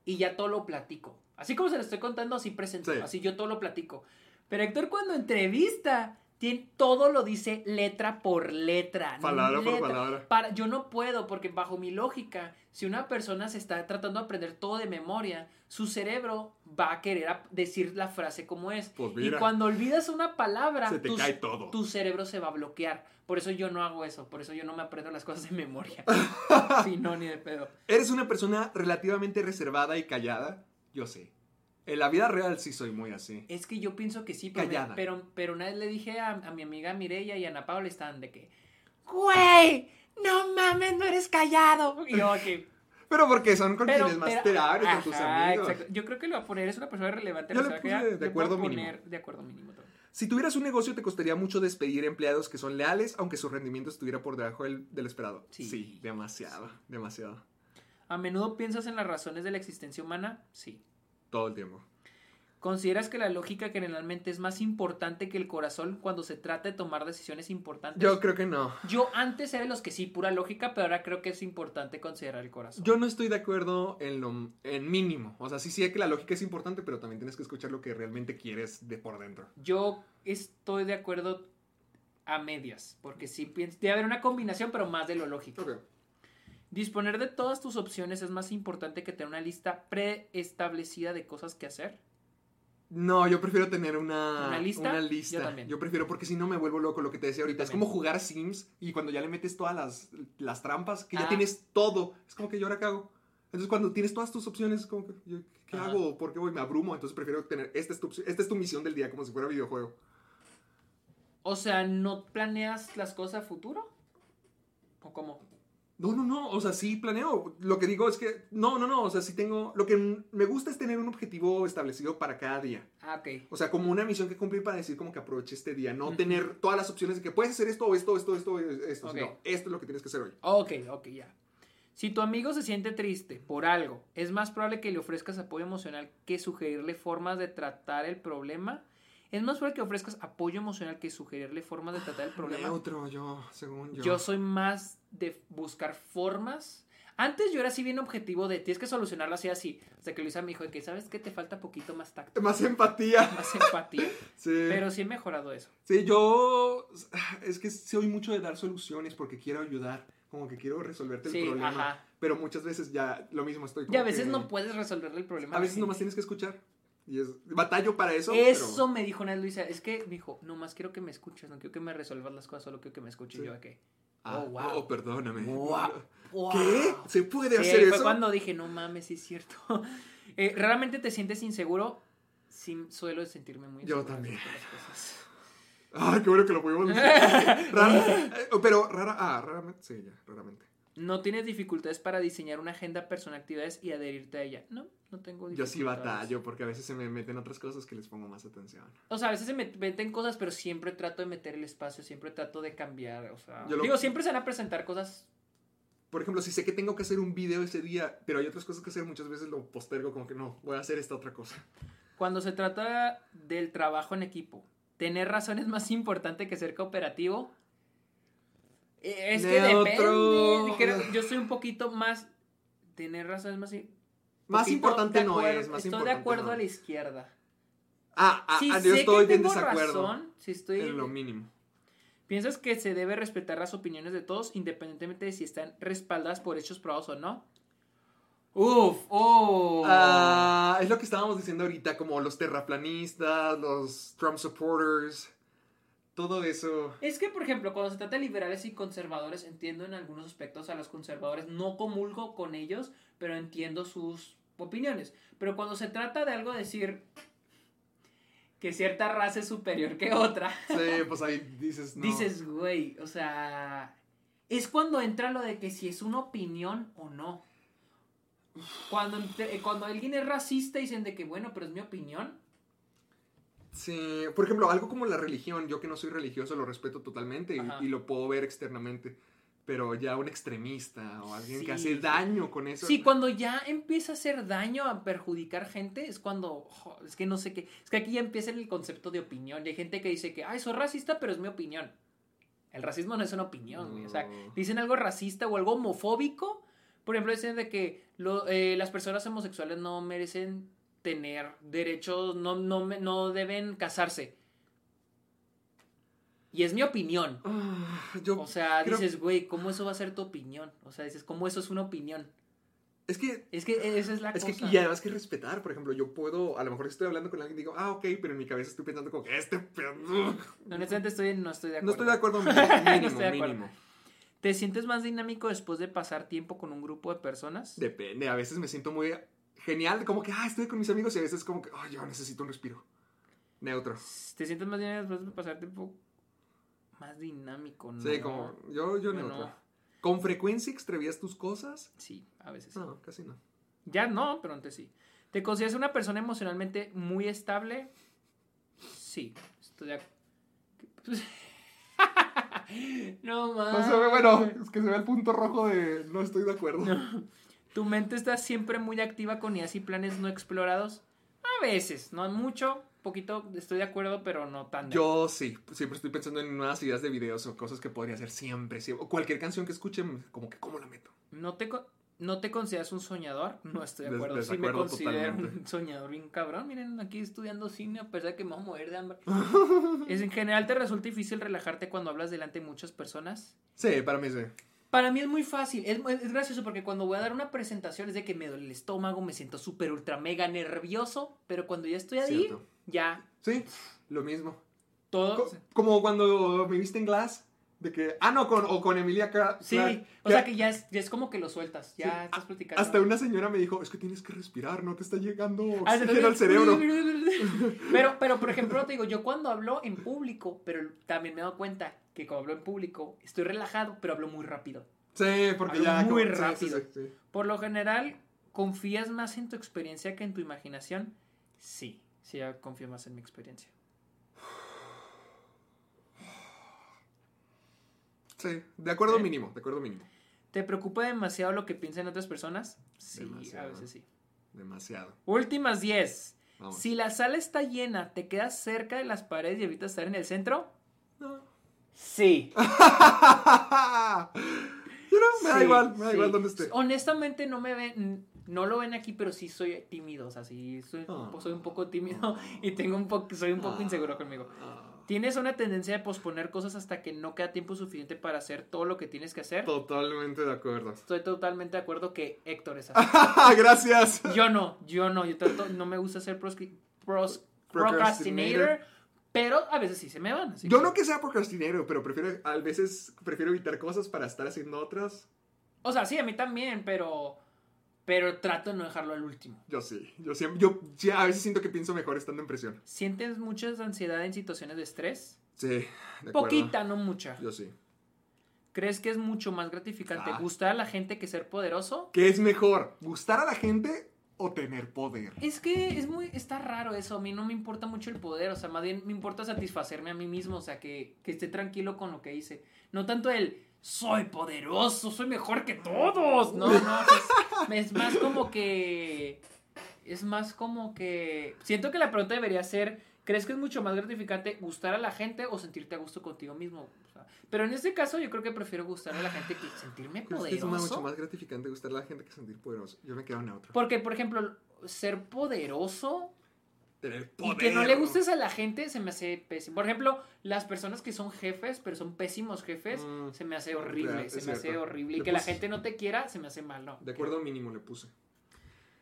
Speaker 3: y ya todo lo platico. Así como se lo estoy contando, así presento.
Speaker 4: Sí.
Speaker 3: Así yo todo lo platico. Pero Héctor cuando entrevista, tiene, todo lo dice letra por letra.
Speaker 4: Palabra por
Speaker 3: letra.
Speaker 4: palabra.
Speaker 3: Para, yo no puedo, porque bajo mi lógica, si una persona se está tratando de aprender todo de memoria, su cerebro va a querer ap- decir la frase como es.
Speaker 4: Pues
Speaker 3: y
Speaker 4: mira.
Speaker 3: cuando olvidas una palabra,
Speaker 4: Se te cae todo.
Speaker 3: tu cerebro se va a bloquear. Por eso yo no hago eso, por eso yo no me aprendo las cosas de
Speaker 4: (laughs)
Speaker 3: memoria. sí, no, ni de pedo.
Speaker 4: ¿Eres una persona relativamente reservada y callada? Yo sé. En la vida real sí soy muy así.
Speaker 3: Es que yo pienso que sí, pero,
Speaker 4: Callada.
Speaker 3: pero, pero una vez le dije a, a mi amiga Mireya y a Ana Paula estaban de que, güey, no mames, no eres callado. Y yo, que...
Speaker 4: Pero porque son (laughs) con
Speaker 3: Pero-
Speaker 4: quienes más
Speaker 3: pero-
Speaker 4: te abres con tus
Speaker 3: ajá,
Speaker 4: amigos.
Speaker 3: exacto. Yo creo que lo va a poner, es una persona relevante.
Speaker 4: Yo
Speaker 3: lo
Speaker 4: le
Speaker 3: que va a quedar,
Speaker 4: puse de
Speaker 3: le voy a
Speaker 4: acuerdo mínimo.
Speaker 3: poner De acuerdo mínimo. también.
Speaker 4: Si tuvieras un negocio te costaría mucho despedir empleados que son leales, aunque su rendimiento estuviera por debajo del, del esperado. Sí, demasiado, demasiado.
Speaker 3: A menudo piensas en las razones de la existencia humana, sí.
Speaker 4: Todo el tiempo.
Speaker 3: ¿Consideras que la lógica generalmente es más importante que el corazón cuando se trata de tomar decisiones importantes?
Speaker 4: Yo creo que no.
Speaker 3: Yo antes era de los que sí, pura lógica, pero ahora creo que es importante considerar el corazón.
Speaker 4: Yo no estoy de acuerdo en lo en mínimo. O sea, sí sí que la lógica es importante, pero también tienes que escuchar lo que realmente quieres de por dentro.
Speaker 3: Yo estoy de acuerdo a medias, porque sí pienso, debe haber una combinación, pero más de lo lógico. Disponer de todas tus opciones es más importante que tener una lista preestablecida de cosas que hacer.
Speaker 4: No, yo prefiero tener una,
Speaker 3: ¿Una lista?
Speaker 4: una lista.
Speaker 3: Yo también.
Speaker 4: prefiero porque si no me vuelvo loco lo que te decía ahorita. Es como jugar Sims y cuando ya le metes todas las, las trampas, que
Speaker 3: Ah.
Speaker 4: ya tienes todo, es como que yo ahora qué hago. Entonces cuando tienes todas tus opciones, es como que yo, ¿qué
Speaker 3: Ajá.
Speaker 4: hago? ¿Por qué voy? Me abrumo. Entonces prefiero tener, esta es, tu, opción- esta es tu misión del día, como si fuera videojuego.
Speaker 3: O sea, ¿no planeas las cosas a futuro? ¿O cómo?
Speaker 4: No, no, no, o sea, sí planeo. Lo que digo es que, no, no, no, o sea, sí tengo, lo que m- me gusta es tener un objetivo establecido para cada día.
Speaker 3: Ah, ok.
Speaker 4: O sea, como una misión que cumplir para decir como que aproveche este día, no tener todas las opciones de que puedes hacer esto, o esto, esto, esto, esto,
Speaker 3: Ok.
Speaker 4: sino, esto es lo que tienes que hacer hoy.
Speaker 3: Ok, ok, ya. Si tu amigo se siente triste por algo, es más probable que le ofrezcas apoyo emocional que sugerirle formas de tratar el problema. Es más probable que ofrezcas apoyo emocional que sugerirle formas de
Speaker 4: Ah,
Speaker 3: tratar el problema.
Speaker 4: Neutro, yo, según yo.
Speaker 3: Yo soy más de buscar formas. Antes yo era así bien objetivo de tienes que solucionarlo así así. Hasta que lo hice a mi hijo de que sabes que te falta poquito más tacto.
Speaker 4: Más
Speaker 3: (laughs)
Speaker 4: empatía.
Speaker 3: Más
Speaker 4: (laughs)
Speaker 3: empatía.
Speaker 4: Sí.
Speaker 3: Pero sí he mejorado eso.
Speaker 4: Sí, yo, es que soy mucho de dar soluciones porque quiero ayudar, como que quiero resolverte
Speaker 3: Sí,
Speaker 4: el problema.
Speaker 3: ajá.
Speaker 4: Pero muchas veces ya lo mismo estoy.
Speaker 3: Y a
Speaker 4: como
Speaker 3: veces
Speaker 4: que-
Speaker 3: no puedes resolverle el problema.
Speaker 4: A veces nomás tienes que escuchar. Y es, batallo para eso.
Speaker 3: Eso
Speaker 4: pero-
Speaker 3: me dijo una vez Luisa. Es que me dijo, nomás quiero que me escuches, no quiero que me resuelvas las cosas, solo quiero que me escuches.
Speaker 4: Sí.
Speaker 3: Y yo de que.
Speaker 4: Ah,
Speaker 3: oh, wow.
Speaker 4: oh, perdóname.
Speaker 3: Wow.
Speaker 4: ¿Qué? ¿Se puede
Speaker 3: Sí,
Speaker 4: hacer
Speaker 3: ahí
Speaker 4: eso?
Speaker 3: Fue cuando dije, no mames, sí es cierto. (laughs) Eh, ¿Realmente te sientes inseguro? Sí, suelo sentirme muy
Speaker 4: Yo
Speaker 3: inseguro
Speaker 4: también.
Speaker 3: respecto a las cosas. (laughs)
Speaker 4: Ay, qué bueno que lo pudimos decir. Rara- eh, pero rara, ah, raramente, sí, ya, raramente.
Speaker 3: No tienes dificultades para diseñar una agenda, personal, actividades y adherirte a ella. No, no tengo
Speaker 4: Yo
Speaker 3: dificultades.
Speaker 4: sí batallo porque a veces se me meten otras cosas que les pongo más atención.
Speaker 3: O sea, a veces se me meten cosas, pero siempre trato de meter el espacio, siempre trato de cambiar. O sea,
Speaker 4: Yo lo-
Speaker 3: digo, siempre se van a presentar cosas.
Speaker 4: Por ejemplo, si sé que tengo que hacer un video ese día, pero hay otras cosas que hacer, muchas veces lo postergo como que no, voy a hacer esta otra cosa.
Speaker 3: Cuando se trata del trabajo en equipo, tener razón es más importante que ser cooperativo. Eh, Es que
Speaker 4: Neutro.
Speaker 3: depende. Creo- yo soy un poquito más. Tener razón es más. i-
Speaker 4: Más
Speaker 3: poquito
Speaker 4: importante
Speaker 3: de
Speaker 4: no
Speaker 3: acuerdo-
Speaker 4: es, más
Speaker 3: Estoy de
Speaker 4: importante
Speaker 3: acuerdo
Speaker 4: no.
Speaker 3: a la izquierda.
Speaker 4: Ah, ah,
Speaker 3: Si
Speaker 4: ah,
Speaker 3: sé
Speaker 4: yo
Speaker 3: que
Speaker 4: estoy en
Speaker 3: tengo
Speaker 4: desacuerdo.
Speaker 3: razón, si estoy-
Speaker 4: En lo mínimo.
Speaker 3: ¿Piensas que se debe respetar las opiniones de todos independientemente de si están respaldadas por hechos probados o no? Uf, oh.
Speaker 4: Ah, es lo que estábamos diciendo ahorita, como los terraplanistas, los Trump supporters, todo eso.
Speaker 3: Es que, por ejemplo, cuando se trata de liberales y conservadores, entiendo en algunos aspectos a los conservadores, no comulgo con ellos, pero entiendo sus opiniones. Pero cuando se trata de algo decir que cierta raza es superior que otra, (laughs)
Speaker 4: Sí, pues ahí dices, no.
Speaker 3: dices, güey, o sea, es cuando entra lo de que si es una opinión o no. Cuando, ent- cuando alguien es racista dicen de que, bueno, pero es mi opinión.
Speaker 4: Sí, por ejemplo, algo como la religión, yo que no soy religioso lo respeto totalmente y,
Speaker 3: Ajá.
Speaker 4: y lo puedo ver externamente, pero ya un extremista o alguien
Speaker 3: Sí.
Speaker 4: que hace daño con eso.
Speaker 3: Sí, cuando ya empieza a hacer daño, a perjudicar gente, es cuando, jo, es que no sé qué, es que aquí ya empieza el concepto de opinión. Y hay gente que dice que, ay, soy racista, pero es mi opinión. El racismo no es una opinión, güey. O sea,
Speaker 4: No.
Speaker 3: dicen algo racista o algo homofóbico. Por ejemplo, dicen de que lo- eh, las personas homosexuales no merecen tener derechos, no, no, me- no deben casarse. Y es mi opinión.
Speaker 4: ah, yo
Speaker 3: o sea,
Speaker 4: creo-
Speaker 3: dices, güey, ¿cómo eso va a ser tu opinión? O sea, dices, ¿cómo eso es una opinión?
Speaker 4: Es que...
Speaker 3: Es que e-, esa es la
Speaker 4: Es que,
Speaker 3: cosa.
Speaker 4: y además que respetar, por ejemplo, yo puedo, a lo mejor estoy hablando con alguien y digo, ah, ok, pero en mi cabeza estoy pensando como que este pendejo.
Speaker 3: No, Honestamente estoy, no estoy de acuerdo.
Speaker 4: No estoy de acuerdo,
Speaker 3: (laughs) No
Speaker 4: mínimo,
Speaker 3: estoy de
Speaker 4: mínimo.
Speaker 3: acuerdo. ¿Te sientes más dinámico después de pasar tiempo con un grupo de personas?
Speaker 4: Depende, a veces me siento muy genial, como que, ah, estoy con mis amigos y a veces como que, ah, yo necesito un respiro. Neutro.
Speaker 3: ¿Te sientes más dinámico después de pasar tiempo más dinámico? No.
Speaker 4: Sí, como, yo, yo
Speaker 3: Yo
Speaker 4: neutro.
Speaker 3: no.
Speaker 4: ¿Con frecuencia extravías tus cosas?
Speaker 3: Sí, a veces. sí.
Speaker 4: No, casi no.
Speaker 3: Ya no, pero antes sí. ¿Te consideras una persona emocionalmente muy estable? Sí, estoy de acuerdo. (laughs) no más.
Speaker 4: No se ve, bueno, es que se ve el punto rojo de no estoy de acuerdo.
Speaker 3: ¿Tu mente está siempre muy activa con ideas y planes no explorados? A veces, no mucho, poquito, estoy de acuerdo, pero no tan. de
Speaker 4: Yo sí, siempre estoy pensando en nuevas ideas de videos o cosas que podría hacer siempre. siempre. O cualquier canción que escuchen, como que, ¿cómo la meto?
Speaker 3: ¿No te, co- ¿No te consideras un soñador? (laughs) No estoy de
Speaker 4: Des-
Speaker 3: acuerdo. Sí me
Speaker 4: desacuerdo
Speaker 3: considero un
Speaker 4: totalmente.
Speaker 3: soñador bien cabrón. Miren, aquí estudiando cine, a pesar de que me voy a mover de
Speaker 4: (laughs)
Speaker 3: hambre. ¿Es, ¿En general te resulta difícil relajarte cuando hablas delante de muchas personas?
Speaker 4: Sí, para mí sí.
Speaker 3: Para mí es muy fácil. Es, mu- es gracioso porque cuando voy a dar una presentación es de que me duele el estómago, me siento súper, ultra, mega nervioso. Pero cuando ya estoy ahí,
Speaker 4: Cierto.
Speaker 3: ya
Speaker 4: Sí, lo mismo.
Speaker 3: todo...
Speaker 4: Co- como cuando me viste en Glass, de que, ah, no, con, o con Emilia Clarke.
Speaker 3: Sí, o sea que ya es, ya es como que lo sueltas, ya estás platicando.
Speaker 4: Hasta una señora me dijo, es que tienes que respirar, no te está llegando
Speaker 3: Ah, se te-
Speaker 4: oxígeno al cerebro.
Speaker 3: (laughs) Pero, pero, por ejemplo, te digo, yo cuando hablo en público, pero también me he dado cuenta que cuando hablo en público estoy relajado, pero hablo muy rápido.
Speaker 4: Sí, porque
Speaker 3: Hablo
Speaker 4: ya...
Speaker 3: muy
Speaker 4: sí, sí,
Speaker 3: rápido.
Speaker 4: sí, sí.
Speaker 3: Por lo general, ¿confías más en tu experiencia que en tu imaginación? Sí, sí, yo confío más en mi experiencia.
Speaker 4: Sí, de acuerdo mínimo, de acuerdo mínimo.
Speaker 3: ¿Te preocupa demasiado lo que piensan otras personas? Sí,
Speaker 4: Demasiado.
Speaker 3: a veces sí. (laughs)
Speaker 4: Demasiado.
Speaker 3: Últimas 10.
Speaker 4: Vamos.
Speaker 3: Si la sala está llena, ¿te quedas cerca de las paredes y evitas estar en el centro?
Speaker 4: No.
Speaker 3: Sí.
Speaker 4: Yo no, (laughs) me da
Speaker 3: Sí,
Speaker 4: igual, me da
Speaker 3: sí.
Speaker 4: igual donde esté.
Speaker 3: Honestamente no me ven, no lo ven aquí, pero sí soy tímido, o sea, sí soy,
Speaker 4: Ah.
Speaker 3: soy un poco tímido (laughs) y tengo un poco, soy un poco inseguro conmigo. Tienes una tendencia de posponer cosas hasta que no queda tiempo suficiente para hacer todo lo que tienes que hacer.
Speaker 4: Totalmente de acuerdo. (laughs)
Speaker 3: Estoy totalmente de acuerdo que Héctor es así.
Speaker 4: Gracias.
Speaker 3: yo no, yo no, yo trato- no me gusta ser proscri- pros-
Speaker 4: Procrastinator.
Speaker 3: procrastinator, pero a veces sí se me van. así
Speaker 4: Yo
Speaker 3: que-
Speaker 4: no que sea procrastinero, pero prefiero, a veces prefiero evitar cosas para estar haciendo otras.
Speaker 3: O sea, sí, a mí también, pero, pero trato de no dejarlo al último.
Speaker 4: Yo sí, yo siempre, yo ya a veces siento que pienso mejor estando en presión.
Speaker 3: ¿Sientes mucha ansiedad en situaciones de estrés?
Speaker 4: Sí, de acuerdo.
Speaker 3: Poquita, no mucha.
Speaker 4: Yo sí.
Speaker 3: ¿Crees que es mucho más gratificante
Speaker 4: Ah.
Speaker 3: gustar a la gente que ser poderoso?
Speaker 4: ¿Qué es mejor? ¿Gustar a la gente o tener poder?
Speaker 3: Es que es muy, está raro eso. A mí no me importa mucho el poder. O sea, más bien me importa satisfacerme a mí mismo. O sea, que, que esté tranquilo con lo que hice. No tanto el soy poderoso, soy mejor que todos. No, no. (laughs) Es, es más como que. Es más como que. Siento que la pregunta debería ser. ¿Crees que es mucho más gratificante gustar a la gente o sentirte a gusto contigo mismo? O sea, pero en este caso yo creo que prefiero gustar a la gente que sentirme
Speaker 4: Pero
Speaker 3: poderoso.
Speaker 4: es que es mucho más gratificante gustar a la gente que sentir poderoso. Yo me quedo neutro.
Speaker 3: Porque, por ejemplo, ser poderoso
Speaker 4: Tener
Speaker 3: y que no le gustes a la gente se me hace pésimo. Por ejemplo, las personas que son jefes, pero son pésimos jefes,
Speaker 4: Mm.
Speaker 3: se me hace horrible.
Speaker 4: Real,
Speaker 3: se
Speaker 4: es
Speaker 3: me hace
Speaker 4: cierto.
Speaker 3: horrible. Y
Speaker 4: Le
Speaker 3: que la
Speaker 4: puse-
Speaker 3: gente no te quiera, se me hace mal, ¿no?
Speaker 4: De acuerdo mínimo le puse.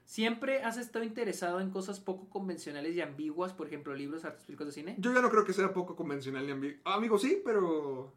Speaker 3: Siempre has estado interesado en cosas poco convencionales y ambiguas, por ejemplo, libros, artes, películas de cine.
Speaker 4: Yo ya no creo que sea poco convencional ni ambiguo. Amigo, sí, pero.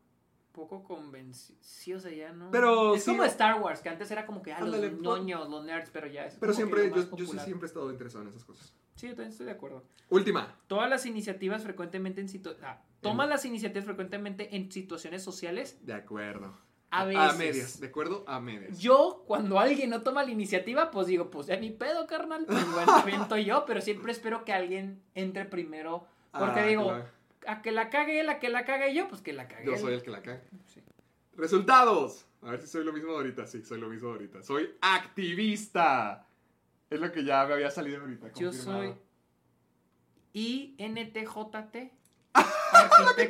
Speaker 3: Poco convencidos, sí, o sea, ya no.
Speaker 4: Pero
Speaker 3: es
Speaker 4: sí,
Speaker 3: como
Speaker 4: o-
Speaker 3: Star Wars, que antes era como que ah, los
Speaker 4: Ándale, po-
Speaker 3: ñoños, los nerds, pero ya es.
Speaker 4: Pero
Speaker 3: como que
Speaker 4: siempre,
Speaker 3: lo más
Speaker 4: yo, yo sí
Speaker 3: popular.
Speaker 4: siempre he estado interesado en esas cosas.
Speaker 3: Sí, yo también estoy de acuerdo.
Speaker 4: Última.
Speaker 3: Todas las iniciativas frecuentemente en situ- ah, toma las iniciativas frecuentemente en situaciones sociales
Speaker 4: De acuerdo.
Speaker 3: A
Speaker 4: A
Speaker 3: veces.
Speaker 4: medias, de acuerdo a medias.
Speaker 3: Yo, cuando alguien no toma la iniciativa, pues digo, pues ya ni pedo, carnal. Pues bueno,
Speaker 4: (laughs)
Speaker 3: aviento yo, pero siempre espero que alguien entre primero. Porque
Speaker 4: Ah,
Speaker 3: digo,
Speaker 4: claro.
Speaker 3: a que la cague él, a que la cague yo, pues que la cague
Speaker 4: Yo
Speaker 3: él.
Speaker 4: soy el que la caga. Resultados. A ver si soy lo mismo de ahorita. Sí, soy lo mismo de ahorita. Soy activista. Es lo que ya me había salido ahorita.
Speaker 3: Yo
Speaker 4: confirmado.
Speaker 3: soy
Speaker 4: (laughs)
Speaker 3: INTJT.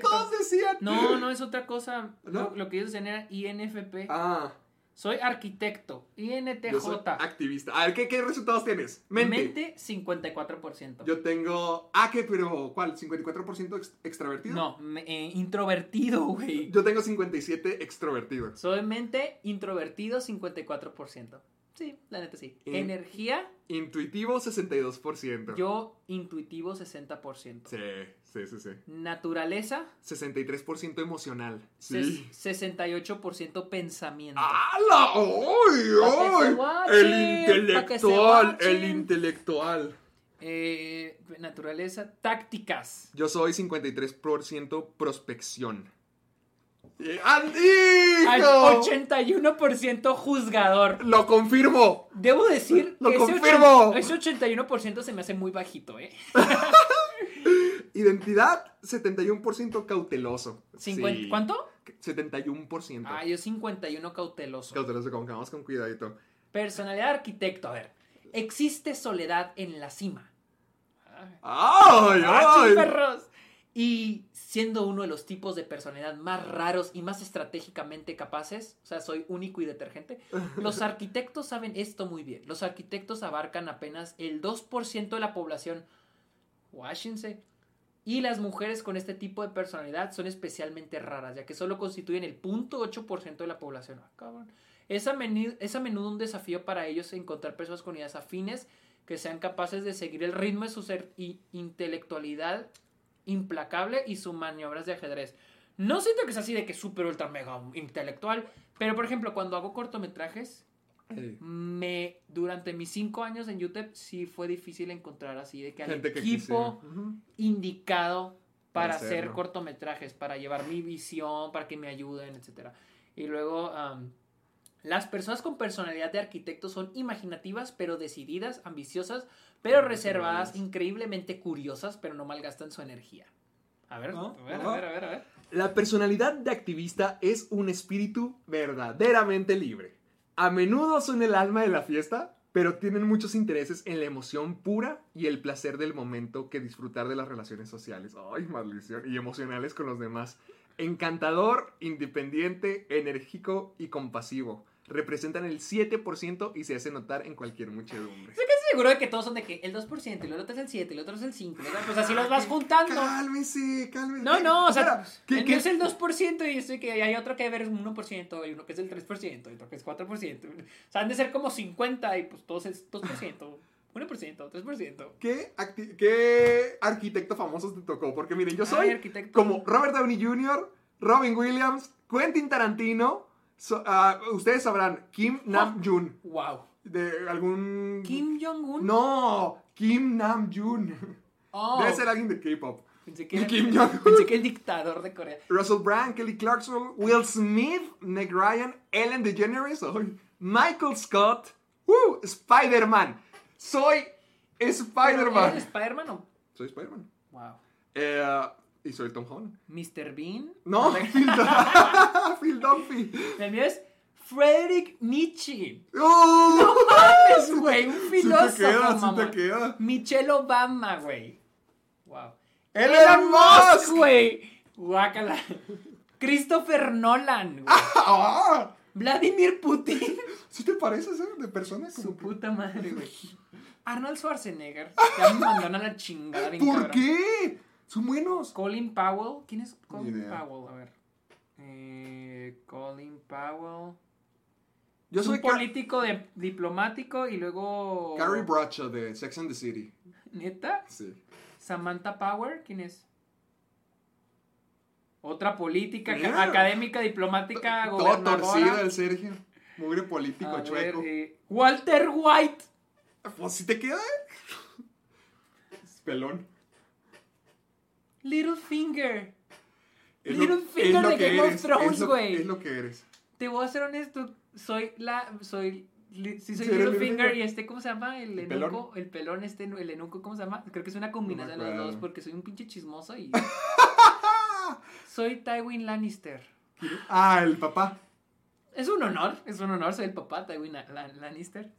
Speaker 4: Todos decían.
Speaker 3: No, no, es otra cosa.
Speaker 4: ¿No?
Speaker 3: Lo, lo que ellos decían era INFP.
Speaker 4: Ah.
Speaker 3: Soy arquitecto. INTJ.
Speaker 4: Yo soy activista. A ver, ¿qué, qué resultados tienes? Mente.
Speaker 3: Mente, 54%.
Speaker 4: Yo tengo. Ah, ¿qué? Pero, ¿cuál? ¿54% ex- extrovertido?
Speaker 3: No, me- eh, introvertido, güey.
Speaker 4: Yo tengo 57 extrovertido.
Speaker 3: Soy mente introvertido 54%. Sí, la neta sí.
Speaker 4: In-
Speaker 3: Energía,
Speaker 4: Intuitivo, 62%.
Speaker 3: yo intuitivo 60%.
Speaker 4: Sí, sí, sí, sí.
Speaker 3: Naturaleza,
Speaker 4: 63% emocional.
Speaker 3: ses-
Speaker 4: Sí. Ah.
Speaker 3: 68% pensamiento.
Speaker 4: ¡Hala!
Speaker 3: Pa' que
Speaker 4: ¡Ay,
Speaker 3: se
Speaker 4: ay!
Speaker 3: guachen,
Speaker 4: El
Speaker 3: pa' que se
Speaker 4: intelectual, el
Speaker 3: guachen.
Speaker 4: intelectual.
Speaker 3: Eh, naturaleza, tácticas.
Speaker 4: Yo soy 53% prospección. Eh, ¡Andy!
Speaker 3: Al 81% juzgador.
Speaker 4: ¡Lo confirmo!
Speaker 3: Debo decir
Speaker 4: Lo
Speaker 3: que ese
Speaker 4: confirmo.
Speaker 3: ochen- ese 81% se me hace muy bajito, ¿eh?
Speaker 4: Identidad, 71% cauteloso.
Speaker 3: Cincuenta-
Speaker 4: Sí.
Speaker 3: ¿Cuánto?
Speaker 4: 71%.
Speaker 3: Ah, yo 51 cauteloso.
Speaker 4: Cauteloso, como que vamos con cuidadito.
Speaker 3: Personalidad de arquitecto, a ver. Existe soledad en la cima.
Speaker 4: ¡Ay,
Speaker 3: ¡Ah, sí,
Speaker 4: ay!
Speaker 3: perros! Y siendo uno de los tipos de personalidad más raros y más estratégicamente capaces, o sea, soy único y detergente, los
Speaker 4: (laughs)
Speaker 3: arquitectos saben esto muy bien. Los arquitectos abarcan apenas el 2% de la población. Washington. Y las mujeres con este tipo de personalidad son especialmente raras, ya que solo constituyen el 0.8% de la población. Ah, cabrón. Es a, meni- es a menudo un desafío para ellos encontrar personas con ideas afines que sean capaces de seguir el ritmo de su ser y intelectualidad implacable y sus maniobras de ajedrez. No siento que sea así de que súper ultra mega intelectual, pero por ejemplo, cuando hago cortometrajes,
Speaker 4: Ey.
Speaker 3: me durante mis cinco años en YouTube sí fue difícil encontrar así de que al
Speaker 4: Gente que
Speaker 3: equipo
Speaker 4: quisiera. Ujú.
Speaker 3: indicado para
Speaker 4: Para
Speaker 3: hacer
Speaker 4: hacerlo.
Speaker 3: cortometrajes, para llevar mi visión, para que me ayuden, etcétera. Y luego am, las personas con personalidad de arquitecto son imaginativas, pero decididas, ambiciosas, pero reservadas, increíblemente curiosas, pero no malgastan su energía. A ver, a ver, a ver, a ver, a ver.
Speaker 4: La personalidad de activista es un espíritu verdaderamente libre. A menudo son el alma de la fiesta, pero tienen muchos intereses en la emoción pura y el placer del momento que disfrutar de las relaciones sociales. Ay, maldición. Y emocionales con los demás. Encantador, independiente, enérgico y compasivo. Representan el 7% y se hace notar en cualquier muchedumbre.
Speaker 3: Estoy casi seguro de que todos son de que el 2%, y el otro es el 7, el otro es el 5, el otro- pues así los vas juntando.
Speaker 4: Cálmese, cálmese.
Speaker 3: No, no, o sea,
Speaker 4: Espera, ¿qué-
Speaker 3: el
Speaker 4: qué-
Speaker 3: mío es el 2% y estoy que hay otro que ver es un 1%, hay uno que es el 3%, y otro que es 4%. O sea, han de ser como 50 y pues todos es
Speaker 4: (laughs)
Speaker 3: 2%, 1%, 3%.
Speaker 4: ¿Qué, acti- qué arquitecto famoso te tocó? Porque miren, yo soy
Speaker 3: Ay, arquitecto.
Speaker 4: como Robert Downey Jr., Robin Williams, Quentin Tarantino. so- ah, ustedes sabrán, Kim Nam Jun.
Speaker 3: Wow.
Speaker 4: De algún.
Speaker 3: Oh. Kim Jong-un.
Speaker 4: No, Kim Nam Jun.
Speaker 3: Oh.
Speaker 4: Debe ser alguien de K-pop.
Speaker 3: Pensé que, era,
Speaker 4: Kim Jong-un.
Speaker 3: pensé que el dictador de Corea.
Speaker 4: Russell Brand, Kelly Clarkson, Will Smith, Meg Ryan, Ellen DeGeneres, ay, Michael Scott, ¡uh! Spider-Man. Soy
Speaker 3: ¿Pero eres
Speaker 4: Spider-Man.
Speaker 3: Spider-Man o?
Speaker 4: Soy Spider-Man.
Speaker 3: Wow.
Speaker 4: Eh, y soy Tom Holland.
Speaker 3: Mr. Bean.
Speaker 4: No, (laughs) Phil,
Speaker 3: (laughs)
Speaker 4: Phil Dunphy.
Speaker 3: El mío es Frederick Nietzsche.
Speaker 4: ¡Oh!
Speaker 3: No mames, güey. Un
Speaker 4: Sí te
Speaker 3: filósofo,
Speaker 4: queda, sí te
Speaker 3: mamón.
Speaker 4: queda.
Speaker 3: Michelle Obama, güey. Wow.
Speaker 4: Elon (laughs) Musk.
Speaker 3: güey. Guácala. Christopher Nolan,
Speaker 4: (laughs)
Speaker 3: güey.
Speaker 4: ¡Ah!
Speaker 3: Vladimir Putin.
Speaker 4: ¿Sí te pareces eh, de persona? Como
Speaker 3: Su
Speaker 4: que-
Speaker 3: puta madre, güey. Arnold
Speaker 4: (laughs)
Speaker 3: Schwarzenegger. Ya me mandaron a la chingada. bien
Speaker 4: ¿Por
Speaker 3: cabrón.
Speaker 4: qué? Son buenos.
Speaker 3: Colin Powell. ¿Quién es Colin
Speaker 4: idea.
Speaker 3: Powell? A ver. Eh, Colin Powell.
Speaker 4: Yo
Speaker 3: Es un
Speaker 4: soy Ca-
Speaker 3: político de- diplomático y luego.
Speaker 4: Carrie Bradshaw de Sex and the City.
Speaker 3: ¿Neta?
Speaker 4: Sí.
Speaker 3: Samantha Power, ¿quién es? Otra política, ca-
Speaker 4: Mira.
Speaker 3: académica, diplomática,
Speaker 4: Todo
Speaker 3: Ah, gobernadora.
Speaker 4: torcido el Sergio. Mugre político
Speaker 3: A ver,
Speaker 4: chueco.
Speaker 3: eh, Walter White.
Speaker 4: Pues si te queda, eh. (laughs) Es pelón.
Speaker 3: Littlefinger.
Speaker 4: Es
Speaker 3: Littlefinger
Speaker 4: es
Speaker 3: de
Speaker 4: que
Speaker 3: Game of
Speaker 4: eres,
Speaker 3: Thrones,
Speaker 4: es lo-
Speaker 3: güey.
Speaker 4: Es lo que eres.
Speaker 3: Te voy a ser honesto. Soy la. Soy. li- sí, soy
Speaker 4: Sí, eres
Speaker 3: Littlefinger
Speaker 4: Littlefinger.
Speaker 3: y este, ¿cómo se llama? El,
Speaker 4: El pelón.
Speaker 3: enuco. El pelón, este, el enuco, ¿cómo se llama? Creo que es una combinación de los
Speaker 4: acuerdo.
Speaker 3: dos porque soy un pinche chismoso
Speaker 4: (laughs)
Speaker 3: y. soy Tywin Lannister.
Speaker 4: Ah, el papá.
Speaker 3: Es un honor, es un honor, soy el papá Tywin Lan- Lannister.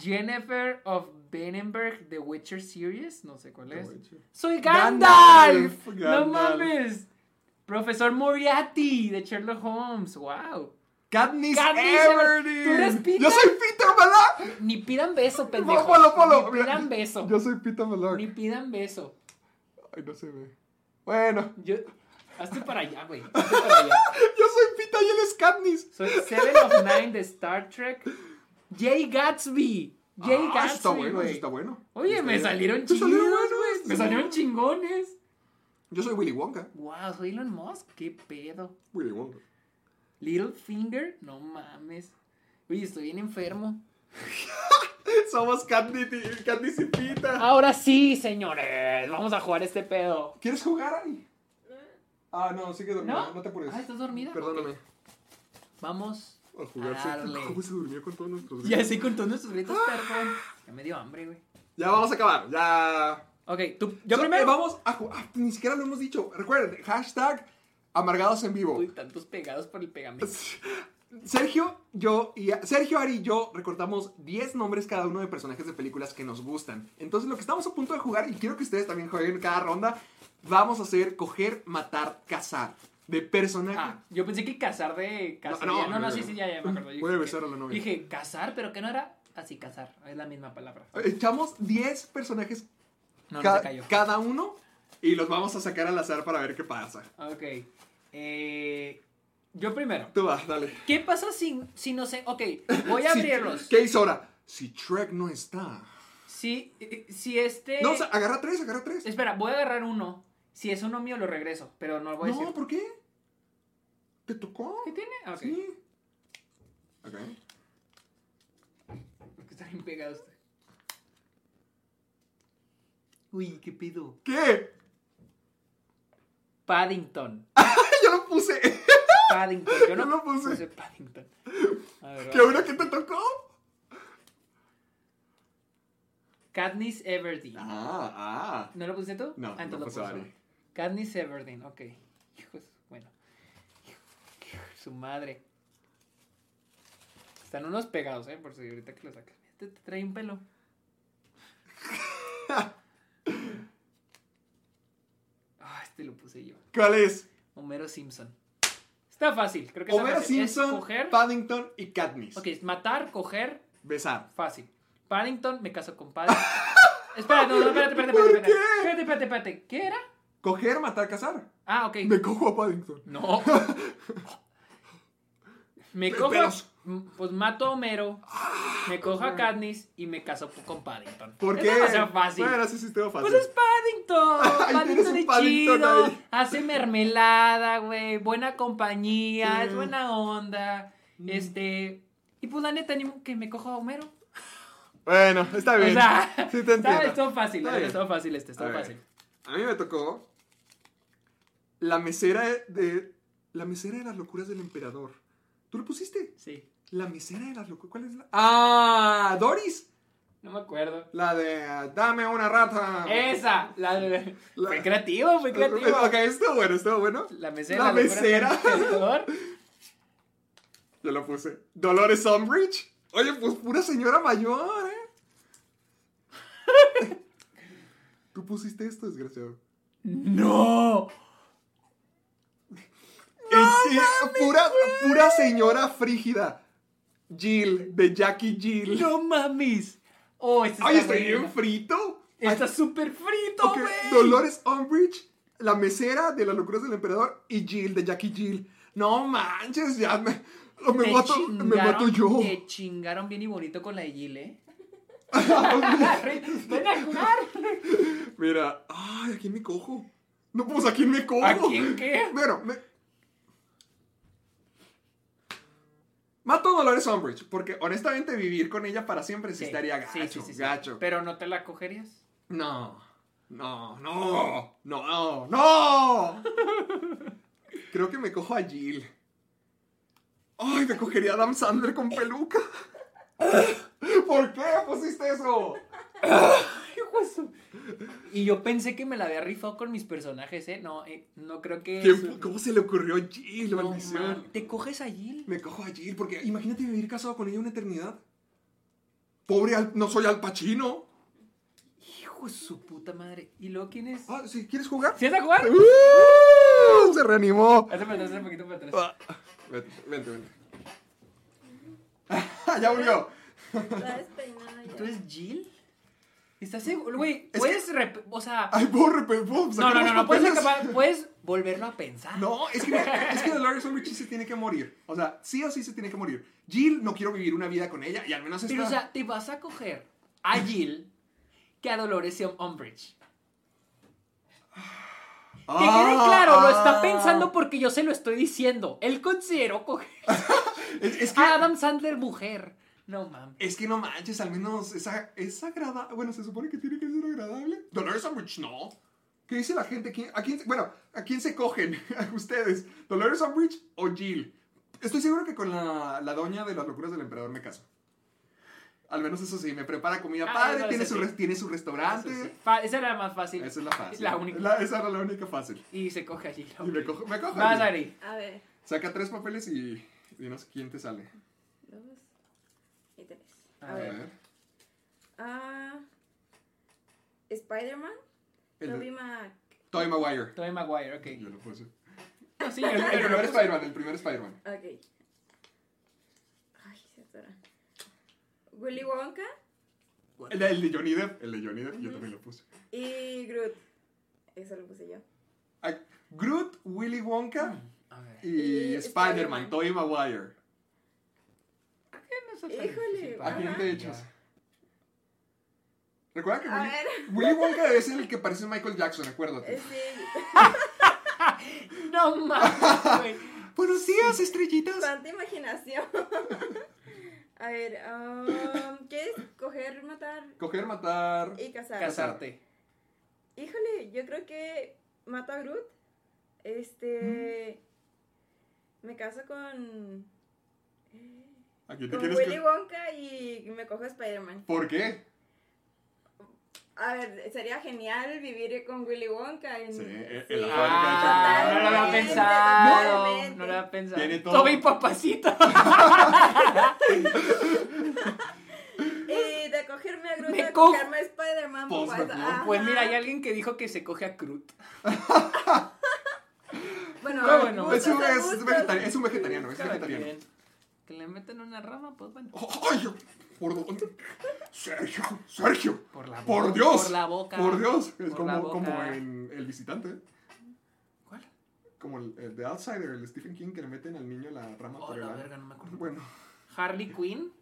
Speaker 3: Jennifer of Benenberg, The Witcher series, no sé cuál es. Soy Gandalf.
Speaker 4: Gandalf,
Speaker 3: No
Speaker 4: Gandalf.
Speaker 3: mames. Profesor Moriarty de Sherlock Holmes, wow.
Speaker 4: Katniss,
Speaker 3: Katniss
Speaker 4: Everdeen.
Speaker 3: Everdeen. ¿Tú eres Peter?
Speaker 4: Yo soy Peter Malá.
Speaker 3: Ni pidan beso, pendejo.
Speaker 4: No, polo, polo.
Speaker 3: Ni pidan beso.
Speaker 4: Yo soy Peter Malá.
Speaker 3: Ni pidan beso.
Speaker 4: Ay, no se ve. Bueno, (laughs)
Speaker 3: Yo... Hazte para allá, güey. Hazte para allá.
Speaker 4: yo soy Pita y él es Katniss.
Speaker 3: Soy Seven of Nine de Star Trek. Jay Gatsby. Jay
Speaker 4: Ah,
Speaker 3: Gatsby.
Speaker 4: está bueno,
Speaker 3: güey.
Speaker 4: eso está bueno.
Speaker 3: Oye, me
Speaker 4: Está bien.
Speaker 3: salieron
Speaker 4: Este, Te este
Speaker 3: chingones.
Speaker 4: salieron buenos,
Speaker 3: Me
Speaker 4: sí.
Speaker 3: salieron chingones.
Speaker 4: Yo soy Willy Wonka.
Speaker 3: Wow, soy Elon Musk. Qué pedo. (laughs)
Speaker 4: Willy Wonka.
Speaker 3: Littlefinger. No mames. Oye, estoy bien enfermo.
Speaker 4: Somos Katniss y, Katniss y Pita.
Speaker 3: Ahora sí, señores. Vamos a jugar este pedo.
Speaker 4: ¿Quieres jugar, Ari? Ah, no, sigue dormida.
Speaker 3: ¿No?
Speaker 4: No, te apures.
Speaker 3: Ah, ¿estás dormida?
Speaker 4: Perdóname.
Speaker 3: Vamos
Speaker 4: Al
Speaker 3: a darle.
Speaker 4: ¿Cómo se durmió con todos nuestros
Speaker 3: Y así con todos nuestros gritos, perdón. Ya me dio hambre, güey.
Speaker 4: Ya vamos a acabar, ya.
Speaker 3: Ok, tú. Yo
Speaker 4: So-
Speaker 3: primero.
Speaker 4: eh, Vamos a ju- ah, ni siquiera lo hemos dicho. Recuerden, hashtag amargados en vivo.
Speaker 3: Uy, tantos pegados por el pegamento.
Speaker 4: Sergio, yo y Sergio, Ari y yo recortamos 10 nombres cada uno de personajes de películas que nos gustan. Entonces, lo que estamos a punto de jugar, y quiero que ustedes también jueguen cada ronda, vamos a hacer coger, matar, cazar. De personaje.
Speaker 3: Ah, yo pensé que cazar de cacería. No,
Speaker 4: no,
Speaker 3: no,
Speaker 4: no, no.
Speaker 3: sí, sí, ya, ya me acuerdo. Yo
Speaker 4: Voy a
Speaker 3: dije
Speaker 4: besar
Speaker 3: que-
Speaker 4: a la novia.
Speaker 3: Dije, cazar, pero que no era así cazar. Es la misma palabra.
Speaker 4: Echamos 10 personajes
Speaker 3: No, no
Speaker 4: ca-
Speaker 3: se cayó.
Speaker 4: cada uno y los vamos a sacar al azar para ver qué pasa.
Speaker 3: Ok. Eh, yo primero.
Speaker 4: Tú vas, dale.
Speaker 3: ¿Qué pasa si, si no sé? Ok, voy a
Speaker 4: (laughs) Si-
Speaker 3: abrirlos.
Speaker 4: ¿Qué hizo ahora? Si Shrek no está.
Speaker 3: Si, eh, si este.
Speaker 4: No, o sea, agarra tres, agarra tres.
Speaker 3: Espera, voy a agarrar uno. Si es uno mío, lo regreso, pero no lo voy a
Speaker 4: No,
Speaker 3: decir.
Speaker 4: ¿por qué? ¿Te tocó?
Speaker 3: ¿Qué tiene? Ah, Ok.
Speaker 4: Sí. Ok. pues.
Speaker 3: Porque Está bien pegado este. Uy, qué pedo.
Speaker 4: ¿Qué? (laughs)
Speaker 3: Paddington.
Speaker 4: Yo lo
Speaker 3: (laughs)
Speaker 4: puse.
Speaker 3: Paddington. Yo no,
Speaker 4: Yo lo puse.
Speaker 3: Paddington. A ver,
Speaker 4: ¿Qué
Speaker 3: vamos.
Speaker 4: una que te tocó?
Speaker 3: Katniss Everdeen.
Speaker 4: Ah, ah.
Speaker 3: ¿No lo puse tú?
Speaker 4: No,
Speaker 3: Ah, entonces
Speaker 4: lo puso
Speaker 3: lo puso.
Speaker 4: Ari.
Speaker 3: Katniss Everdeen, ok. Hijos, bueno. Su madre. Están unos pegados, ¿eh? Por si ahorita que lo sacas. Te, te trae un
Speaker 4: (laughs)
Speaker 3: pelo. Ah, este lo puse yo.
Speaker 4: ¿Cuál es?
Speaker 3: Homero Simpson. Está fácil, creo que está
Speaker 4: Homero
Speaker 3: fácil. Es
Speaker 4: Simpson,
Speaker 3: coger.
Speaker 4: Paddington y Katniss.
Speaker 3: Ok, es matar, coger,
Speaker 4: Besar.
Speaker 3: Fácil. Paddington, me caso con
Speaker 4: (laughs)
Speaker 3: Paddington. espera, no, no, espérate, espérate,
Speaker 4: ¿Por
Speaker 3: espérate.
Speaker 4: qué?
Speaker 3: Espérate, espérate, espérate. ¿Qué era?
Speaker 4: Coger, matar, cazar.
Speaker 3: Ah, ok.
Speaker 4: Me cojo a Paddington.
Speaker 3: No. Me cojo.
Speaker 4: pero- Ah.
Speaker 3: m- Pues mato a Homero, me cojo a Katniss y me caso con Paddington.
Speaker 4: ¿Por
Speaker 3: es
Speaker 4: qué?
Speaker 3: demasiado fácil.
Speaker 4: Bueno, ese sistema fácil.
Speaker 3: Pues es Paddington.
Speaker 4: (laughs) Ahí tienes
Speaker 3: Paddington
Speaker 4: un
Speaker 3: es
Speaker 4: Paddington
Speaker 3: chido.
Speaker 4: ahí.
Speaker 3: Hace mermelada, güey. Buena compañía. Es buena onda.
Speaker 4: Mm.
Speaker 3: Este. Y pues la neta, ni mo- que me cojo a Homero.
Speaker 4: Bueno, está bien.
Speaker 3: O sea,
Speaker 4: sí te entiendo.
Speaker 3: (laughs) Está, estuvo fácil,
Speaker 4: Está bien.
Speaker 3: estuvo fácil este, estuvo
Speaker 4: A ver.
Speaker 3: fácil.
Speaker 4: A mí me tocó la mesera de... La mesera de las locuras del emperador. ¿Tú lo pusiste?
Speaker 3: Sí.
Speaker 4: La mesera de las locuras... ¿Cuál es la...? ¡Ah! ¡Doris!
Speaker 3: No me acuerdo.
Speaker 4: La de... Dame una rata.
Speaker 3: Esa. La de...
Speaker 4: La-
Speaker 3: Fue creativo, fue creativo.
Speaker 4: Ok, estuvo bueno, estuvo bueno.
Speaker 3: La mesera.
Speaker 4: La
Speaker 3: de las locuras
Speaker 4: mesera.
Speaker 3: del emperador.
Speaker 4: (laughs) Yo lo puse. Dolores Umbridge. Oye, pues pura
Speaker 3: (laughs)
Speaker 4: señora mayor, ¿eh? Tú pusiste esto, desgraciado.
Speaker 3: ¡No!
Speaker 4: Es- es pura, pura señora frígida. Jill, de Jackie Jill.
Speaker 3: ¡No mames! Oh, este
Speaker 4: Oye,
Speaker 3: está
Speaker 4: estoy bien
Speaker 3: bueno.
Speaker 4: frito.
Speaker 3: Está súper frito,
Speaker 4: Ok,
Speaker 3: güey.
Speaker 4: Dolores Umbridge, la mesera de las locuras del emperador y Jill, de Jackie Jill. No manches, ya me, me
Speaker 3: Te
Speaker 4: mato, me
Speaker 3: chingaron-
Speaker 4: mato yo.
Speaker 3: Te
Speaker 4: (laughs)
Speaker 3: chingaron bien y bonito con la de Gile. (laughs) Ven a jugar.
Speaker 4: Mira, ay, ¿a quién me cojo? No, pues ¿a quién me cojo?
Speaker 3: ¿A quién qué?
Speaker 4: Bueno, me... Mato a Dolores Umbridge, porque honestamente vivir con ella para siempre sí, estaría gacho, gacho.
Speaker 3: Pero no te la cogerías.
Speaker 4: No, no, no, no, no, no. Creo que me cojo a Jill. Ay, me cogería a Adam Sandler con peluca. ¿Por qué pusiste eso?
Speaker 3: Hijo de su- Y yo pensé que me la había rifado con mis personajes, ¿eh? No, eh, no creo que.
Speaker 4: ¿Quién
Speaker 3: eso-
Speaker 4: fu- ¿Cómo se le ocurrió a Jill?
Speaker 3: No,
Speaker 4: maldición?
Speaker 3: man. ¿Te coges a Jill?
Speaker 4: Me cojo a Jill, porque imagínate vivir casado con ella una eternidad. Pobre, Al- no soy Al Pacino.
Speaker 3: Hijo de su puta madre. ¿Y luego quién es?
Speaker 4: Ah, si quieres jugar.
Speaker 3: ¿Sí vas a jugar?
Speaker 4: ¡Uh! se reanimó.
Speaker 3: Hazte para atrás, hazte un poquito para atrás.
Speaker 4: Ah, Vente, vente, vente. (laughs) ya volvió.
Speaker 5: Está despeinada ya.
Speaker 3: ¿Tú eres Jill? ¿Estás seguro? Güey, puedes. rep- O sea.
Speaker 4: Ay, puedo repetir. puedo
Speaker 3: No,
Speaker 4: sacar
Speaker 3: no,
Speaker 4: los
Speaker 3: no, no. Puedes,
Speaker 4: papeles.
Speaker 3: acabar- puedes volverlo a pensar.
Speaker 4: No, es que, es que Dolores Umbridge sí se tiene que morir. O sea, sí o sí se tiene que morir. Jill, no quiero vivir una vida con ella y al menos esta...
Speaker 3: Pero, o sea, te vas a coger a Jill que a Dolores Umbridge. Que
Speaker 4: Ah,
Speaker 3: quede claro, lo está pensando porque yo se lo estoy diciendo. Él consideró coger
Speaker 4: (laughs) Es, es que,
Speaker 3: a Adam Sandler mujer. No mames.
Speaker 4: es que no manches, al menos es, a- es agradable. Bueno, se supone que tiene que ser agradable. Dolores Umbridge no. ¿Qué dice la gente? ¿Quién- ¿A quién, se- bueno, ¿a quién se cogen? (laughs) ¿A ustedes? ¿Dolores Umbridge o Jill? Estoy seguro que con la, la doña de las locuras del emperador me caso. Al menos eso sí, me prepara comida
Speaker 3: Ah,
Speaker 4: padre,
Speaker 3: eso
Speaker 4: tiene,
Speaker 3: sí.
Speaker 4: su, res- tiene su restaurante.
Speaker 3: Eso sí. Fa- Esa era la más fácil.
Speaker 4: Esa es la fácil.
Speaker 3: La única.
Speaker 4: La- esa era la única fácil.
Speaker 3: Y se coge a Jill.
Speaker 4: Y me cojo, me cojo.
Speaker 3: Vas,
Speaker 4: Jill.
Speaker 3: Ari.
Speaker 5: A ver,
Speaker 4: Saca tres papeles y dinos quién te sale.
Speaker 5: dos y tres.
Speaker 3: A
Speaker 5: A
Speaker 4: A
Speaker 5: ver.
Speaker 4: ver.
Speaker 5: Ah, Spider-Man.
Speaker 4: El de-
Speaker 5: Tobey Mac.
Speaker 4: Tobey Maguire.
Speaker 3: Tobey Maguire, ok.
Speaker 4: Yo lo puse.
Speaker 3: No, sí,
Speaker 4: El, (laughs)
Speaker 3: yo- yo lo
Speaker 4: el primer
Speaker 3: puse.
Speaker 4: Spider-Man, el primer Spider-Man.
Speaker 5: Ok. Ay, se atora. Willy Wonka
Speaker 4: El, el de Johnny Depp. El de Johnny Depp, yo también lo puse.
Speaker 5: y Groot. Eso lo puse yo.
Speaker 4: Ay, Groot, Willy Wonka
Speaker 5: Mm,
Speaker 3: A ver.
Speaker 4: y
Speaker 5: Y
Speaker 4: Spider-Man,
Speaker 5: Spider-Man.
Speaker 4: Tobey Maguire.
Speaker 5: Híjole.
Speaker 4: ¿A quién te echas? Recuerda que
Speaker 5: A
Speaker 4: Willy,
Speaker 5: ver.
Speaker 4: Willy Wonka es el que parece Michael Jackson, acuérdate.
Speaker 5: Eh, Sí.
Speaker 3: No mames, güey.
Speaker 4: Buenos días, estrellitas.
Speaker 5: Tanta imaginación. (laughs) A ver, um, ¿qué es coger, matar
Speaker 4: Coger, matar.
Speaker 5: y casar?
Speaker 3: Casarte.
Speaker 5: Híjole, yo creo que mato a Groot. Este. Me caso con.
Speaker 4: ¿A quién te
Speaker 5: Con
Speaker 4: quieres
Speaker 5: Willy
Speaker 4: co-
Speaker 5: Wonka y me cojo a Spider-Man.
Speaker 4: ¿Por qué?
Speaker 5: A ver, sería genial vivir con Willy Wonka. En,
Speaker 4: Sí, el-
Speaker 5: Mm, sí.
Speaker 4: el
Speaker 3: Ah, no lo había
Speaker 5: Totalmente,
Speaker 3: pensado.
Speaker 5: totalmente.
Speaker 3: No lo había pensado.
Speaker 4: Tiene todo.
Speaker 3: Tobey
Speaker 4: (laughs)
Speaker 3: papacito.
Speaker 5: Y eh, de cogerme a Groot
Speaker 3: Me
Speaker 5: a
Speaker 3: cojo-
Speaker 5: cogerme a Spider-Man.
Speaker 4: Pues,
Speaker 5: pues,
Speaker 4: ¿no?
Speaker 5: ajá.
Speaker 3: Pues mira, hay alguien que dijo que se coge a Groot.
Speaker 5: Bueno,
Speaker 3: Pero bueno, pues,
Speaker 4: Es
Speaker 5: gustos
Speaker 4: un,
Speaker 5: son
Speaker 4: es
Speaker 5: gustos.
Speaker 4: vegetari- es un vegetariano, es
Speaker 3: Claro,
Speaker 4: vegetariano.
Speaker 3: bien. Que le meten una rama, pues bueno.
Speaker 4: ¡Ay! ¿Por dónde? Sergio, Sergio.
Speaker 3: Por la
Speaker 4: Por
Speaker 3: boca,
Speaker 4: Dios.
Speaker 3: por la boca.
Speaker 4: Por Dios. Es
Speaker 3: Por la
Speaker 4: como,
Speaker 3: boca.
Speaker 4: como en El Visitante.
Speaker 3: ¿Cuál?
Speaker 4: Como el, el de Outsider, el Stephen King, que le meten al niño la rama
Speaker 3: Oh,
Speaker 4: por el
Speaker 3: la
Speaker 4: ano.
Speaker 3: verga, no me acuerdo.
Speaker 4: Bueno.
Speaker 3: Harley Quinn.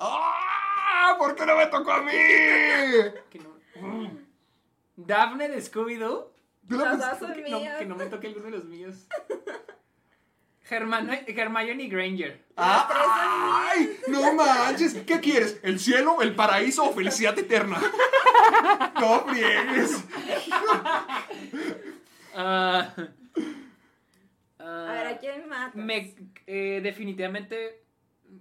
Speaker 4: ¡Ah! ¿Por qué no me tocó a mí?
Speaker 3: Que no... (gasps) Daphne de Scooby-Doo.
Speaker 4: Yo la
Speaker 5: Las
Speaker 4: pens-
Speaker 5: dos son
Speaker 3: Que Pues, no,
Speaker 5: mías.
Speaker 3: que no me toque alguno de los
Speaker 5: (laughs)
Speaker 3: míos. Germano- Hermione Granger.
Speaker 4: ¡Ah! ¡Ay! ¡No manches! ¿Qué quieres? ¿El cielo, el paraíso o felicidad eterna? ¡No friegues!
Speaker 3: Ah,
Speaker 5: A ver, ¿a quién matas?
Speaker 3: me, eh, definitivamente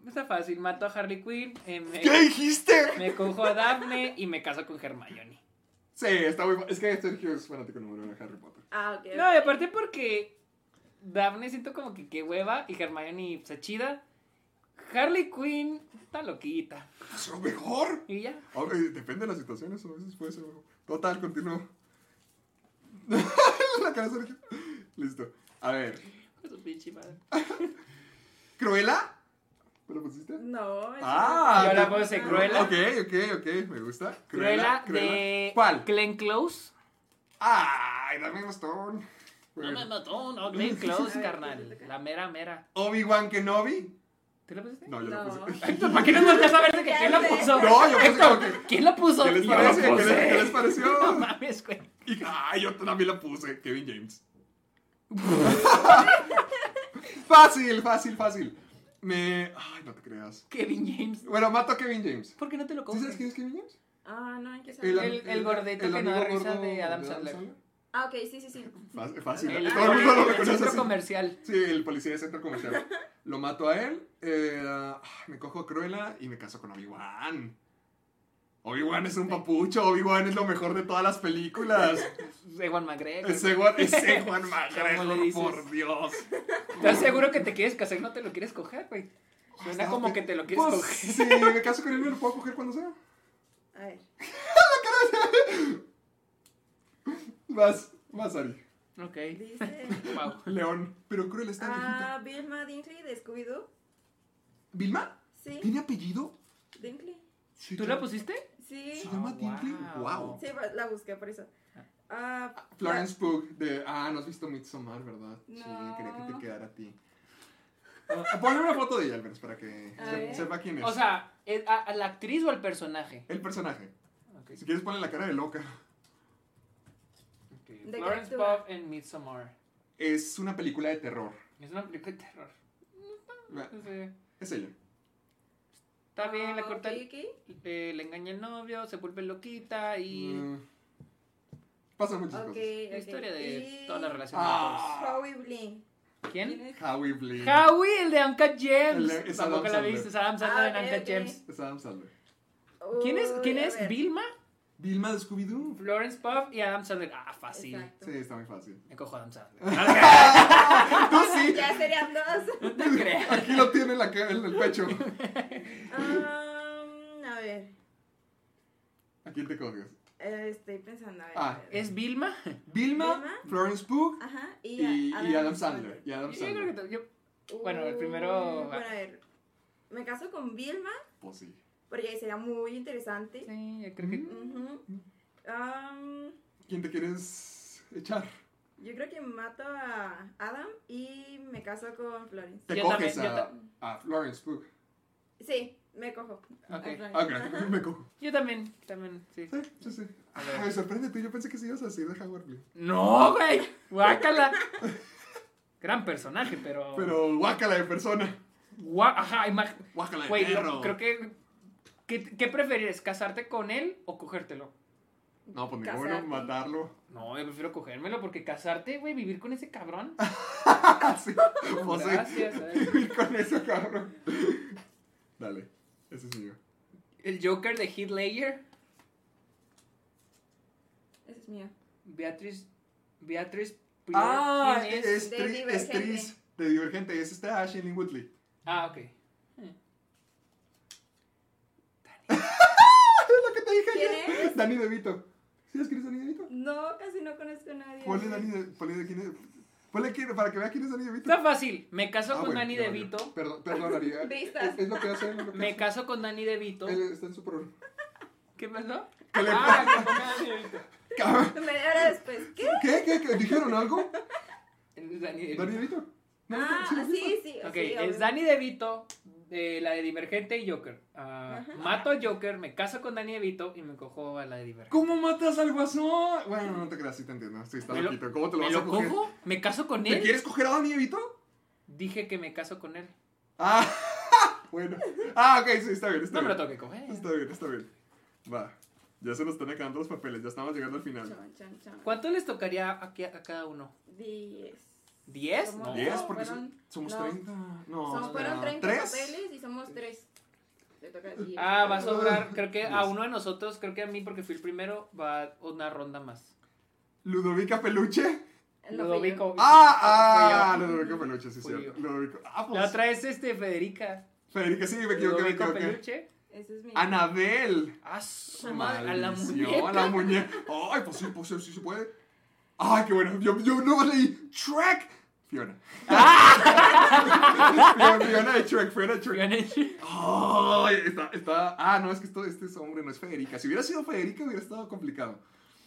Speaker 3: está fácil. Mato a Harley Quinn. eh, me-
Speaker 4: ¿Qué dijiste?
Speaker 3: Me cojo a Daphne y me caso con Hermione.
Speaker 4: Sí, está muy. fa- Es que Sergio es fanático número uno de Harry Potter.
Speaker 5: Ah, ok.
Speaker 3: No, y aparte porque Daphne siento como que qué hueva y Hermione está chida. Harley Quinn está loquita.
Speaker 4: Es lo mejor.
Speaker 3: Y ya.
Speaker 4: A ver, depende de las situaciones, a veces puede ser. mejor. Total, continúo. (laughs) La cara de Sergio. Listo. A ver.
Speaker 3: Su pinche madre.
Speaker 4: Ah, ¿Cruela? ¿Me lo pusiste?
Speaker 5: No. es-
Speaker 4: Ah,
Speaker 3: Yo la
Speaker 4: te-
Speaker 3: puse Cruella.
Speaker 4: Ok, ok, ok, me gusta.
Speaker 3: Cruella de ¿Cuál? Glenn Close.
Speaker 4: Ay, dame Stone.
Speaker 3: No me mató, no, Glenn Close, carnal. (laughs) La mera mera.
Speaker 4: Obi-Wan Kenobi.
Speaker 3: ¿Te la pusiste?
Speaker 4: No, yo
Speaker 3: (laughs)
Speaker 4: la puse.
Speaker 3: ¿Para qué nos volteas a ver de que quién la puso?
Speaker 4: No, yo puse
Speaker 3: Héctor,
Speaker 4: como que-
Speaker 3: ¿Quién la puso?
Speaker 4: ¿Qué les
Speaker 3: Yo la
Speaker 4: parece? ¿Qué les-
Speaker 3: puse.
Speaker 4: qué les pareció?
Speaker 3: No mames, güey.
Speaker 4: Y, ay, yo también la puse. Kevin James. (laughs) fácil, fácil, fácil. Me. Ay, no te creas.
Speaker 3: Kevin James.
Speaker 4: Bueno, mato a Kevin James.
Speaker 3: ¿Por qué no te lo
Speaker 4: ¿Sí
Speaker 3: comes?
Speaker 4: sabes quién es Kevin James?
Speaker 5: Ah, no, hay que saber.
Speaker 3: El, el, gordito
Speaker 4: el
Speaker 3: que no da
Speaker 4: amigo
Speaker 3: risa
Speaker 4: gordo
Speaker 3: de Adam Sandler.
Speaker 5: Ah, ok, sí, sí, sí.
Speaker 4: Fácil, fácil.
Speaker 3: El-
Speaker 4: (laughs) Todo el mundo lo
Speaker 3: el
Speaker 4: conoce
Speaker 3: centro
Speaker 4: así.
Speaker 3: comercial.
Speaker 4: Sí, el policía de centro comercial. lo mato a él, eh, ah, me cojo a Cruella y me caso con Obi-Wan. Obi-Wan es un papucho, Obi-Wan es lo mejor de todas las películas.
Speaker 3: Ewan McGregor.
Speaker 4: Ese Juan,
Speaker 3: (laughs)
Speaker 4: ese Juan
Speaker 3: ¿Cómo le
Speaker 4: McGregor,
Speaker 3: dices?
Speaker 4: por Dios.
Speaker 3: ¿Estás seguro que te quieres casar y no te lo quieres coger, güey? Suena como que te lo quieres
Speaker 4: Pues,
Speaker 3: coger.
Speaker 4: sí, me caso con él, me lo puedo coger cuando sea.
Speaker 5: A ver.
Speaker 4: Vas, vas, Ari.
Speaker 3: Ok.
Speaker 5: Dice.
Speaker 3: Wow.
Speaker 4: León, pero Cruella está viejita.
Speaker 5: Ah, Vilma Dinkley de Scooby-Doo.
Speaker 4: ¿Vilma?
Speaker 5: Sí.
Speaker 4: ¿Tiene apellido?
Speaker 5: Dinkley.
Speaker 4: Sí,
Speaker 3: ¿Tú la Ah, pusiste?
Speaker 5: Sí.
Speaker 4: ¿Se llama Dinkley? Wow.
Speaker 5: Sí, pero la busqué por eso. Ah,
Speaker 4: Florence Pugh de... Ah, no has visto Midsommar, ¿verdad? Sí,
Speaker 5: No.
Speaker 4: quería que te quedara a ti. Ah, Ponle una foto de ella al menos para que
Speaker 5: A
Speaker 4: se-
Speaker 5: ver.
Speaker 4: sepa quién es.
Speaker 3: O sea, ¿es ¿a, a la actriz o al personaje?
Speaker 4: el personaje.
Speaker 3: Ok.
Speaker 4: Si quieres ponle la cara de loca.
Speaker 3: Ok.
Speaker 5: qué
Speaker 3: Florence
Speaker 5: actúa?
Speaker 3: Pugh en Midsommar.
Speaker 4: Es una película de terror.
Speaker 3: Es una película de terror. No sé.
Speaker 4: Es ella.
Speaker 3: Está bien, le
Speaker 5: Ah,
Speaker 3: corta el-
Speaker 5: ok, ok.
Speaker 3: eh, le engaña el novio, se vuelve loquita y...
Speaker 4: Mm. Pasan muchas
Speaker 5: Ok,
Speaker 4: cosas.
Speaker 3: La historia de
Speaker 5: Y-
Speaker 3: toda la relación.
Speaker 4: Ah.
Speaker 5: Howie Blink.
Speaker 3: de todos. ¿Quién?
Speaker 5: es?
Speaker 4: Howie Blink.
Speaker 3: Howie, el de Uncut
Speaker 4: El
Speaker 3: Gems.
Speaker 4: de- es
Speaker 3: Tampoco
Speaker 4: Adam
Speaker 3: la
Speaker 4: Sandler.
Speaker 3: viste, es Adam Sandler
Speaker 5: Ah,
Speaker 3: en
Speaker 5: ok,
Speaker 3: Uncut
Speaker 5: ok.
Speaker 3: Gems.
Speaker 4: Es Adam Sandler.
Speaker 3: ¿Quién es?
Speaker 5: Uy,
Speaker 3: ¿Quién
Speaker 5: a
Speaker 3: es?
Speaker 5: ver.
Speaker 3: ¿Vilma?
Speaker 4: Vilma de Scooby-Doo.
Speaker 3: Florence Pugh y Adam Sandler. Ah, fácil.
Speaker 5: Exacto.
Speaker 4: Sí, está
Speaker 3: (laughs)
Speaker 4: muy fácil.
Speaker 3: Me cojo a Adam Sandler.
Speaker 4: Tú sí.
Speaker 5: (laughs) Ya serían dos.
Speaker 3: No te creas.
Speaker 4: Aquí lo tiene en, la, ca- en el pecho.
Speaker 5: Am, Um, a ver.
Speaker 4: ¿A quién te coges?
Speaker 5: eh, Estoy pensando. A ver.
Speaker 4: Ah,
Speaker 5: a ver.
Speaker 3: ¿Es Vilma? (laughs) Ah,
Speaker 4: Vilma,
Speaker 5: Vilma.
Speaker 4: Florence Pugh
Speaker 5: Ajá.
Speaker 4: y,
Speaker 5: Y,
Speaker 4: y Adam, Sandler. Y Adam
Speaker 3: Yo creo que
Speaker 4: Sandler.
Speaker 3: te- yo- Bueno, el
Speaker 5: Uy,
Speaker 3: primero-
Speaker 5: Uh, Bueno, a ver. Me caso con Vilma
Speaker 4: Pues sí.
Speaker 5: porque sería muy interesante.
Speaker 3: Sí, yo creo que...
Speaker 5: Ujú. Am,
Speaker 4: ¿Quién te quieres echar?
Speaker 5: yo creo que mato a Adam y me caso con Florence.
Speaker 4: Te
Speaker 3: Yo
Speaker 4: coges
Speaker 3: también, yo
Speaker 4: a, a Florence Pugh.
Speaker 5: Sí, me cojo. a
Speaker 3: Ok.
Speaker 5: Florence.
Speaker 4: Ok, (laughs) me cojo.
Speaker 3: Yo también, también, sí.
Speaker 4: Sí, sí, sí. Ay, sorpréndete, yo pensé que sí ibas a decir de Howard Blink.
Speaker 3: ¡No, güey! ¡Guácala! (laughs) Gran personaje, pero...
Speaker 4: Pero guácala de persona.
Speaker 3: Gua- Ajá, imagínate.
Speaker 4: Guácala de
Speaker 3: Güey, yo
Speaker 4: perro.
Speaker 3: creo que... ¿Qué, ¿Qué prefieres? ¿Casarte con él o cogértelo?
Speaker 4: No, pues ninguno,
Speaker 5: Casarte.
Speaker 4: matarlo.
Speaker 3: No, yo prefiero cogérmelo porque casarte, güey, vivir con ese cabrón.
Speaker 4: Pues sí.
Speaker 3: Gracias,
Speaker 4: José.
Speaker 3: eh.
Speaker 4: (laughs) Vivir con eso, cabrón. Dale, ese es mío.
Speaker 3: El Joker de Heath Ledger.
Speaker 5: Ese es mío.
Speaker 3: Beatriz... Beatriz... Prior,
Speaker 4: Ah,
Speaker 3: ¿quién
Speaker 4: es,
Speaker 3: es?
Speaker 4: es,
Speaker 5: De
Speaker 4: tri- es
Speaker 5: Divergente.
Speaker 4: Tris de Divergente. Es esta Ashley Woodley.
Speaker 3: Ah, ok.
Speaker 4: Es lo que te dije
Speaker 5: ¿Quién
Speaker 4: ayer. (laughs) Dani DeVito. ¿Sí sabes quién es Dani DeVito?
Speaker 5: No, casi no conozco a nadie.
Speaker 4: Ponle Dani de, ponle de quién es. Ponle quién, para que vea quién es Dani DeVito.
Speaker 3: Está fácil. Me caso
Speaker 4: Ah,
Speaker 3: con
Speaker 4: bueno,
Speaker 3: Danny
Speaker 4: ya valió.
Speaker 3: DeVito.
Speaker 4: Perdón, perdón, Ari.
Speaker 5: Vistas.
Speaker 4: Es, es lo que hace. es lo que
Speaker 3: Me
Speaker 4: hace.
Speaker 3: caso con Danny DeVito.
Speaker 4: Él está en su programa. (laughs)
Speaker 3: ¿Qué pasó?
Speaker 4: ¿Qué le
Speaker 3: Ah, me tocó Danny DeVito.
Speaker 4: Cabrón.
Speaker 5: (laughs) Media hora después. ¿Qué?
Speaker 4: ¿Qué, qué, qué? ¿Dijeron algo?
Speaker 3: Es Danny DeVito.
Speaker 4: ¿Dani DeVito? ¿No, no,
Speaker 5: Ah,
Speaker 4: ¿sí lo viste?
Speaker 5: sí, sí.
Speaker 3: Ok,
Speaker 5: sí, obvio.
Speaker 3: es Danny DeVito, de la de Divergente y Joker. Ah, mato a Joker, me caso con Danny DeVito y me cojo a la de Divergente.
Speaker 4: ¿Cómo matas al guasón? Bueno, no te creas, sí te entiendo. Sí, está
Speaker 3: ¿Me lo-
Speaker 4: loquito. ¿Cómo te lo
Speaker 3: ¿Me
Speaker 4: vas a
Speaker 3: lo
Speaker 4: coger?
Speaker 3: cojo? ¿Me caso con
Speaker 4: ¿Te
Speaker 3: él?
Speaker 4: quieres coger a Dani Evito?
Speaker 3: Dije que me caso con él.
Speaker 4: Ah, (laughs) bueno. Ah, ok, sí, está bien.
Speaker 3: No
Speaker 4: Está
Speaker 3: me lo
Speaker 4: bien.
Speaker 3: tengo que coger.
Speaker 4: Está bien, está bien. Va. Ya se nos están acabando los papeles, ya estamos llegando al final.
Speaker 5: Chan, chan, chan.
Speaker 3: ¿Cuánto les tocaría a, que- a cada uno?
Speaker 5: Diez.
Speaker 3: ¿Diez?
Speaker 5: Somos-
Speaker 3: No.
Speaker 4: Diez,
Speaker 5: no,
Speaker 4: porque
Speaker 5: fueron-
Speaker 4: somos
Speaker 5: no.
Speaker 4: 30. No,
Speaker 5: Somos- fueron
Speaker 4: espera.
Speaker 5: 30
Speaker 4: ¿Tres?
Speaker 5: papeles y somos tres. Te toca diez.
Speaker 3: Ah, va a sobrar, creo que a
Speaker 4: Diez.
Speaker 3: uno de nosotros, creo que a mí, porque fui el primero, va una ronda más.
Speaker 4: Ludovica Peluche.
Speaker 5: No fui yo.
Speaker 3: Ludovico.
Speaker 4: Ah, ah,
Speaker 3: Fui yo.
Speaker 4: Ludovico Peluche, sí,
Speaker 3: Fui
Speaker 4: cierto. Ludovico. Ah,
Speaker 3: La
Speaker 4: pues.
Speaker 3: otra es este, Federica.
Speaker 4: Federica, sí, me equivoqué, me
Speaker 3: Ludovico
Speaker 4: equivoqué.
Speaker 3: Peluche.
Speaker 5: Ese es mi.
Speaker 4: Anabel.
Speaker 3: A su madre, a la
Speaker 4: Maldición,
Speaker 3: muñeca.
Speaker 4: (laughs) a la muñeca. Ay, pues sí, pues sí, sí se puede. Ay, qué bueno. Yo, yo no leí Shrek. Fiona. Fiona, Fiona de Shrek, Fiona de Shrek.
Speaker 3: Fiona de Shrek.
Speaker 4: Ay, está, está. Ah, no, es que esto, este es hombre, no es Federica. Si hubiera sido Federica, hubiera estado complicado.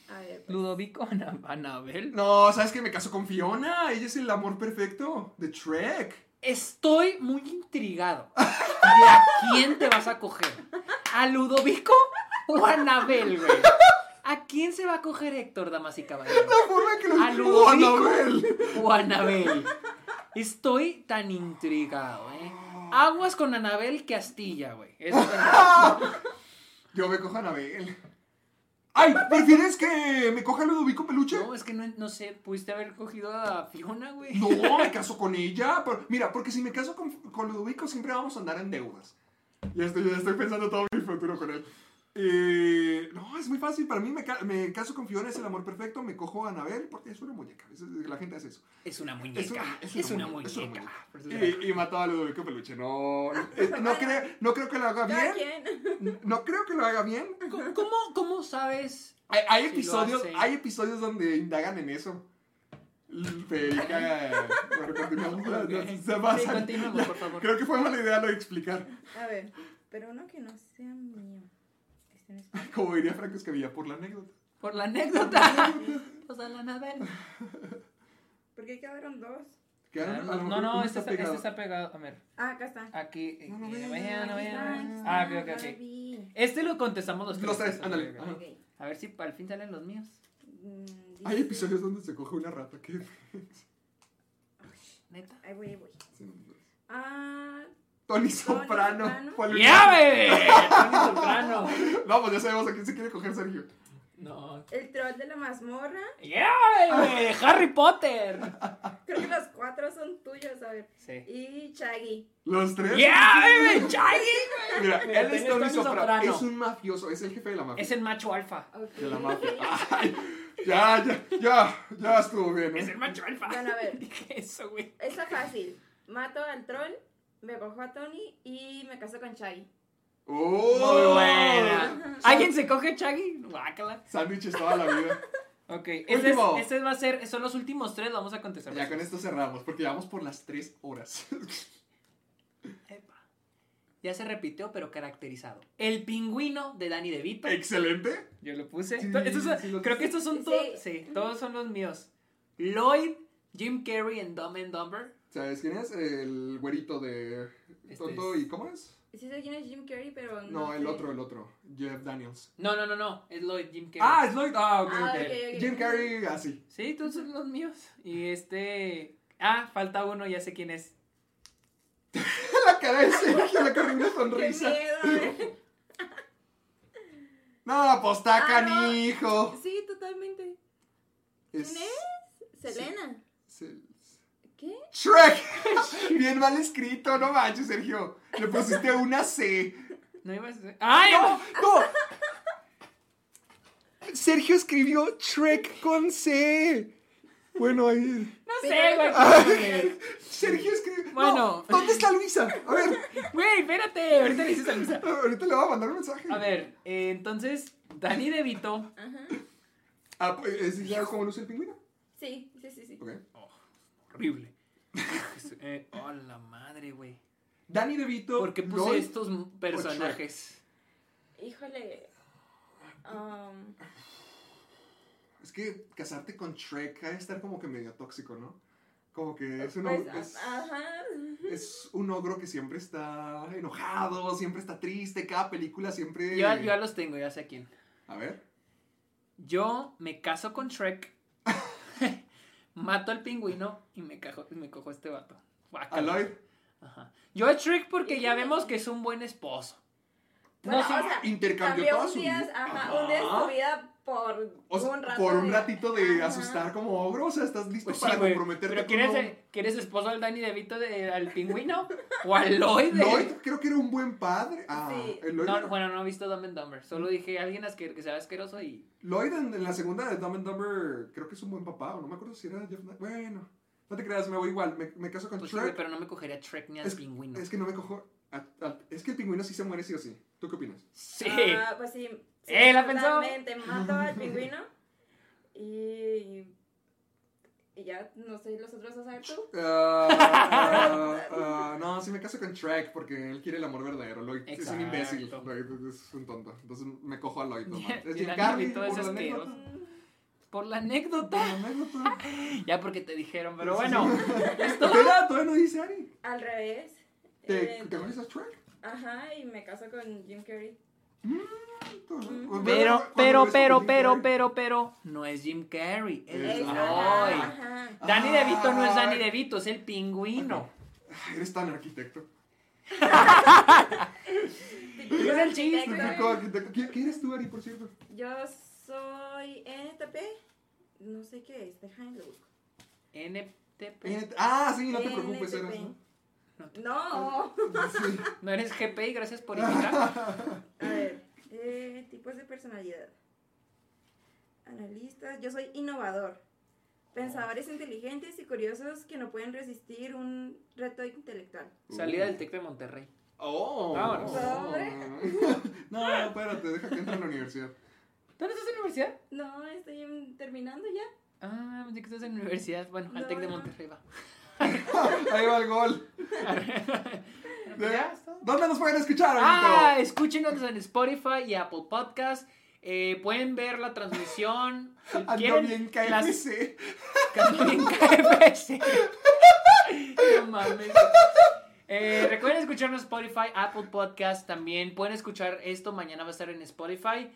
Speaker 5: A ver, pues.
Speaker 3: Ludovico Ana- Anabel.
Speaker 4: No, ¿sabes que Me casó con Fiona. Ella es el amor perfecto de Shrek.
Speaker 3: Estoy muy intrigado. ¿De a quién te vas a coger? ¿A Ludovico o a Anabel, güey? ¿A quién se va a coger Héctor, damas y caballeros?
Speaker 4: La forma que lo
Speaker 3: ¿A
Speaker 4: ¡Oh,
Speaker 3: Ludovico
Speaker 4: Anabel!
Speaker 3: o a Anabel? Estoy tan intrigado, ¿eh? Aguas con Anabel que astilla, güey. Eso es verdad.
Speaker 4: Yo me cojo a Anabel. ¡Ay! ¿Prefieres que me coja Ludovico Peluche?
Speaker 3: No, es que no, no sé, pudiste haber cogido a Fiona, güey.
Speaker 4: No, me caso con ella. pero- mira, porque si me caso con, con Ludovico, siempre vamos a andar en deudas. Ya estoy, ya estoy pensando todo mi futuro con él. Eh, no, es muy fácil. Para mí, me, ca- me caso con Fiona, es el amor perfecto. Me cojo a Anabel porque es una muñeca. es- la gente hace eso.
Speaker 3: Es una muñeca.
Speaker 4: Es
Speaker 3: Es
Speaker 4: una,
Speaker 3: una,
Speaker 4: es una muñeca,
Speaker 3: muñeca.
Speaker 4: es una Y, y mató a Ludovico Peluche. No, eh, no, creo, no creo que lo haga bien.
Speaker 5: ¿Cada quien? (laughs)
Speaker 4: No creo que lo haga bien.
Speaker 3: ¿Cómo- ¿Cómo, cómo sabes?
Speaker 4: Hay, hay
Speaker 3: Si lo
Speaker 4: episodios,
Speaker 3: hace.
Speaker 4: hay episodios donde indagan en eso. Federica, eh,
Speaker 3: (laughs)
Speaker 4: bueno, continuamos, la- la- (laughs) se
Speaker 3: Sí,
Speaker 4: basa-
Speaker 3: continuemos, por favor.
Speaker 4: Creo que fue mala idea lo de explicar.
Speaker 5: A ver, pero uno que no sea mío. Este no es mío.
Speaker 4: Como diría Franco Escamilla, por la anécdota.
Speaker 3: Por la anécdota. Pues a la Anabel.
Speaker 5: Porque quedaron dos.
Speaker 4: Quedaron- a lo
Speaker 3: No,
Speaker 4: mejor
Speaker 3: no,
Speaker 4: uno
Speaker 3: este está,
Speaker 4: pegado.
Speaker 3: este está pegado. A ver,
Speaker 5: Ah, acá está.
Speaker 3: aquí.
Speaker 4: No lo
Speaker 3: eh,
Speaker 4: veo,
Speaker 3: vean,
Speaker 5: Aquí está,
Speaker 3: vean.
Speaker 5: aquí está,
Speaker 3: Ah, ok, ok,
Speaker 5: no lo
Speaker 3: ok.
Speaker 5: vi.
Speaker 3: Este lo contestamos los tres.
Speaker 4: Los tres,
Speaker 3: Este
Speaker 4: ándale,
Speaker 3: lo-
Speaker 4: ajá.
Speaker 5: Ok.
Speaker 3: A ver si al fin salen los míos.
Speaker 5: Mm, dice-
Speaker 4: Hay episodios donde se coge una rata. Que... (laughs)
Speaker 3: Neta.
Speaker 5: Ahí voy, ahí voy. Ah,
Speaker 4: Tony Soprano.
Speaker 5: Soprano.
Speaker 4: fue el-
Speaker 3: ¡Llave! Tony Soprano.
Speaker 4: (laughs) No, pues ya sabemos a quién se quiere coger Sergio.
Speaker 3: No.
Speaker 5: el troll de la mazmorra. (laughs)
Speaker 3: ¡Llave! ¡Harry Potter!
Speaker 5: Creo que los cuatro son tuyos, a ver.
Speaker 3: Sí.
Speaker 5: Y Chaggy.
Speaker 4: Los tres.
Speaker 3: ¡Llave! ¡Chaggy!
Speaker 4: Mira,
Speaker 3: Mira,
Speaker 4: él es
Speaker 3: tenés
Speaker 4: Tony
Speaker 3: Tony
Speaker 4: Soprano.
Speaker 3: Soprano.
Speaker 4: Es un mafioso, es el jefe de la mafia.
Speaker 3: Es el macho alfa.
Speaker 4: De la mafia. Ay, ya, ya, ya, ya estuvo bien.
Speaker 3: Es el
Speaker 4: ¿eh?
Speaker 3: macho alfa.
Speaker 5: Van a
Speaker 3: (laughs)
Speaker 5: ver.
Speaker 3: Dije eso, güey.
Speaker 5: Está fácil. Mato al troll, me cojo a Tony y me caso con Chaggy.
Speaker 4: ¡Oh!
Speaker 3: Muy buena. ¿Alguien se coge Chaggy? Guácala.
Speaker 4: Sándwiches toda la vida. (laughs)
Speaker 3: Ok, este, es-
Speaker 4: Último.
Speaker 3: este va a ser, son los últimos tres, lo vamos a contestar.
Speaker 4: Ya con este. esto cerramos, porque llevamos por las 3 horas. (laughs)
Speaker 3: Epa. Ya se repitió, pero caracterizado. El pingüino de Danny DeVito.
Speaker 4: Excelente.
Speaker 3: Yo lo puse.
Speaker 4: Sí,
Speaker 3: Estos son-
Speaker 4: sí lo
Speaker 3: creo que estos son
Speaker 5: Sí.
Speaker 3: todos. Sí, todos son los míos. Lloyd, Jim Carrey en Dumb and Dumber.
Speaker 4: ¿Sabes quién es? El güerito de
Speaker 3: Este
Speaker 4: Tonto
Speaker 3: es-
Speaker 4: y ¿cómo es?
Speaker 5: Sí sé quién es Jim Carrey, pero no.
Speaker 4: No, el
Speaker 5: sé.
Speaker 4: otro, el otro. Jeff Daniels.
Speaker 3: No, no, no, no. Es Lloyd, Jim Carrey.
Speaker 4: Ah, es Lloyd. Ah, ok,
Speaker 5: Ah,
Speaker 4: ok.
Speaker 5: ok, ok.
Speaker 4: Jim Carrey, así. (laughs)
Speaker 3: Sí, todos son los míos. Y este. Ah, falta uno, ya sé quién es.
Speaker 4: la cara de Sergio, la carrera
Speaker 5: ¡Qué
Speaker 4: sonrisa.
Speaker 5: miedo!
Speaker 4: (laughs)
Speaker 5: eh.
Speaker 4: No, pues está
Speaker 5: Ah, no.
Speaker 4: canijo.
Speaker 5: Sí, totalmente. ¿Quién es? Selena.
Speaker 4: es?
Speaker 5: ¿Qué?
Speaker 4: Shrek. (laughs) Bien mal escrito, no manches, Sergio. Le pusiste una C.
Speaker 3: No ibas a decir- ¡Ay!
Speaker 4: ¡No! ¡No! Sergio escribió Shrek con C. Bueno, ahí.
Speaker 3: No sé, güey.
Speaker 4: Sergio escribió.
Speaker 3: Bueno.
Speaker 4: No, ¿Dónde está Luisa? A ver.
Speaker 3: Güey, espérate. Ahorita le dices a Luisa.
Speaker 4: Ahorita le voy a mandar un mensaje.
Speaker 3: A ver, eh, entonces, Danny DeVito.
Speaker 4: Ah, pues, ¿Es ya como luce el pingüino?
Speaker 5: Sí, sí, sí, sí.
Speaker 4: Ok.
Speaker 3: Horrible. Eh, oh, la madre, güey.
Speaker 4: Danny DeVito.
Speaker 3: ¿Por qué puse
Speaker 4: Lloyd,
Speaker 3: estos m- personajes?
Speaker 5: Híjole. Um,
Speaker 4: Es que casarte con Shrek ha de estar como que medio tóxico, ¿no? Como que es un,
Speaker 5: pues,
Speaker 4: es,
Speaker 5: a- ajá.
Speaker 4: es un ogro que siempre está enojado, siempre está triste, cada película siempre...
Speaker 3: Yo, yo ya los tengo, ya sé a quién.
Speaker 4: A ver.
Speaker 3: Yo me caso con Shrek, (laughs) mato al pingüino y me, cajo, y me cojo a este vato. Guácala.
Speaker 4: Aloy.
Speaker 3: Ajá. Yo a Shrek porque ya vemos que es un buen esposo.
Speaker 5: Bueno,
Speaker 4: No, sí,
Speaker 5: o sea,
Speaker 4: intercambió
Speaker 5: cambió
Speaker 4: toda
Speaker 5: un
Speaker 4: su
Speaker 5: día,
Speaker 4: vida.
Speaker 5: Ajá, un día de
Speaker 4: Ajá.
Speaker 5: su vida por
Speaker 4: O sea,
Speaker 5: un rato.
Speaker 4: por un
Speaker 5: de-
Speaker 4: ratito de
Speaker 5: Ajá.
Speaker 4: asustar como ogro, o sea, estás listo
Speaker 3: Pues sí,
Speaker 4: para
Speaker 3: güey,
Speaker 4: comprometerte
Speaker 3: Pero
Speaker 4: con
Speaker 3: ¿quieres,
Speaker 4: un-
Speaker 3: eh, ¿quieres esposo al Danny DeVito de, al pingüino? ¿O al Lloyd? de-
Speaker 4: Lloyd creo que era un buen padre. Ah, el Lloyd,
Speaker 3: No, bueno, no he visto Dumb and Dumber. Solo dije alguien asquer- que sea asqueroso y.
Speaker 4: Lloyd en, en la segunda de Dumb and Dumber creo que es un buen papá, o no me acuerdo si era Jeff Knight. Bueno, no te creas, me voy igual, me, me caso con
Speaker 3: Pues sí, güey,
Speaker 4: Shrek.
Speaker 3: pero no me cogería a Trek ni al
Speaker 4: es,
Speaker 3: pingüino.
Speaker 4: es que no me cojo... a- a- es que el pingüino sí se muere sí o sí. ¿Tú qué
Speaker 5: (laughs)
Speaker 4: opinas?
Speaker 3: Sí.
Speaker 5: Ah, pues sí. sí,
Speaker 3: ¡Eh, la pensó!
Speaker 5: totalmente. Mato al pingüino y. Y ya, no sé, los otros vas a ver tú.
Speaker 4: Ah, ah, ah, no, sí me caso con Shrek porque él quiere el amor verdadero. Lloyd es un
Speaker 3: Exacto.
Speaker 4: imbécil. Lloyd es un tonto. Entonces me cojo a Lloyd.
Speaker 3: (laughs)
Speaker 4: nomás.
Speaker 3: Y
Speaker 4: Es
Speaker 3: el
Speaker 4: Jim
Speaker 3: Danny
Speaker 4: Carrey
Speaker 3: DeVito es
Speaker 4: por la
Speaker 3: asqueroso.
Speaker 4: anécdota.
Speaker 3: Por la anécdota. ya porque te dijeron, pero
Speaker 4: Sí, sí,
Speaker 3: bueno.
Speaker 4: sí.
Speaker 3: esto-
Speaker 4: Todavía- todavía no dice Ari.
Speaker 5: Al revés.
Speaker 4: ¿Te,
Speaker 5: Eh,
Speaker 4: ¿te coges a Shrek?
Speaker 5: Ajá, y me caso con Jim Carrey.
Speaker 3: Pero,
Speaker 4: Cuando ves- cuando
Speaker 3: pero,
Speaker 4: ves a
Speaker 3: pero,
Speaker 4: Jim
Speaker 3: pero,
Speaker 4: Carrey.
Speaker 3: pero, pero, no es Jim Carrey, es
Speaker 4: Es-
Speaker 3: Lloyd.
Speaker 5: Este, Ajá.
Speaker 3: Danny DeVito no es Danny
Speaker 4: Ay.
Speaker 3: DeVito, es el pingüino.
Speaker 4: Ay, Eres tan arquitecto.
Speaker 5: Yo
Speaker 3: Es el chiste.
Speaker 4: Típico arquitecto. ¿Qui- ¿Quién eres tú, Ari, por cierto?
Speaker 5: Yo soy NTP. No sé qué es, déjame lo busco.
Speaker 3: NTP.
Speaker 4: Eh, Ah, sí, no te preocupes, eres. ¿no?
Speaker 5: No.
Speaker 3: No eres GPI, gracias por
Speaker 4: (laughs)
Speaker 3: invitar.
Speaker 5: (laughs) A ver, eh, tipos de personalidad. Analistas, yo soy innovador.
Speaker 4: Oh.
Speaker 5: Pensadores inteligentes y curiosos que no pueden resistir un reto intelectual.
Speaker 3: Salida
Speaker 4: Uh.
Speaker 3: del TEC de Monterrey.
Speaker 4: Oh.
Speaker 3: Vámonos.
Speaker 4: No, no, espérate, deja que entre a la universidad.
Speaker 3: (laughs)
Speaker 4: (laughs)
Speaker 3: ¿Tú no estás en la universidad?
Speaker 5: No, estoy mm, terminando ya.
Speaker 3: Ah, pensé que estás en la universidad. Bueno, al
Speaker 5: No,
Speaker 3: TEC de
Speaker 5: no.
Speaker 3: Monterrey
Speaker 4: (laughs)
Speaker 3: va.
Speaker 4: Ahí va el gol.
Speaker 3: ya, es todo.
Speaker 4: ¿Dónde nos pueden escuchar,
Speaker 3: Ah,
Speaker 4: Arito?
Speaker 3: escúchenos en Spotify y Apple Podcast. Eh, pueden ver la transmisión. Si
Speaker 4: (laughs) Ando
Speaker 3: quieren,
Speaker 4: bien
Speaker 3: las-
Speaker 4: KFC.
Speaker 3: Casi
Speaker 5: (laughs)
Speaker 3: en KFC. No mames. Eh, recuerden escucharnos en Spotify, Apple Podcast también. Pueden escuchar esto, mañana va a estar en Spotify.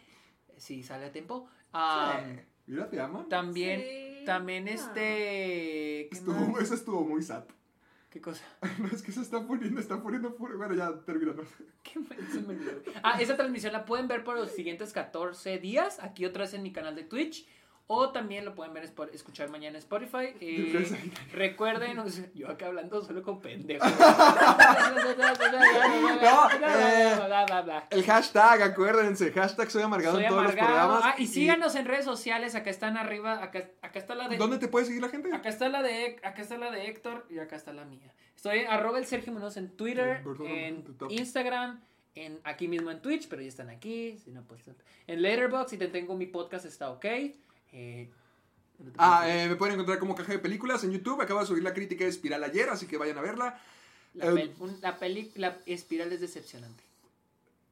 Speaker 3: Si sale a tiempo. Ah,
Speaker 4: Eh, Mira, te aman.
Speaker 3: También,
Speaker 5: Sí.
Speaker 3: también
Speaker 5: Ah.
Speaker 3: este. ¿qué
Speaker 4: Estuvo,
Speaker 3: más?
Speaker 4: eso estuvo muy sad. (laughs)
Speaker 3: ¿Qué cosa?
Speaker 4: No, es que se está poniendo, está poniendo puro. Bueno, ya terminando.
Speaker 3: ¿Qué me- se me olvidó. Ah, esa transmisión la pueden ver por los siguientes 14 días. Aquí otra vez en mi canal de Twitch. O también lo pueden ver, en Spo- escuchar mañana en Spotify. Eh,
Speaker 4: Yo pensé-
Speaker 3: recuerden, o sea, yo acá hablando solo con pendejos. Bla, bla, bla.
Speaker 4: El hashtag, acuérdense. Hashtag soy amargado
Speaker 3: Soy
Speaker 4: en todos los
Speaker 3: amargado.
Speaker 4: programas.
Speaker 3: Ah, y síganos en redes sociales. Acá están arriba. Acá, acá está la de.
Speaker 4: ¿Dónde te puede seguir la gente?
Speaker 3: Acá está la de acá está la de Héctor y acá está la mía. Estoy en arroba el Sergio Munoz en Twitter,
Speaker 4: Perdón,
Speaker 3: en
Speaker 4: te tapo.
Speaker 3: Instagram, en aquí mismo en Twitch, pero ya están aquí. Si no, pues, en Letterboxd, si te tengo mi podcast está ok. Eh, ¿dónde te
Speaker 4: Ah,
Speaker 3: puedes
Speaker 4: eh, me pueden encontrar como caja de películas en YouTube. Acabo de subir la crítica de Espiral ayer, así que vayan a verla.
Speaker 3: la,
Speaker 4: eh,
Speaker 3: pel- un- la peli- la espiral es decepcionante.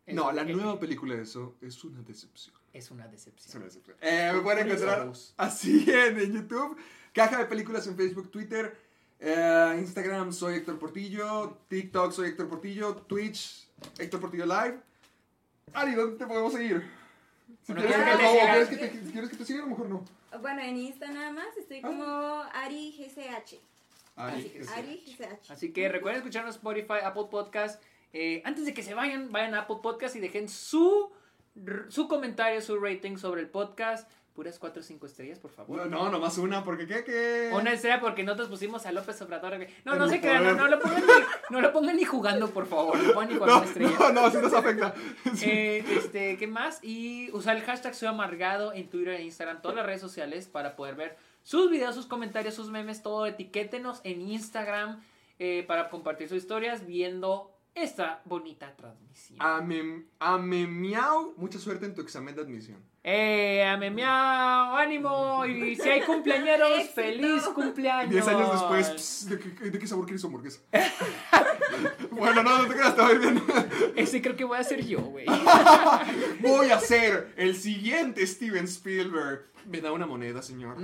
Speaker 3: Es-
Speaker 4: no, la
Speaker 3: es-
Speaker 4: nueva película de eso es una decepción.
Speaker 3: es una
Speaker 4: Es una
Speaker 3: decepción.
Speaker 4: decepción. Eh, me pueden encontrar así (laughs) en, en YouTube. Caja de películas en Facebook, Twitter, eh, Instagram soy Héctor Portillo, TikTok soy Héctor Portillo, Twitch Héctor Portillo Live. Ari, ¿dónde te podemos seguir? Si
Speaker 3: Bueno,
Speaker 4: quieres,
Speaker 3: ¿quieres que
Speaker 4: que
Speaker 3: te
Speaker 4: no,
Speaker 3: siga?
Speaker 4: ¿quieres que te, quieres que te siga? A lo mejor no.
Speaker 5: Bueno, en Insta nada más estoy como Ari GCH.
Speaker 4: Ah. Ari,
Speaker 5: Así,
Speaker 3: ah.
Speaker 4: es-
Speaker 5: Ari GCH.
Speaker 3: Así que recuerden escucharnos Spotify, Apple Podcast. Eh, antes de que se vayan, vayan a Apple Podcast y dejen su, su comentario, su rating sobre el podcast. Puras 4 o 5 estrellas, por favor.
Speaker 4: Bueno, no, nomás una, porque qué, qué. (laughs)
Speaker 3: Una estrella porque nosotros pusimos a López Obrador. No, no
Speaker 4: En
Speaker 3: se
Speaker 4: el
Speaker 3: crean, no,
Speaker 4: poder.
Speaker 3: no lo pongan ni, no lo pongan ni jugando, por favor. No pongan ni jugando
Speaker 4: (laughs) No,
Speaker 3: una estrella.
Speaker 4: no, no, sí nos afecta.
Speaker 3: (laughs) Eh, este, ¿qué más? Y usar el hashtag soy amargado en Twitter e Instagram, todas las redes sociales para poder ver sus videos, sus comentarios, sus memes, todo. Etiquétenos en Instagram eh, para compartir sus historias viendo esta bonita transmisión.
Speaker 4: Ah. Ame, ame miau, mucha suerte en tu examen de admisión.
Speaker 3: ¡Eh! ame miau! ¡Ánimo! Y si hay cumpleañeros,
Speaker 5: Éxito.
Speaker 3: ¡feliz cumpleaños!
Speaker 4: Diez años después, pss, ¿de, qué, de qué sabor quieres hamburguesa? (laughs) bueno, no, no te creas, te va a ir bien. (laughs)
Speaker 3: Ese creo que voy a ser yo, güey.
Speaker 4: Voy a ser el siguiente Steven Spielberg. Me da una
Speaker 3: (laughs)
Speaker 4: moneda, señor.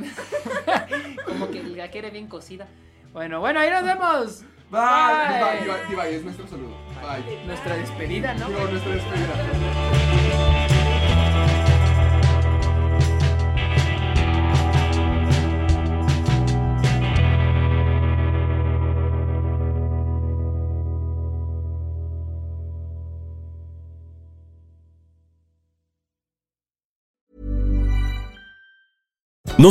Speaker 3: Como que la quiere bien cocida. Bueno, bueno, ahí nos vemos.
Speaker 4: Bye. Diva, Diva, Diva, es nuestro saludo. Bye.
Speaker 3: Nuestra despedida, ¿no?
Speaker 4: Diva, nuestra despedida.
Speaker 15: ¿No